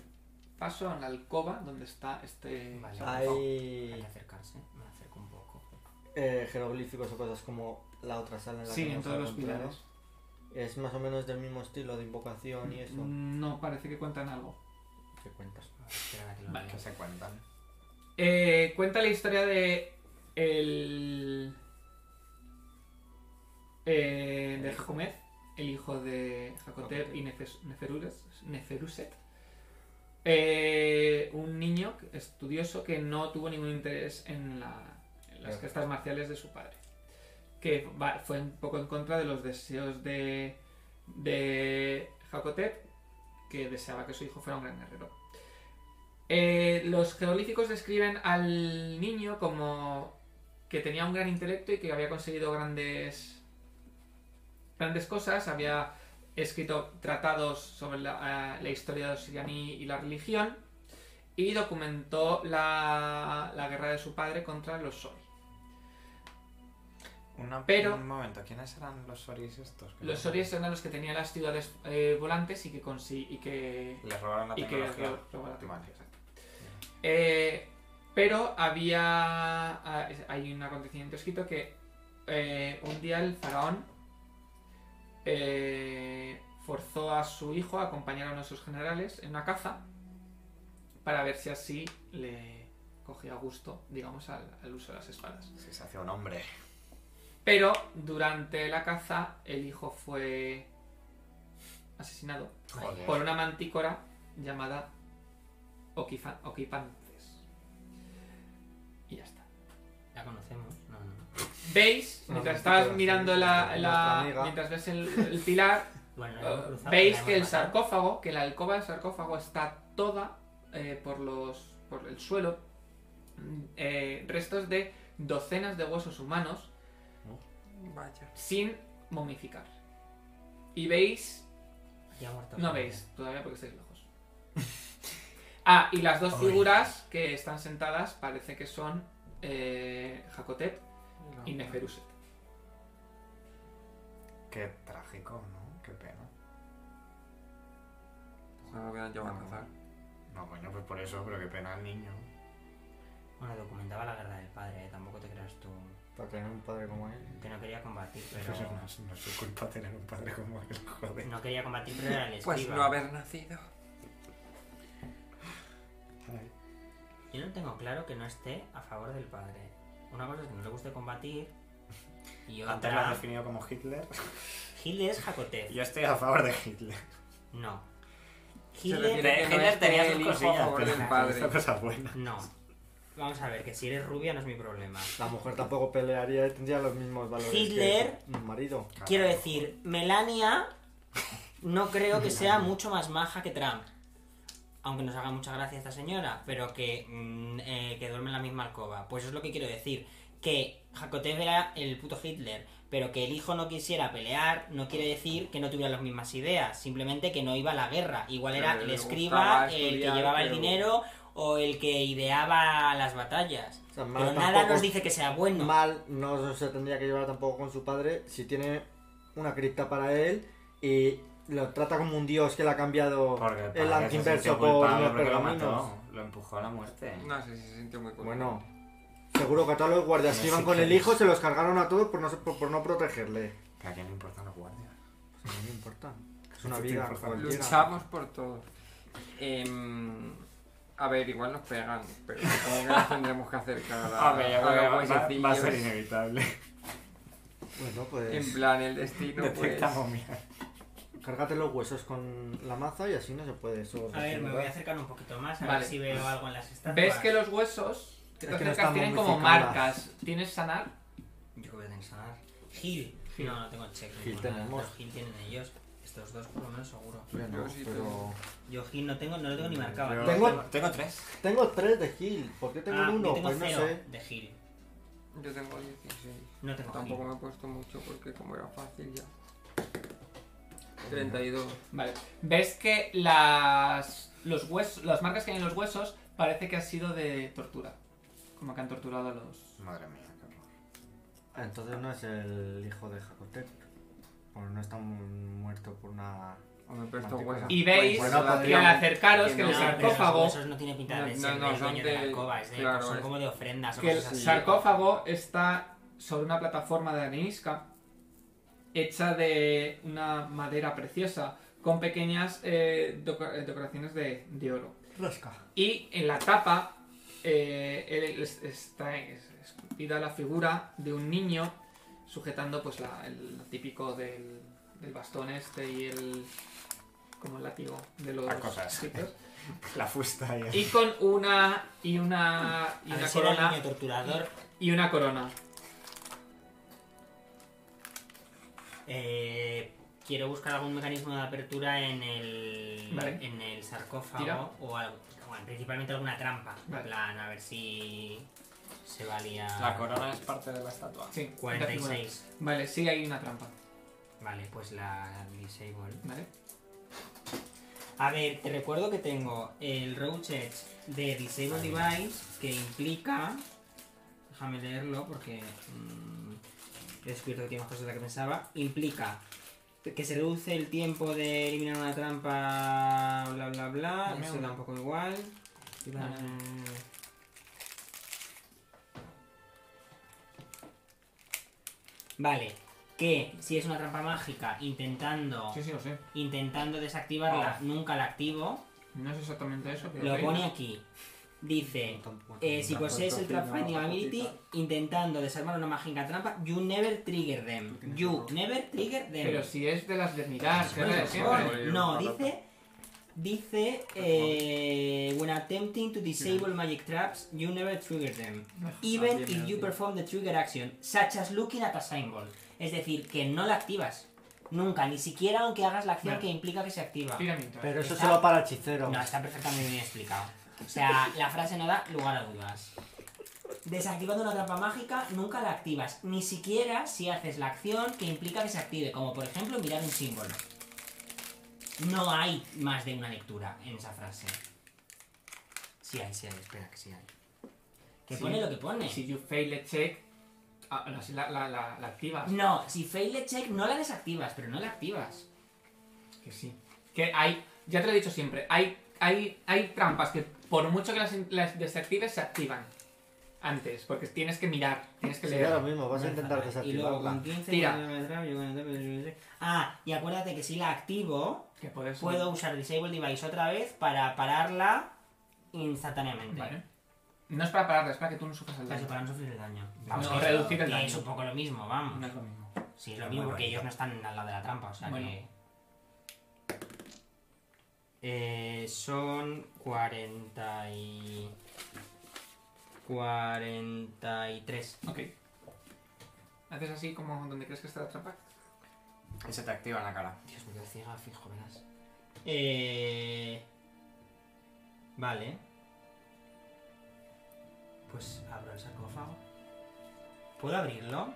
A: paso a la alcoba donde está este.
B: Vale. Hay
C: Hay
B: que acercarse. Me acerco un poco.
C: eh, jeroglíficos o cosas como la otra sala en la
A: Sí,
C: que
A: en
C: nos
A: todos los
C: encontramos.
A: pilares.
C: Es más o menos del mismo estilo de invocación y eso.
A: No, parece que cuentan algo.
C: ¿Qué cuentas?
B: Espera a que lo
A: Vale.
B: lea.
E: Que se cuentan.
A: Eh, cuenta la historia de. El. eh, de Jacomez, el hijo de Jacotep y Nefes- Neferures- Neferuset. Eh, un niño estudioso que no tuvo ningún interés en, la- en las gestas marciales de su padre. que va- fue un poco en contra de los deseos de, de Hakotep, que deseaba que su hijo fuera un gran guerrero. Eh, los jeroglíficos describen al niño como que tenía un gran intelecto y que había conseguido grandes, grandes cosas, había escrito tratados sobre la, eh, la historia de Osiriani y la religión y documentó la, la guerra de su padre contra los Sori.
E: Una-
A: Pero-
E: Un momento, ¿quiénes eran los soris estos? Que
A: Los
E: no-
A: Sories eran los que tenían las ciudades eh, volantes y que, consi- y que
E: Les robaron la
A: y que
E: tecnología.
A: rob- robó la tecnología,
E: Vale.
A: exacto. Eh, pero había. ah, es- Hay un acontecimiento escrito que eh, un día el faraón eh, forzó a su hijo a acompañar a uno de sus generales en una caza para ver si así le cogía gusto, digamos, al- al uso de las espadas.
E: Sí, se hacía un hombre.
A: Pero durante la caza, el hijo fue asesinado
E: Joder.
A: por una mantícora llamada Oquifa- Oquipantes. Y ya está.
B: La conocemos. No, no.
A: ¿Veis? Mientras
C: Una mantícora,
A: estabas
C: sí,
A: mirando la.
C: nuestra
A: la-
C: amiga.
A: mientras ves el, el pilar,
B: Bueno,
A: eh,
B: la hemos cruzado,
A: veis
B: la hemos
A: que el
B: matado.
A: sarcófago, que la alcoba del sarcófago está toda eh, por los. por el suelo. mm, eh, restos de docenas de huesos humanos
D: Vaya.
A: sin momificar. Y veis.
B: Ya ha muerto.
A: No veis todavía porque estáis lejos. Ah, y las dos
B: Ay.
A: figuras que están sentadas parece que son eh, Hakotep
D: Ah,
A: y Neferuset.
E: Qué trágico, ¿no? Qué pena.
D: Ojalá Pues lo hubieran llevado a cazar.
E: No, coño, pues por eso, pero qué pena al niño.
B: Bueno, documentaba la guerra del padre, ¿eh? tampoco te creas tú.
C: Para tener un padre como él.
B: Que no quería combatir,
E: Pero
B: pero.
E: no, es- no es su culpa tener un padre como él, joder.
B: No quería combatir, pero era el esquiva.
D: Pues no haber nacido.
E: Ay.
B: Yo no tengo claro que no esté a favor del padre. Una cosa es que no le guste combatir. Y
E: Antes lo has
B: otra.
E: definido como Hitler.
B: Hitler es Jacotev.
E: Yo estoy a favor de Hitler.
B: No.
D: Se
B: Hitler.
D: refiere que no
E: Hitler
D: esté
E: tenía sus
D: el hijo a
E: cosillas,
D: favor
E: pero
D: del
B: no,
E: Esta
D: padre.
E: cosa buena.
B: No. Vamos a ver, que si eres rubia no es mi problema.
C: La mujer tampoco pelearía y tendría los mismos valores
B: Hitler.
C: que un marido.
B: Quiero decir, Melania no creo que sea mucho más maja que Trump. Aunque nos haga mucha gracia esta señora, pero que, mm, eh, que duerme en la misma alcoba. Pues eso es lo que quiero decir. Que Jacotev era el puto Hitler, pero que el hijo no quisiera pelear no quiere decir que no tuviera las mismas ideas. Simplemente que no iba a la guerra. Igual era
D: Pero
B: el
D: le gustaba
B: escriba, el que
D: estudiar,
B: llevaba el
D: pero-
B: dinero o el que ideaba las batallas.
C: O sea, mal
B: Pero nada
C: tampoco-
B: nos dice que sea bueno.
C: Mal no se tendría que llevar tampoco con su padre si tiene una cripta para él y lo trata como un dios que le ha cambiado
E: Porque el
C: el
E: padre se
C: antiverso
E: sintió
C: por
E: culpable
C: los
E: porque lo
C: pergaminos.
E: mató. Lo empujó a la muerte.
D: No sé si se sintió muy culpable.
C: Bueno, seguro que a todos los guardias que
E: No
C: iban
E: sé
C: con
E: qué
C: el
E: es.
C: hijo se los cargaron a todos por no, se- por, por no protegerle.
E: Que a quién le importan los guardias.
C: Pues no me importa. Es una
E: Sí,
C: vida
E: por favor.
C: cualquiera.
D: Luchamos por todo. Em, a ver, igual nos pegan, pero supongo que nos tendremos que acercar a,
E: Hombre, yo
D: a
E: creo que
D: los
E: va, va a ser
D: huesecillos.
E: inevitable.
C: Bueno, pues
D: En plan, el destino, pues...
E: Detecta momia.
C: cárgate los huesos con la maza y así no se puede. Eso
B: A ver, me voy a
C: ¿verdad?
B: acercar un poquito más, a
A: Vale.
B: ver si veo algo en las estatuas.
A: ¿Ves que los huesos que
C: Es
A: te
C: que no
A: acercas
C: están
A: tienen como
C: momificadas.
A: marcas? ¿Tienes sanar?
B: Yo que voy a tener que sanar. Gil.
A: Gil.
B: No, no tengo check. no
C: Gil
B: tengo nada,
C: tenemos.
B: pero Gil tienen ellos. Estos dos por lo menos seguro.
C: Bueno,
D: Yo sí
C: pero...
D: tengo.
B: Yo Gil no tengo, no lo tengo ni marcado.
E: Yo
B: ¿no?
C: Tengo-
E: tengo tres.
C: Tengo tres de Gil. ¿Por qué tengo
B: Ah, yo
C: uno?
B: tengo
C: Pues no
B: cero
C: sé.
B: de Gil.
D: Yo tengo 16.
B: No tengo
D: Tampoco
B: Gil.
D: me he puesto mucho porque como era fácil ya. 32.
A: Vale. ¿Ves que las, los huesos, las marcas que hay en los huesos parece que ha sido de tortura? Como que han torturado a los...
E: Madre mía, qué horror.
C: Ah, Entonces no es el hijo de Jacotep. O no está mu- muerto por una...
D: Hombre, pero estos
C: Mantico-
D: huesos-
A: Y veis
D: pues, la
A: que al
D: tía-
A: acercaros que
D: que
B: No,
A: el
D: no,
B: pero los
A: sarcófago...
B: huesos no tiene pinta de
D: No,
B: ser
D: no,
B: del
D: son
B: dueño de la
D: de-
B: alcoba, es de,
D: claro,
B: son
D: es-
B: como de ofrendas o
A: que el
B: cosas así.
A: sarcófago está sobre una plataforma de arenisca hecha de una madera preciosa con pequeñas eh, doca- eh, decoraciones de, de oro.
C: Rasca.
A: Y en la tapa eh, él es- está es- esculpida la figura de un niño sujetando pues la- el lo típico del, del bastón este y el como el látigo de los
E: Las cosas.
A: chicos.
E: La fusta y el...
A: y con una y una y
B: A ver
A: una
B: si era el
A: corona
B: niño torturador.
A: y una corona.
B: Eh, quiero buscar algún mecanismo de apertura en el,
A: Vale.
B: en el sarcófago
A: Tira.
B: o algo. Bueno, principalmente alguna trampa.
A: Vale.
B: En plan, a ver si se valía.
E: La corona es parte de la estatua.
A: Sí, la figura.
B: 46.
A: Vale, sí hay una trampa.
B: Vale, pues la disable.
A: Vale.
B: A ver, te recuerdo que tengo el Roach Edge de Disable Device que implica. Déjame leerlo porque. mm, he descubierto que tiene más cosas de las que pensaba. Implica que se reduce el tiempo de eliminar una trampa. Bla bla bla.
A: Dame
B: eso
A: una.
B: da un poco igual. Y va-
A: Dame
B: Vale, que si es una trampa mágica intentando.
A: Sí, sí, lo sé.
B: Intentando desactivarla, nunca la activo.
A: No es exactamente eso, pero.
B: Lo
A: Ah. ok.
B: pone aquí. Dice, eh, si posees el Trap Finding Ability, intentando desarmar una mágica trampa, you never trigger them. You never trigger them.
A: Pero si es de las de mirar, que es la
B: Bueno,
A: de siempre.
B: pone- no, dice... Dice, eh, when attempting to disable magic traps, you never trigger them.
A: Ah,
B: Even if you perform the trigger action, such as looking at a symbol. Es decir, que no la activas. Nunca, ni siquiera aunque hagas la acción
A: Vale.
B: que implica que se activa.
A: Tira mientras.
C: Pero eso
B: Está-
C: solo para hechiceros.
B: No, está perfectamente bien explicado. O sea, la frase no da lugar a dudas. Desactivando una trampa mágica, nunca la activas, ni siquiera si haces la acción que implica que se active, como por ejemplo mirar un símbolo. No hay más de una lectura en esa frase. Sí hay, sí hay, espera que sí hay. Que
A: Sí.
B: pone lo que pone.
A: Si you fail a check, ah, la, la, la, la- la activas.
B: No, si fail the check no la desactivas, pero no la activas.
A: Que sí. Que hay, ya te lo he dicho siempre, hay, hay, hay trampas que por mucho que las, las desactives se activan antes, porque tienes que mirar, tienes que
C: Sí,
A: leer.
C: da lo mismo, vas a
B: Vale,
C: intentar
B: vale. Y luego con
C: desactivarla.
B: 15
A: Tira.
B: cuando me atrapa, yo cuando- Ah, y acuérdate que si la activo,
A: que puedes...
B: puedo usar Disable Device otra vez para pararla instantáneamente.
A: Vale. No es para pararla, es para que tú no sufras el
B: Casi
A: daño.
B: para no sufrir el daño.
A: No,
B: que
A: reducir el
B: que
A: daño.
B: Es un poco lo mismo, vamos.
E: No es lo mismo.
B: Sí, es lo mismo porque ellos no están al lado de la trampa, o sea
A: Bueno.
B: que. Eh, son 40 y. 43.
A: Ok. Haces así como donde crees que está la trampa.
E: Y se te activa en la cara.
B: Dios, me quedo ciega, fijo, verás. Eh... Vale. Pues abro el sarcófago. ¿Puedo abrirlo?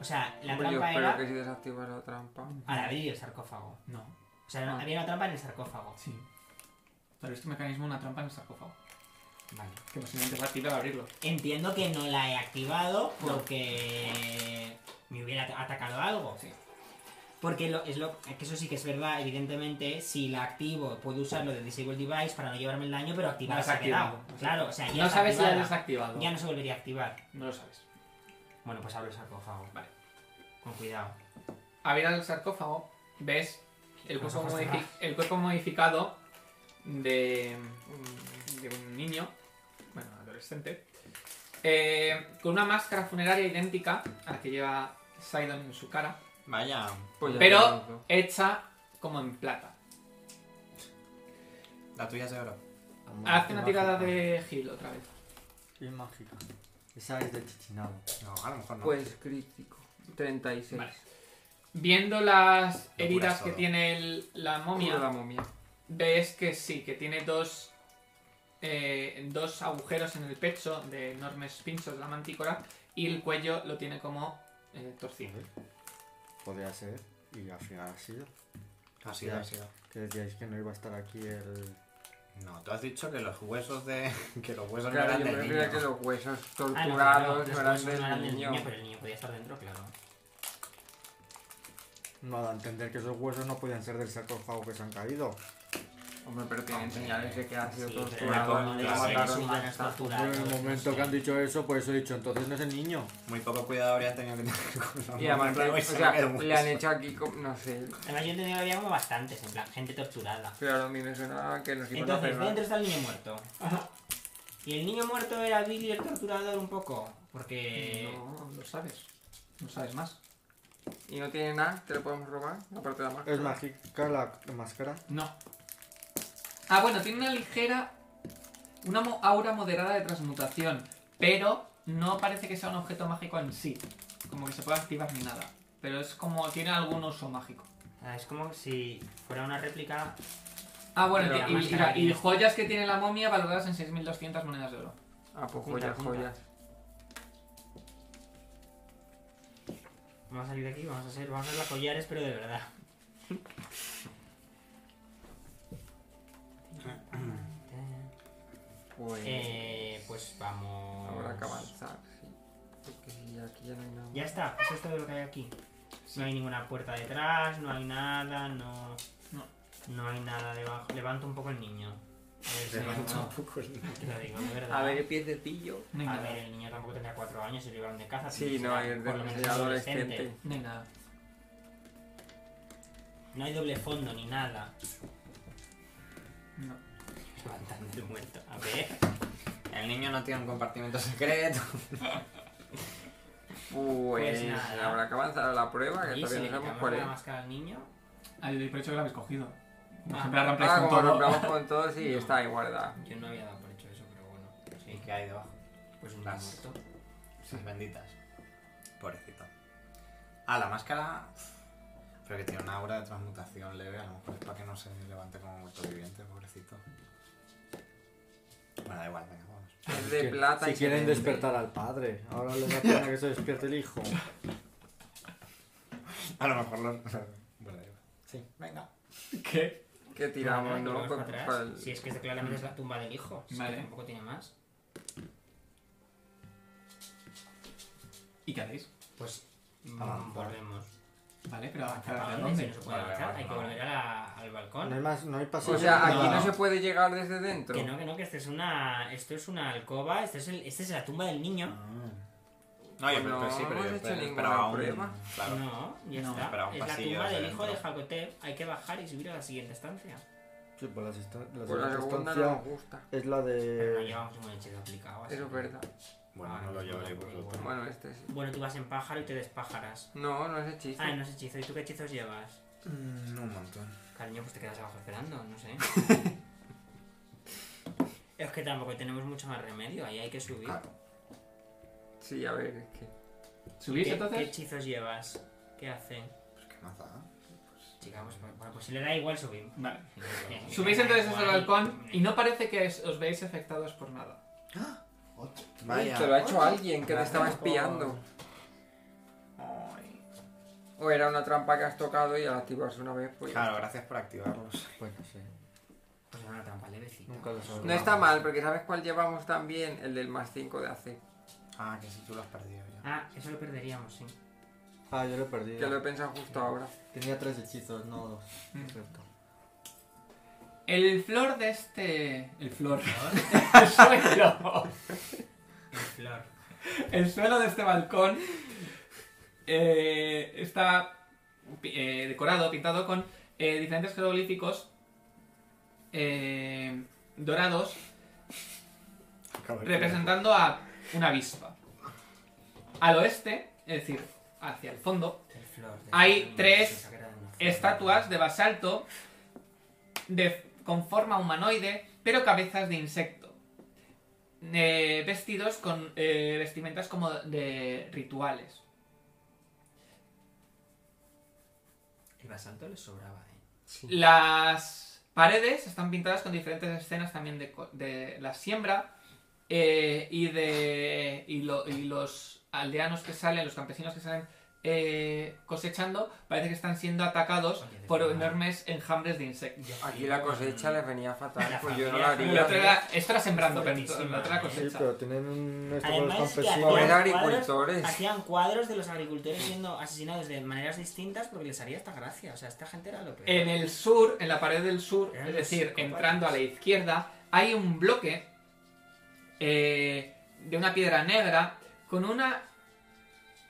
B: O sea, la
D: Hombre, yo
B: trampa
D: espero
B: era
D: que si desactivas la trampa.
B: al abrir el sarcófago.
A: No.
B: O sea,
A: Ah.
B: había una trampa en el sarcófago.
A: Sí. Pero este mecanismo es una trampa en el sarcófago.
B: Vale.
A: Que posiblemente es la activa al abrirlo.
B: Entiendo que no la he activado porque me hubiera at- atacado algo.
A: Sí.
B: Porque lo, es lo, que eso sí que es verdad, evidentemente, si la activo puedo usarlo de Disable Device para no llevarme el daño, pero activar
A: La has
B: se ha quedado.
A: activado.
B: Claro, o sea, ya
A: No
B: está
A: sabes si la has
B: activada.
A: desactivado.
B: Ya no se volvería a activar.
A: No lo sabes.
B: Bueno, pues abro el sarcófago.
A: Vale.
B: Con cuidado.
A: abrir el sarcófago, ves el
B: Los
A: cuerpo,
B: ojos
A: modifi-
B: cerrados.
A: el cuerpo modificado de, de un niño, bueno, adolescente, eh, con una máscara funeraria idéntica a la que lleva Sidon en su cara,
E: Vaya.
D: Pues ya
A: Pero-
D: tenemos dos.
A: hecha como en plata.
E: La tuya es de oro.
A: Haz una tirada de gil otra vez.
C: Es mágica. Esa es de Chichinabo.
E: No, a lo mejor no.
D: Pues crítico. 36.
A: Vale. Viendo las
E: Lo
A: heridas
E: curas
A: que
E: todo.
A: tiene el- la
D: Cura la
A: momia,
D: momia.
A: ves que sí, que tiene dos, eh, dos agujeros en el pecho de enormes pinchos de la mantícora y el cuello lo tiene como eh, torcido.
C: Podría ser, y al final ha sido.
E: Ha sido, ha sido.
C: Que decíais que no iba a estar aquí el.
E: No, tú has dicho que los huesos de. que los huesos no
D: Claro,
E: eran
D: yo
E: del
D: prefiero
E: niño.
D: que los huesos
B: Ah, no,
D: torturados
B: no,
D: no
B: no,
D: eran
B: los huesos no eran
D: del niño.
B: pero el niño podía estar dentro, claro.
C: No, da a entender que esos huesos no podían ser del sarcófago que se han caído.
D: Hombre, pero tienen
E: Hombre,
D: señales de que ha sido
B: sí, pero
D: torturado.
B: no,
E: no,
D: y
B: de
D: lo
E: no,
B: seres
D: mataron
B: humanos
D: hasta-
C: Yo
B: torturados,
C: en el
B: pues no
C: momento
B: sé.
C: que han dicho eso, por eso he dicho, entonces no es el niño.
E: Muy poco cuidado habrían tenido que tener con la
D: Y además,
E: muerte,
D: le- o
E: güey, se me
D: sea,
E: queda un
D: le han
E: hueso.
D: hecho aquí, como- no sé.
B: Además, yo entendía que había como bastantes, en plan, gente torturada.
D: Claro, a mí me suena que nos iban a hacer
B: Entonces,
D: nada.
B: dentro está el niño muerto. Y el niño muerto era Billy el torturador un poco. Porque.
A: Eh, No lo sabes. No sabes más.
D: Y no tiene nada que le podemos robar, aparte de la máscara.
C: Es mágica la la máscara.
A: No. Ah, bueno, tiene una ligera. Una mo- aura moderada de transmutación. Pero no parece que sea un objeto mágico en sí. Como que se pueda activar ni nada. pero es como tiene algún uso mágico.
B: Ah, Es como si fuera una réplica.
A: Ah, bueno,
B: Pero la
A: y, y-
B: máscara
A: y- y
B: que
A: joyas que tiene la momia valoradas en 6.200 monedas de oro.
D: Ah, pues
B: Apunta,
D: joyas,
B: apunta.
D: joyas.
B: Vamos a salir de aquí, vamos a hacer, vamos a hacer las collares, pero de verdad.
D: Pues
B: Eh, pues vamos.
D: habrá que avanzar, sí. Porque si aquí ya no hay nada.
B: Ya está, eso es todo lo que hay aquí. No hay ninguna puerta detrás, no hay nada, no.
A: No.
B: No hay nada debajo. Levanto un poco el niño. A ver si
E: Levanta un
B: no-
E: poco el niño.
B: te lo digo, de verdad.
D: A ver, el piececillo.
A: No hay
B: A
A: nada.
B: ver, el niño tampoco tendrá cuatro años y lo llevaron de caza.
D: Sí, no,
B: será
D: el
B: por lo menos
D: de adolescente.
A: No hay nada.
B: No hay doble fondo ni nada.
A: No.
B: Levantando el muerto. A ver.
E: El niño no tiene un compartimento secreto.
D: Pues,
B: nada.
D: habrá que avanzar a la prueba, Ah, que
B: Y si le
D: todavía no sabemos
B: quitamos
D: cuál
B: la
D: es.
B: máscara al niño.
A: Ah, yo doy por hecho que lo habéis cogido. Como
B: Ah.
A: siempre arrampláis
D: Ah,
A: con
D: como
A: todo.
D: compramos con todo, sí, está ahí guardada.
B: Yo no había dado por hecho eso, pero bueno.
E: ¿Y
B: Sí,
E: qué hay debajo?
B: pues un
E: Las-
B: muerto.
E: Sus benditas. Pobrecito. Ah, la máscara. Pero que tiene una aura de transmutación leve, a lo mejor es para que no se levante como muerto viviente, pobrecito. Bueno, da igual, venga, vamos.
D: Es de plata
C: si
D: y se
C: quieren
D: vende.
C: despertar al padre. Ahora les da pena que se despierte el hijo.
E: A lo mejor los. Bueno, da igual. Sí, venga.
A: ¿Qué?
D: Que tiramos, ¿no?
B: Volvemos
D: Pues, Con-
B: para atrás.
D: para el-
B: Si es que este claramente es la tumba del hijo. Si es que
A: Vale.
B: tampoco tiene más.
A: ¿Y qué hacéis?
B: Pues mm,
C: Avanzar.
B: volvemos.
A: Ah, Vale, pero ¿hasta
B: ¿Para dónde? Si no
A: dónde?
B: se puede
E: Vale,
B: avanzar,
E: vale,
B: hay que
E: vale.
B: volver a la- al
C: No hay
B: balcón.
C: más, no hay pasillo.
D: O sea,
C: ni
D: aquí
C: nada.
D: no se puede llegar desde dentro.
B: Que no, que no, que este es una. Esto es una alcoba, este es el, esta es la tumba del niño.
E: No, yo
D: Pues no
E: pero sí, pero
D: hemos
E: yo
D: hecho
E: esper-
D: ninguna
E: esperaba un-
D: prueba.
E: Ah, Claro.
B: No, ya
A: No,
E: espera,
B: está.
E: un
B: Es la
E: pasillo
B: tumba
E: hacia
B: del hijo de
E: adentro.
B: Jacotep. Hay que bajar y subir a la siguiente estancia.
C: Sí, pues la sexta- la
D: Pues la
C: sexta
D: segunda no
C: estancia
D: nos gusta.
C: es la
B: Pero no
C: de.
B: llevamos un hechizo aplicado. así
D: Eso es
B: que-
D: verdad.
E: Ah, Bueno, no lo llevaréis vosotros.
D: Bueno, este sí.
B: Bueno, tú vas en pájaro y te despájaras.
D: No, no es hechizo.
B: Ah, no es hechizo. ¿Y tú qué hechizos llevas?
E: No, Mm, un montón.
B: Cariño, pues te quedas abajo esperando, no sé. es que tampoco tenemos mucho más remedio, ahí hay que subir.
A: Ah,
E: Claro.
D: Sí, a ver, es que.
A: ¿Subís
B: ¿Qué, qué
A: entonces?
B: hechizos llevas? ¿Qué hace?
E: Pues qué maza.
B: Chica, pues, bueno, pues si le da igual subir.
A: Vale. Subís entonces hasta el balcón y no parece que es- os veáis afectados por nada.
D: Uy, te lo ha hecho alguien que te estaba espiando. O era una trampa que has tocado y al activarse una vez, pues. ya
E: Claro, gracias por activarlos.
C: Bueno, sí.
B: Pues era una trampa levecita.
C: Nunca lo
D: No
C: sabremos.
D: está mal, porque ¿sabes cuál llevamos también? El del más 5 de AC.
E: Ah, que si tú lo has perdido ya.
B: Ah, eso lo perderíamos, sí.
C: Ah, yo lo he perdido.
D: Que lo he pensado justo ahora.
C: Tenía tres hechizos, no dos.
A: Mm.
C: Cierto.
A: El flor de este... El flor. El suelo.
B: Flor.
A: El suelo de este balcón eh, está pi- eh, decorado, pintado con eh, diferentes jeroglíficos eh, dorados
E: Acabo de-
A: representando a una avispa. Al oeste, es decir, hacia el fondo,
B: El flor de-
A: Hay
B: Ay,
A: tres
B: se sacará de una flor.
A: estatuas de basalto de- con forma humanoide, pero cabezas de insecto. Eh, vestidos con eh, vestimentas como de rituales.
B: El basalto le sobraba, eh.
A: Las paredes están pintadas con diferentes escenas también de, co- de la siembra eh, y de y, lo- y los aldeanos que salen, los campesinos que salen eh, cosechando, parece que están siendo atacados
B: Oye, de
A: por
B: verdad.
A: enormes enjambres de insectos.
B: Yo
D: Aquí
B: flipo
D: la
B: con-
D: cosecha les venía fatal,
B: La
D: pues yo no la
B: familia-
A: La otra
D: haría.
A: era, esto era sembrando, pero
B: Fuertísima,
A: la otra era
B: ¿eh?
C: Sí,
A: cosecha.
C: pero tienen un esto con los
B: Además, que
C: campesinos.
D: Pobres
B: cuadros-
D: agricultores.
B: Mm. Hacían cuadros de los agricultores siendo asesinados de maneras distintas porque les haría esta gracia. O sea, esta gente era lo peor.
A: En el sur, en la pared del sur,
B: Eran
A: es
B: los
A: decir,
B: psicópatas.
A: entrando a la izquierda, hay un bloque eh, de una piedra negra con una,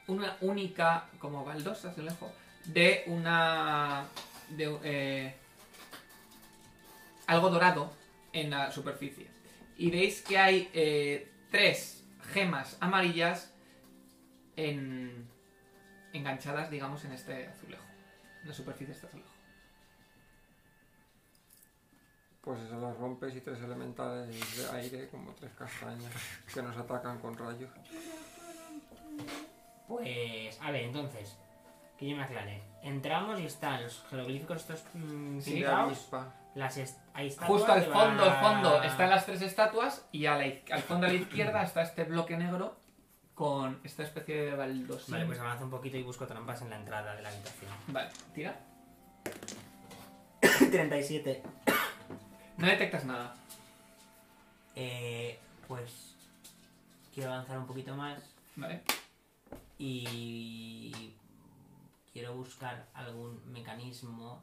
A: una única, como baldosa, se lejos, de una... de eh, algo dorado en la superficie. Y veis que hay eh, tres gemas amarillas en- enganchadas, digamos, en este azulejo. En la superficie de este azulejo.
D: Pues eso las rompes y tres elementales de aire, como tres castañas, que nos atacan con rayos.
B: Pues, a ver, entonces, que yo me aclaré. Entramos y están los jeroglíficos estos mm,
A: Sí,
D: Sin la
B: pintados,
D: avispa.
B: las est- hay estatuas
A: Justo al
B: de
A: fondo, al
B: la-
A: fondo, están las tres estatuas y a la iz- al fondo a la izquierda está este bloque negro con esta especie de baldosín.
B: Vale, pues avanza un poquito y busco trampas en la entrada de la habitación.
A: Vale, tira.
B: 37.
A: No detectas nada.
F: Eh, pues quiero avanzar un poquito más
A: Vale.
F: y quiero buscar algún mecanismo.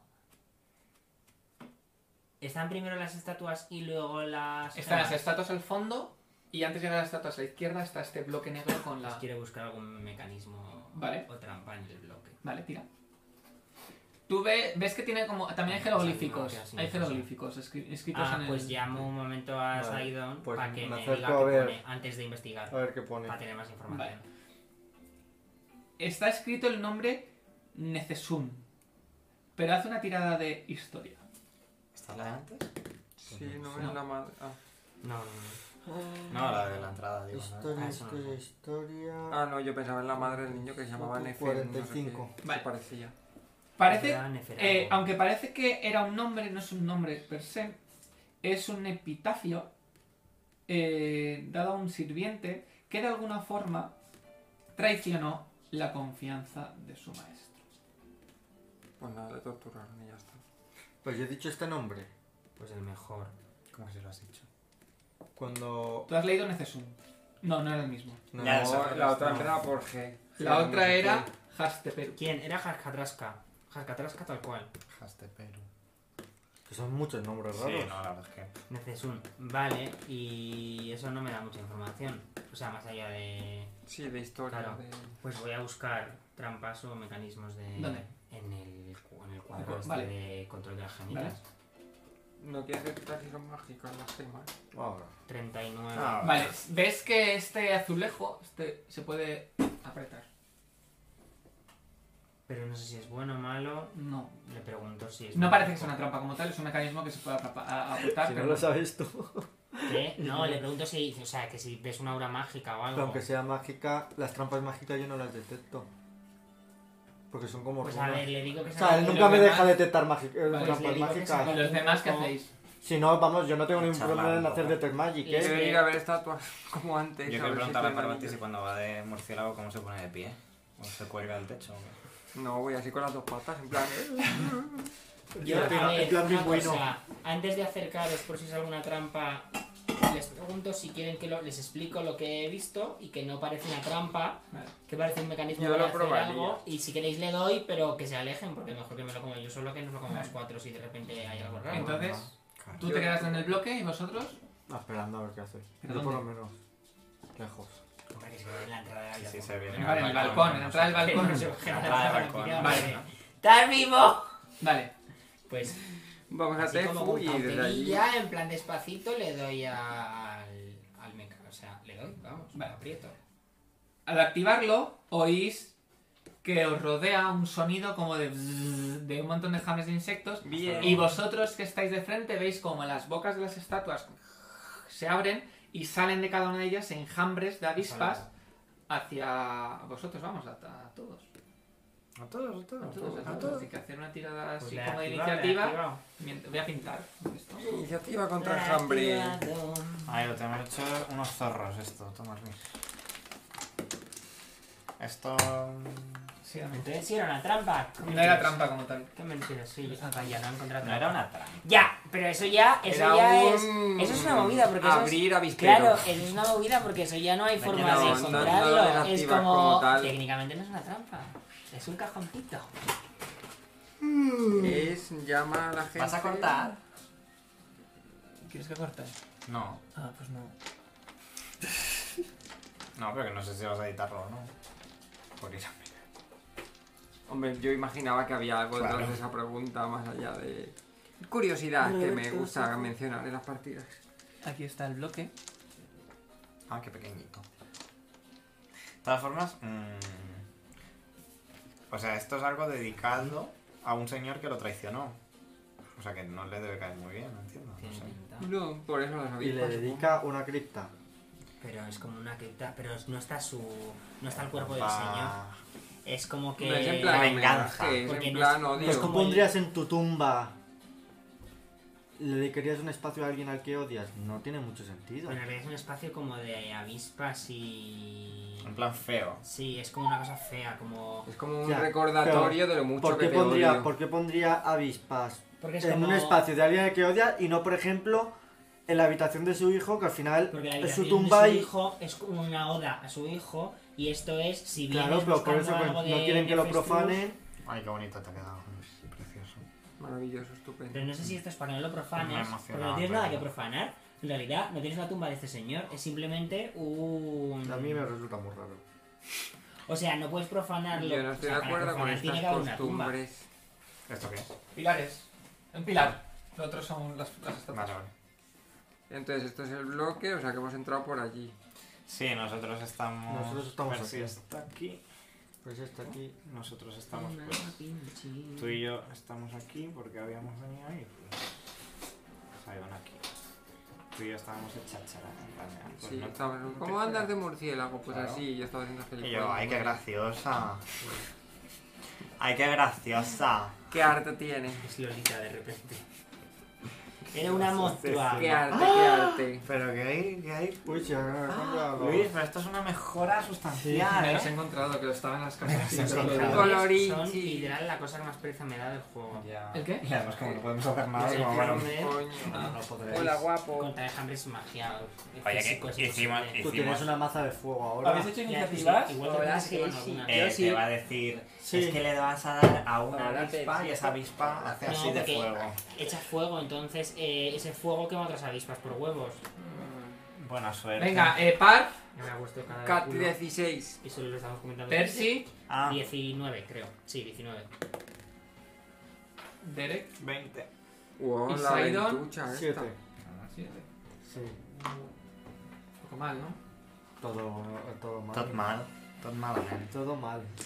F: ¿Están primero las estatuas y luego las...
A: Están las
F: gemas?
A: estatuas al fondo y antes de llegar a las estatuas a la izquierda está este bloque negro con
B: Pues
A: la...
B: quiero buscar algún mecanismo
A: Vale.
B: o trampa en el bloque.
A: Vale, tira. Tú ve- ves que tiene como... También hay
B: Sí, Ah, pues no,
A: jeroglíficos.
B: sí,
A: Hay
B: sí, sí.
A: jeroglíficos escri- escritos
B: Ah,
A: en el...
B: pues llamo un momento a
C: Vale,
B: Saidon
C: pues
B: para que
C: me
B: me,
C: acerco
B: diga
C: a
B: qué
C: ver.
B: pone antes de investigar,
C: A ver qué pone.
B: para tener más información.
A: Está escrito el nombre Necesum. Pero hace una tirada de historia.
E: ¿Está la de antes?
D: Sí, no,
A: No.
D: es la madre. Ah.
B: No, no, no.
E: No, la de la entrada, digo. ¿no?
C: Historia,
B: Ah, eso no.
C: historia, historia.
D: Ah, no, yo pensaba en la madre del niño que se llamaba
C: Ocu-
D: Nefer. No sé
C: 45.
D: qué, se
A: Vale.
D: parecía.
A: Parece...
B: Era Neferatu.
A: eh, aunque parece que era un nombre, no es un nombre per se. Es un epitafio eh, dado a un sirviente que de alguna forma traicionó la confianza de su maestro.
D: Pues nada, le torturaron y ya está.
C: Pues yo he dicho este nombre.
B: Pues el mejor.
E: ¿Cómo que se lo has dicho?
C: Cuando.
A: Tú has leído Necesum. No, no era el mismo.
C: No,
E: Ya, eso.
D: No, la otra era por G.
A: La
D: Sí, no
A: otra
D: sé
A: era
D: qué.
A: Hasteperu.
B: ¿Quién? Era Jascatrasca. Jascatrasca tal cual.
E: Hasteperu.
C: que son muchos nombres raros.
E: Sí, no, la verdad es que.
B: Necesun. Vale, y eso no me da mucha información. O sea, más allá de...
D: Sí, de historia.
B: Claro.
D: de-
B: Pues voy a buscar trampas o mecanismos de...
A: ¿Dónde?
B: En el, cu- en el cuadro
A: Ojo,
B: este
A: vale.
B: de control de las gemitas.
D: No quieres detectar si son mágicas las gemas.
C: Ahora.
B: 39.
E: Ah,
A: Vale, ves que este azulejo este, se puede apretar.
B: Pero no sé si es bueno o malo.
A: No.
B: Le pregunto si es
A: No
B: malo.
A: parece que sea una trampa como tal, es un mecanismo que se puede atrapa- a-
D: Ah,
A: apretar.
C: Si no
A: pero
C: lo sabes tú.
B: ¿Qué? ¿Eh? No, le pregunto si... O sea, que si ves una aura mágica
A: Ah,
B: o algo.
C: Aunque sea mágica, las trampas mágicas yo no las detecto. Porque son como
B: Pues a
C: runas.
B: ver, le digo que
C: O
B: se
C: sea, él
A: y
C: nunca
A: los
C: me deja
A: demás-
C: detectar magi- eh,
A: Vale,
B: le
C: trampas
B: digo que
A: ¿Y
C: mágicas.
B: saca-
A: los demás qué hacéis?
C: Si no, vamos, yo no tengo ningún
E: Charlando.
C: problema en hacer Detect Magic,
B: Es
C: ¿eh?
D: Debería
B: que-
D: haber estatuas como
E: Yo
D: antes. a
E: quiero
D: ver si
E: preguntarle a
D: tienen
E: Parvati si
D: anillos.
E: cuando va de murciélago, ¿cómo se pone de pie? ¿O se cuelga del techo? o qué?
D: No, voy así con las dos patas, en plan.
B: Yo,
C: En plan-
B: a ver,
C: en plan
B: una
C: pingüino.
B: cosa, antes de acercaros por si es alguna trampa, les pregunto si quieren que lo- les explico lo que he visto y que no parece una trampa,
A: Vale.
B: que parece un mecanismo
D: Yo
B: para
D: lo
B: hacer
D: probaría.
B: algo, y si queréis le doy, pero que se alejen, porque mejor que me lo como yo solo que nos lo comamos cuatro si de repente hay algo raro.
A: Entonces,
E: Claro.
A: tú te quedas en el bloque y vosotros.
C: Ah, esperando a ver qué hace.
A: ¿Pero
C: Yo por lo
A: dónde?
C: menos. Lejos.
B: Hombre, que se ve en la entrada de la
E: Sí, sí,
B: habitación.
E: se ve.
A: Vale, en el balcón, en la entrada del
B: Que no se
A: balcón.
B: baje la
E: Entrada de
B: trampa,
E: balcón.
B: la
A: Vale.
B: pillamos.
F: ¡Estás vivo!
A: Vale,
B: Pues
D: Vamos a
B: Así como
D: Tefu
B: con
D: y desde allí.
B: cautelilla, en plan despacito, le doy al, al meca. O sea, le doy, vamos, me
A: Vale.
B: aprieto.
A: al activarlo, oís que os rodea un sonido como de, bzzz, de un montón de enjambres de insectos
D: Bien.
A: Y vosotros que estáis de frente veis como las bocas de las estatuas se abren y salen de cada una de ellas enjambres de avispas hacia vosotros, vamos, a, a todos.
E: A todos, a todos.
A: A todos, a todos. Así que hacer una tirada
B: Pues
A: así
B: le he
A: como de
B: activado, le he
A: iniciativa.
B: activado.
A: Mient- Voy a pintar esto.
D: Iniciativa contra el hambre.
F: Activado.
E: Ahí lo tenemos hecho unos zorros esto, toma Luis. Esto... mm,
A: Sí,
B: Entonces sí era una trampa. ¿Qué
A: No era
B: mentiras?
A: trampa como tal.
B: Qué mentira, sí. Ah, vaya, no he encontrado
E: No era una trampa.
F: Ya, pero eso ya, eso
D: Era
F: ya
D: un-
F: es... Eso es una movida porque eso es-
D: Abrir avispero.
F: Claro, eso es una movida porque eso ya no hay
B: No,
F: forma de
D: no, no
F: encontrarlo.
D: lo desactivas
F: es como...
D: como tal.
F: Técnicamente no es una trampa. Es un cajoncito.
D: Es
F: eh.
D: llama a la gente.
E: ¿Vas a cortar?
A: ¿Quieres que corte?
E: No.
A: Ah, pues no.
E: No, pero que no sé si vas a editarlo o no. Por ir a mirar.
D: Hombre, yo imaginaba que había algo detrás
E: Claro.
D: de esa pregunta, más allá de. Curiosidad que me
F: Roberto,
D: gusta
F: sí.
D: mencionar en las partidas.
A: Aquí está el bloque.
E: Ah, qué pequeñito. De todas formas... mm, o sea, esto es algo dedicado a un señor que lo traicionó. O sea, que no le debe caer muy bien, no entiendo. No
B: Tiene
E: sé.
B: pinta.
D: No, por eso las
C: Y le
D: avispas.
C: dedica una cripta.
B: Pero es como una cripta. Pero no está su. No está el cuerpo del
E: Va-
B: señor. es como que...
D: No es en plan
B: venganza,
D: homenaje, es
B: porque
D: en
B: no
D: plan
B: no
D: odio.
B: es
D: Pues
C: ¿Tú
B: como el-
C: pondrías en tu tumba? ¿Le dedicarías un espacio a alguien al que odias? No tiene mucho sentido.
B: Bueno, en realidad es un espacio como de avispas y...
E: En plan feo.
B: Sí, es como una cosa fea, como...
D: Es como un
C: Ya,
D: recordatorio
C: pero
D: de lo mucho
C: ¿Por qué,
D: que te
C: pondría,
D: odio.
C: ¿Por qué pondría avispas
B: Porque es
C: en
B: como-
C: un espacio de alguien al que odias y no, por ejemplo, en la habitación de su hijo, que al final
B: Porque la
C: es
B: habitación
C: su tumba
B: de su
C: y...
B: hijo es como una oda a su hijo y esto es si bien
C: Claro, pero por eso pues, no quieren que lo profanen.
E: Ay, qué bonito te ha quedado. Es precioso.
D: Maravilloso, estupendo.
B: Pero no sé si esto es para que no lo
E: Me ha
B: profanes,
E: emocionado,
B: porque no tienes nada que
E: pero-
B: profanar. En realidad, no tienes la tumba de este señor, es simplemente un...
C: A mí me resulta muy raro.
B: O sea, no puedes profanarlo.
D: Yo no
B: O
D: estoy de
B: sea, para
D: acuerdo con
B: profanar tiene
D: estas
B: que haber una tumba.
D: costumbres.
E: ¿Esto qué es?
A: Pilares. Un pilar. Lo otro son las, las estatuas.
E: Vale, vale.
D: Entonces, esto es el bloque, o sea que hemos entrado por allí.
E: Sí, nosotros estamos.
C: Nosotros estamos
E: a ver si
C: aquí.
E: está aquí.
C: Pues está aquí.
E: Nosotros estamos. pues, tú y yo estamos aquí porque habíamos venido ahí. Pues, salieron aquí. Tú y yo estábamos de cháchara. en plan de, ah, pues
D: Sí,
E: no-
D: estamos-
E: no te
D: ¿Cómo andas de
E: esperas.
D: murciélago? Pues
E: Claro.
D: así, yo estaba haciendo
E: Y
D: feliz.
E: yo, ay, qué graciosa. ay, qué graciosa.
D: ¿Qué arte tiene?
B: Es Lolita de repente. Era una monstrua.
D: ¿Qué arte? ¿Qué arte?
E: Pero que hay, que hay.
C: Uy, se ha
E: Ah,
C: encontrado.
E: Luis, pero esto es una mejora sustancial.
A: Me
E: ¿eh?
A: los he encontrado, que lo estaba en las cajas.
E: Sí, sí,
A: Pero-
D: sí. Colorichi.
B: Son literal la cosa que más pereza me da del juego.
E: Ya.
A: ¿El qué?
E: Y además, como no podemos hacer nada,
B: Sí,
E: como bueno.
B: hombre. Ah.
D: Coño.
E: No podréis.
D: Hola, guapo.
B: Contra enjambres magia.
E: Oye,
B: físico, es
E: que hicimos.
B: imposible.
C: Tú tienes
E: hicimos
C: una maza de fuego ahora.
A: ¿Habéis hecho
B: Ah, Ya,
A: iniciativas?
B: Igual
D: Ahora
B: tenemos que
D: sí,
B: llevarnos
D: sí.
B: alguna.
E: Eh,
D: Yo sí.
E: Te va a decir,
C: Sí.
E: es que le vas a dar a una
D: Ahora te-
E: avispa y esa avispa hace así de
B: porque
E: fuego.
B: Echa fuego, entonces eh, ese fuego quema otras avispas por huevos.
E: Buena suerte.
A: Venga, eh, Par,
B: No me ha gustado cada
D: Cat
B: culo.
D: 16.
B: Y solo lo estamos comentando.
A: Percy,
E: Ah,
B: 19, creo. Sí, 19.
A: Derek.
E: 20.
D: Wow,
A: ¿Y
D: la
A: Sidon?
D: ventucha esta.
C: Siete.
A: Ah, Sí,
C: Sí.
A: un poco mal, ¿no?
C: Todo, todo
E: Tot
C: mal.
E: mal. Tot malament.
C: Todo mal.
B: Todd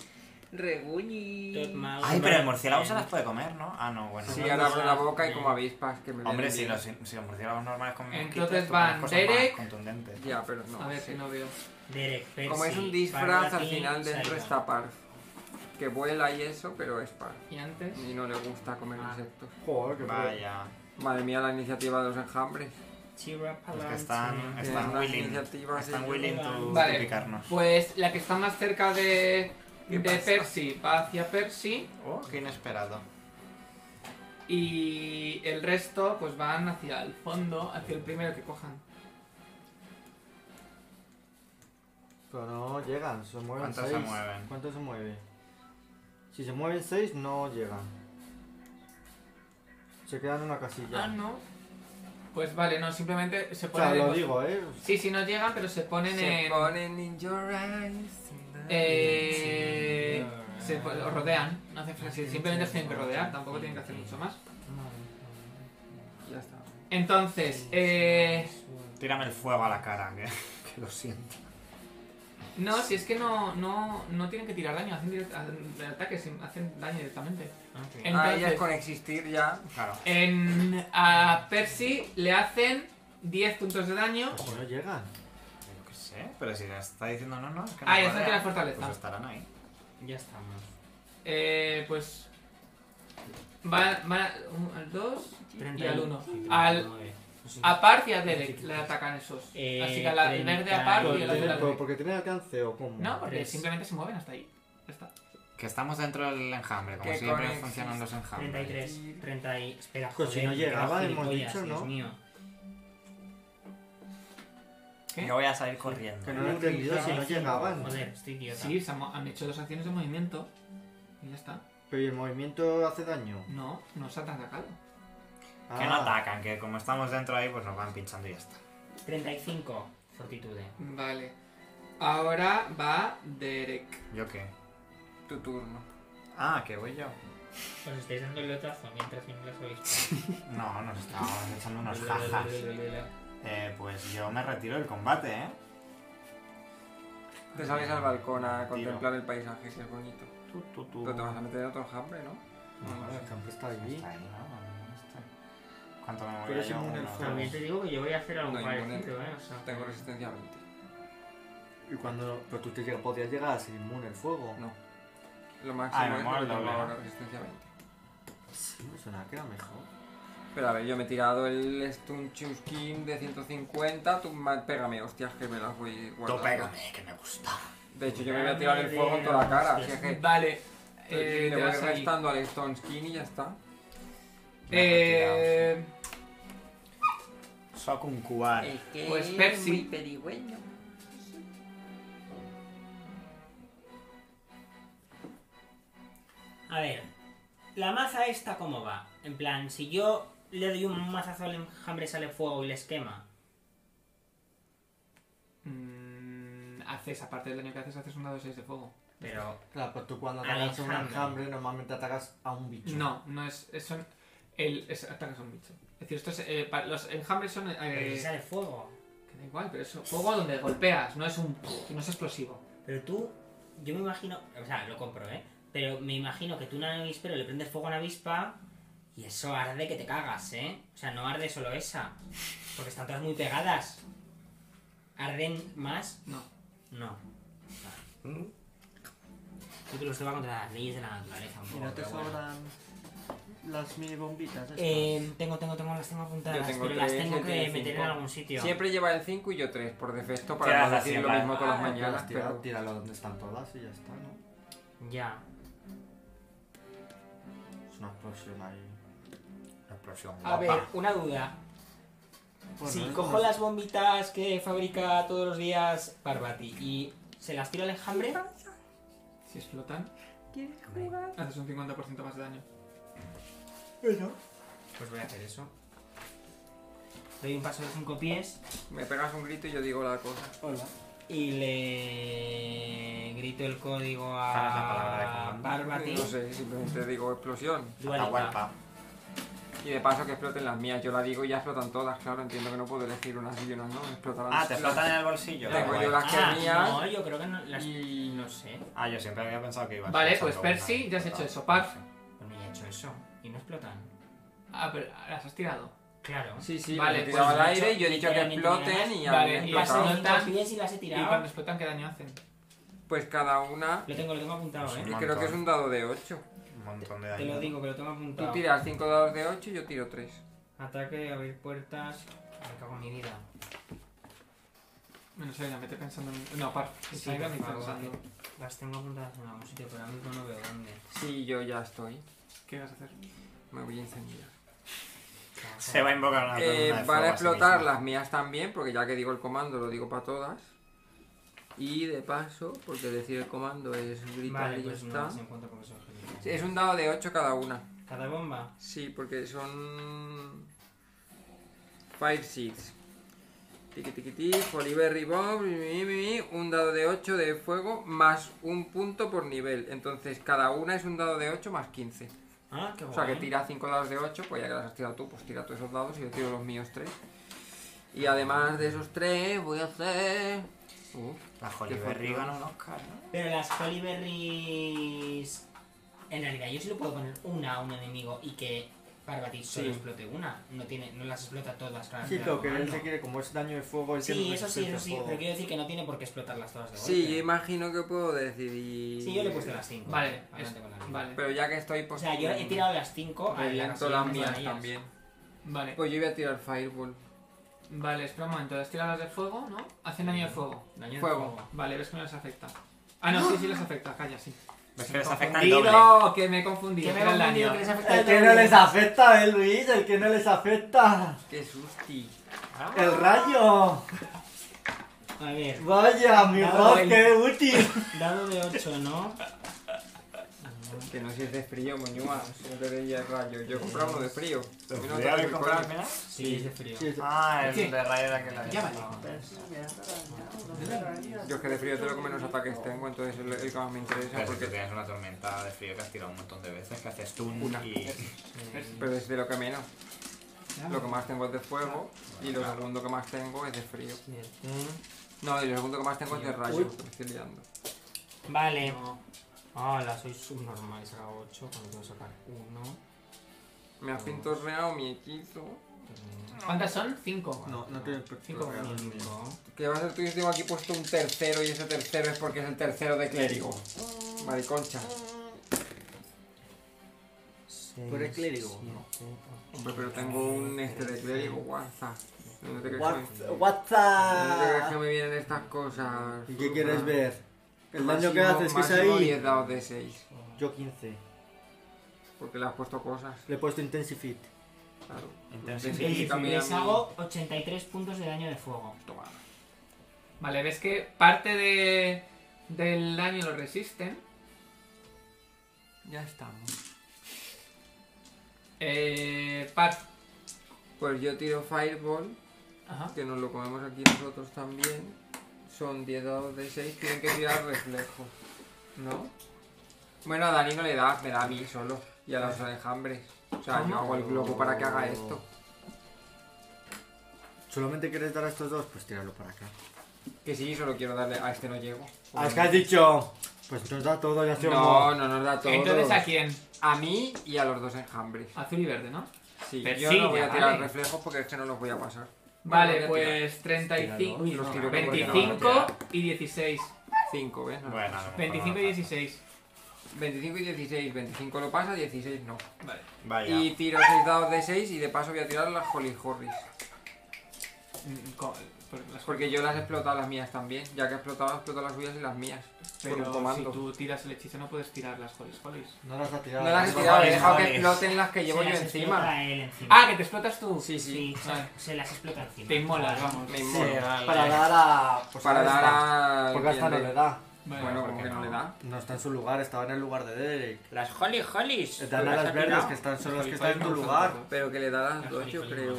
D: Reguñi.
B: Mal-
E: Ay, pero el murciélago
B: Eh,
E: se las puede comer, ¿no? Ah, no, bueno.
D: Sí,
E: No.
D: ahora abro la boca y como avispas que me vienen
E: Hombre, si
D: bien.
E: los, si los murciélagos normales comen
A: Entonces
E: mosquitos, tú
A: van
E: comes cosas más
A: Derek.
E: contundentes.
D: Ya, pero no.
A: A ver
D: sí.
A: si no veo.
B: Derek, Percy,
D: Como es un disfraz, al
B: Parvati,
D: final dentro
B: Simon.
D: está Parf. Que vuela y eso, pero es Parf.
A: Y antes.
D: Y no le gusta comer insectos.
C: Joder, qué feo.
E: Vaya.
D: Madre mía, la iniciativa de los enjambres.
B: Chira
E: Los que
B: Palance.
E: están, están
D: Unas
E: willing.
D: iniciativas
E: Están
D: y-
E: willing to,
A: Vale.
E: to picarnos.
A: Pues la que está más cerca de,
E: ¿Qué
A: de
E: pasa?
A: Percy va hacia Percy
E: Oh, qué inesperado.
A: y el resto pues van hacia el fondo, hacia el primero que cojan.
C: Pero no llegan, se mueven
E: ¿Cuántos se
C: seis.
E: mueven?
C: ¿Cuántos se mueven? Si se mueven seis, no llegan. Se quedan en una casilla.
A: Ah, no. Pues vale, no, simplemente se
C: O sea,
A: ponen...
C: lo
A: en-
C: digo, ¿eh?
A: Sí, sí, no llegan, pero se ponen
D: Se
A: en...
D: ponen in your eyes.
A: eh, se po- o rodean, no hace falta, sí, simplemente se tienen que rodear, tampoco tienen que hacer mucho más.
D: Ya está.
A: Entonces, eh,
E: Tírame el fuego a la cara, que, que lo siento.
A: no, si es que no, no, no tienen que tirar daño, hacen direct- hacen ataques, hacen daño directamente.
B: Ah, sí.
A: En-
D: Ah,
A: Entonces-
D: ya es con existir ya.
E: Claro.
A: En, a Percy le hacen 10 puntos de daño.
C: Pues no llegan.
E: Yo qué sé, pero si le está diciendo no, no, es que no.
A: Ah, eso
E: rodea,
A: tiene fortaleza.
E: Pues estarán ahí.
B: Ya estamos.
A: Eh, pues. Va, va un- al 2 y al 1.
B: 31.
A: Al,
B: No sé.
A: a Parth y a Derek le atacan esos.
B: Eh,
A: Así que la- el verde a Parth
C: Pero
A: y el
B: la
C: tiene-
A: azul a
C: pero
A: Derek.
C: porque tiene alcance o cómo.
A: No, porque
B: Tres.
A: simplemente se mueven hasta ahí. Ya está.
E: Que estamos dentro del enjambre, como
D: Que
E: siempre
D: conexis-
E: funcionan los enjambres.
B: 33, 30 y... Espera,
C: Pues
B: joder,
C: si no
B: me he quedado
C: llegaba, hemos
B: gilipollas,
C: dicho,
B: Dios
C: ¿no?
B: mío.
A: ¿Qué?
E: Yo voy a salir corriendo.
C: Que no lo he entendido si no llegaban.
B: Joder, estoy idiota.
A: Sí, se han, mo- han hecho dos acciones de movimiento. Y ya está.
C: Pero ¿y el movimiento hace daño.
A: No, no se han atacado.
E: Que no
C: Ah,
E: atacan, que como estamos dentro ahí, pues nos van pinchando y ya está.
B: 35, fortitude.
A: Vale. Ahora va Derek.
E: ¿Yo qué?
D: Tu turno.
E: Ah, que voy yo.
B: Os estáis dando el lotazo mientras no lo sabéis.
E: No, nos estábamos echando unos jajas. Eh, pues yo me retiro del combate, ¿eh?
D: Te sales al balcón a
E: Tiro.
D: contemplar el paisaje, que es bonito.
E: Tú, tú, tú.
D: Pero te vas a meter en otro enjambre, ¿no?
C: no, el campo está allí.
E: pues, Está ahí, ¿no? No está. ¿Cuánto me voy
C: Pero
E: a
C: es inmune al
E: Uno,
C: fuego.
B: También te digo que yo voy a hacer algo
D: No,
B: parecido,
D: inmune.
B: ¿eh? O sea,
D: Tengo resistencia a 20.
C: Y cuando. Pero tú te lleg- podías llegar a ser inmune al fuego.
D: No. Lo
E: Ay,
D: máximo
E: me
D: es
E: muero
D: lo que
E: de
D: tengo
E: dolor.
D: ahora, resistencia 20.
C: No me suena que era mejor.
D: Pero a ver, yo me he tirado el Stun Chuskin de 150. Tú ma- pégame, hostias, que me las voy guardando.
E: Tú pégame, que me gusta.
D: De hecho, yo me voy a tirar el fuego en toda la cara. Así es que
A: Vale. Eh,
D: eh,
A: te
D: le voy
A: vas ahí.
D: restando al Stone Skin y ya está.
A: Eh,
E: Soy un cuar.
A: pues Percy,
B: A ver, la maza esta cómo va. En plan, si yo le doy un mazazo al enjambre sale fuego y les quema.
A: mm, haces, aparte del daño que haces, haces un dado de 6 de fuego.
B: Pero
C: Claro, pues tú cuando
B: Al
C: atacas a un
B: enjambre.
C: enjambre normalmente atacas a un bicho.
A: No, no es. es- son, el, es, atacas a un bicho. Es decir, esto es, eh, pa- los enjambres son. eh,
B: pero si
A: que
B: sale fuego.
A: da igual, pero es un fuego donde golpeas, no es un. No es explosivo.
B: Pero tú, yo me imagino, o sea, lo compro, ¿eh? Pero me imagino que tú una avispero le prendes fuego a una avispa y eso arde que te cagas, ¿eh? O sea, no arde solo esa, porque están todas muy pegadas. ¿Arden más?
A: No.
B: No. Yo te los tengo contra las leyes de la naturaleza. Un
C: Y
B: poco,
C: no te
B: pero bueno.
C: sobran las mini bombitas. estas? Ah,
B: Eh, tengo, tengo, tengo, las tengo apuntadas,
D: Yo tengo
B: pero las
D: tres,
B: tengo
D: él
B: que
D: tiene
B: meter
D: cinco.
B: en algún sitio.
D: Siempre lleva el 5 y yo 3 por defecto
E: Te
D: para no
E: das
D: decir
E: así,
D: lo
E: en
D: mismo todas las
C: Pues
D: mañanas.
C: tira-
D: Pero
C: Tíralo donde están todas y ya está, ¿no?
B: Ya.
C: Es una explosión ahí.
E: Una explosión
B: A
E: guapa.
B: ver, una duda.
C: Bueno,
B: si
C: es
B: cojo
C: más-
B: las bombitas que fabrica todos los días Parvati y se las tiro al enjambre,
A: Si explotan, haces un 50% más de daño.
B: pues voy a hacer eso. Doy un paso de cinco pies
D: me pegas un grito y yo digo la cosa.
B: y le grito el código
E: ¿Cuál es Ah, la palabra de
B: a
E: comando?
B: Parvati.
D: No sé, simplemente digo explosión.
B: Dua Lipa.
E: Atahualpa.
D: Y de paso que exploten las mías. Yo la digo y ya explotan todas. Claro, entiendo que no puedo elegir unas y unas no. Explotarán
E: Ah, te
D: las-
E: flotan en el bolsillo.
D: Tengo
E: Guay.
D: yo las que
B: Ah,
D: mías.
B: no, yo creo que no, las...
D: Y
B: no sé.
E: Ah, yo siempre había pensado que iba a
A: Vale,
E: ser
A: pues
E: solo una.
A: Percy, ya has hecho eso, par.
B: Bueno, ya he hecho eso y no explotan.
A: Ah, pero las has tirado.
B: Claro.
D: Sí, sí,
A: Vale,
D: vale,
A: pues
D: tiraba al
B: de hecho,
D: aire y yo he dicho que
B: literalmente
D: exploten
B: ganas.
D: y
A: Vale,
D: han
A: y
B: Paso de
D: explotado.
A: así-
B: cinco
A: Explotan.
B: pies y las he
A: Y cuando
B: tirado.
A: explotan, ¿qué daño hacen?
D: Pues cada una,
B: Lo tengo, lo tengo apuntado,
E: Sí.
B: eh.
D: y
E: Un
D: creo que es
E: montón.
D: un dado de 8.
E: Un montón de
B: Te
E: daño.
B: lo digo, que lo tengo apuntado.
D: Tú tiras 5 dados de 8 y yo tiro 3.
B: Ataque, abrir puertas. Me cago en mi vida.
A: Menos Aina, vete pensando en. No, par.
B: Sí,
A: Aina,
B: por
A: ni
B: favor.
A: pensando.
B: Las tengo apuntadas en algún sitio, pero ahora mismo no veo dónde.
D: Sí, yo ya estoy.
A: ¿Qué vas a hacer?
D: Me voy a incendiar.
E: Se va a invocar Ah, una
D: Eh,
E: columna de
D: van
E: fuego
D: a
E: sí
D: explotar
E: mismo.
D: las mías también, porque ya que digo el comando, lo digo para todas. Y de paso, porque decir el comando es gritar
B: Vale,
D: y ya
B: pues no
D: está.
B: las encuentro porque son geniales.
D: Sí, Es un dado de 8 cada una.
B: Cada bomba.
D: Sí, porque son. Five seeds. Tiki tiki ti, Oliver Bob, mi, mi, mi, un dado de 8 de fuego más un punto por nivel. Entonces cada una es un dado de 8 más 15.
B: Ah, qué
D: O
B: guay.
D: sea que tira 5 dados de 8, pues ya que las has tirado tú, pues tira tú esos dados y yo tiro los míos 3. Y además de esos 3 voy a hacer... Uh,
E: La
D: Qué
E: Joliberry
D: fortuna.
E: gana un Oscar, ¿no?
B: Pero las Holy Berries. En realidad, yo sí le puedo poner una a un enemigo y que Parvati solo
D: Sí.
B: explote una. No, tiene, no las explota todas. claro,
C: Sí,
B: pero
C: pero que él
B: comando.
C: se quiere, como es daño de fuego, él tiene
B: Sí, eso sí, eso
C: resistencia
B: sí.
C: a fuego.
B: Pero quiero decir que no tiene por qué explotarlas todas de golpe.
D: Sí, yo imagino que puedo decidir...
B: Sí, yo le he puesto las 5.
A: Vale, es- vale.
D: Pero ya que estoy...
B: O
D: Pues,
B: sea, yo he tirado las
D: Oh,
B: 5 a la
D: reviento las mías también.
A: Vale,
D: Pues yo voy a tirar Fireball.
A: vale, espera un momento. Las tiradas de fuego, ¿no? Hacen daño de fuego.
D: Fuego.
A: Vale, ves que no les afecta. Ah, no, sí, sí les afecta, calla, sí.
E: Ves que les afecta el doble.
A: ¡Digo! Que me he confundido,
B: Que me he
A: era el
B: confundido,
A: daño.
B: que les afecta
C: El
B: el
C: que no
B: doble.
C: les afecta, eh, Luis, el que no les afecta.
D: ¡Qué susti!
C: El rayo.
B: A ver,
C: Vaya, mi
B: Nada,
C: Rob,
B: el-
C: qué útil.
B: dado de 8, ¿no?
D: Que no si es de frío, moñua. Siempre veía el rayo. Yo compraba uno de frío.
E: ¿Lo
D: Menos
E: podía
D: tarde
E: haber
D: que
E: comprado al
D: coño.
E: final?
B: Sí, es de frío.
C: Sí, sí.
E: Ah, el
A: Sí.
E: de rayo era que la
A: Ya vale.
D: Yo es que de frío te lo que menos ataques tengo, entonces es el, el que más me interesa.
E: Pero si tú
D: Porque,
E: tienes una tormenta de frío que has tirado un montón de veces, que haces tú
D: Una.
E: y...
D: pero es de lo que menos. Lo que más tengo es de fuego y lo segundo que más tengo es de frío. No, y lo segundo que más tengo es de rayo.
C: Uy.
D: Me estoy liando.
B: Vale. Hola, soy subnormal. Saca 8, cuando tengo que sacar 1.
D: Me has pintorreado mi hechizo.
A: ¿Cuántas son? Cinco.
C: No, no tiene
A: Cinco.
C: real.
D: Que va a ser tuyo, tengo aquí puesto un tercero y ese tercero es porque es el tercero de clérigo. Mariconcha.
C: seis,
B: Tú eres clérigo,
C: siete,
B: ¿no?
C: ocho,
D: Hombre, pero tengo un este de clérigo, guarza. No te creas que me-
C: What's-
D: no te creas que
C: WhatsApp.
D: me vienen estas cosas.
C: ¿Y qué quieres ver? El daño que
D: Máximo-
C: haces, que es
D: máximo 10
C: ahí.
D: dados de 6.
C: Yo 15.
D: Porque le has puesto cosas,
C: Le he puesto Intensifit.
D: claro.
E: Entonces,
D: Sí,
B: Les-
D: cambia
B: les
D: mi-
B: hago 83 puntos de daño de fuego.
D: Toma.
A: Vale, ves que parte de, del daño lo resisten. Ya estamos. Eh, par.
D: Pues yo tiro Fireball,
A: Ajá.
D: que nos lo comemos aquí nosotros también. Son 10 dados de 6, tienen que tirar reflejo. ¿No? Bueno, a Dani no le da, me da a mí solo. Y a los enjambres. O sea, yo hago el globo para que haga esto.
C: ¿Solamente quieres dar a estos dos? Pues tíralo para acá.
D: Que sí, solo quiero darle. A este no llego.
C: Ah, es que has dicho. Pues nos da todo, ya se
D: No, no nos da todo.
A: Entonces a quién?
D: A mí y a los dos enjambres.
A: Azul y verde, ¿no?
D: Sí,
A: Pero
D: yo
A: sí,
D: no voy a
A: ya,
D: tirar
A: vale.
D: reflejos porque es que no los voy a pasar.
A: Vale,
D: voy a tirar.
A: pues 35, uy,
D: Los
A: no,
D: tiro,
A: 25 y 16.
D: Cinco, ¿ves? No.
E: Bueno, a lo mejor
A: 25
E: no
D: Ah,
A: y
E: lo
A: 16.
D: 25 y 16. 25 lo pasa, 16 no.
A: Vale.
E: pasa. Vaya.
D: Y tiro 6 dados de 6 y de paso voy a tirar las Holy Horries.
A: Mm, co- por- las-
D: Porque yo las he explotado las mías también. Ya que he explotado, he explotado las suyas y las mías. por un
A: Pero si
D: comando.
A: tú tiras el hechizo no puedes tirar las holis holis.
C: No las ha tirado.
D: No las he
E: Las
D: tirado, he
B: ¿eh?
E: Holy
D: dejado que
E: Horries.
D: exploten las que llevo
B: Se
D: yo
B: las explota
D: encima.
B: a él encima.
A: Ah, que te explotas tú.
D: Sí, sí.
B: Sí, se,
A: Ah.
B: se las explota encima.
A: Te inmolas, vamos.
D: Me
C: Sí,
D: inmola.
C: para dar a. Pues
D: Para dar
C: esta.
D: a.
C: Porque a esta no le da.
A: Vale.
D: Bueno,
E: ¿por
D: como
E: qué
D: que no
E: no?
D: le da.
C: No está en su lugar, estaba en el lugar de Derek.
B: Las Holly Hollies.
C: Dan a las verdes, que están, son las que están en tu lugar.
D: Pero que le da las dos, yo creo.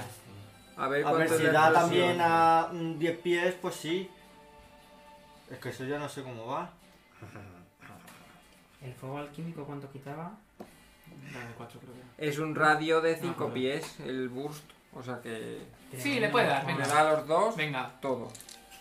D: A ver,
C: A ver
D: cuánto
C: si
D: le
C: da
D: hace.
C: también a mm, 10 pies, pues sí. Es que eso ya no sé cómo va.
B: ¿El fuego alquímico cuánto quitaba?
A: Dale, cuatro, creo que.
D: Es un radio
A: Ah,
D: de 5
A: Ajá.
D: pies, el burst. O sea que.
A: Sí, le puede dar,
D: Le
A: Ah, venga.
D: da a los dos
A: Venga.
D: todo.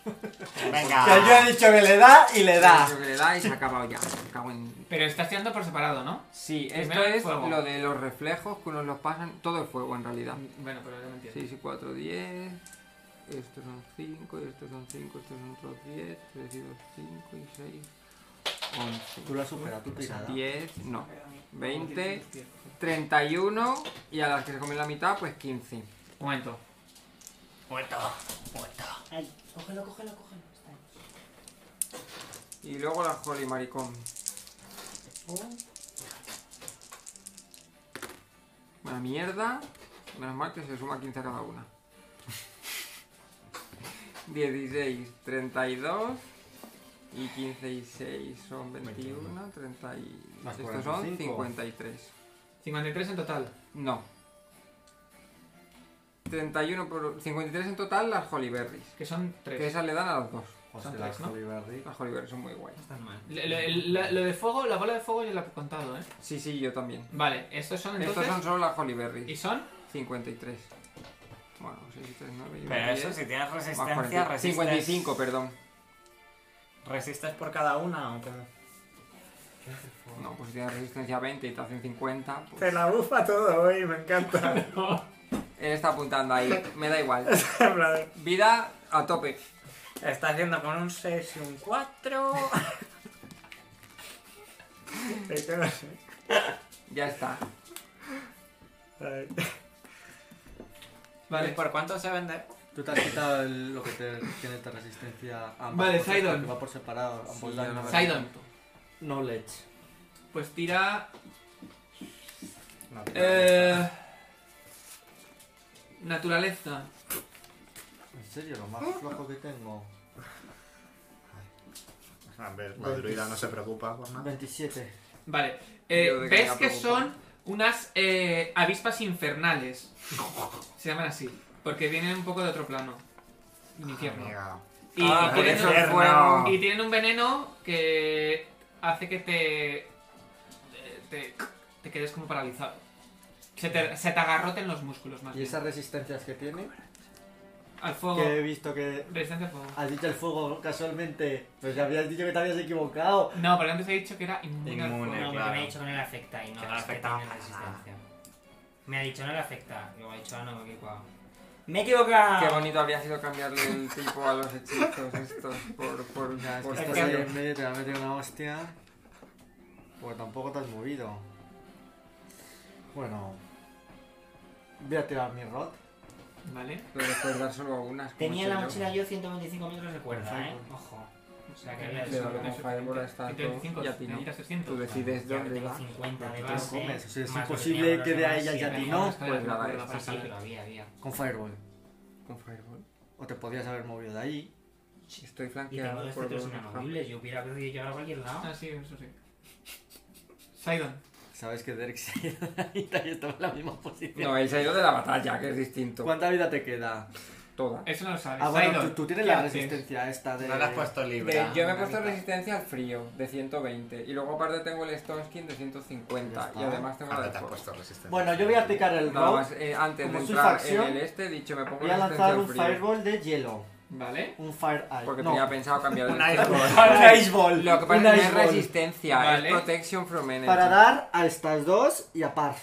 C: Ah. Que yo
E: Venga.
C: he dicho que le da y le da.
D: Lo que le da y se ha acabado ya. Me cago en-
A: Pero estás tirando por separado, ¿no?
D: Sí, esto
A: Primero
D: es
A: fuego.
D: lo de los reflejos que unos los pasan. Todo es fuego en realidad.
A: Bueno, pero yo no entiendo.
D: 6 y 4, 10. Estos son 5, estos son 5, estos son otros 10. 3 y 2, 5 y 6. 11.
C: Tú la superas, tú tirada.
D: 10, no. 20, 31. Y a las que se comen la mitad, pues 15.
A: Un momento.
B: Muerto, muerto. Ay, cógelo, cógelo, cógelo. Está ahí.
D: Y luego la Holy Maricón. Una mierda. Menos mal que se suma 15 a cada una. 16, 32. Y 15 y 6 son 21, 30 y...
C: Más
D: Estos son
C: 45.
D: 53.
A: 53 en total.
D: No. 31 por... 53 en total las Holy Berries.
A: Que son
D: Que
A: 3.
D: esas le dan a los dos.
A: Son
C: Hostia,
A: tres, ¿no?
C: Holy Berry.
D: Las Holy Berries son muy guay.
B: Está mal.
A: Lo, lo- lo de fuego, la bola de fuego ya la he contado, ¿eh?
D: Sí, sí, yo también.
A: Vale, estos son entonces...
D: Estos son solo las Holy Berries.
A: ¿Y son?
D: 53. Bueno, 6, 3, 9 y
E: Pero eso,
D: 10,
E: si tienes
D: más
E: resistencia,
D: 45.
E: resistes.
D: 55, perdón.
E: ¿Resistes por cada una aunque
D: No, pues si tienes resistencia 20 y te hacen 50, pues...
E: Te la bufa todo hoy, me encanta.
D: Él está apuntando ahí, me da igual.
E: En plan,
D: Vida a tope.
E: Está haciendo con un 6 y un 4. Te quedas-
D: Ya está.
E: Ay. ¿Y
A: Vale.
E: ¿Por cuánto se vende?
C: Tú te has quitado el- lo que te, tiene esta resistencia a ambas
A: Vale,
C: cosas,
A: Sidon.
C: porque Va por separado. ambos
D: Sí,
C: dan
D: yo no
C: una
D: sé.
A: Sidon.
C: Knowledge.
A: Pues tira...
E: No,
A: Eh... Naturaleza.
C: En serio, lo más flojo que tengo.
E: A ver, la druida no se preocupa por nada.
C: 27.
A: Vale. Eh,
D: Yo de que
A: ¿Ves
D: me
A: que
D: preocupa.
A: son unas eh, avispas infernales? Se llaman así. Porque vienen un poco de otro plano. Un infierno.
E: Amiga.
A: Y,
D: Ah,
A: y
D: por
A: tienen
D: eso
A: un-
D: el
E: infierno.
D: fuego.
A: Y tienen un veneno que hace que te. te, te quedes como paralizado. Se te, se te agarroten los músculos más
C: ¿Y
A: bien.
C: esas resistencias que tiene?
A: Al fuego.
C: Que he visto que
A: Resistencia al fuego.
C: has dicho el fuego casualmente. Pues ya habías dicho que te habías equivocado.
A: No, porque antes he dicho que era inmune, al
E: Inmune,
A: fuego.
B: No, porque
E: claro.
B: me ha dicho que no le afecta y no,
E: Que no le
B: es que
E: afecta.
B: tiene resistencia. Me ha dicho no le afecta. Luego ha dicho, ah, no, me he equivocado. ¡Me he equivocado!
D: Qué bonito habría sido cambiarle el tipo a los hechizos estos por... por,
C: Ya, es que
D: por
C: estás ahí
D: cambio.
C: en medio, te va a meter una hostia. Pues tampoco te has movido. Bueno. Voy a tirar mi rod.
A: ¿Vale?
D: Pero después dar solo a unas. como
B: Tenía en
D: he
B: la
D: hecho
B: mochila yo 125 metros de cuerda, ¿eh?
C: Exacto.
B: Ojo. O sea que
A: Pero
D: Pero como
A: eso-
D: Fireball está todo,
A: 75,
D: ya tiene.
A: necesitas
D: Tú
A: 300.
D: decides
B: Ya
D: dónde
B: tengo
D: va.
B: 50 de
C: Te lo
B: base,
C: comes, o sea, es
B: más los
C: imposible
B: miembros
C: que
B: de
C: vea
B: base,
C: ella ya a ti,
B: mejor.
C: ¿no?
A: Está
D: Pues
A: la
D: nada,
A: cuerda
D: es
B: Sí,
A: para
B: sí,
A: salir.
B: lo había, había.
C: Con Fireball.
D: Con Fireball.
C: O te podías haber movido de ahí.
D: Estoy
B: Y tengo
D: flanqueado
B: dos
D: por
B: títulos
D: dos.
B: inamovibles, yo hubiera podido llegar a cualquier lado.
A: Ah, sí, eso sí. Sidon.
C: Sabes que Derek se ha ido de la mitad y estaba en la misma posición.
D: No, él se ha ido de la batalla, que es distinto.
C: ¿Cuánta vida te queda?
D: Toda.
A: Eso no lo sabes.
C: Ah, bueno,
A: Sidon,
C: tú, tú tienes
A: ¿qué
C: la
A: haces?
C: resistencia esta de.
E: No le has puesto libre.
D: De- yo me he
C: una
D: puesto
C: mitad.
D: resistencia al frío de 120 y luego aparte tengo el Stone Skin de 150
C: Ya
D: y
C: está. Ah,
D: además tengo
E: Ahora Ah, te
D: la de
E: has
D: fuego.
E: puesto resistencia.
C: Bueno, yo voy a aplicar el
D: Nada
C: rod.
D: más, eh, antes de
C: Como soy
D: entrar
C: facción,
D: en el este he dicho me pongo
C: Voy a
D: resistencia
C: lanzar
D: al
C: un
D: frío.
C: Fireball de hielo.
A: ¿Vale.
C: Un Fire Eye.
D: Porque
C: no,
D: tenía pensado cambiar
E: Un
D: de
E: ice
D: color.
E: ball.
C: un Ice Ball.
D: Lo que
C: un
D: pasa es que
C: ice
D: no
C: ball.
D: es resistencia,
A: Vale.
D: es protection from energy.
C: Para dar a estas dos y a Parf.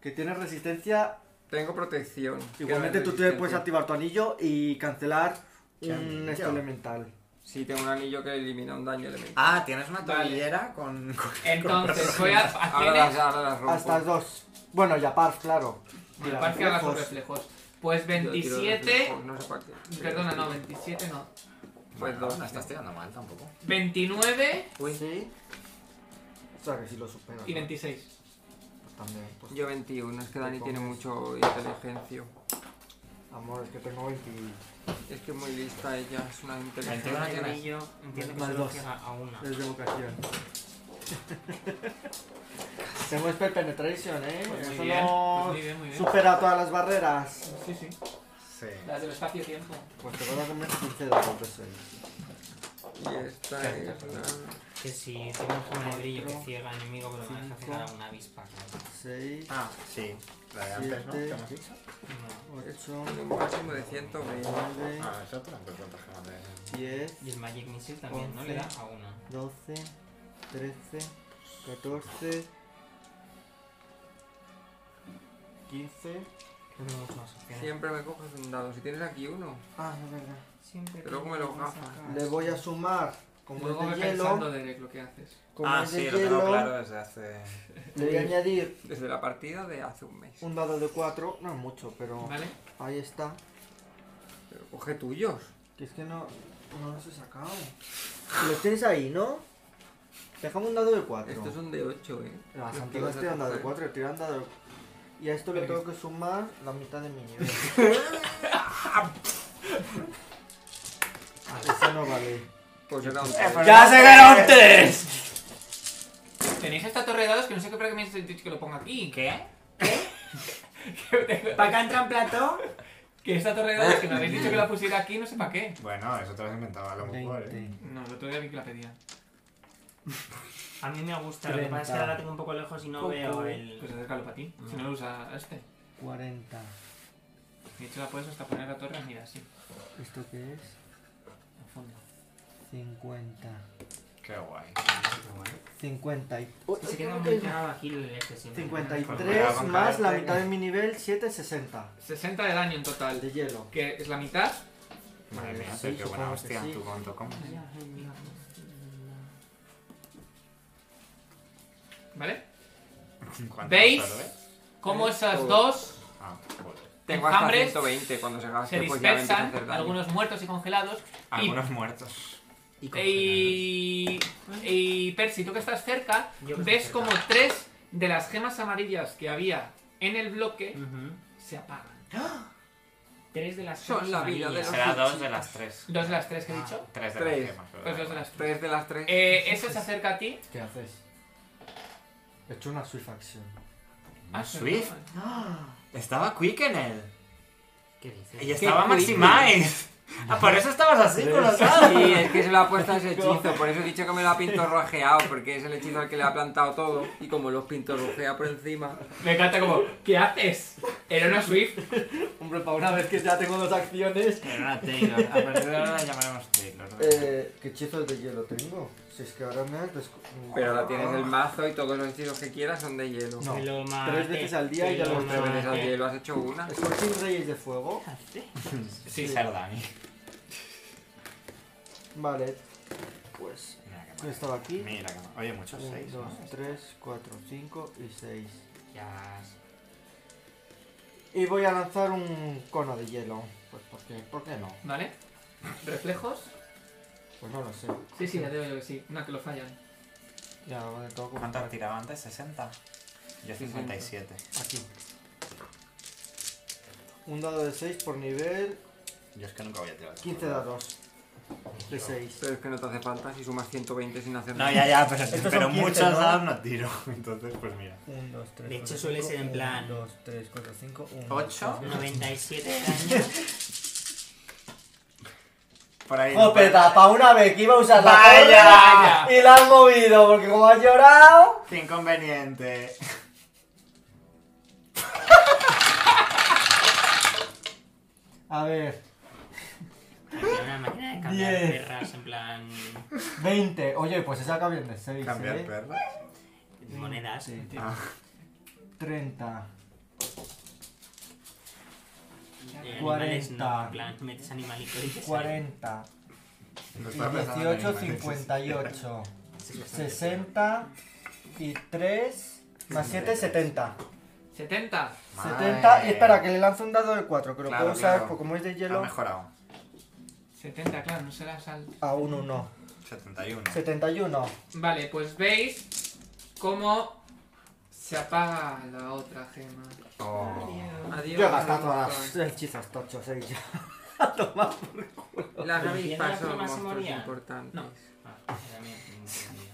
C: Que tiene resistencia.
D: Tengo protección.
C: Igualmente
D: Quiero
C: tú te
D: resistencia.
C: puedes activar tu anillo y cancelar
E: ¿Qué
C: un
E: anillo?
C: esto elemental.
D: Sí, tengo un anillo que elimina un daño elemental.
E: Ah, tienes una
A: Vale.
E: tobillera con, con-
A: Entonces, voy a
D: Ahora las,
A: acciones.
D: ahora las rompo.
C: A estas dos. Bueno, y a Parf, claro.
A: Me
C: Mira,
A: parece que haga sus
C: reflejos.
A: reflejos. Pues
D: Yo tiro de
A: 27.
D: reflejo, No sé para qué.
A: Perdona, no, 27 no.
D: Pues
E: Pues
D: dos.
E: no, no estás tirando mal tampoco.
A: 29
C: Sí. O sea que si lo supero.
A: y 26.
C: Pues también. Pues,
D: Yo 21, es que Dani
C: Te
D: tiene
C: comes.
D: mucho inteligencia.
C: Amor, es que tengo 20.
D: Es que es muy lista ella, es una
B: Tengo un
D: inteligente.
B: anillo, entiendo que
C: Más
B: solo
C: dos.
B: llega a una.
C: Es de vocación. Tengo Spell Penetration, ¿eh?
A: Pues muy
C: Eso
A: bien,
C: no
A: pues muy bien, muy bien.
C: supera todas las barreras.
A: Sí, sí.
E: Sí.
A: Las del espacio-tiempo.
C: Pues te voy a comer 15 de golpe 6.
D: Y esta es una...
B: Que si tengo un juego de brillo que ciega al enemigo, pero me deja
C: Cinco.
B: cegar a una avispa. claro.
C: 6,
E: Ah, sí. La de antes, ¿no?
C: Siete.
E: ¿Te hemos dicho?
B: No.
D: Tengo
C: 8,
D: un máximo de 120.
C: 9,
E: Ah, eso te lo encuentro en ventaja, no te-
C: 10,
B: Y el Magic Missile también, ¿no? Le da a una.
C: 12, 13, 14, 15.
B: Creo que no hay muchas más opciones.
D: Siempre me coges un dado, si tienes aquí uno.
C: Ah, es verdad.
B: Siempre
D: Pero como me lo gafas.
C: Le voy a sumar, como
A: Ah, Luego
C: es
A: ve
C: de hielo,
A: pensando, Derek, lo que haces.
C: como
E: Ah,
C: es de
E: sí, lo
C: hielo,
E: tengo claro desde hace.
C: le voy a añadir
D: Desde la partida de hace un mes.
C: un dado de 4, no es mucho, pero
A: ¿Vale?
C: ahí está.
D: Pero coge tuyos.
C: Que es que no, no los he sacado. Los tienes ahí, ¿no? Déjame un dado de 4.
A: Este
D: Estos son de 8, eh.
C: Las
D: Los
C: antiguas
D: que
C: te han
D: vas a
C: dado
D: coger.
C: 4, te han dado. Y a esto le tengo que sumar la mitad de mi nivel. Ah, Eso no vale.
D: Pues era
A: Eh,
D: un
F: ¡Ya se ganaron tres!
A: Tenéis esta torre de dados que no sé qué para qué me habéis dicho que lo ponga aquí. Que,
B: ¿Qué?
F: ¿Para acá entra en plató?
A: que esta torre de dados que me habéis dicho que la pusiera aquí, no sé para qué.
E: Bueno, eso te lo has inventado a lo mejor, ¿eh?
A: No, lo tuve aquí que la pedía.
B: A mí me gusta, lo que pasa es que ahora la tengo un poco lejos y no veo
A: Pues
B: el...
A: acércalo para ti. Si no lo usa este.
C: 40.
A: De hecho, la puedes hasta poner la torre, mira, así,
C: ¿Esto qué es?
A: en fondo.
C: 50.
E: Qué guay.
C: 50 y...
B: Se queda muy pegado aquí el este siempre.
E: Cuidado
C: 53
E: con
C: más la
E: caerte.
C: mitad de mi nivel, 7, 60.
A: 60 de daño en
C: El
A: total,
C: de hielo.
A: que es la mitad.
E: Madre mía,
C: Sí,
E: qué buena
C: supongo que
E: hostia.
C: sí.
E: ¿Tú cuánto comes?
A: ¿Vale?
E: ¿Cuánto
A: ¿Veis?
E: absorbes?
A: Como
D: Eh,
A: esas
D: todo.
A: dos
E: Ah, joder.
D: Tengo hasta
A: enjambres
D: 120 cuando se gaste,
A: se
D: pues ya me empieza a
A: dispersan,
D: hacer daño.
A: algunos muertos y congelados. Y,
E: Algunos muertos.
A: y, y Percy, tú que estás cerca,
B: Yo que
A: ves
B: estoy
A: como
B: cerca.
A: tres de las gemas amarillas que había en el bloque
B: Ujú.
A: se apagan.
B: Tres de las
D: Son
B: cosas
D: la vida de
B: amarillas.
D: los-
H: Será dos de las tres.
A: Dos de las tres que he
B: Ah.
A: dicho.
E: Tres de
D: Tres.
E: las gemas. pero
A: Pues
E: da
A: dos de
E: igual.
A: las tres.
D: Tres de las tres.
A: Eh, ese se acerca a ti.
C: ¿Qué haces? He hecho una Swift Action.
A: Ah,
E: Swift.
A: perdón.
H: Estaba Quick en él.
B: ¿Qué dices?
H: Y estaba
D: Quick?
H: Maximize. Ah, por eso estabas así con los dados.
D: Sí, es que se lo ha puesto ese hechizo, por eso he dicho que me lo ha pintorrojeado, porque es el hechizo al que le ha plantado todo, y como los pintorrojea por encima,
A: Me encanta como, ¿qué haces? Era una Swift.
C: Hombre, para una vez que ya tengo dos acciones.
H: Era una Taylor. A partir de ahora la llamaremos Taylor.
C: Eh, ¿Qué hechizos de hielo tengo? Si es que ahora me has descu- Ah,
D: Pero ahora tienes el mazo y todos los hechizos que quieras son de hielo.
C: No.
B: Lo
C: Tres veces al día y ya
B: lo
C: los
D: Tres veces al
B: maté.
D: hielo, has hecho una.
C: Scorching Reyes de Fuego.
H: Sí, ser Dani.
C: Vale. Pues
E: Mira qué
C: he
E: mal.
C: estado aquí.
E: Mira qué mal. Oye, muchos
C: 1,
E: seis.
C: 2, 3, 4, 5 y 6.
B: Gracias.
C: Y voy a lanzar un cono de hielo. Pues porque, ¿por qué no?
A: ¿Vale? ¿Reflejos?
C: Pues no lo sé.
A: Sí, sí, ya te digo yo que sí. No, que lo fallan.
C: Ya lo tengo que
E: ¿Cuánto tiraba antes? ¿60? Yo 57.
C: Aquí. Un dado de 6 por nivel,
E: Yo es que nunca voy a tirar.
C: 15 dados. De 6.
D: Pero es que no te hace falta si sumas 120 sin hacer
E: No,
D: nada.
E: ya, ya, pero,
C: Estos
E: pero
C: son 15,
E: muchos
C: ¿no?
E: dados no tiro. Entonces, pues mira.
C: 1, 2, 3.
B: De hecho, suele ser en plan-
C: 2, 3, 4, 5, 1.
E: ¿Ocho?
B: 97 de daño.
E: Por ahí.
C: Jopeta, pa' una vez que iba a usar la
E: ¡Vaya!
C: corda y la has movido, porque como has llorado.
E: ¡Qué inconveniente!
C: A ver,
B: Había una máquina de cambiar
C: Diez.
B: perras en plan
C: 20. Oye, pues se saca bien de 6.
E: ¿Cambiar
C: ¿eh?
E: perras?
B: monedas.
C: Sí.
E: Ah.
C: 30.
B: eh, animales, no,
C: 40.
B: en plan, metes animalitos y te salen.
C: 40.
E: Lo
C: Y
E: estaba pensando en
C: 18,
E: animales.
C: 58. 60 y 3 más 7, 70.
A: 70.
E: Madre.
C: 70. Y espera, que le lanzo un dado de 4, que lo
E: Claro,
C: puedo usar,
E: claro.
C: porque como es de
E: Ha
C: hielo,
E: mejorado.
A: 70, claro, no será sal.
C: a un 1.
E: 71.
C: 71.
A: Vale, pues veis cómo se apaga la otra gema.
E: Oh.
D: Adiós.
C: Yo he gastado todas las hechizas tochos, eh. ya.
D: Las habéis
B: ¿Entiendes la prima
D: pasado
B: se
D: monstruos
B: moría?
D: importantes.
B: No. Ah, era mía, no entendía.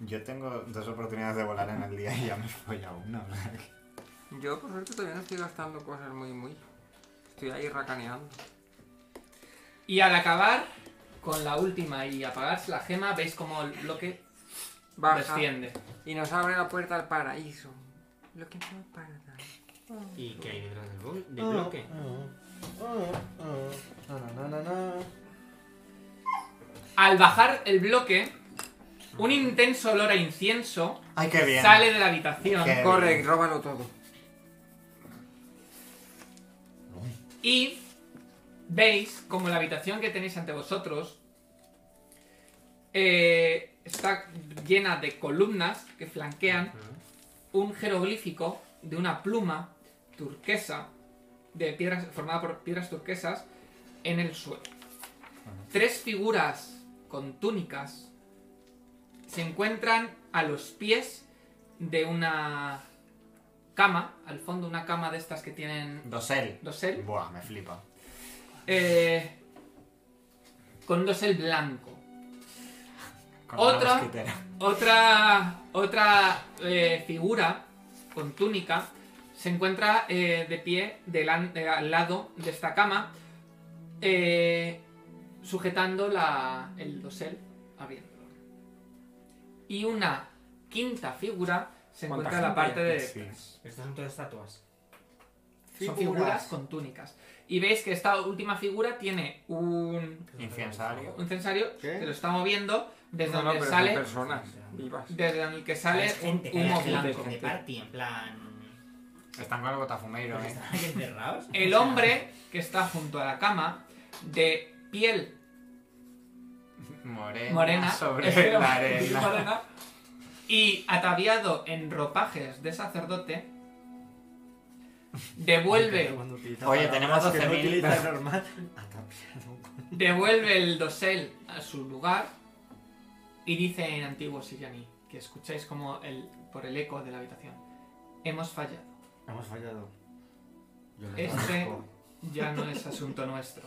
E: Yo tengo dos oportunidades de volar en el día y ya me voy a una. o sea que-
D: Yo por suerte todavía no estoy gastando cosas muy muy. Estoy ahí racaneando.
A: Y al acabar con la última y apagarse la gema, veis cómo el bloque
D: Baja
A: desciende.
D: y nos abre la puerta al paraíso. Lo que no es paraíso.
B: ¿Y qué hay detrás del, bol- del bloque?
C: Na, na, na, na, na.
A: Al bajar el bloque, un intenso olor a incienso
E: ¡Ay, qué bien!
A: sale de la habitación
E: Qué
D: Corre,
E: bien.
D: róbalo todo.
A: y veis como la habitación que tenéis ante vosotros eh, está llena de columnas que flanquean un jeroglífico de una pluma turquesa de piedras formada por piedras turquesas en el suelo. Tres figuras con túnicas se encuentran a los pies de una cama, al fondo una cama de estas que tienen
E: Dosel.
A: dosel,
E: Buah, me flipa.
A: eh, con un dosel blanco.
E: Con una
A: Otra.
E: mosquitera.
A: Otra, otra eh, figura con túnica se encuentra eh, de pie delan- eh, al lado de esta cama, eh, sujetando la- el dosel, abriéndolo. Y una quinta figura se
D: ¿Cuánta
A: encuentra en la
D: gente
A: parte
D: hay
A: de
D: aquí?
A: detrás.
B: Estas son todas estatuas.
A: Son
C: Figuras.
A: figuras con túnicas. Y veis que esta última figura tiene un,
E: Infianzario.
A: un censario
C: ¿Qué?
A: que lo está moviendo desde
D: No, no,
A: donde
D: pero son
A: sale
D: personas vivas.
A: desde el que sale
B: Ah, Es gente,
A: un humo
B: es gente,
A: blanco.
B: de party, en plan.
E: Están con el botafumeiro,
B: Porque
E: ¿eh?
B: estaban encerrados.
A: El hombre que está junto a la cama, de piel
E: Morena,
A: morena,
E: sobre
A: espero,
E: la
A: piel
E: arena.
A: morena, y ataviado en ropajes de sacerdote, devuelve,
C: Cuando utiliza
E: Oye,
C: palabras
E: tenemos
C: que no
E: 12.000.
C: utiliza normal. Atapiado.
A: devuelve el dosel a su lugar y dice en antiguo sillaní, que escucháis como el, por el eco de la habitación, hemos fallado,
C: Hemos fallado. Yo le
A: este
C: agradezco.
A: ya no es asunto nuestro.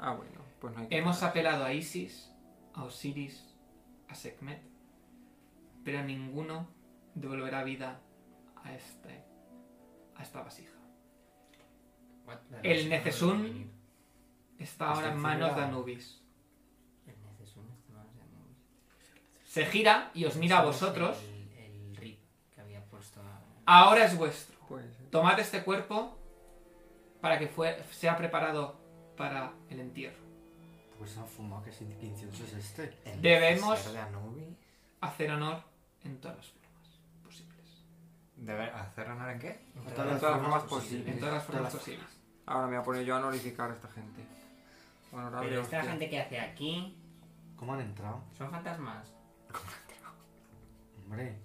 D: Ah, bueno, pues no hay que.
A: Hemos apelado a Isis, a Osiris, a Sekhmet, pero ninguno devolverá vida a este a esta vasija.
B: What?
A: El Necesun está ahora en manos de
C: encerrada.
A: Anubis.
B: El Necesun está en manos de Anubis.
A: Se gira y os mira a
B: Somos
A: vosotros.
B: El, el rip que había puesto. a-
A: Ahora es vuestro.
D: Puede ser.
A: Tomad este cuerpo para que fue- sea preparado para el entierro.
C: Pues han fumado que sin 15 es este.
E: El
A: Debemos-
E: ser de Anubis.
A: Hacer honor en todas las formas posibles.
E: Debe- ¿Hacer honor en qué?
C: todas las
D: De todas las
C: formas
D: formas posibles.
A: En todas las
C: Todas
A: formas
C: las-
A: posibles.
D: Ahora me voy a poner yo a honorificar a esta gente. Honorable.
B: Pero esta
D: hostia.
B: gente que hace aquí
C: ¿Cómo han entrado?
B: son fantasmas.
C: Hombre,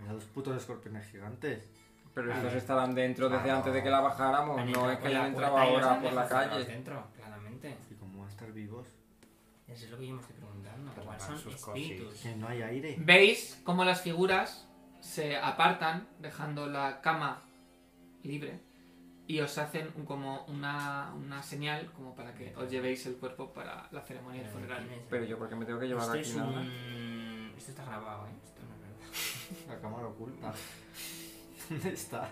C: mira dos putos escorpiones gigantes.
D: Pero
B: Claro.
D: estos estarán dentro desde
H: Claro.
D: antes de que la bajáramos,
B: Han
D: no
B: entrado
D: es que
B: por la
D: hayan entrado
B: puerta y los
D: ahora
B: han ¿eh?
D: por la
B: dejado cerrados
D: calle.
B: dentro, claramente.
C: ¿Y cómo van a estar vivos?
B: Eso es lo que yo me estoy preguntando.
H: Pero
B: Igual
H: van
B: son
H: sus
B: espíritus.
C: Que no hay aire.
A: Veis cómo las figuras se apartan, dejando la cama libre, y os hacen un- como una, una señal como para que os llevéis el cuerpo para la ceremonia del funeral.
B: ¿Quién
D: Pero
B: es?
D: yo porque me tengo que llevar
B: Esto
D: aquí
B: es
D: nada.
B: un... Esto está grabado, ¿eh? Esto no es verdad.
C: La cámara oculta. ¿Dónde está?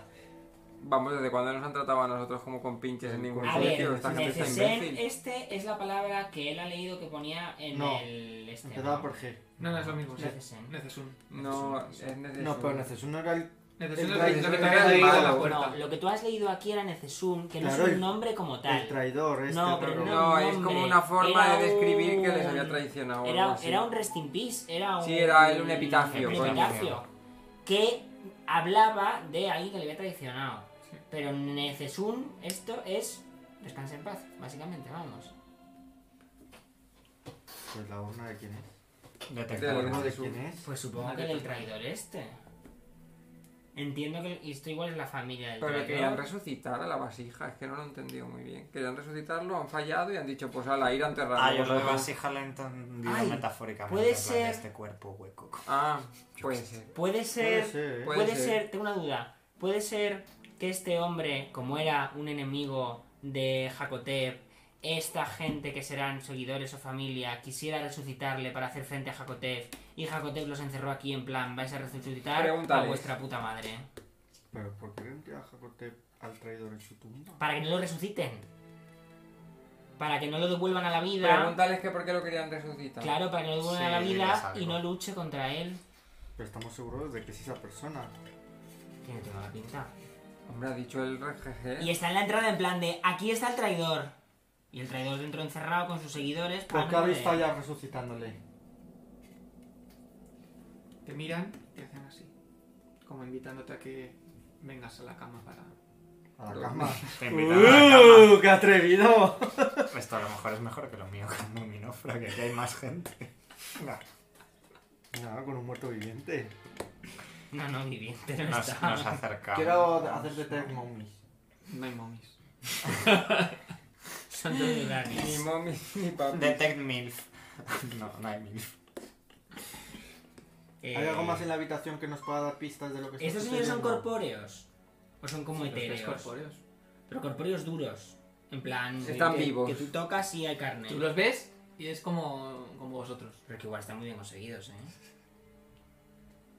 D: Vamos, ¿desde cuándo nos han tratado a nosotros como con pinches en ningún
B: A
D: sitio? Esta
B: ver,
D: gente está
B: neceser,
D: imbécil.
B: este es la palabra que él ha leído que ponía en
C: No.
B: el... Este,
C: Empezaba
B: ¿no?
C: por G.
A: No, no es lo mismo, sí.
B: Neceser.
A: Necesun.
D: No, es necesario.
C: No, pero Necesun no era el...
A: Necesun es
C: El
A: lo que- lo que
C: traidor
A: te había
C: era el
A: leído en la
C: malo.
A: puerta.
B: No, lo que tú has leído aquí era Necesum, que no
C: Claro,
B: es un
C: el-
B: nombre como
C: El
B: tal.
C: traidor este.
B: No, pero
C: raro.
D: No, es como una forma
B: Era
D: de describir que les
B: un-
D: había traicionado. o algo
B: Era,
D: así.
B: era un rest in peace, era un...
D: Sí, era él un epitafio,
B: un
D: coño.
B: epitafio, que hablaba de alguien que le había traicionado. Pero Necesum, esto es... Descansa en paz, básicamente, vamos.
C: Pues la urna de quién es.
D: Del-
C: La
H: Detector.
C: urna de
D: Necesun.
C: quién es.
B: Pues supongo que del traidor este. Entiendo que y esto igual es la familia del
D: Pero querían
B: traidor.
D: resucitar a la vasija, es que no lo he entendido muy bien. Querían resucitarlo, han fallado y han dicho, pues ala, ir a enterrarlo.
H: Ah, yo lo de
D: vosotros.
H: vasija lo he entendido
B: Ay,
H: metafóricamente.
B: puede
H: en plan de
B: ser-
H: Este cuerpo hueco.
D: Ah, puede ser.
B: Puede
C: Puede
B: ser...
C: ser, ¿eh?
D: Puede
B: Puede
D: ser.
B: ser, tengo una duda. Puede ser que este hombre, como era un enemigo de Jacotep, esta gente que serán seguidores o familia quisiera resucitarle para hacer frente a Jacotep y Jacotep los encerró aquí en plan, vais a resucitar a
D: Pregúntales.
B: vuestra puta madre.
C: Pero ¿por qué no a Jacotep al traidor en su tumba?
B: Para que no lo resuciten. Para que no lo devuelvan a la vida.
D: Pregúntales que por qué lo querían resucitar.
B: Claro, para que no lo devuelvan a la
H: Sí, diles
B: vida
H: algo.
B: y no luche contra él.
C: Pero estamos seguros de que es esa persona.
B: Tiene toda la pinta.
D: Hombre, ha dicho el RGG.
B: Y está en la entrada en plan de, aquí está el traidor. Y el traidor dentro encerrado con sus seguidores.
C: ¿Por qué
B: plan
C: habéis
B: de-
C: fallado resucitándole?
A: Te miran y te hacen así, como invitándote a que vengas a la cama para...
C: A la cama.
H: Te invitan a
C: ¡Uh! ¡Qué atrevido!
H: la cama. Esto a lo mejor es mejor que lo mío con Luminofra, que aquí hay más gente. No,
C: Nada, con un muerto viviente.
B: No, no, viviente no
H: Nos,
B: está.
H: nos
E: Ah,
H: acercamos.
C: Quiero hacer detect mummies.
A: No hay momis.
B: Son dos
D: Ni
B: lugares.
D: mami ni papi.
H: Detect MILF. No, no hay MILF.
B: Eh,
C: ¿Hay algo más en la habitación que nos pueda dar pistas de lo que está
B: ¿Estos señores son
C: sucediendo?
B: corpóreos? ¿O son como
A: Los tres
B: etéreos?
A: corpóreos.
B: Pero corpóreos duros. En plan... eh,
D: Están
B: que,
D: vivos.
B: Que tú tocas y hay carne.
A: Tú los ves y es como, como vosotros.
B: Pero que igual están muy bien conseguidos, ¿eh?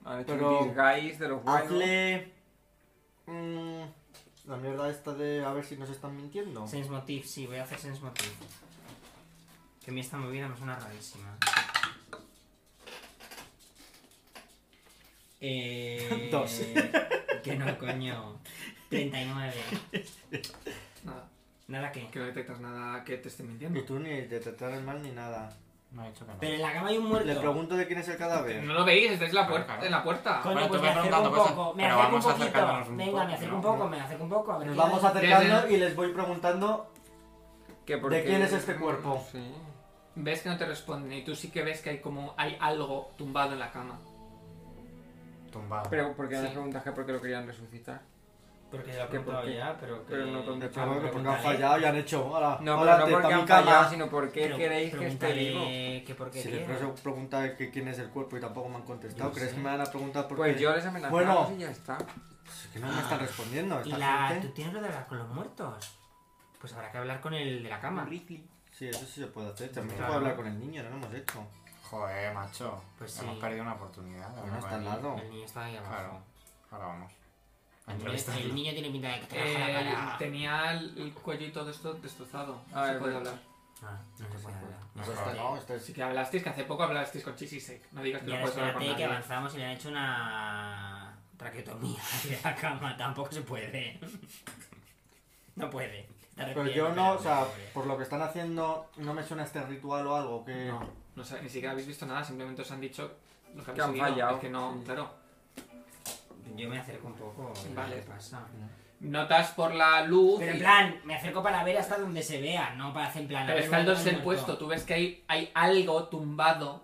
D: Han hecho
C: Pero-
D: un guys de los buenos.
C: Hazle. mm, la mierda esta de a ver si nos están mintiendo.
B: Sense Motif, sí, voy a hacer Sense Motif. Que a mí esta movida me suena rarísima. Eh...
C: Dos.
B: Que no, coño. 39.
A: Nada,
B: Nada que...
A: que no detectas nada que te esté mintiendo.
C: Ni tú ni detectar el mal ni nada.
H: No ha dicho que no.
B: Pero en la cama hay un muerto.
C: Le pregunto de quién es el cadáver.
A: No lo veis, estáis en la
H: Claro,
A: puerta,
H: claro.
A: en la puerta.
B: Coño,
H: Bueno,
B: pues
H: te
B: me
H: voy
B: acerco un
H: preguntando cosas,
B: poco, me
H: pero
B: acerco un
H: vamos
B: poquito.
H: acercándonos un
B: Venga,
H: poco,
B: me acerco
H: ¿no?
B: un poco, me acerco un poco. a ver
C: Nos
B: quién
C: vamos
B: es.
C: acercando y les voy preguntando.
D: Que por
C: ¿De
D: qué-
C: quién es este cuerpo?
D: Sí.
A: Ves que no te responden y tú sí que ves que hay como hay algo tumbado en la cama.
H: Tumbado.
D: Pero ¿por qué no
A: Sí.
D: les preguntas que por qué lo querían resucitar?
B: Porque lo he
D: Que por
B: preguntado
D: qué.
B: ya, pero que...
D: Pero no con-
C: Le pregunto
D: Ah,
C: que porque han
B: pregúntale.
C: fallado y han hecho. Hola,
D: No,
C: hola,
D: pero no
C: te- pa'
D: porque
C: mi
D: han
C: cama.
D: fallado, sino porque
B: Pero
D: queréis que esté
B: pregúntale
D: vivo.
B: Que por qué
C: Si les
B: quiere.
C: pregunto preguntar que quién es el cuerpo y tampoco me han contestado,
B: Yo
C: ¿crees
B: sé.
C: que me van a preguntar por
D: Pues
C: qué?
D: yo les amenazamos
C: Bueno.
D: y ya está.
C: Pues es que no me están respondiendo.
B: Y
C: Esta
B: la... ¿Tú
C: gente.
B: tienes lo de hablar con los muertos? Pues habrá que hablar con el de la cama.
C: Sí, eso sí se puede hacer. También se
B: Claro.
C: puede hablar con el niño, no lo hemos hecho.
H: Joder, macho.
B: Pues
H: Hemos
B: sí.
H: perdido una oportunidad. de
C: Bueno,
H: hablar
C: está
H: con
C: al
H: él.
C: lado.
B: El niño está ahí
H: Claro.
B: abajo.
H: Ahora vamos. A
B: El niño,
H: entrevistarlo.
B: el niño tiene pinta de que te baja
A: Eh,
B: la cara.
A: tenía el, el cuello y todo esto destrozado. No
D: Ah,
A: se
D: es
A: puede
D: verdad.
A: hablar.
B: Ah, no se puede hablar.
H: No se
C: Pues está-
H: puede.
C: no, está-
A: Sí que hablasteis, que hace poco hablasteis con Chisisek. No digas que
B: Y
A: no
B: ahora
A: puedes hablar con
B: espérate que
A: nadie.
B: avanzamos y le han hecho una traqueotomía de la cama. Tampoco se puede. No puede. Está
C: Pero
B: respirando,
C: yo no, o
B: pero
C: sea,
B: pobre.
C: por lo que están haciendo, no me suena este ritual o algo que.
A: No, no sé, ni siquiera habéis visto nada, simplemente os han dicho lo que,
D: Que
A: habéis
D: han
A: seguido.
D: fallado.
A: Es que no,
D: Sí.
A: claro.
B: Yo me acerco un poco.
A: Vale.
B: ¿Qué pasa?
A: Notas por la luz.
B: Pero en
A: y-
B: plan, me acerco para ver hasta donde se vea, no para hacer en plan. a
A: Pero
B: ver,
A: está el
B: muerto,
A: 2 del
B: muerto.
A: puesto. Tú ves que hay, hay algo tumbado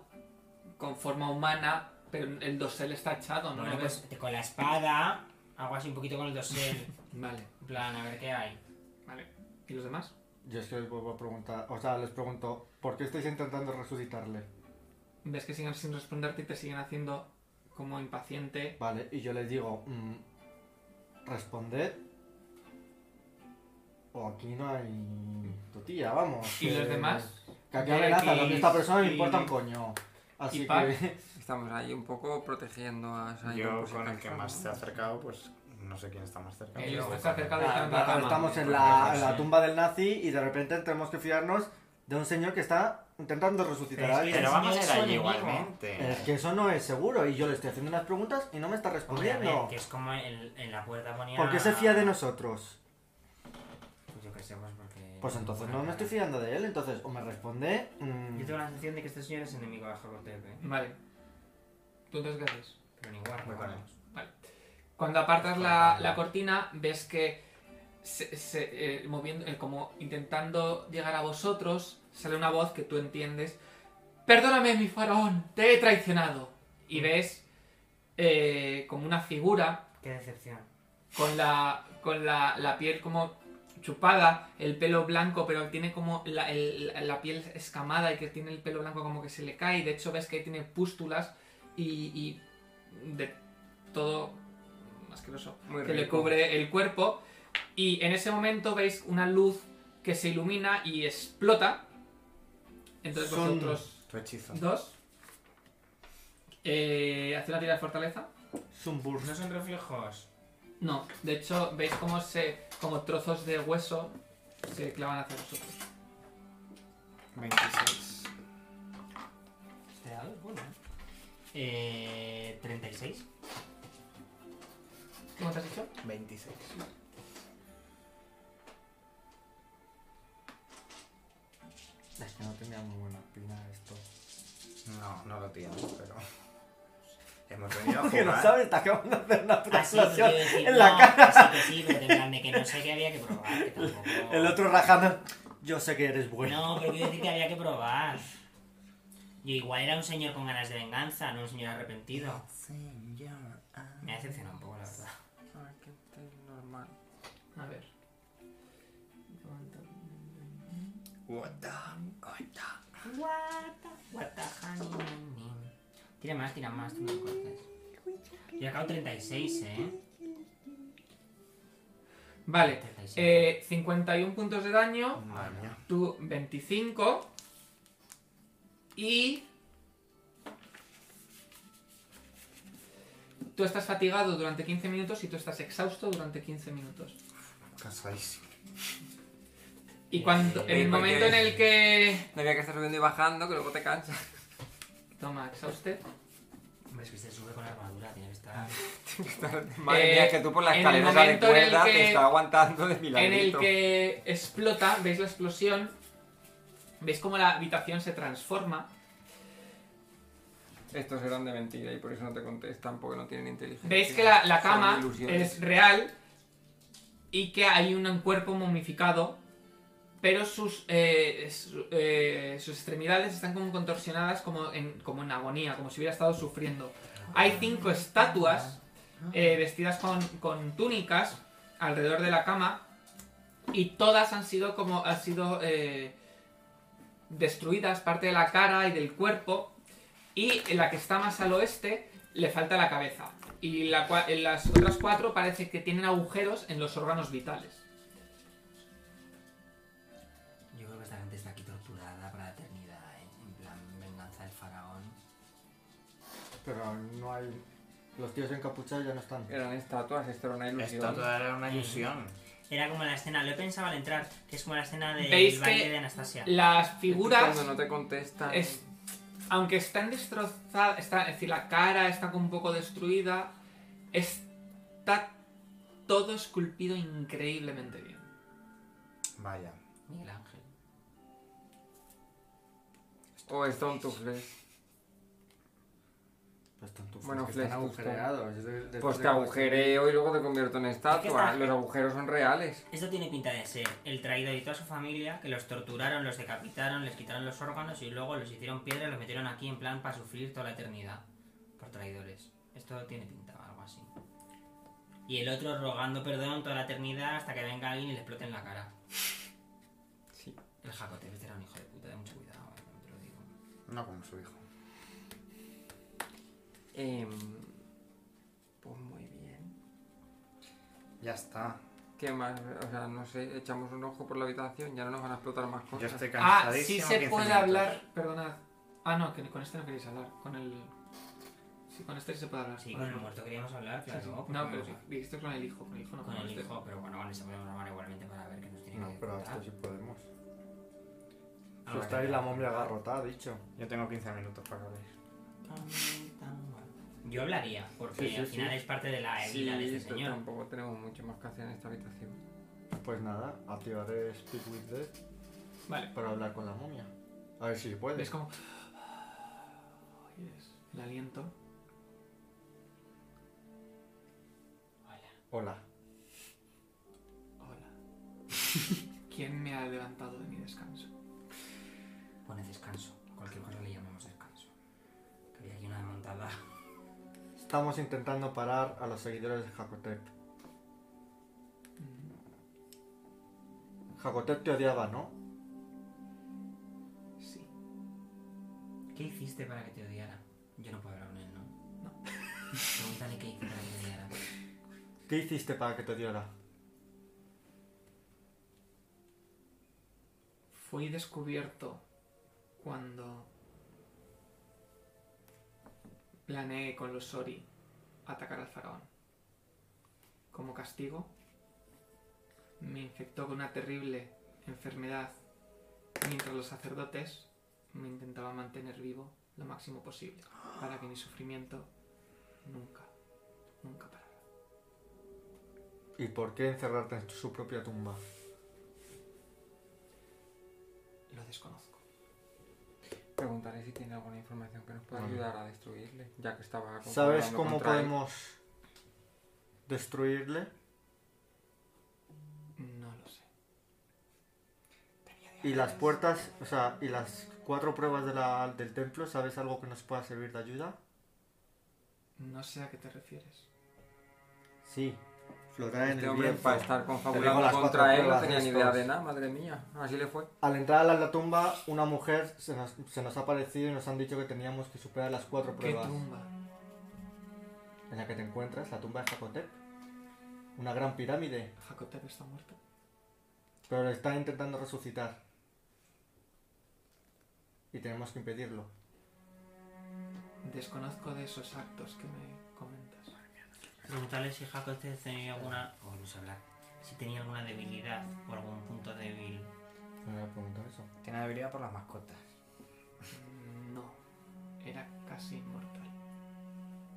A: con forma humana, pero el dosel está echado, ¿no?
B: Bueno,
A: lo ves?
B: pues te- con la espada Hago así un poquito con el dosel.
A: Vale,
B: En plan, a ver qué hay.
A: vale. ¿Y los demás?
C: Yo es que les vuelvo a preguntar, o sea, les pregunto, ¿por qué estáis intentando resucitarle?
A: Ves que siguen sin responderte y te siguen haciendo como impaciente.
C: Vale, y yo les digo, mm, responded. O aquí no hay totilla, vamos.
A: ¿Y
C: que-
A: los demás?
C: Que aquí amenaza, lo que esta persona me
A: Y-
C: importa un coño. Así
A: y Pac.
C: que.
D: Estamos ahí un poco protegiendo a Simon.
H: Yo
D: por si
H: con el
D: acaso,
H: que
D: ¿no?
H: más se ha acercado, pues no sé quién está más cerca.
A: El
H: pero
A: que
H: voy
A: está
H: con él.
A: cerca de- Claro, claro,
C: Claro, estamos en la, en la tumba del nazi y de repente tenemos que fiarnos de un señor que está intentando resucitar a
B: Pero es
C: alguien.
H: Pero vamos a ir
B: Es su
H: allí
B: enemigo.
H: igualmente.
C: Es que eso no es seguro y yo le estoy haciendo unas preguntas y no me está
B: Hombre, a ver,
C: respondiendo.
B: que es como en, en la puerta ponía.
C: ¿Por qué se fía de nosotros?
B: Pues yo qué sé, pues porque.
C: Pues entonces no me estoy
B: fiando.
C: fiando de él, entonces o me responde... mm,
B: Yo tengo la sensación de que este señor es enemigo de Jacob ¿eh?
A: Vale. ¿Tú entonces qué haces?
B: Pero ni igual,
H: Voy con él.
A: Cuando apartas la, la cortina, ves que se- se, eh, moviendo, eh, como intentando llegar a vosotros, sale una voz que tú entiendes. Perdóname, mi faraón, te he traicionado. Y ves eh, como una figura
B: Qué decepción.
A: con la, con la, la piel como chupada, el pelo blanco, pero tiene como la, el- la- la piel escamada y que tiene el pelo blanco como que se le cae. Y de hecho ves que tiene pústulas y, y de todo asqueroso
D: Muy
A: que le
D: rico.
A: cubre el cuerpo. Y en ese momento veis una luz que se ilumina y explota. Entonces
C: Son-
A: vosotros
H: Tu hechizo.
A: dos... Eh, ¿Hace una tira de fortaleza?
C: Sunburst.
B: ¿No son reflejos?
A: No, de hecho, veis cómo se. como trozos de hueso se clavan hacia vosotros.
H: 26.
B: Este dado es bueno, ¿eh? Eh. 36.
A: ¿Cómo te has dicho?
H: 26.
C: Es que no tenía muy buena opina esto.
H: No, no lo tiene, pero. Hemos venido a
C: Que no
H: jugar.
C: sabes, te acabamos de hacer una puta
B: Así que
C: explosión
B: quiero decir,
C: en la
B: no,
C: cara.
B: así que sí, pero en plan de que no sé qué había que probar, que tampoco.
C: El otro rajando. Yo sé que eres bueno.
B: No, pero quiero decir que había que probar. Yo igual era un señor con ganas de venganza, no un señor arrepentido.
H: Señor, ah.
B: Me ha decepcionado un poco, la verdad.
D: Ah, que es normal.
A: A ver.
H: What the? What the?
B: What the honey, honey. Tira más, tira más, tú no cortes. Yo acabo 36, eh.
A: Vale.
B: 36.
A: eh, 51 puntos de daño,
H: Madre mía.
A: tú 25. Y. Tú estás fatigado durante 15 minutos y tú estás exhausto durante 15 minutos.
H: Cansadísimo.
A: Y cuando, en el
D: Eh,
A: momento en el que.
D: No había que estar subiendo y bajando, que luego te cansas.
A: Toma, exhausted.
B: Hombre, es que se sube con la armadura, tiene que estar.
D: Madre
A: Eh,
D: mía, es que tú por la
A: en el
D: escalera esa de
A: momento en el
D: cuerda
A: que-
D: te está aguantando de
A: en el
D: milagrito.
A: que explota, veis la explosión, veis cómo la habitación se transforma.
D: Estos eran de mentira y por eso no te contestan, porque no tienen inteligencia.
A: Veis que la, la
D: Son
A: cama
D: ilusiones.
A: es real y que hay un cuerpo momificado, pero sus, eh, su- eh, sus extremidades están como contorsionadas, como en, como en agonía, como si hubiera estado sufriendo. Hay cinco estatuas eh, vestidas con, con túnicas alrededor de la cama y todas han sido como han sido eh, destruidas parte de la cara y del cuerpo y en la que está más al oeste le falta la cabeza y la cua- en las otras cuatro parece que tienen agujeros en los órganos vitales
B: Yo creo que esta gente está aquí torturada para la eternidad, ¿eh? en plan venganza del faraón.
C: Pero no hay. Los tíos encapuchados ya no están.
D: Eran estatuas, esto era una ilusión.
H: Esto toda era una ilusión.
B: Era como la escena, lo he pensado al entrar, que es como la escena del
A: ¿Veis
B: baile
A: que
B: de Anastasia.
A: las
D: Cuando
A: figuras
D: no te contestan.
A: es- aunque están destrozadas está, es decir la cara está como un poco destruida está todo esculpido increíblemente bien
H: Vaya.
B: Miguel Ángel.
D: O Stone Tufles.
C: Pues están tus-
D: Bueno,
C: que están
D: flex, tus-
C: agujereados. es de- de-
D: Pues
C: de-
D: te agujereo y luego te convierto en estatua.
B: está-
D: Los agujeros son reales.
B: Esto tiene pinta de ser el traidor y toda su familia que los torturaron, los decapitaron, les quitaron los órganos y luego los hicieron piedra y los metieron aquí en plan para sufrir toda la eternidad por traidores. Esto tiene pinta algo así. y el otro rogando perdón toda la eternidad hasta que venga alguien y le explote en la cara.
D: Sí.
B: El Jacote este era un hijo de puta, de mucho cuidado, eh, te lo digo.
E: No como su hijo.
D: Em, pues muy bien.
E: Ya está.
D: ¿Qué más? O sea, no sé, echamos un ojo por la habitación, ya no nos van a explotar más
E: Yo
D: cosas.
E: estoy
A: Ah,
E: cansadísimo.
A: sí se
E: 15
A: puede
E: minutos.
A: hablar. Perdonad. Ah, no, que con este no queréis hablar. Con el. Sí, con este sí se puede hablar.
B: Sí,
A: Con
B: con el
A: el-
B: muerto queríamos hablar,
A: Sí,
B: claro.
A: sí.
B: porque
A: No, pero
B: podemos hablar
A: esto es con el hijo. Con el hijo no
B: Con el
A: este.
B: hijo, pero bueno, con ese podemos hablar igualmente para ver qué nos tiene
C: No,
B: que
C: pero este
B: contar.
C: esto sí podemos.
B: Ah,
C: Si está ahí
B: vale.
C: la momia agarrotada, dicho.
H: Yo tengo 15 minutos para hablar.
B: Tan, tan guay. Yo hablaría, porque
C: Sí, sí,
B: al
C: sí.
B: final es parte de la
D: Sí,
B: herida de este
D: pero
B: señor.
D: tampoco tenemos mucho más que hacer en esta habitación.
C: Pues nada, activaré Speak with Death
A: Vale.
C: para hablar con la momia. A ver si puedes.
A: Es como. Oyes el aliento.
B: Hola.
C: Hola.
A: Hola. ¿Quién me ha levantado de mi descanso?
B: Pones descanso. Cualquier cosa le llamamos descanso. Que había aquí una desmontada.
C: Estamos intentando parar a los seguidores de Jacotep.
A: Mm,
C: Jacotep te odiaba, ¿no?
A: Sí.
B: ¿Qué hiciste para que te odiara? Yo no puedo hablar con él, ¿no?
A: No.
B: Pregúntale qué hice para que te odiara.
C: ¿Qué hiciste para que te odiara?
A: Fui descubierto cuando planeé con los Sori atacar al faraón. Como castigo, me infectó con una terrible enfermedad mientras los sacerdotes me intentaban mantener vivo lo máximo posible para que mi sufrimiento nunca, nunca parara.
C: ¿Y por qué encerrarte en su propia tumba?
A: Lo desconozco.
D: Preguntaré si tiene alguna información que nos pueda
C: Vale.
D: ayudar a destruirle, ya que estaba
C: ¿Sabes
D: confabulando
C: cómo
D: contra él.
C: podemos destruirle?
A: No lo sé.
C: Y las puertas, o sea, y las cuatro pruebas de la- del templo, ¿sabes algo que nos pueda servir de ayuda?
A: No sé a qué te refieres.
C: Sí. Flotar en
D: Este
C: el
D: hombre
C: viento.
D: para estar
C: Tenemos las
D: confabulando
C: cuatro
D: contra él no
C: pruebas
D: tenía ni
C: estas.
D: idea de nada, madre mía. Así le fue.
C: Al entrar a la tumba, una mujer se nos, se nos ha aparecido y nos han dicho que teníamos que superar las cuatro pruebas.
A: ¿Qué tumba?
C: En la que te encuentras, la tumba de Jacotep. Una gran pirámide,
A: Jacotep está muerto.
C: pero le están intentando resucitar. Y tenemos que impedirlo.
A: Desconozco de esos actos que me comentas.
B: Preguntarle si Jacob tenía alguna. Oh, no sé hablar. Si tenía alguna debilidad o algún punto débil.
C: No me había preguntado eso.
H: Tiene debilidad por las mascotas.
A: Mm, No, era casi inmortal.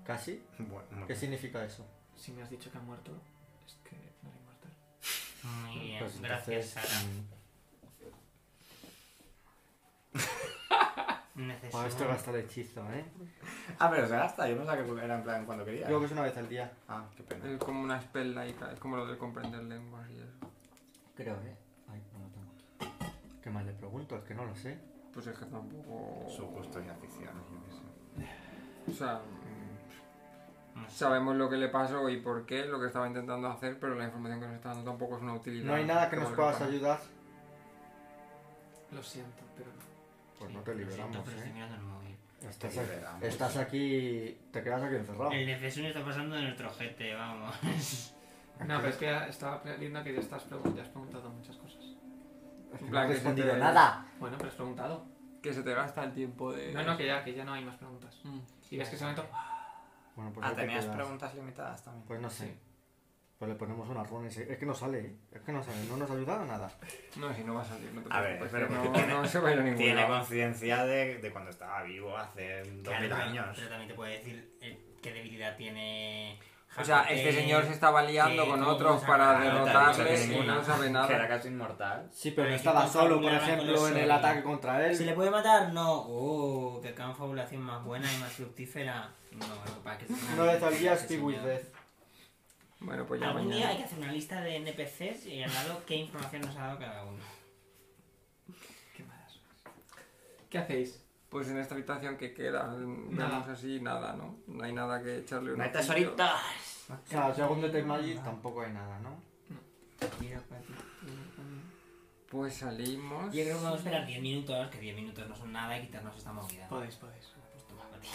C: ¿Casi?
H: Bueno, muy
C: ¿Qué
H: bien.
C: significa eso?
A: Si me has dicho que ha muerto, es que no era inmortal.
B: Muy bien,
C: Pues
B: gracias,
C: entonces,
B: Sara.
C: mm,
B: Necesito.
C: Para mm, pues esto gasta el hechizo, ¿eh?
H: Ah, pero se gasta. Yo pensaba que era en plan cuando quería.
C: Creo que es una vez al día.
H: Ah, qué pena.
D: Es como una spell laica, es como lo de comprender lenguas y eso.
C: Creo, ¿eh? Ay, no lo tengo aquí. ¿Qué más le pregunto? Es que no lo sé.
D: Pues es que tampoco.
H: Su gusto y aficiones, yo qué sé.
D: O sea, mm,
B: No sé.
D: sabemos lo que le pasó y por qué, lo que estaba intentando hacer, pero la información que nos está dando tampoco es una utilidad.
C: No hay nada que nos
D: valga
C: puedas
D: para-
C: ayudar.
A: Lo siento, pero no.
C: Pues
B: Sí,
C: no te
B: lo siento,
C: liberamos,
B: pero estoy
C: ¿eh?
B: mirando el móvil.
C: Estás
H: Te
C: aquí,
H: liberamos.
C: estás aquí- Te quedas aquí encerrado.
B: El Nefesun está pasando de nuestro jete, vamos.
A: No, pero es que ya estaba viendo que ya estás preguntando, has preguntado muchas cosas.
C: Es que
D: En
C: no
D: plan
C: has
D: que se
C: respondido
D: te-
C: nada.
A: Bueno, pero has preguntado.
D: Que se te gasta el tiempo de.
A: No, no, que ya, que ya no hay más preguntas.
D: Mm.
A: Y ves que se momento.
C: Bueno, pues
H: Ah,
C: ahí te
H: tenías
C: quedas.
H: preguntas limitadas también.
C: Pues no sé.
A: Sí.
C: Pues le ponemos una runa y se- Es que no sale, ¿eh? Es que no sale. No nos ha ayudado a nada.
D: No, si no va a salir, no te
H: A ver,
D: preocupes,
H: pero
D: que
H: porque
D: no,
H: tiene-
D: no se va a ir a ningún
H: Tiene
D: lado.
H: conciencia de, de cuando estaba vivo hace 2000
B: Claro,
H: años.
B: Pero también te puede decir eh, qué debilidad tiene.
D: O sea,
B: Jacote.
D: este señor se estaba liando
B: que
D: con
B: tuvo
D: otros
B: mucha
D: para
B: cara,
H: No te ha dicho que
D: derrotarle y
H: ninguna.
D: no sabe nada.
H: Que era casi inmortal.
C: Sí,
B: pero Pero no
C: pero no
B: hay que estaba
C: estaba
B: solo,
C: solo,
B: por
C: por
B: confabulaban con ejemplo,
C: ejemplo,
B: los
C: en
B: en el
C: el
B: Sony.
C: ataque
B: ataque
C: contra él.
B: ¿Se le puede matar? No. Oh, qué confabulación más buena y más fructífera. No, lo que pasa es que... es
C: Una vez al día,
B: este
C: Speak with
B: señor.
C: Death.
D: Bueno, pues ya
B: Algún día hay
D: mañana.
B: que hacer una lista de NPCs y al lado qué información nos ha dado cada uno.
A: Qué malas sois. ¿Qué hacéis?
D: Pues en esta habitación que queda, mm,
A: Nada.
D: vemos así nada, ¿no? No hay nada que echarle un
H: No hay
D: ojillo.
H: tesoritos.
C: O sea, según Detect Magic tampoco hay nada, ¿no?
D: Mira pa' ti, mira pa' mí. Pues salimos.
B: Yo creo que vamos a esperar 10 minutos, que 10 minutos no son nada, y quitarnos esta movida.
I: Podéis, podéis.
B: Pues toma, para ti.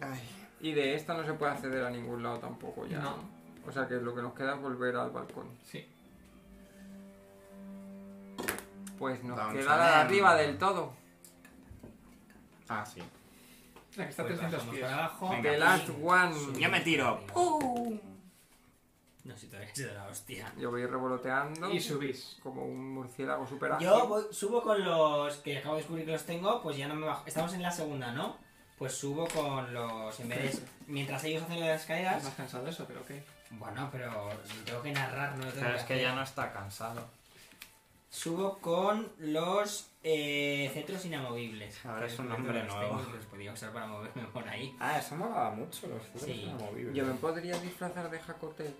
D: Ay, Y de esta no se puede acceder a ningún lado tampoco ya.
A: No.
D: O sea que lo que nos queda es volver al balcón.
A: Sí.
D: Pues nos
E: Vamos
D: queda
E: a
D: la de
E: ver.
D: arriba del todo.
E: Ah, sí.
A: La que está a
B: Pues
A: 300
B: bajamos
A: pies.
B: para abajo.
E: Venga.
H: pues.
D: The last one.
E: Yo me tiro.
B: ¡Pum! No, si todavía se da la hostia.
D: Yo voy revoloteando
A: Y subís.
D: como un murciélago super ágil.
B: Yo voy- subo con los que acabo de descubrir que los tengo, pues ya no me bajo. Estamos en la segunda, ¿no? Pues subo con los. En vez de- Mientras ellos hacen lo de las
A: Es
B: escaleras.
A: más cansado eso, pero ¿qué?
B: Bueno, pero lo tengo que narrar, no lo tengo
H: Pero es que
B: hacer.
H: ya no está cansado.
B: Subo con los eh, cetros inamovibles.
H: Ahora es un
B: Los
H: nombre
B: tengo
H: nuevo.
B: y Los podía usar para moverme por ahí.
H: Ah, eso molaba mucho, los cetros
B: Sí.
H: inamovibles.
D: Yo me podría disfrazar de jacote.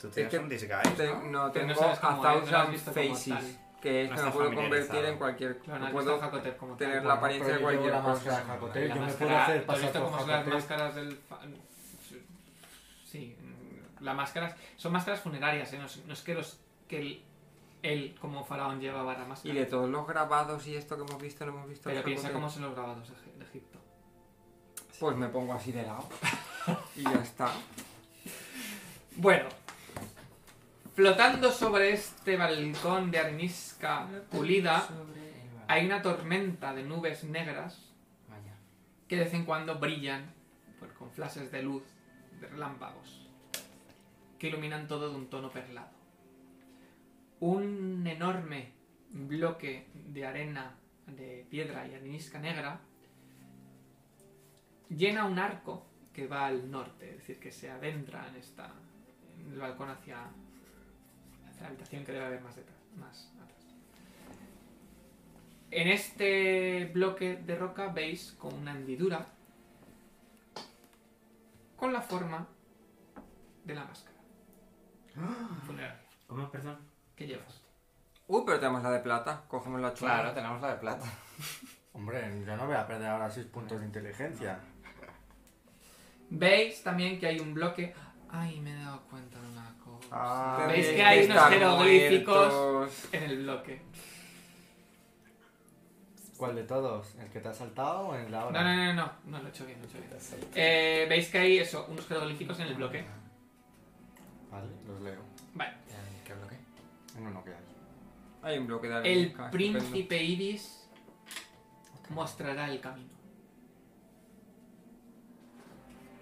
H: Tú tienes
D: que-
H: un disguise,
D: Te-
H: ¿no?
D: no,
A: Pero no
D: tengo
A: sabes cómo
D: a
A: es, no lo has
D: thousand
A: visto como
D: faces.
A: tal.
D: Que es
H: No
D: que me
H: está
D: puedo convertir
H: familiarizado.
D: en cualquier.
A: Claro, no has
D: puedo
A: visto a Jacotet como tal.
D: tener
A: Bueno,
D: la apariencia
C: pero
D: de
C: yo llevo
D: cualquier
C: la
D: cosa.
C: máscara de Jacotel,
A: La
C: yo me
A: máscara-
C: puedo hacer
A: ¿tú has
C: pasar
A: visto
C: por
A: cómo son las
C: Jacotel.
A: máscaras del... fa- Sí, las máscaras... Son máscaras funerarias, ¿eh? No es, no es que los... Que el- él como faraón llevaba la
D: Y
A: máscara.
D: de todos los grabados y esto que hemos visto, no hemos visto.
A: Pero
D: el
A: piensa
D: Jacotet.
A: cómo son los grabados de Eg- de Egipto.
D: Pues me pongo así de lado. y ya está.
A: Bueno, flotando sobre este balcón de arenisca pulida,
B: Sobre el bar-
A: hay una tormenta de nubes negras
B: Vaya.
A: que de vez en cuando brillan pues, con flashes de luz, de relámpagos, que iluminan todo de un tono perlado. Un enorme bloque de arena, de piedra y arenisca negra llena un arco que va al norte, es decir, que se adentra en, esta, en el balcón hacia, hacia la habitación que debe haber más detrás, más atrás. En este bloque de roca veis con una hendidura con la forma de la máscara funeraria
B: ¿Cómo, perdón?
A: que llevas.
D: Uh, pero tenemos la de plata. Cogemos la chula.
H: Claro, tenemos la de plata.
C: Hombre, yo no voy a perder ahora 6 puntos de inteligencia.
A: Veis también que hay un bloque. Ay, me he dado cuenta de una cosa.
H: Ah,
A: ¿Veis
D: Tenéis
A: que hay unos
D: estar
A: jeroglíficos?
D: muertos.
A: En el bloque.
C: ¿Cuál de todos? ¿El que te ha saltado o el de
A: No,
C: ahora?
A: no, no, no, no lo he hecho bien, lo he hecho bien. Eh, Veis que hay eso, unos jeroglíficos en el bloque.
C: Vale, los leo.
A: Vale.
H: ¿Qué bloque?
C: En uno que hay.
D: Hay un bloque de
A: El
D: arenisca, estupendo.
A: príncipe Iris mostrará el camino.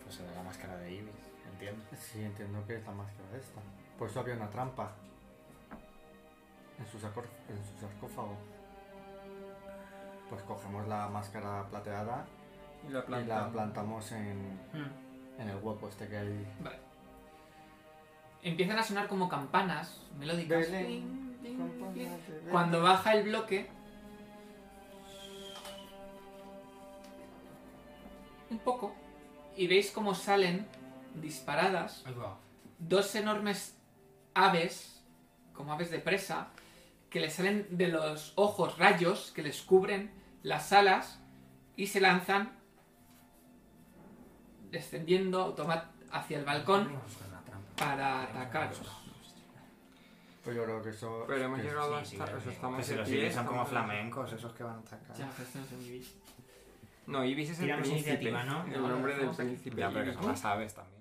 H: Pues era la máscara de Ibis, entiendo.
C: Sí, entiendo que es la máscara esta. Por eso había una trampa. En su, sacor- en su sarcófago. Pues cogemos la máscara plateada
D: Y la
C: y
D: planta.
C: la plantamos en, en el hueco este que hay.
A: Vale. Empiezan a sonar como campanas melódicas.
C: Belén,
A: Ping, ping, ping. Cuando baja el bloque. Un poco. Y veis cómo salen disparadas
B: Ahí va.
A: dos enormes aves, como aves de presa, que le salen de los ojos rayos que les cubren las alas y se lanzan descendiendo automa- hacia el balcón
B: Vamos a hacer una trampa.
A: para atacaros.
C: Pues yo creo que eso.
D: Pero hemos
C: que-
D: llegado
B: sí,
D: hasta.
B: sí,
D: o sea,
B: sí.
D: estamos
H: Pues si los
D: de pie,
H: Ibis son como
D: estamos-
H: flamencos, esos que van a atacar.
A: Ya, pero esto no es en mi vista.
D: No, Ibis es el
B: Tiramos
D: príncipe.
B: iniciativa, ¿no?
D: El nombre del
A: Vamos a-
D: príncipe.
H: Ya, pero que
D: Ibis.
H: son las aves también.